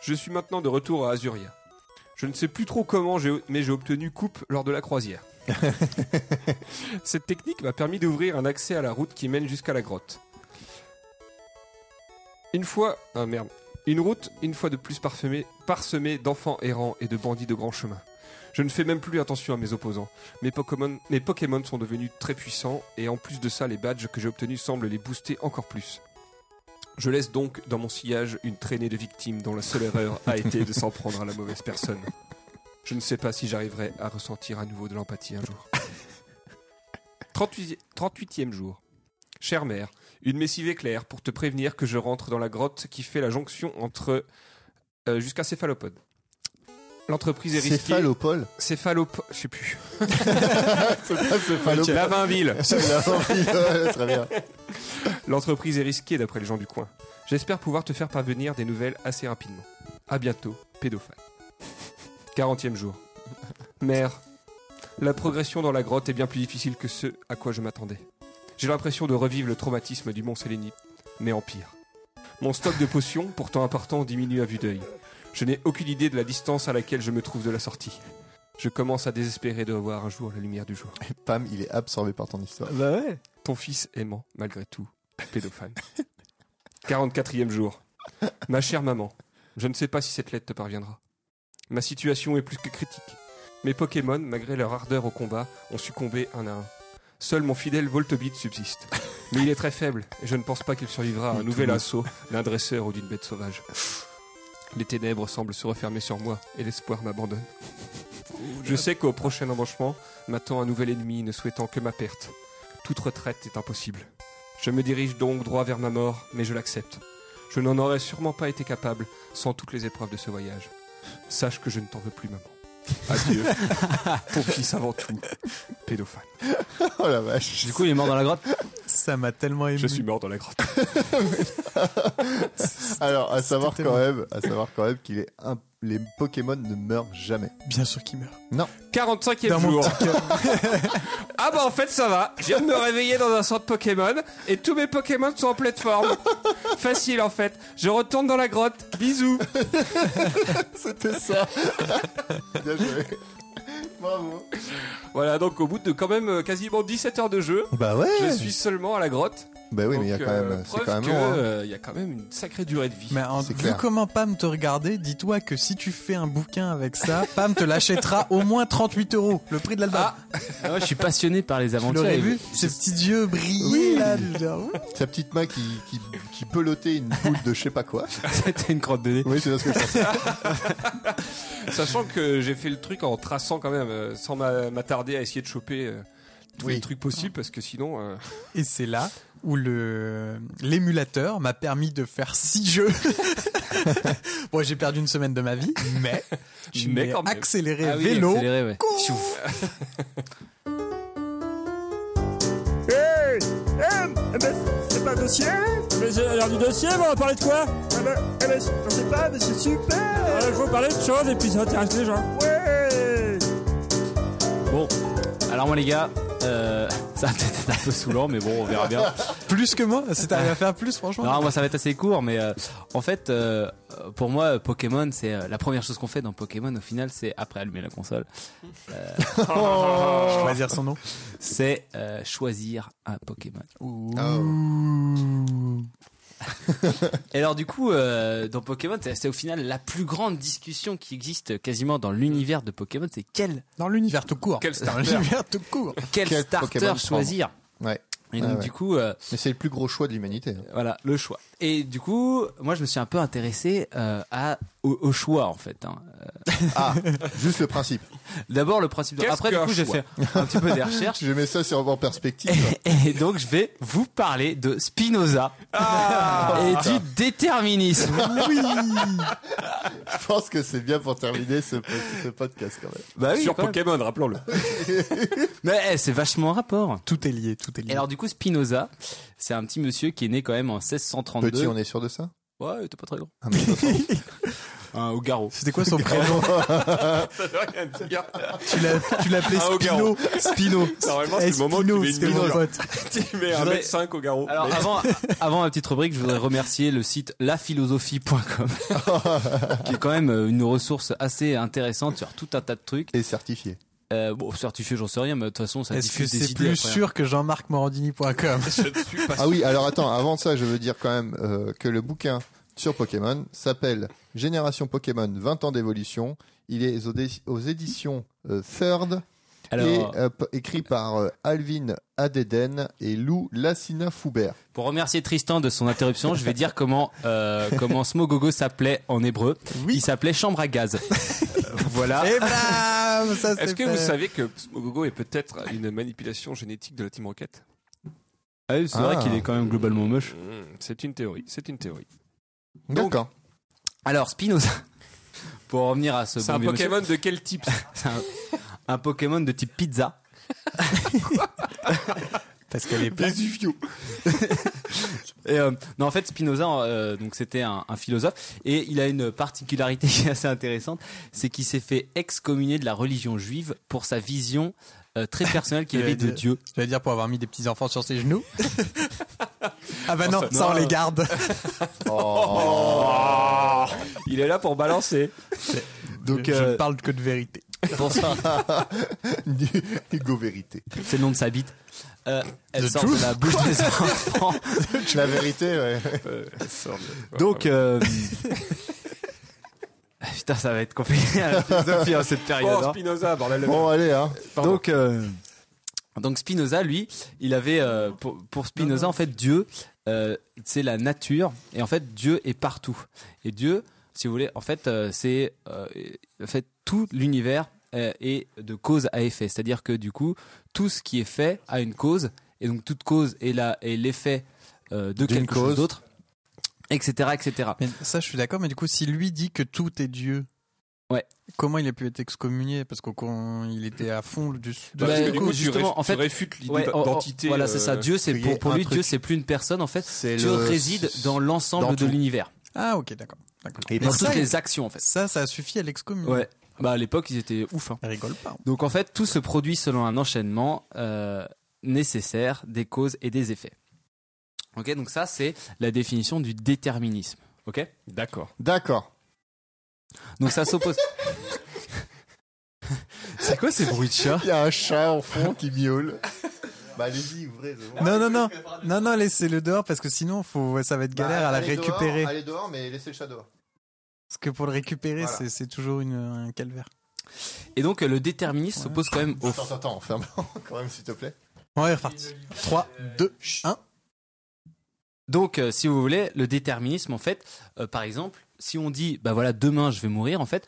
Speaker 3: Je suis maintenant de retour à Azuria. Je ne sais plus trop comment, j'ai- mais j'ai obtenu coupe lors de la croisière. Cette technique m'a permis d'ouvrir un accès à la route qui mène jusqu'à la grotte. Une fois. Ah merde. Une route, une fois de plus parfumée, parsemée d'enfants errants et de bandits de grand chemin. Je ne fais même plus attention à mes opposants. Mes Pokémon, mes Pokémon sont devenus très puissants et en plus de ça, les badges que j'ai obtenus semblent les booster encore plus. Je laisse donc dans mon sillage une traînée de victimes dont la seule erreur a été de s'en prendre à la mauvaise personne. Je ne sais pas si j'arriverai à ressentir à nouveau de l'empathie un jour. 38 38e jour. Chère mère, une messive éclair pour te prévenir que je rentre dans la grotte qui fait la jonction entre euh, jusqu'à Céphalopode. L'entreprise est risquée.
Speaker 4: Céphalopole
Speaker 3: Céphalopode. Je sais plus.
Speaker 4: C'est pas céphalopole.
Speaker 3: Lavinville.
Speaker 4: Ouais, Très bien.
Speaker 3: L'entreprise est risquée d'après les gens du coin. J'espère pouvoir te faire parvenir des nouvelles assez rapidement. À bientôt, pédophile. 40e jour. Mère, la progression dans la grotte est bien plus difficile que ce à quoi je m'attendais. J'ai l'impression de revivre le traumatisme du Mont Séléni, mais en pire. Mon stock de potions, pourtant important, diminue à vue d'œil. Je n'ai aucune idée de la distance à laquelle je me trouve de la sortie. Je commence à désespérer de voir un jour la lumière du jour.
Speaker 4: Pam, il est absorbé par ton histoire.
Speaker 2: Bah ouais.
Speaker 3: Ton fils aimant, malgré tout, pédophile. 44e jour. Ma chère maman, je ne sais pas si cette lettre te parviendra. Ma situation est plus que critique. Mes Pokémon, malgré leur ardeur au combat, ont succombé un à un. Seul mon fidèle Voltobit subsiste. Mais il est très faible, et je ne pense pas qu'il survivra à un nouvel assaut d'un dresseur ou d'une bête sauvage. Les ténèbres semblent se refermer sur moi, et l'espoir m'abandonne. Je sais qu'au prochain embranchement m'attend un nouvel ennemi ne souhaitant que ma perte. Toute retraite est impossible. Je me dirige donc droit vers ma mort, mais je l'accepte. Je n'en aurais sûrement pas été capable sans toutes les épreuves de ce voyage. Sache que je ne t'en veux plus, maman. Adieu. Ton fils avant tout. Pédophile.
Speaker 4: Oh la vache.
Speaker 2: Du coup, il est mort dans la grotte.
Speaker 5: Ça m'a tellement ému.
Speaker 3: Je suis mort dans la grotte.
Speaker 4: Alors, à savoir
Speaker 5: c'était
Speaker 4: quand
Speaker 5: tellement-
Speaker 4: même, à savoir quand même qu'il est un- les Pokémon ne meurent jamais.
Speaker 5: Bien sûr qu'il meurt.
Speaker 3: 45e
Speaker 5: Dans mon
Speaker 3: jour.
Speaker 5: petit cœur.
Speaker 3: Ah bah en fait ça va. Je viens de me réveiller dans un centre Pokémon et tous mes Pokémon sont en pleine forme. Facile en fait. Je retourne dans la grotte. Bisous.
Speaker 4: C'était ça. Bien joué. Bravo.
Speaker 3: Voilà donc au bout de quand même euh, quasiment 17 heures de jeu,
Speaker 4: Bah ouais.
Speaker 3: je suis seulement à la grotte.
Speaker 4: Bah oui, mais il y a
Speaker 3: Donc,
Speaker 4: quand
Speaker 3: euh,
Speaker 4: même, c'est
Speaker 3: preuve
Speaker 4: quand même
Speaker 3: que,
Speaker 4: long, hein.
Speaker 3: euh, il y a quand même une sacrée durée de vie.
Speaker 5: Mais en-
Speaker 4: C'est
Speaker 5: vu
Speaker 4: clair.
Speaker 5: comment Pam te regardait, dis-toi que si tu fais un bouquin avec ça, Pam te l'achètera au moins 38 euros, le prix de l'album.
Speaker 3: Ah,
Speaker 2: Ah ouais, je suis passionné par les
Speaker 5: tu
Speaker 2: aventures.
Speaker 5: l'aurais
Speaker 2: et-
Speaker 5: vu Ses petits yeux brillaient là. du genre, ouais.
Speaker 4: Sa petite main qui, qui, qui pelotait une boule de je sais pas quoi.
Speaker 2: C'était une crotte de nez.
Speaker 4: Oui, c'est parce que je pensais.
Speaker 3: sachant que j'ai fait le truc en traçant quand même, euh, sans m'a- m'attarder à essayer de choper euh, tous
Speaker 4: Oui.
Speaker 3: les trucs possibles, parce que sinon, euh,
Speaker 5: Et c'est là où le l'émulateur m'a permis de faire six jeux. bon, j'ai perdu une semaine de ma vie, mais je
Speaker 3: Mais
Speaker 5: m'ai
Speaker 3: quand même.
Speaker 5: accéléré
Speaker 2: Ah oui,
Speaker 5: vélo.
Speaker 2: accéléré, ouais.
Speaker 9: eh ben, C'est pas un dossier Mais j'ai l'air du dossier, mais on va parler de quoi Ah bah, eh ben, je sais pas, mais c'est super Il faut parler de choses et puis ça intéresse les gens. Ouais
Speaker 2: Bon, alors moi les gars, euh, ça va peut-être être un peu saoulant, mais bon, on verra bien.
Speaker 5: Plus que moi, si t'arrives à faire plus, franchement.
Speaker 2: Non, moi ça va être assez court, mais euh, en fait, euh, pour moi, euh, Pokémon, c'est euh, la première chose qu'on fait dans Pokémon. Au final, c'est après allumer la console,
Speaker 5: je vais pas dire son nom.
Speaker 2: c'est euh, choisir un Pokémon.
Speaker 3: Oh.
Speaker 2: Et alors du coup, euh, dans Pokémon, c'est c'est au final la plus grande discussion qui existe quasiment dans l'univers de Pokémon. C'est quel
Speaker 5: Dans l'univers tout court.
Speaker 3: Quel
Speaker 5: Dans
Speaker 3: starter.
Speaker 5: l'univers tout court.
Speaker 2: quel,
Speaker 4: Quel
Speaker 2: starter
Speaker 4: Pokémon
Speaker 2: choisir.
Speaker 4: Ouais.
Speaker 2: Et
Speaker 4: Ah
Speaker 2: donc
Speaker 4: ouais.
Speaker 2: du coup, euh,
Speaker 4: Mais c'est le plus gros choix de l'humanité. hein.
Speaker 2: voilà le choix. Et du coup, moi je me suis un peu intéressé euh, à au, au choix en fait. hein.
Speaker 4: Ah, juste le principe.
Speaker 2: D'abord le principe. De...
Speaker 3: Qu'est-ce
Speaker 2: Après du
Speaker 3: qu'un
Speaker 2: coup, j'ai
Speaker 3: choix
Speaker 2: fait un petit peu des recherches.
Speaker 4: Je mets ça sur en perspective.
Speaker 2: Et, et donc je vais vous parler de Spinoza et du déterminisme.
Speaker 4: Je pense que c'est bien pour terminer ce, ce podcast Ah quand même.
Speaker 2: Bah
Speaker 3: sur Pokémon, rappelons-le.
Speaker 2: Mais eh, c'est vachement en rapport.
Speaker 5: Tout est lié, tout est lié.
Speaker 2: Et alors du coup Spinoza, c'est un petit monsieur qui est né quand même en 1632.
Speaker 4: Petit, on est sûr de ça
Speaker 2: Ouais, il était pas très grand.
Speaker 4: Ah, mais de toute façon,
Speaker 2: Un Ogaro.
Speaker 5: C'était quoi son prénom
Speaker 3: Ça veut rien dire.
Speaker 5: Tu l'as- tu l'appelais
Speaker 3: Ah, au
Speaker 5: Spino. Spino.
Speaker 3: Normalement, c'est
Speaker 5: Eh,
Speaker 3: le moment où
Speaker 5: Spino,
Speaker 3: tu mets une
Speaker 5: c'était mon
Speaker 3: mesure.
Speaker 5: pote.
Speaker 3: Tu mets
Speaker 2: voudrais-
Speaker 3: 1m5 au garrot.
Speaker 2: Alors
Speaker 3: Mais-
Speaker 2: avant, avant ma petite rubrique, je voudrais remercier le site laphilosophie.com qui est quand même euh, une ressource assez intéressante sur tout un tas de trucs.
Speaker 4: Et certifié.
Speaker 2: Euh, bon, certifié, j'en sais rien, mais de toute façon, ça
Speaker 5: Est-ce que
Speaker 2: diffuse des
Speaker 5: c'est
Speaker 2: idées.
Speaker 5: plus
Speaker 2: après, hein.
Speaker 5: sûr que jean-marc-morandini.com
Speaker 4: Ah oui, alors attends, avant ça, je veux dire quand même euh, que le bouquin sur Pokémon s'appelle Génération Pokémon 20 ans d'évolution. Il est aux, dé- aux éditions euh, Third
Speaker 2: Alors,
Speaker 4: et euh, p- écrit par euh, Alvin Adeden et Lou Lassina Foubert.
Speaker 2: pour remercier Tristan de son interruption, je vais dire comment euh, comment Smogogo s'appelait en hébreu. Il s'appelait chambre à gaz. voilà.
Speaker 5: Et blam ça,
Speaker 3: Est-ce
Speaker 5: c'est
Speaker 3: que
Speaker 5: fait.
Speaker 3: vous savez que Smogogo est peut-être une manipulation génétique de la Team Rocket
Speaker 2: Ah oui, c'est
Speaker 4: Ah.
Speaker 2: vrai qu'il est quand même globalement moche.
Speaker 3: C'est une théorie, c'est une théorie.
Speaker 4: D'accord.
Speaker 2: Alors, Spinoza. Pour en revenir à ce
Speaker 3: C'est
Speaker 2: bon
Speaker 3: un
Speaker 2: vieux
Speaker 3: Pokémon de quel type
Speaker 2: monsieur, c'est un, un Pokémon de type pizza.
Speaker 5: Parce qu'elle est plate.
Speaker 2: Et, euh, non, en fait, Spinoza, euh, donc c'était un, un philosophe, et il a une particularité qui est assez intéressante, c'est qu'il s'est fait excommunier de la religion juive pour sa vision euh, très personnelle qu'il avait de
Speaker 5: J'allais
Speaker 2: Dieu.
Speaker 5: J'allais dire pour avoir mis des petits enfants sur ses genoux. ah bah non,
Speaker 2: ça-
Speaker 5: ça on
Speaker 2: non.
Speaker 5: les garde.
Speaker 4: Oh.
Speaker 3: Oh. Il est là pour balancer.
Speaker 2: Donc,
Speaker 5: je ne
Speaker 2: euh,
Speaker 5: parle que de vérité.
Speaker 2: pour ça,
Speaker 4: Hugo Vérité.
Speaker 2: c'est le nom de sa bite. Euh, elle
Speaker 5: The
Speaker 2: sort
Speaker 5: truth.
Speaker 2: de la bouche des enfants.
Speaker 4: La vérité, ouais.
Speaker 2: Donc, euh, putain, ça va être compliqué à la philosophie en cette période.
Speaker 3: Oh,
Speaker 2: hein.
Speaker 3: Spinoza, bordel de
Speaker 4: Bon, allez, hein.
Speaker 2: Donc, euh, donc Spinoza, lui, il avait euh, pour, pour Spinoza en fait Dieu, euh, c'est la nature et en fait Dieu est partout. Et Dieu, si vous voulez, en fait euh, c'est euh, en fait tout l'univers euh, est de cause à effet. C'est-à-dire que du coup tout ce qui est fait a une cause et donc toute cause est là est l'effet euh, de
Speaker 4: D'une
Speaker 2: quelque
Speaker 4: cause.
Speaker 2: chose d'autre, etc., etc.
Speaker 5: Mais ça, je suis d'accord, mais du coup, si lui dit que tout est Dieu,
Speaker 2: Ouais.
Speaker 5: comment il a pu être excommunié Parce qu'il était à fond du.
Speaker 2: Bah,
Speaker 3: Parce que
Speaker 2: du
Speaker 3: du
Speaker 2: coup,
Speaker 3: coup, tu
Speaker 2: justement,
Speaker 3: réf-
Speaker 2: en fait-
Speaker 3: tu réfutes l'idée
Speaker 2: Ouais, oh, oh,
Speaker 3: d'entité.
Speaker 2: voilà, c'est ça.
Speaker 3: euh,
Speaker 2: Dieu, c'est
Speaker 4: il y a
Speaker 2: pour, pour
Speaker 4: un
Speaker 2: lui,
Speaker 4: truc.
Speaker 2: Dieu, c'est plus une personne. En fait,
Speaker 4: C'est
Speaker 2: Dieu
Speaker 4: le-
Speaker 2: réside dans l'ensemble
Speaker 4: dans
Speaker 2: de
Speaker 4: tout.
Speaker 2: l'univers.
Speaker 5: Ah, ok, d'accord. d'accord.
Speaker 4: Et
Speaker 5: Mais
Speaker 2: Dans
Speaker 5: ça, Mmh.
Speaker 2: toutes les actions, en fait.
Speaker 5: ça, ça a suffi à l'excommunier.
Speaker 2: Ouais. Bah à l'époque ils étaient ouf. hein.
Speaker 5: Elle rigole pas.
Speaker 2: Donc en fait tout se produit selon un enchaînement euh, nécessaire des causes et des effets. Ok donc ça c'est la définition du déterminisme. Ok
Speaker 3: D'accord.
Speaker 4: D'accord.
Speaker 2: donc ça s'oppose. c'est quoi ces bruits de chat
Speaker 4: Il y a un chat en fond qui miaule. Bah, allez-y, ouvrez. c'est bon.
Speaker 5: Non, non, non. Non, non, laissez-le dehors parce que sinon, faut, ça va être galère
Speaker 4: Bah,
Speaker 5: à la
Speaker 4: allez dehors,
Speaker 5: récupérer.
Speaker 4: allez dehors, mais laissez le chat dehors.
Speaker 5: Parce que pour le récupérer,
Speaker 4: Voilà.
Speaker 5: c'est- c'est toujours une, un calvaire.
Speaker 2: Et donc euh, le déterminisme s'oppose quand même au.
Speaker 4: Attends, attends, attends, ferme-le quand même, s'il te plaît.
Speaker 5: Bon, on est reparti. 3, 2, 1.
Speaker 2: Donc euh, si vous voulez le déterminisme en fait euh, par exemple si on dit bah voilà demain je vais mourir en fait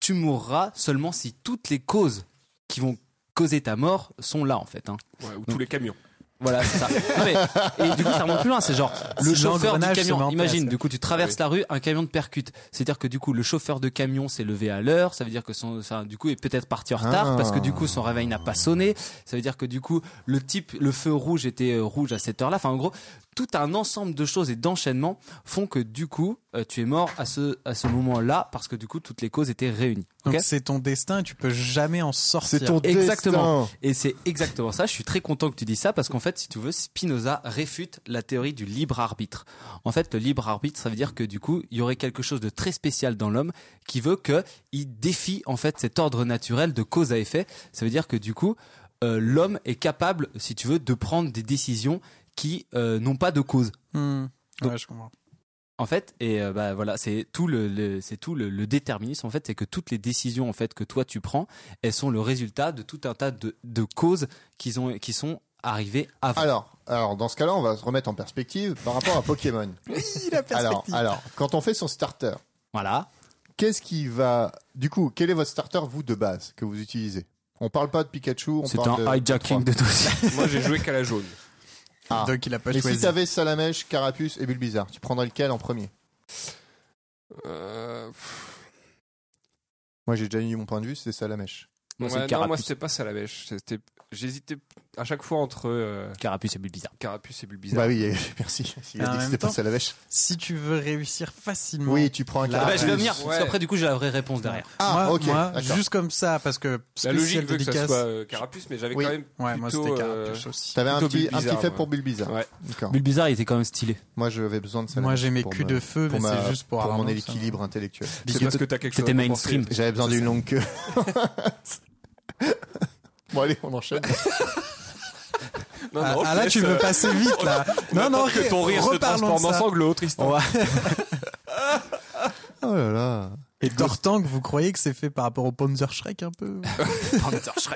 Speaker 2: tu mourras seulement si toutes les causes qui vont causer ta mort sont là en fait. hein.
Speaker 3: Ouais, ou tous les camions.
Speaker 2: Voilà, c'est ça. Non, mais- et du coup, ça remonte plus loin. C'est genre le
Speaker 5: Si
Speaker 2: chauffeur du
Speaker 5: l'engrenage se met
Speaker 2: camion.
Speaker 5: en
Speaker 2: Imagine,
Speaker 5: place.
Speaker 2: du coup, tu traverses la rue, un camion te percute. C'est-à-dire que du coup, le chauffeur de camion s'est levé à l'heure. Ça veut dire que son, ça, du coup, est peut-être parti en retard
Speaker 4: Ah.
Speaker 2: parce que du coup, son réveil n'a pas sonné. Ça veut dire que du coup, le type, le feu rouge était euh, rouge à cette heure-là. Enfin, en gros, tout un ensemble de choses et d'enchaînements font que du coup, euh, tu es mort à ce à ce moment-là parce que du coup, toutes les causes étaient réunies.
Speaker 5: Donc
Speaker 2: Ok
Speaker 5: c'est ton destin et tu peux jamais en sortir.
Speaker 2: Exactement. Et c'est exactement ça. Je suis très content que tu dis ça parce qu'en fait, si tu veux, Spinoza réfute la théorie du libre arbitre. En fait, le libre arbitre, ça veut dire que du coup, il y aurait quelque chose de très spécial dans l'homme qui veut que il défie en fait cet ordre naturel de cause à effet. Ça veut dire que du coup, euh, l'homme est capable, si tu veux, de prendre des décisions qui euh, n'ont pas de cause.
Speaker 5: Hmm.
Speaker 2: Donc-
Speaker 5: Ouais, je comprends.
Speaker 2: En fait, et euh, bah voilà, c'est tout le, le- c'est tout le, le déterminisme en fait, c'est que toutes les décisions en fait que toi tu prends, elles sont le résultat de tout un tas de, de causes qui ont qui sont arrivées avant.
Speaker 4: Alors, alors, dans ce cas-là, on va se remettre en perspective par rapport à Pokémon.
Speaker 5: la
Speaker 4: alors,
Speaker 5: perspective.
Speaker 4: alors, quand on fait son starter,
Speaker 2: Voilà.
Speaker 4: qu'est-ce qui va. Du coup, quel est votre starter, vous, de base, que vous utilisez On parle pas de Pikachu, on
Speaker 2: C'est
Speaker 4: parle
Speaker 2: un
Speaker 4: de.
Speaker 2: hijacking de dossier.
Speaker 3: Moi, j'ai joué qu'à la jaune.
Speaker 4: Ah.
Speaker 5: Donc il a pas
Speaker 4: Et
Speaker 5: choisi.
Speaker 4: si t'avais Salamèche, Carapuce et Bulbizarre, tu prendrais lequel en premier
Speaker 3: Euh, pff.
Speaker 4: Moi, j'ai déjà eu mon point de vue, c'est Salamèche.
Speaker 2: Moi, c'est
Speaker 3: Ouais,
Speaker 2: le
Speaker 3: non, moi,
Speaker 2: carapuce.
Speaker 3: c'était pas ça la mèche. C'était- J'hésitais à chaque fois entre euh,
Speaker 2: Carapuce, c'est bizarre.
Speaker 3: Carapuce et Bulbizarre.
Speaker 4: Bah oui, euh, merci. Il
Speaker 5: Ah,
Speaker 4: a
Speaker 5: en
Speaker 4: dit que
Speaker 5: même
Speaker 4: c'était pas
Speaker 5: temps-
Speaker 4: Salamèche.
Speaker 5: Si tu veux réussir facilement.
Speaker 4: Oui, tu prends un
Speaker 5: Là,
Speaker 2: Ah bah,
Speaker 4: Carapuce.
Speaker 2: je vais venir. Parce
Speaker 3: Ouais.
Speaker 2: qu'après du coup j'ai la vraie réponse derrière.
Speaker 4: Ah,
Speaker 5: moi,
Speaker 4: ok.
Speaker 5: moi,
Speaker 4: d'accord.
Speaker 5: juste comme ça, parce que
Speaker 3: La
Speaker 5: spécial
Speaker 3: logique veut que
Speaker 5: dédicace.
Speaker 3: ça soit euh, Carapuce, mais j'avais
Speaker 4: Oui.
Speaker 3: quand même
Speaker 5: Ouais, moi
Speaker 3: plutôt,
Speaker 5: c'était
Speaker 3: euh,
Speaker 5: Carapuce aussi.
Speaker 4: T'avais un
Speaker 3: plutôt
Speaker 4: petit, un petit
Speaker 3: Bulbizarre,
Speaker 4: fait
Speaker 3: moi.
Speaker 4: pour Bulbizarre.
Speaker 3: Ouais.
Speaker 4: D'accord.
Speaker 2: Bulbizarre, il était quand même stylé.
Speaker 4: Moi, j'avais besoin de Salamèche.
Speaker 5: Moi j'ai mes
Speaker 4: pour
Speaker 5: culs
Speaker 4: me-
Speaker 5: de feu, mais
Speaker 4: pour ma-
Speaker 5: c'est juste pour,
Speaker 4: mon
Speaker 5: Arnaud, ça.
Speaker 4: équilibre intellectuel.
Speaker 3: C'est parce que t'as quelque chose.
Speaker 2: C'était
Speaker 3: à compenser.
Speaker 2: mainstream.
Speaker 4: J'avais besoin d'une longue queue. Bon, allez, on enchaîne.
Speaker 3: Non,
Speaker 5: Ah,
Speaker 3: non,
Speaker 5: ah,
Speaker 3: je
Speaker 5: là,
Speaker 3: laisse,
Speaker 5: tu
Speaker 3: euh,
Speaker 5: veux passer vite, là. non, non,
Speaker 3: que ton rire se
Speaker 5: reparlons
Speaker 3: transforme
Speaker 5: de
Speaker 3: en
Speaker 5: ça.
Speaker 3: sanglots, Tristan.
Speaker 2: On va-
Speaker 4: Oh là là.
Speaker 5: Et Dortang, vous croyez que c'est fait par rapport au Panzer Shrek un peu Il y a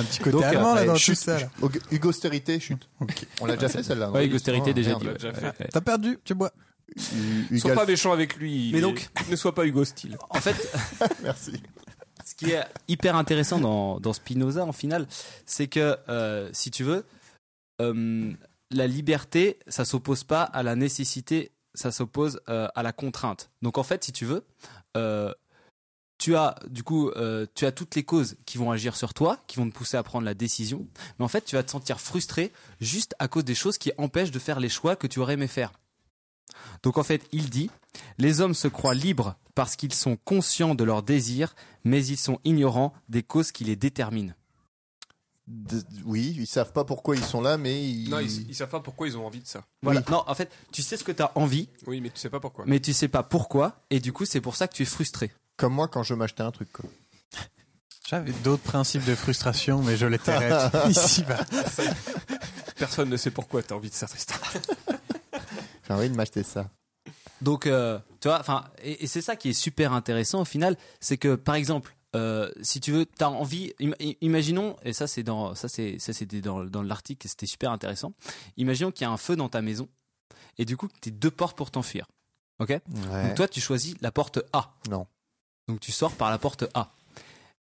Speaker 5: un petit côté
Speaker 2: Donc,
Speaker 5: allemand là
Speaker 2: après,
Speaker 5: dans
Speaker 2: chut,
Speaker 5: tout ça. là.
Speaker 4: Ok, Hugo Stérité, chute.
Speaker 5: Ok.
Speaker 4: On l'a déjà fait celle-là. non
Speaker 2: Ouais, Hugo Stérité,
Speaker 4: Ah,
Speaker 2: déjà
Speaker 4: merde.
Speaker 2: dit.
Speaker 3: on l'a
Speaker 2: ouais.
Speaker 3: déjà fait.
Speaker 2: Ouais, ouais.
Speaker 5: T'as perdu, tu bois.
Speaker 4: Hu-
Speaker 3: Sois
Speaker 4: Hugo-
Speaker 3: pas méchant avec lui.
Speaker 2: Mais
Speaker 3: il
Speaker 2: donc-
Speaker 3: est- ne sois pas Hugo Steele.
Speaker 2: En fait,
Speaker 4: Merci.
Speaker 2: ce qui est hyper intéressant dans, dans Spinoza en finale, c'est que euh, si tu veux, euh, la liberté, ça s'oppose pas à la nécessité, ça s'oppose euh, à la contrainte. Donc en fait, si tu veux, euh, tu as du coup, euh, tu as toutes les causes qui vont agir sur toi, qui vont te pousser à prendre la décision. Mais en fait, tu vas te sentir frustré juste à cause des choses qui empêchent de faire les choix que tu aurais aimé faire. Donc en fait, il dit, les hommes se croient libres parce qu'ils sont conscients de leurs désirs mais ils sont ignorants des causes qui les déterminent.
Speaker 4: De- oui, ils savent pas pourquoi ils sont là, mais ils.
Speaker 3: Non, ils, ils savent pas pourquoi ils ont envie de ça.
Speaker 2: Voilà. Non, en fait, tu sais ce que tu as envie,
Speaker 3: Oui, mais tu sais pas pourquoi.
Speaker 2: mais tu sais pas pourquoi, et du coup, c'est pour ça que tu es frustré.
Speaker 4: Comme moi quand je m'achetais un truc. Quoi.
Speaker 5: J'avais d'autres principes de frustration, mais je les t'arrête. Ici, va.
Speaker 3: Personne ne sait pourquoi t'as envie de ça, Tristan.
Speaker 4: J'ai envie de m'acheter ça.
Speaker 2: Donc, euh, tu vois, enfin, et, et c'est ça qui est super intéressant au final, c'est que par exemple, euh, si tu veux, tu as envie, im- i- imaginons, et ça c'est dans, ça c'est, ça c'était dans, dans l'article, et c'était super intéressant. Imaginons qu'il y a un feu dans ta maison, et du coup, tu as deux portes pour t'enfuir. Ok Donc toi, tu choisis la porte A.
Speaker 4: Non.
Speaker 2: Donc tu sors par la porte A.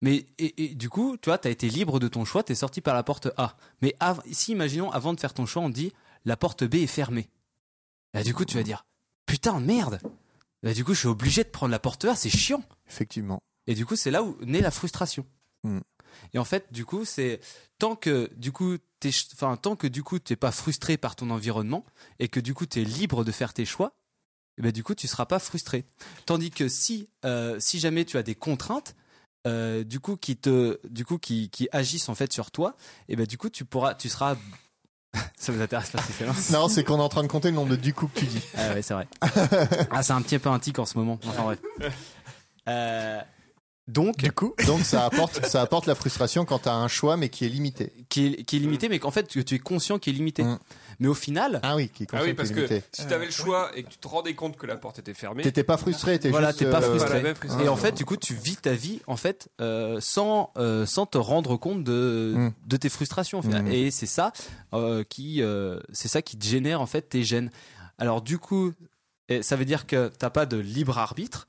Speaker 2: Mais et, et du coup, tu vois, tu as été libre de ton choix, tu es sorti par la porte A. Mais av- si, imaginons, avant de faire ton choix, on te dit la porte B est fermée. Là, du coup, tu vas dire putain, merde Là, du coup, je suis obligé de prendre la porte A, c'est chiant.
Speaker 4: Effectivement.
Speaker 2: Et du coup, c'est là où naît la frustration.
Speaker 4: Mm.
Speaker 5: Hmm.
Speaker 2: Et en fait, du coup, c'est tant que du coup t'es, enfin tant que du coup t'es pas frustré par ton environnement et que du coup t'es libre de faire tes choix, eh ben du coup tu seras pas frustré. Tandis que si euh, si jamais tu as des contraintes, euh, du coup qui te, du coup qui, qui agissent en fait sur toi, et ben du coup tu pourras, tu seras ça vous intéresse pas spécialement
Speaker 4: Non, c'est qu'on est en train de compter le nombre de du coup que tu dis.
Speaker 2: ah ouais, c'est vrai. ah, c'est un petit peu un tic en ce moment. Enfin bref. Euh, donc,
Speaker 5: Du coup,
Speaker 4: Donc ça apporte, ça apporte la frustration quand t'as un choix mais qui est limité.
Speaker 2: qui est, qui est limité, mais qu'en fait, tu, tu es conscient qu'il est limité.
Speaker 4: Mm.
Speaker 2: Mais au final,
Speaker 4: Ah oui, qui est
Speaker 3: Ah oui,
Speaker 4: conscient
Speaker 3: parce
Speaker 4: qu'il est
Speaker 3: que
Speaker 4: limité.
Speaker 3: si t'avais le choix et que tu te rendais compte que la porte était fermée,
Speaker 4: T'étais pas frustré, t'es
Speaker 2: voilà,
Speaker 4: juste.
Speaker 2: t'es pas
Speaker 4: euh,
Speaker 3: pas la
Speaker 2: frustré.
Speaker 3: même frustration.
Speaker 2: et en fait, du coup, tu vis ta vie en fait euh, sans euh, sans te rendre compte de
Speaker 4: Mm.
Speaker 2: de tes frustrations. au final.
Speaker 4: Mm.
Speaker 2: Et c'est ça euh, qui euh, c'est ça qui te génère en fait tes gènes. Alors du coup, et ça veut dire que t'as pas de libre arbitre.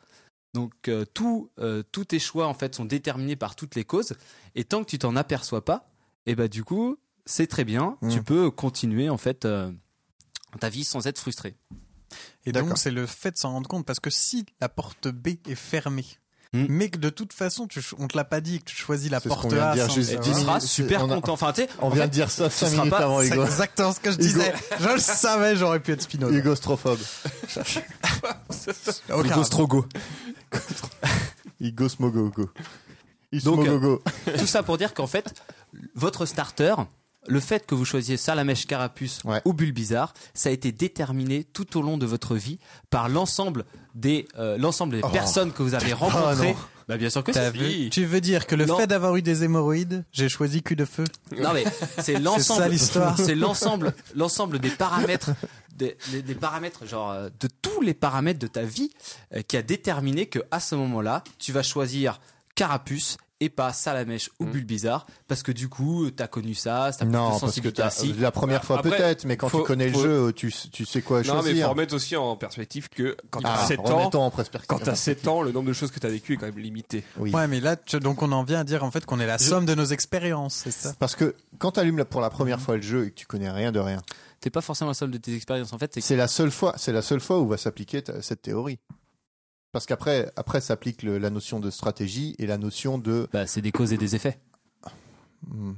Speaker 2: Donc euh, tout, euh, tous tes choix en fait sont déterminés par toutes les causes. Et tant que tu t'en aperçois pas, et bah du coup, c'est très bien.
Speaker 4: Mm.
Speaker 2: Tu peux continuer en fait euh, ta vie sans être frustré.
Speaker 5: et
Speaker 4: D'accord.
Speaker 5: donc c'est le fait de s'en rendre compte, parce que si la porte B est fermée,
Speaker 2: Hmm.
Speaker 5: mais que de toute façon tu cho- on te l'a pas dit que tu choisis la
Speaker 4: C'est ce qu'on
Speaker 5: porte
Speaker 4: vient de
Speaker 5: A,
Speaker 4: dire
Speaker 5: sans
Speaker 4: juste
Speaker 5: le
Speaker 2: Et
Speaker 4: Ah,
Speaker 2: tu
Speaker 5: savoir.
Speaker 4: dix
Speaker 2: seras
Speaker 4: c'est-
Speaker 2: super
Speaker 4: on a-
Speaker 2: content. Enfin, tu sais,
Speaker 4: On
Speaker 2: en
Speaker 4: vient
Speaker 2: fait,
Speaker 4: de dire ça
Speaker 2: ce
Speaker 4: 5
Speaker 2: sera
Speaker 4: minutes
Speaker 2: pas-
Speaker 4: avant
Speaker 5: C'est
Speaker 4: Hugo.
Speaker 5: exactement ce que je disais. Je le savais, j'aurais pu être Spinoza.
Speaker 4: Hugo Strophobe.
Speaker 5: Aucun
Speaker 2: Hugo Strogo.
Speaker 4: Hugo Smogogo. Hugo
Speaker 2: Donc,
Speaker 4: Smogogo.
Speaker 2: Tout ça pour dire qu'en fait, votre starter, le fait que vous choisiez Salamèche Carapuce
Speaker 4: Ouais.
Speaker 2: ou Bulbizarre, ça a été déterminé tout au long de votre vie par l'ensemble des, euh, l'ensemble des
Speaker 4: Oh.
Speaker 2: personnes que vous avez
Speaker 4: Ah,
Speaker 2: rencontrées.
Speaker 4: non.
Speaker 2: bah, bien sûr que
Speaker 5: T'as
Speaker 2: c'est
Speaker 5: vu Tu veux dire que le
Speaker 2: Non.
Speaker 5: fait d'avoir eu des hémorroïdes, j'ai choisi cul de feu
Speaker 2: Non mais c'est
Speaker 5: ça,
Speaker 2: l'ensemble,
Speaker 5: l'histoire.
Speaker 2: c'est l'ensemble, l'ensemble des paramètres, des, des- des paramètres genre euh, de tous les paramètres de ta vie euh, qui a déterminé que à ce moment-là, tu vas choisir Carapuce et pas Salamèche ou Bulbizarre parce que du coup, euh, t'as connu ça, t'as plus
Speaker 4: Mm. Non,
Speaker 2: de
Speaker 4: parce que
Speaker 2: sensibilité
Speaker 4: t'as- euh,
Speaker 2: ainsi.
Speaker 4: la première fois
Speaker 3: Après,
Speaker 4: peut-être, mais quand
Speaker 3: faut-
Speaker 4: tu connais
Speaker 3: faut-
Speaker 4: le jeu, tu, tu sais quoi
Speaker 3: non, mais
Speaker 4: choisir.
Speaker 3: faut remettre aussi en perspective que quand t'as
Speaker 4: ah,
Speaker 3: 7 ans,
Speaker 4: remettons en perspective.
Speaker 3: quand t'as 7 ans, le nombre de choses que t'as vécues est quand même limité.
Speaker 4: Oui.
Speaker 5: Ouais, mais là, tu- donc on en vient à dire en fait qu'on est la somme de nos expériences, c'est ça
Speaker 4: Parce que quand t'allumes la- pour la première fois le jeu et que tu connais rien de rien,
Speaker 2: T'es pas forcément la somme de tes expériences en fait. C'est
Speaker 4: c'est la seule fois, c'est la seule fois où va s'appliquer ta- cette théorie. Parce qu'après, après s'applique le- la notion de stratégie et la notion de,
Speaker 2: bah, c'est des causes et des effets.
Speaker 4: hmm,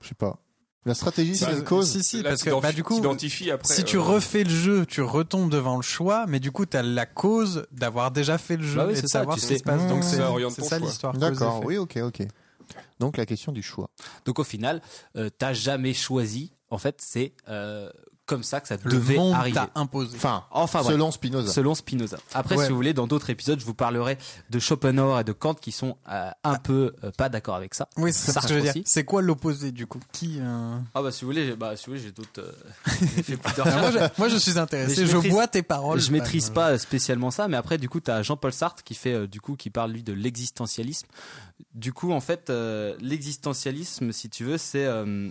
Speaker 4: je sais pas. La stratégie, c'est
Speaker 3: Bah,
Speaker 4: une cause.
Speaker 5: Si, si,
Speaker 3: Là,
Speaker 5: parce que
Speaker 3: t'identifies-
Speaker 5: bah, du coup,
Speaker 3: t'identifies après,
Speaker 5: si tu
Speaker 3: euh,
Speaker 5: refais le jeu, tu retombes devant le choix, mais du coup, t'as la cause d'avoir déjà fait le jeu
Speaker 2: Bah oui,
Speaker 5: et
Speaker 2: c'est
Speaker 5: de
Speaker 2: ça,
Speaker 5: savoir
Speaker 2: tu
Speaker 5: ce
Speaker 2: sais.
Speaker 5: qui se passe.
Speaker 4: Mmh.
Speaker 5: Donc,
Speaker 4: Ça
Speaker 5: c'est
Speaker 3: oriente
Speaker 5: c'est
Speaker 3: ton
Speaker 5: ça
Speaker 3: choix.
Speaker 5: l'histoire.
Speaker 4: D'accord.
Speaker 5: cause-effet.
Speaker 4: Oui, ok, ok. Donc la question du choix.
Speaker 2: Donc au final, euh, t'as jamais choisi. En fait, c'est euh, comme ça que ça
Speaker 5: Le
Speaker 2: devait
Speaker 5: monde
Speaker 2: arriver.
Speaker 5: t'a imposé.
Speaker 4: Enfin,
Speaker 2: Enfin, bref.
Speaker 4: selon Spinoza.
Speaker 2: Selon Spinoza. Après,
Speaker 5: Ouais.
Speaker 2: si vous voulez, dans d'autres épisodes, je vous parlerai de Schopenhauer et de Kant qui sont euh, un peu euh, pas d'accord avec ça.
Speaker 5: oui, c'est ça
Speaker 2: Sartre
Speaker 5: ce que je veux dire.
Speaker 2: aussi.
Speaker 5: C'est quoi l'opposé du coup Qui euh,
Speaker 2: Ah bah si vous voulez, j'ai- bah si vous voulez, j'ai d'autres. euh, j'ai fait plusieurs
Speaker 5: Alors, moi,
Speaker 2: recherches.
Speaker 5: je, moi, je suis
Speaker 2: Mais
Speaker 5: intéressé.
Speaker 2: je
Speaker 5: Je,
Speaker 2: maîtrise-
Speaker 5: bois tes paroles. Bah,
Speaker 2: je maîtrise pas spécialement ça, mais après du coup t'as Jean-Paul Sartre qui fait euh, du coup qui parle lui de l'existentialisme. Du coup en fait euh, l'existentialisme si tu veux c'est euh,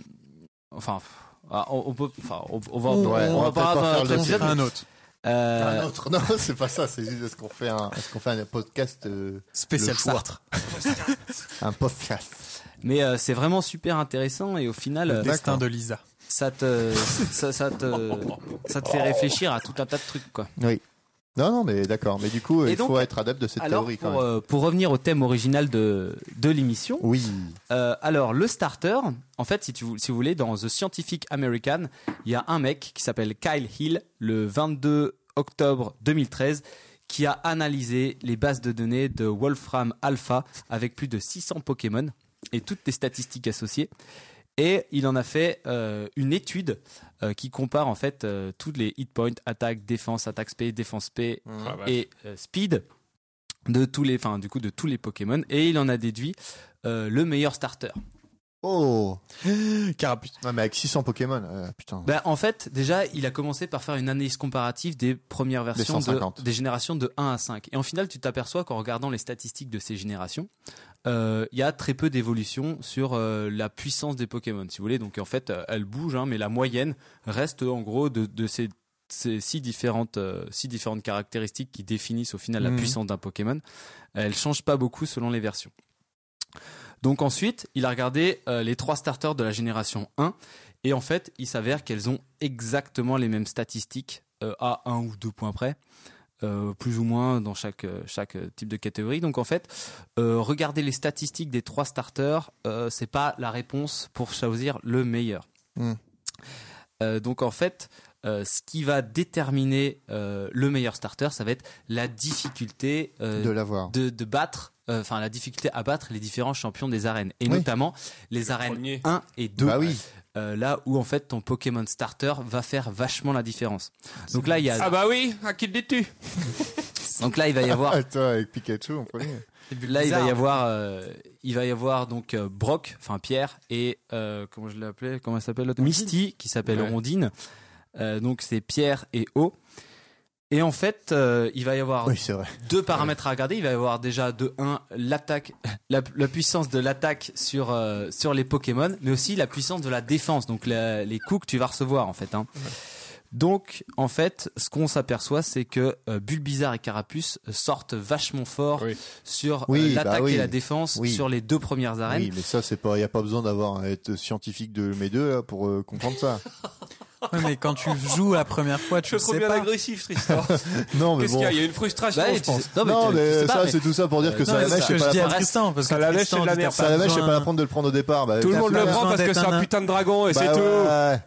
Speaker 2: enfin pff, ah, on, on peut enfin on, on va
Speaker 5: On-
Speaker 2: on,
Speaker 5: ouais,
Speaker 2: va
Speaker 5: on
Speaker 4: va
Speaker 2: pas
Speaker 4: peut-être pas
Speaker 2: dans
Speaker 4: faire
Speaker 2: notre
Speaker 4: le-
Speaker 2: épisode,
Speaker 5: un autre
Speaker 2: mais, euh,
Speaker 4: Un autre. Non, c'est pas ça. C'est juste est-ce qu'on fait un, est-ce qu'on fait un podcast, euh,
Speaker 5: spécial
Speaker 4: Le choix.
Speaker 5: Sartre.
Speaker 4: un podcast.
Speaker 2: mais euh, c'est vraiment super intéressant et au final euh,
Speaker 5: Destin de Lisa.
Speaker 2: ça te ça, ça te ça
Speaker 4: Oh.
Speaker 2: te fait réfléchir à tout un tas de trucs quoi.
Speaker 4: Oui. Non, non, mais d'accord. Mais du coup,
Speaker 2: Et
Speaker 4: il
Speaker 2: donc,
Speaker 4: faut être adepte de cette
Speaker 2: Alors
Speaker 4: théorie quand
Speaker 2: pour,
Speaker 4: même.
Speaker 2: euh, pour revenir au thème original de de l'émission,
Speaker 4: Oui.
Speaker 2: Euh, alors, le starter, en fait, si, tu, vou- si vous voulez, dans The Scientific American, il y a un mec qui s'appelle Kyle Hill, le 22 octobre 2013, qui a analysé les bases de données de Wolfram Alpha avec plus de 600 Pokémon et toutes les statistiques associées. Et il en a fait euh, une étude euh, qui compare en fait euh, tous les hit points, attaque, défense, attaque SP, défense P
Speaker 3: Ah, bah.
Speaker 2: et euh, Speed de tous les, enfin du coup de tous les Pokémon et il en a déduit euh, le meilleur starter.
Speaker 4: Oh.
Speaker 5: Carapuce.
Speaker 4: Non, mais avec 600 Pokémon, euh, putain.
Speaker 2: Bah, en fait, déjà, il a commencé par faire une analyse comparative des premières versions de-
Speaker 4: 150.
Speaker 2: des générations de 1 à 5. Et en final, tu t'aperçois qu'en regardant les statistiques de ces générations, euh, il y a très peu d'évolution sur euh, la puissance des Pokémon, si vous voulez. Donc en fait, euh, elle bouge, hein, mais la moyenne reste en gros de, de ces, ces six, différentes, euh, six différentes caractéristiques qui définissent au final la
Speaker 5: Mhm.
Speaker 2: puissance d'un Pokémon. Elle change pas beaucoup selon les versions. Donc ensuite, il a regardé euh, les trois starters de la génération 1 et en fait, il s'avère qu'elles ont exactement les mêmes statistiques euh, à un ou deux points près, euh, plus ou moins dans chaque, euh, chaque euh, type de catégorie. Donc en fait, euh, regarder les statistiques des trois starters, euh, c'est pas la réponse pour choisir le meilleur.
Speaker 4: Mm.
Speaker 2: Euh, donc en fait, euh, ce qui va déterminer euh, le meilleur starter, ça va être la difficulté euh,
Speaker 4: de l'avoir.
Speaker 2: de, de battre, euh, enfin la difficulté à battre les différents champions des arènes, et
Speaker 4: Oui.
Speaker 2: notamment les arènes
Speaker 3: premier.
Speaker 2: 1 et 2,
Speaker 4: Bah oui.
Speaker 2: euh, là où en fait ton Pokémon starter va faire vachement la différence. Donc là, il y a,
Speaker 3: Ah bah oui, à qui le dis-tu
Speaker 2: donc là il va y avoir,
Speaker 4: Ah, toi, avec Pikachu en premier.
Speaker 2: là il va y avoir, euh, il va y avoir donc euh, Brock, enfin Pierre et euh, comment je l'ai appelé, comment elle s'appelle l'autre Misty qui s'appelle
Speaker 3: Ouais.
Speaker 2: Rondine. Euh, donc c'est Pierre et O. Et en fait, euh, il va y avoir
Speaker 4: Oui, c'est vrai.
Speaker 2: deux paramètres à regarder. Il va y avoir déjà de 1 l'attaque, la, la puissance de l'attaque sur euh, sur les Pokémon, mais aussi la puissance de la défense, donc la- les coups que tu vas recevoir en fait. hein. Donc en fait, ce qu'on s'aperçoit, c'est que euh, Bulbizarre et Carapuce sortent vachement fort
Speaker 3: Oui.
Speaker 2: sur euh,
Speaker 4: Oui, bah
Speaker 2: l'attaque
Speaker 4: oui.
Speaker 2: et la défense
Speaker 4: Oui.
Speaker 2: sur les deux premières arènes.
Speaker 4: Oui, mais ça, c'est pas, y a pas besoin d'avoir euh, être scientifique de mes deux là, pour euh, comprendre ça.
Speaker 5: Ouais, mais quand tu joues la première fois, tu
Speaker 3: Je
Speaker 5: le
Speaker 3: suis trop
Speaker 5: sais
Speaker 3: bien
Speaker 5: pas.
Speaker 3: agressif, cette histoire.
Speaker 4: non, mais
Speaker 3: Qu'est-ce
Speaker 4: bon.
Speaker 3: qu'il y a Il y a une frustration,
Speaker 2: Bah,
Speaker 3: je
Speaker 2: tu
Speaker 3: pense.
Speaker 2: sais- non, mais
Speaker 4: non,
Speaker 2: tu- tu
Speaker 4: mais
Speaker 2: sais pas,
Speaker 4: ça,
Speaker 2: mais-
Speaker 4: c'est tout ça pour dire que
Speaker 2: Euh,
Speaker 5: Non,
Speaker 4: ça
Speaker 5: mais
Speaker 4: la
Speaker 5: c'est
Speaker 4: mèche,
Speaker 5: ce que
Speaker 4: c'est
Speaker 5: je
Speaker 4: pas
Speaker 5: dis
Speaker 4: la
Speaker 5: à
Speaker 2: presse.
Speaker 5: Tristan parce que
Speaker 3: Ça la lèche,
Speaker 5: Tristan,
Speaker 3: c'est de la
Speaker 5: il a
Speaker 3: merde.
Speaker 4: Ça, la vache, j'ai
Speaker 5: besoin-
Speaker 4: pas la prendre de le prendre au départ. Bah,
Speaker 3: Tout le
Speaker 4: la
Speaker 3: monde le
Speaker 4: flemme.
Speaker 3: prend parce que c'est un
Speaker 5: Nana.
Speaker 3: putain de dragon et
Speaker 4: Bah
Speaker 3: c'est tout.
Speaker 4: ouais.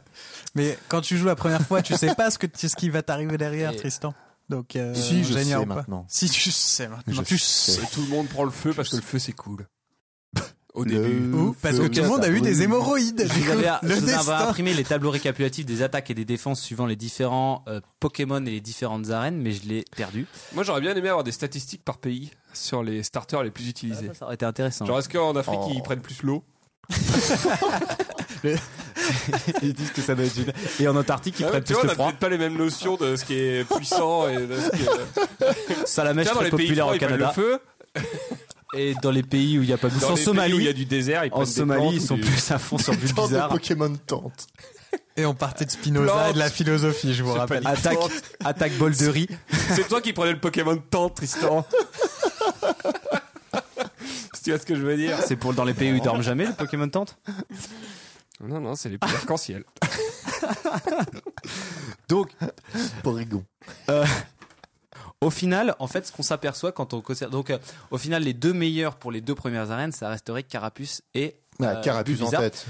Speaker 5: Mais quand tu joues la première fois, tu sais pas ce que ce qui va t'arriver derrière,
Speaker 2: Et-
Speaker 5: Tristan. Donc euh,
Speaker 4: Si, je
Speaker 5: génial ou
Speaker 4: sais
Speaker 5: pas.
Speaker 4: maintenant.
Speaker 5: Si tu sais maintenant,
Speaker 4: Je
Speaker 5: tu
Speaker 4: sais.
Speaker 5: sais.
Speaker 3: Et tout le monde prend le feu parce que le feu c'est cool. Au
Speaker 4: Le
Speaker 3: début.
Speaker 5: Ou parce que
Speaker 4: feu,
Speaker 5: tout le monde a eu
Speaker 4: oui.
Speaker 5: des hémorroïdes.
Speaker 2: Je
Speaker 5: du
Speaker 2: vous
Speaker 5: coup,
Speaker 2: avais, je
Speaker 5: le
Speaker 2: vous avais
Speaker 5: destin.
Speaker 2: imprimé les tableaux récapitulatifs des attaques et des défenses suivant les différents euh, Pokémon et les différentes arènes, mais je l'ai perdu.
Speaker 3: Moi j'aurais bien aimé avoir des statistiques par pays sur les starters les plus utilisés.
Speaker 2: Ah, Ça, ça aurait été intéressant.
Speaker 3: Genre est-ce qu'en Afrique
Speaker 4: Oh.
Speaker 3: ils prennent plus l'eau
Speaker 2: Ils disent que ça doit être génial. Et en Antarctique, ils
Speaker 3: Ah ouais,
Speaker 2: prennent plus
Speaker 3: Tu vois, on
Speaker 2: le
Speaker 3: n'a
Speaker 2: froid.
Speaker 3: peut-être pas les mêmes notions de ce qui est puissant et de ce qui est.
Speaker 2: Salamèche
Speaker 3: Tiens, dans
Speaker 2: très
Speaker 3: les pays
Speaker 2: populaire
Speaker 3: froids,
Speaker 2: au
Speaker 3: ils prennent
Speaker 2: Canada.
Speaker 3: le feu.
Speaker 2: Et dans les pays où il n'y a pas de
Speaker 3: Dans
Speaker 2: En
Speaker 3: les pays où il y a
Speaker 2: Somalie,
Speaker 3: du désert, ils prennent
Speaker 2: en
Speaker 3: des
Speaker 2: Somalie,
Speaker 3: plantes
Speaker 2: ils
Speaker 3: ou
Speaker 2: sont
Speaker 3: du-
Speaker 2: plus à fond sur
Speaker 4: Tant de
Speaker 2: Bulbizarre.
Speaker 4: Pokémon tente.
Speaker 5: Et on partait de Spinoza
Speaker 3: Plante.
Speaker 5: et de la philosophie, je vous
Speaker 3: C'est pas
Speaker 5: rappelle.
Speaker 3: dit.
Speaker 2: Attaque, attaque bol de riz.
Speaker 3: C'est toi qui prenais le Pokémon de temps, Tristan. Si tu vois ce que je veux dire.
Speaker 2: C'est pour dans les pays où ils dorment jamais, le Pokémon tente.
Speaker 3: Non, non, c'est les pays arc-en-ciel.
Speaker 2: Donc,
Speaker 4: Porygon.
Speaker 2: au final, en fait, ce qu'on s'aperçoit quand on considère- donc, euh, au final, les deux meilleurs pour les deux premières arènes, ça resterait Carapuce et
Speaker 4: Ah,
Speaker 2: euh,
Speaker 4: Carapuce en
Speaker 2: Bulbizarre.
Speaker 4: tête.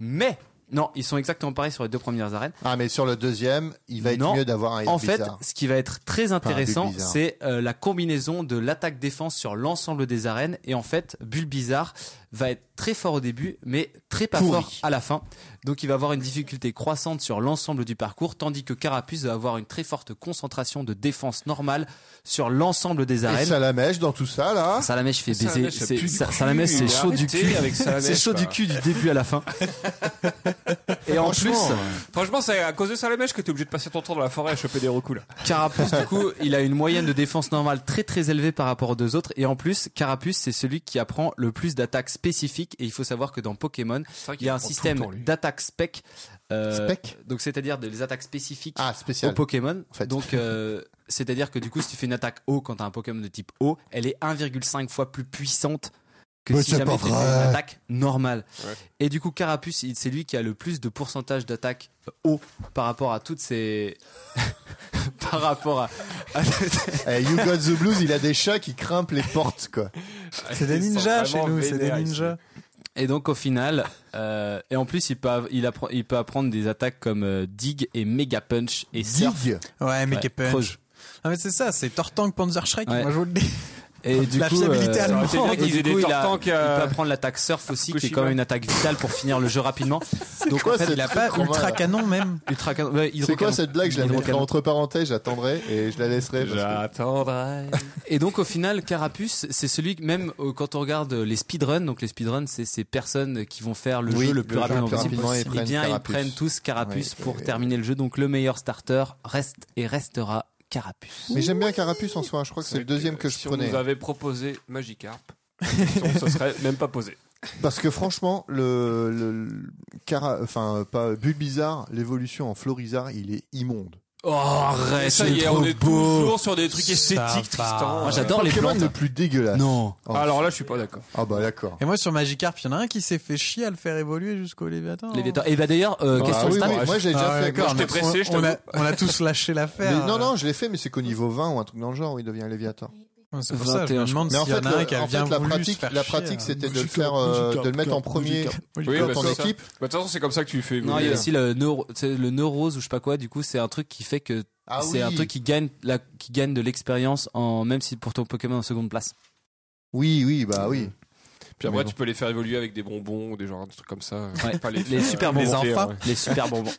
Speaker 2: Mais non, ils sont exactement pareils sur les deux premières arènes.
Speaker 4: Ah, mais sur le deuxième, il va être
Speaker 2: Non.
Speaker 4: mieux d'avoir un
Speaker 2: En fait,
Speaker 4: bizarre.
Speaker 2: ce qui va être très intéressant,
Speaker 4: Bulbizarre.
Speaker 2: c'est euh, la combinaison de l'attaque-défense sur l'ensemble des arènes. Et en fait, Bulbizarre va être très fort au début, mais très pas
Speaker 4: Pourri.
Speaker 2: fort à la fin. Donc il va avoir une difficulté croissante sur l'ensemble du parcours, tandis que Carapuce va avoir une très forte concentration de défense normale sur l'ensemble des
Speaker 4: Et
Speaker 2: arènes.
Speaker 4: Salamèche dans tout ça, là.
Speaker 2: Salamèche fait baiser.
Speaker 3: Salamèche, ça
Speaker 2: c'est-
Speaker 3: pue du
Speaker 2: Sa-
Speaker 3: cul.
Speaker 2: Salamèche, c'est
Speaker 3: Mais
Speaker 2: chaud du
Speaker 3: arrêtez
Speaker 2: cul.
Speaker 3: avec Salamèche,
Speaker 2: C'est chaud
Speaker 3: quoi.
Speaker 2: du cul du début à la fin. Et en plus,
Speaker 4: Franchement,
Speaker 3: Franchement, c'est à cause de ça, les mèches, que t'es obligé de passer ton temps dans la forêt à choper des recoups, là.
Speaker 2: Carapuce, du coup, il a une moyenne de défense normale très très élevée par rapport aux deux autres. Et en plus, Carapuce, c'est celui qui apprend le plus d'attaques spécifiques. Et il faut savoir que dans Pokémon, il y a un système d'attaques spec. euh,
Speaker 4: Spec
Speaker 2: donc c'est-à-dire des attaques spécifiques
Speaker 4: Ah,
Speaker 2: au
Speaker 4: spécial.
Speaker 2: Pokémon.
Speaker 4: fait.
Speaker 2: Donc, euh, c'est-à-dire que du coup, si tu fais une attaque haut quand t'as un Pokémon de type haut, elle est 1,5 fois plus puissante que
Speaker 4: Mais
Speaker 2: si
Speaker 4: c'est
Speaker 2: jamais
Speaker 4: pas
Speaker 2: tu fais une
Speaker 4: vrai.
Speaker 2: attaque normale.
Speaker 3: Ouais.
Speaker 2: Et du coup, Carapuce, il- c'est lui qui a le plus de pourcentage d'attaque haut par rapport à toutes ces. par rapport à. à-
Speaker 4: Eh, you Got the Blues, il a des chats qui crimpent les portes, quoi.
Speaker 5: C'est des ninjas chez nous, c'est des ninjas.
Speaker 2: et donc, au final, euh, et en plus, il peut, av- il, appre- il peut apprendre des attaques comme euh, Dig et Mega Punch et Surf.
Speaker 4: Dig.
Speaker 5: Ouais, mais
Speaker 2: Ouais,
Speaker 5: qui punch.
Speaker 2: Proche.
Speaker 5: Ah, mais c'est ça, c'est Tortank Panzer Shrek,
Speaker 2: Ouais.
Speaker 5: moi je vous le dis.
Speaker 2: Et du
Speaker 5: La
Speaker 2: coup,
Speaker 5: fiabilité
Speaker 2: euh,
Speaker 5: allemande.
Speaker 3: ça aurait été bien
Speaker 2: Et
Speaker 3: qu'ils aient
Speaker 2: du
Speaker 3: des
Speaker 2: coup, il, a-
Speaker 3: tortanques,
Speaker 2: il
Speaker 3: euh,
Speaker 2: peut apprendre l'attaque surf aussi, qui est
Speaker 3: Fukushima.
Speaker 2: quand même une attaque vitale pour finir le jeu rapidement. Donc
Speaker 4: quoi
Speaker 2: en fait,
Speaker 4: cette-
Speaker 5: Il a pas
Speaker 4: Trop
Speaker 5: ultra
Speaker 4: mal.
Speaker 5: canon même.
Speaker 2: ultra canon- ouais,
Speaker 4: C'est quoi
Speaker 2: hydrocanon.
Speaker 4: cette blague Je la mettrai
Speaker 2: Hydrocanon.
Speaker 4: entre parenthèses, j'attendrai et je la laisserai. parce que-
Speaker 3: J'attendrai.
Speaker 2: Et donc au final, Carapuce, c'est celui que même euh, quand on regarde euh, les speedruns, donc les speedruns, c'est ces personnes qui vont faire le
Speaker 4: Oui,
Speaker 2: jeu le plus rapidement
Speaker 4: plus
Speaker 2: possible.
Speaker 4: rapidement, ils
Speaker 2: Eh
Speaker 4: prennent
Speaker 2: bien, ils
Speaker 4: Carapuce.
Speaker 2: prennent tous Carapuce
Speaker 4: Oui,
Speaker 2: pour
Speaker 4: et-
Speaker 2: terminer le jeu. Donc le meilleur starter reste et restera Carapuce.
Speaker 4: Mais j'aime bien Carapuce en soi, je crois que c'est le deuxième que je
Speaker 3: euh, si
Speaker 4: prenais.
Speaker 3: on nous avait proposé Magikarp, ça serait même pas posé.
Speaker 4: Parce que franchement, le, le, le Cara- enfin pas Bulbizarre, l'évolution en Florizarre, il est immonde.
Speaker 2: Oh arrête,
Speaker 3: ça y est, on est toujours sur des trucs esthétiques,
Speaker 5: va.
Speaker 3: Tristan.
Speaker 2: Moi j'adore les
Speaker 4: Pokémon
Speaker 2: plantes.
Speaker 4: le plus dégueulasse.
Speaker 2: Non.
Speaker 4: Oh.
Speaker 3: Alors là, je suis pas d'accord.
Speaker 4: Ah bah d'accord.
Speaker 5: Et moi sur Magikarp, il y en a un qui s'est fait chier à le faire évoluer jusqu'au Léviathan. hein.
Speaker 2: Léviathan. Et bah d'ailleurs, euh,
Speaker 4: Ah
Speaker 2: question
Speaker 4: oui,
Speaker 2: stat.
Speaker 4: mais moi j'ai déjà
Speaker 5: Ah,
Speaker 4: fait.
Speaker 5: d'accord,
Speaker 3: Moi, j'étais
Speaker 5: on-
Speaker 3: pressé, je
Speaker 5: on, a,
Speaker 3: t'avoue.
Speaker 5: on a tous lâché
Speaker 4: Mais
Speaker 5: l'affaire.
Speaker 4: non non, je l'ai fait, mais c'est qu'au niveau 20 ou un truc dans le genre où il devient un Léviathan.
Speaker 5: Ouais, C'est pour ça, je
Speaker 2: 21,
Speaker 5: me
Speaker 2: je
Speaker 5: demande
Speaker 4: Mais en
Speaker 5: s'il y
Speaker 4: fait,
Speaker 5: en a un qui
Speaker 4: le-
Speaker 5: a
Speaker 4: en fait,
Speaker 5: bien
Speaker 4: la
Speaker 5: voulu se
Speaker 4: pratique,
Speaker 5: faire
Speaker 4: la pratique,
Speaker 5: chier. hein.
Speaker 4: c'était de le faire, euh, de le mettre en premier
Speaker 3: Oui,
Speaker 4: dans
Speaker 3: bah,
Speaker 4: ton
Speaker 3: c'est ça.
Speaker 4: équipe.
Speaker 3: Bah, de toute façon, c'est comme ça que tu
Speaker 2: Non,
Speaker 3: fais.
Speaker 2: il y
Speaker 3: évoluer.
Speaker 2: a aussi le neuro, c'est le neurose ou je sais pas quoi. Du coup, c'est un truc qui fait que
Speaker 4: Ah
Speaker 2: c'est un
Speaker 4: oui.
Speaker 2: truc qui gagne la, qui gagne de l'expérience en même si pour ton Pokémon en seconde place.
Speaker 4: Oui oui bah oui.
Speaker 3: Puis après,
Speaker 4: Mais bon.
Speaker 3: tu peux les faire évoluer avec des bonbons ou des genres de trucs comme ça.
Speaker 2: Ouais.
Speaker 3: Pas les,
Speaker 2: Les
Speaker 3: faire,
Speaker 2: super
Speaker 3: euh,
Speaker 2: bonbons.
Speaker 3: monter,
Speaker 5: enfants.
Speaker 3: ouais.
Speaker 2: Les super bonbons.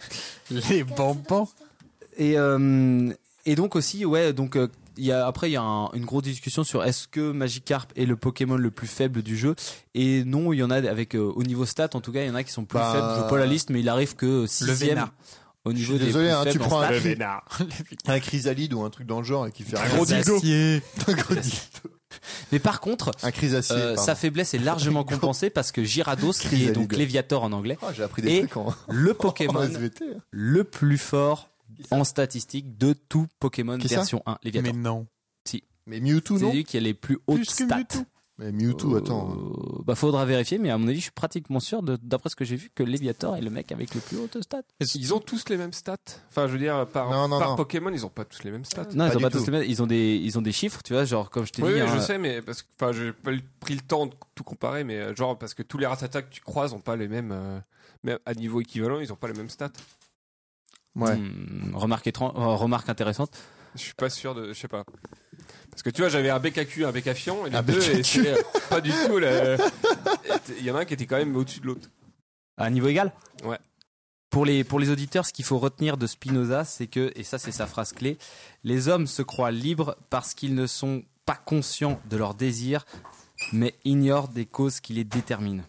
Speaker 5: Les bonbons.
Speaker 2: Et euh, et donc aussi ouais donc euh, il y a, après, il y a un- une grosse discussion sur est-ce que Magikarp est le Pokémon le plus faible du jeu. Et non, il y en a avec euh, au niveau stat, en tout cas, il y en a qui sont plus
Speaker 4: Bah,
Speaker 2: faibles. Je vois pas la liste, mais il arrive que sixième
Speaker 5: Vénard.
Speaker 2: au niveau des
Speaker 4: Désolé,
Speaker 2: plus
Speaker 4: hein, tu
Speaker 2: faibles en
Speaker 4: prends
Speaker 2: stats.
Speaker 4: un, cri- un chrysalide ou un truc dans le genre et qui fait un
Speaker 3: gros
Speaker 4: gros
Speaker 3: dildo.
Speaker 2: Mais par contre,
Speaker 4: un chrysacier.
Speaker 2: euh,
Speaker 4: pardon.
Speaker 2: sa faiblesse est largement compensée parce que Gyarados, qui est donc
Speaker 4: Chrysalide.
Speaker 2: Léviator en anglais,
Speaker 4: Oh, j'ai appris
Speaker 2: Et
Speaker 4: des trucs en,
Speaker 2: le
Speaker 4: en
Speaker 2: Pokémon
Speaker 4: SVT.
Speaker 2: le plus fort en statistique de tout Pokémon
Speaker 4: Qui ça
Speaker 2: version 1, Léviator.
Speaker 5: Mais non.
Speaker 4: Mais Mewtwo
Speaker 2: C'est
Speaker 4: non
Speaker 2: lui qui a les plus hautes
Speaker 5: Plus que
Speaker 2: stats.
Speaker 5: Mewtwo.
Speaker 4: Mais Mewtwo, attends.
Speaker 2: Euh, bah faudra vérifier, mais à mon avis, je suis pratiquement sûr, de- d'après ce que j'ai vu, que Léviator est le mec avec les plus hautes stats.
Speaker 3: Ils ont tous les mêmes stats. Enfin, je veux dire, par,
Speaker 4: Non, non,
Speaker 3: par
Speaker 4: non.
Speaker 3: Pokémon, ils ont pas tous les mêmes stats.
Speaker 4: Pas
Speaker 2: Non, ils ont
Speaker 4: du
Speaker 2: pas
Speaker 4: tout.
Speaker 2: tous les mêmes- ils ont des, ils ont des chiffres, tu vois, genre comme je t'ai
Speaker 3: Oui,
Speaker 2: dit.
Speaker 3: oui,
Speaker 2: hein,
Speaker 3: je sais, mais parce que, enfin, j'ai pas le- pris le temps de tout comparer, mais euh, genre parce que tous les Rattata que tu croises ont pas les mêmes, euh, même à niveau équivalent, ils ont pas les mêmes stats.
Speaker 4: Ouais.
Speaker 2: hmm, remarque, étran- euh, remarque intéressante.
Speaker 3: Je suis pas sûr de, je sais pas. Parce que tu vois, j'avais un BKQ, un BKfion, et les
Speaker 4: Un
Speaker 3: deux, et
Speaker 4: BKQ.
Speaker 3: c'est, euh, pas du tout. le- Il y en a un qui était quand même au-dessus de l'autre.
Speaker 2: À un niveau égal
Speaker 3: Ouais.
Speaker 2: Pour les, pour les auditeurs, ce qu'il faut retenir de Spinoza, c'est que, et ça c'est sa phrase clé, les hommes se croient libres parce qu'ils ne sont pas conscients de leurs désirs, mais ignorent des causes qui les déterminent.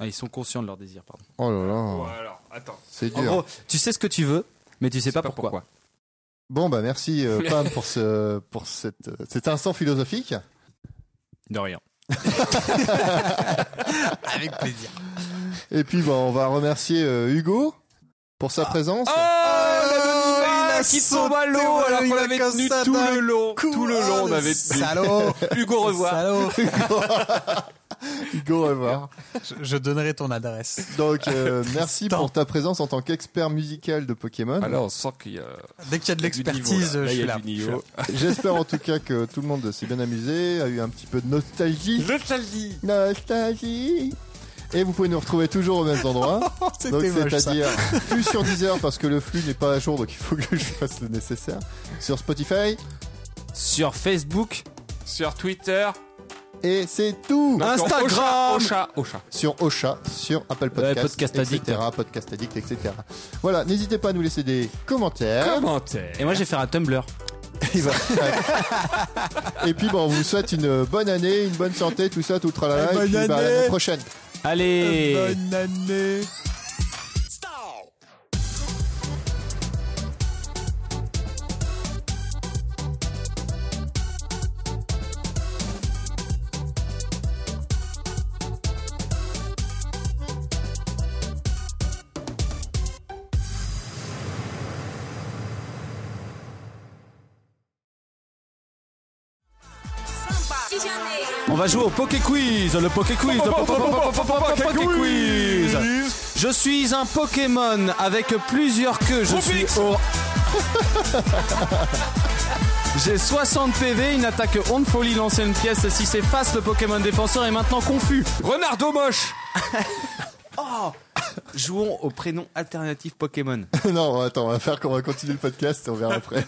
Speaker 2: Ah, ils sont conscients de leurs désirs, pardon.
Speaker 4: Oh là
Speaker 3: Bon,
Speaker 4: là.
Speaker 3: alors, attends.
Speaker 4: C'est
Speaker 2: En
Speaker 4: dur.
Speaker 2: gros, tu sais ce que tu veux, mais tu sais pas, pourquoi.
Speaker 4: Bon bah merci euh, Pam pour ce pour cette, euh, cet instant philosophique.
Speaker 2: De rien.
Speaker 5: Avec plaisir.
Speaker 4: Et puis bah, on va remercier euh, Hugo pour
Speaker 5: Ah.
Speaker 4: sa
Speaker 2: Oh,
Speaker 4: présence.
Speaker 5: il a
Speaker 3: qui
Speaker 5: sauté,
Speaker 3: tombe à l'eau
Speaker 5: ouais,
Speaker 3: alors
Speaker 5: il
Speaker 3: qu'on
Speaker 5: a
Speaker 3: l'avait
Speaker 5: comme
Speaker 3: tenu
Speaker 5: ça
Speaker 3: tout
Speaker 5: d'un
Speaker 3: le long. Tout le long,
Speaker 5: Ah,
Speaker 3: on avait tenu.
Speaker 5: Salaud.
Speaker 3: Hugo, au revoir.
Speaker 5: Salaud.
Speaker 4: Hugo, au revoir.
Speaker 5: Je, je donnerai ton adresse.
Speaker 4: Donc euh, merci
Speaker 5: Tristan.
Speaker 4: pour ta présence en tant qu'expert musical de Pokémon.
Speaker 3: Alors, on sent qu'il y a
Speaker 5: Dès qu'il y a de
Speaker 3: il y a du niveau,
Speaker 5: l'expertise,
Speaker 3: là. Là,
Speaker 5: je
Speaker 3: il y
Speaker 5: suis
Speaker 3: a
Speaker 5: là.
Speaker 3: du niveau.
Speaker 4: J'espère en tout cas que tout le monde s'est bien amusé, a eu un petit peu de nostalgie.
Speaker 3: Nostalgie.
Speaker 4: Nostalgie. Et vous pouvez nous retrouver toujours au même endroit. Donc
Speaker 5: C'était moche ça.
Speaker 4: c'est-à-dire plus sur Deezer parce que le flux n'est pas à jour donc il faut que je fasse le nécessaire. Sur Spotify,
Speaker 2: Sur Facebook,
Speaker 3: Sur Twitter,
Speaker 4: Et c'est
Speaker 5: Ah,
Speaker 4: tout
Speaker 3: Donc, sur
Speaker 2: Instagram.
Speaker 3: Ocha, Ocha, Ocha.
Speaker 4: Sur Ocha, sur Apple Podcast,
Speaker 2: Ouais, Podcast Addict.
Speaker 4: etc., Podcast Addict, etc. Voilà, n'hésitez pas à nous laisser des commentaires.
Speaker 3: Commentaire.
Speaker 2: Et moi, je vais faire un Tumblr.
Speaker 4: Et puis, bon, on vous souhaite une bonne année, une bonne santé, tout ça, tout le tralala.
Speaker 5: Et bonne
Speaker 4: puis, bah, à l'année
Speaker 5: année.
Speaker 4: prochaine.
Speaker 2: Allez
Speaker 5: Bonne année
Speaker 2: On va jouer au Poké Quiz, le Poké Quiz, le Poké Poké Quiz. Je suis un Pokémon avec plusieurs queues. Je suis au. J'ai 60 PV, une attaque honte folie, lancer une pièce si c'est face, le Pokémon défenseur est maintenant confus.
Speaker 3: Renardo moche.
Speaker 2: Jouons au prénom alternatif Pokémon.
Speaker 4: non, attends, on va faire qu'on va continuer le podcast, on verra après.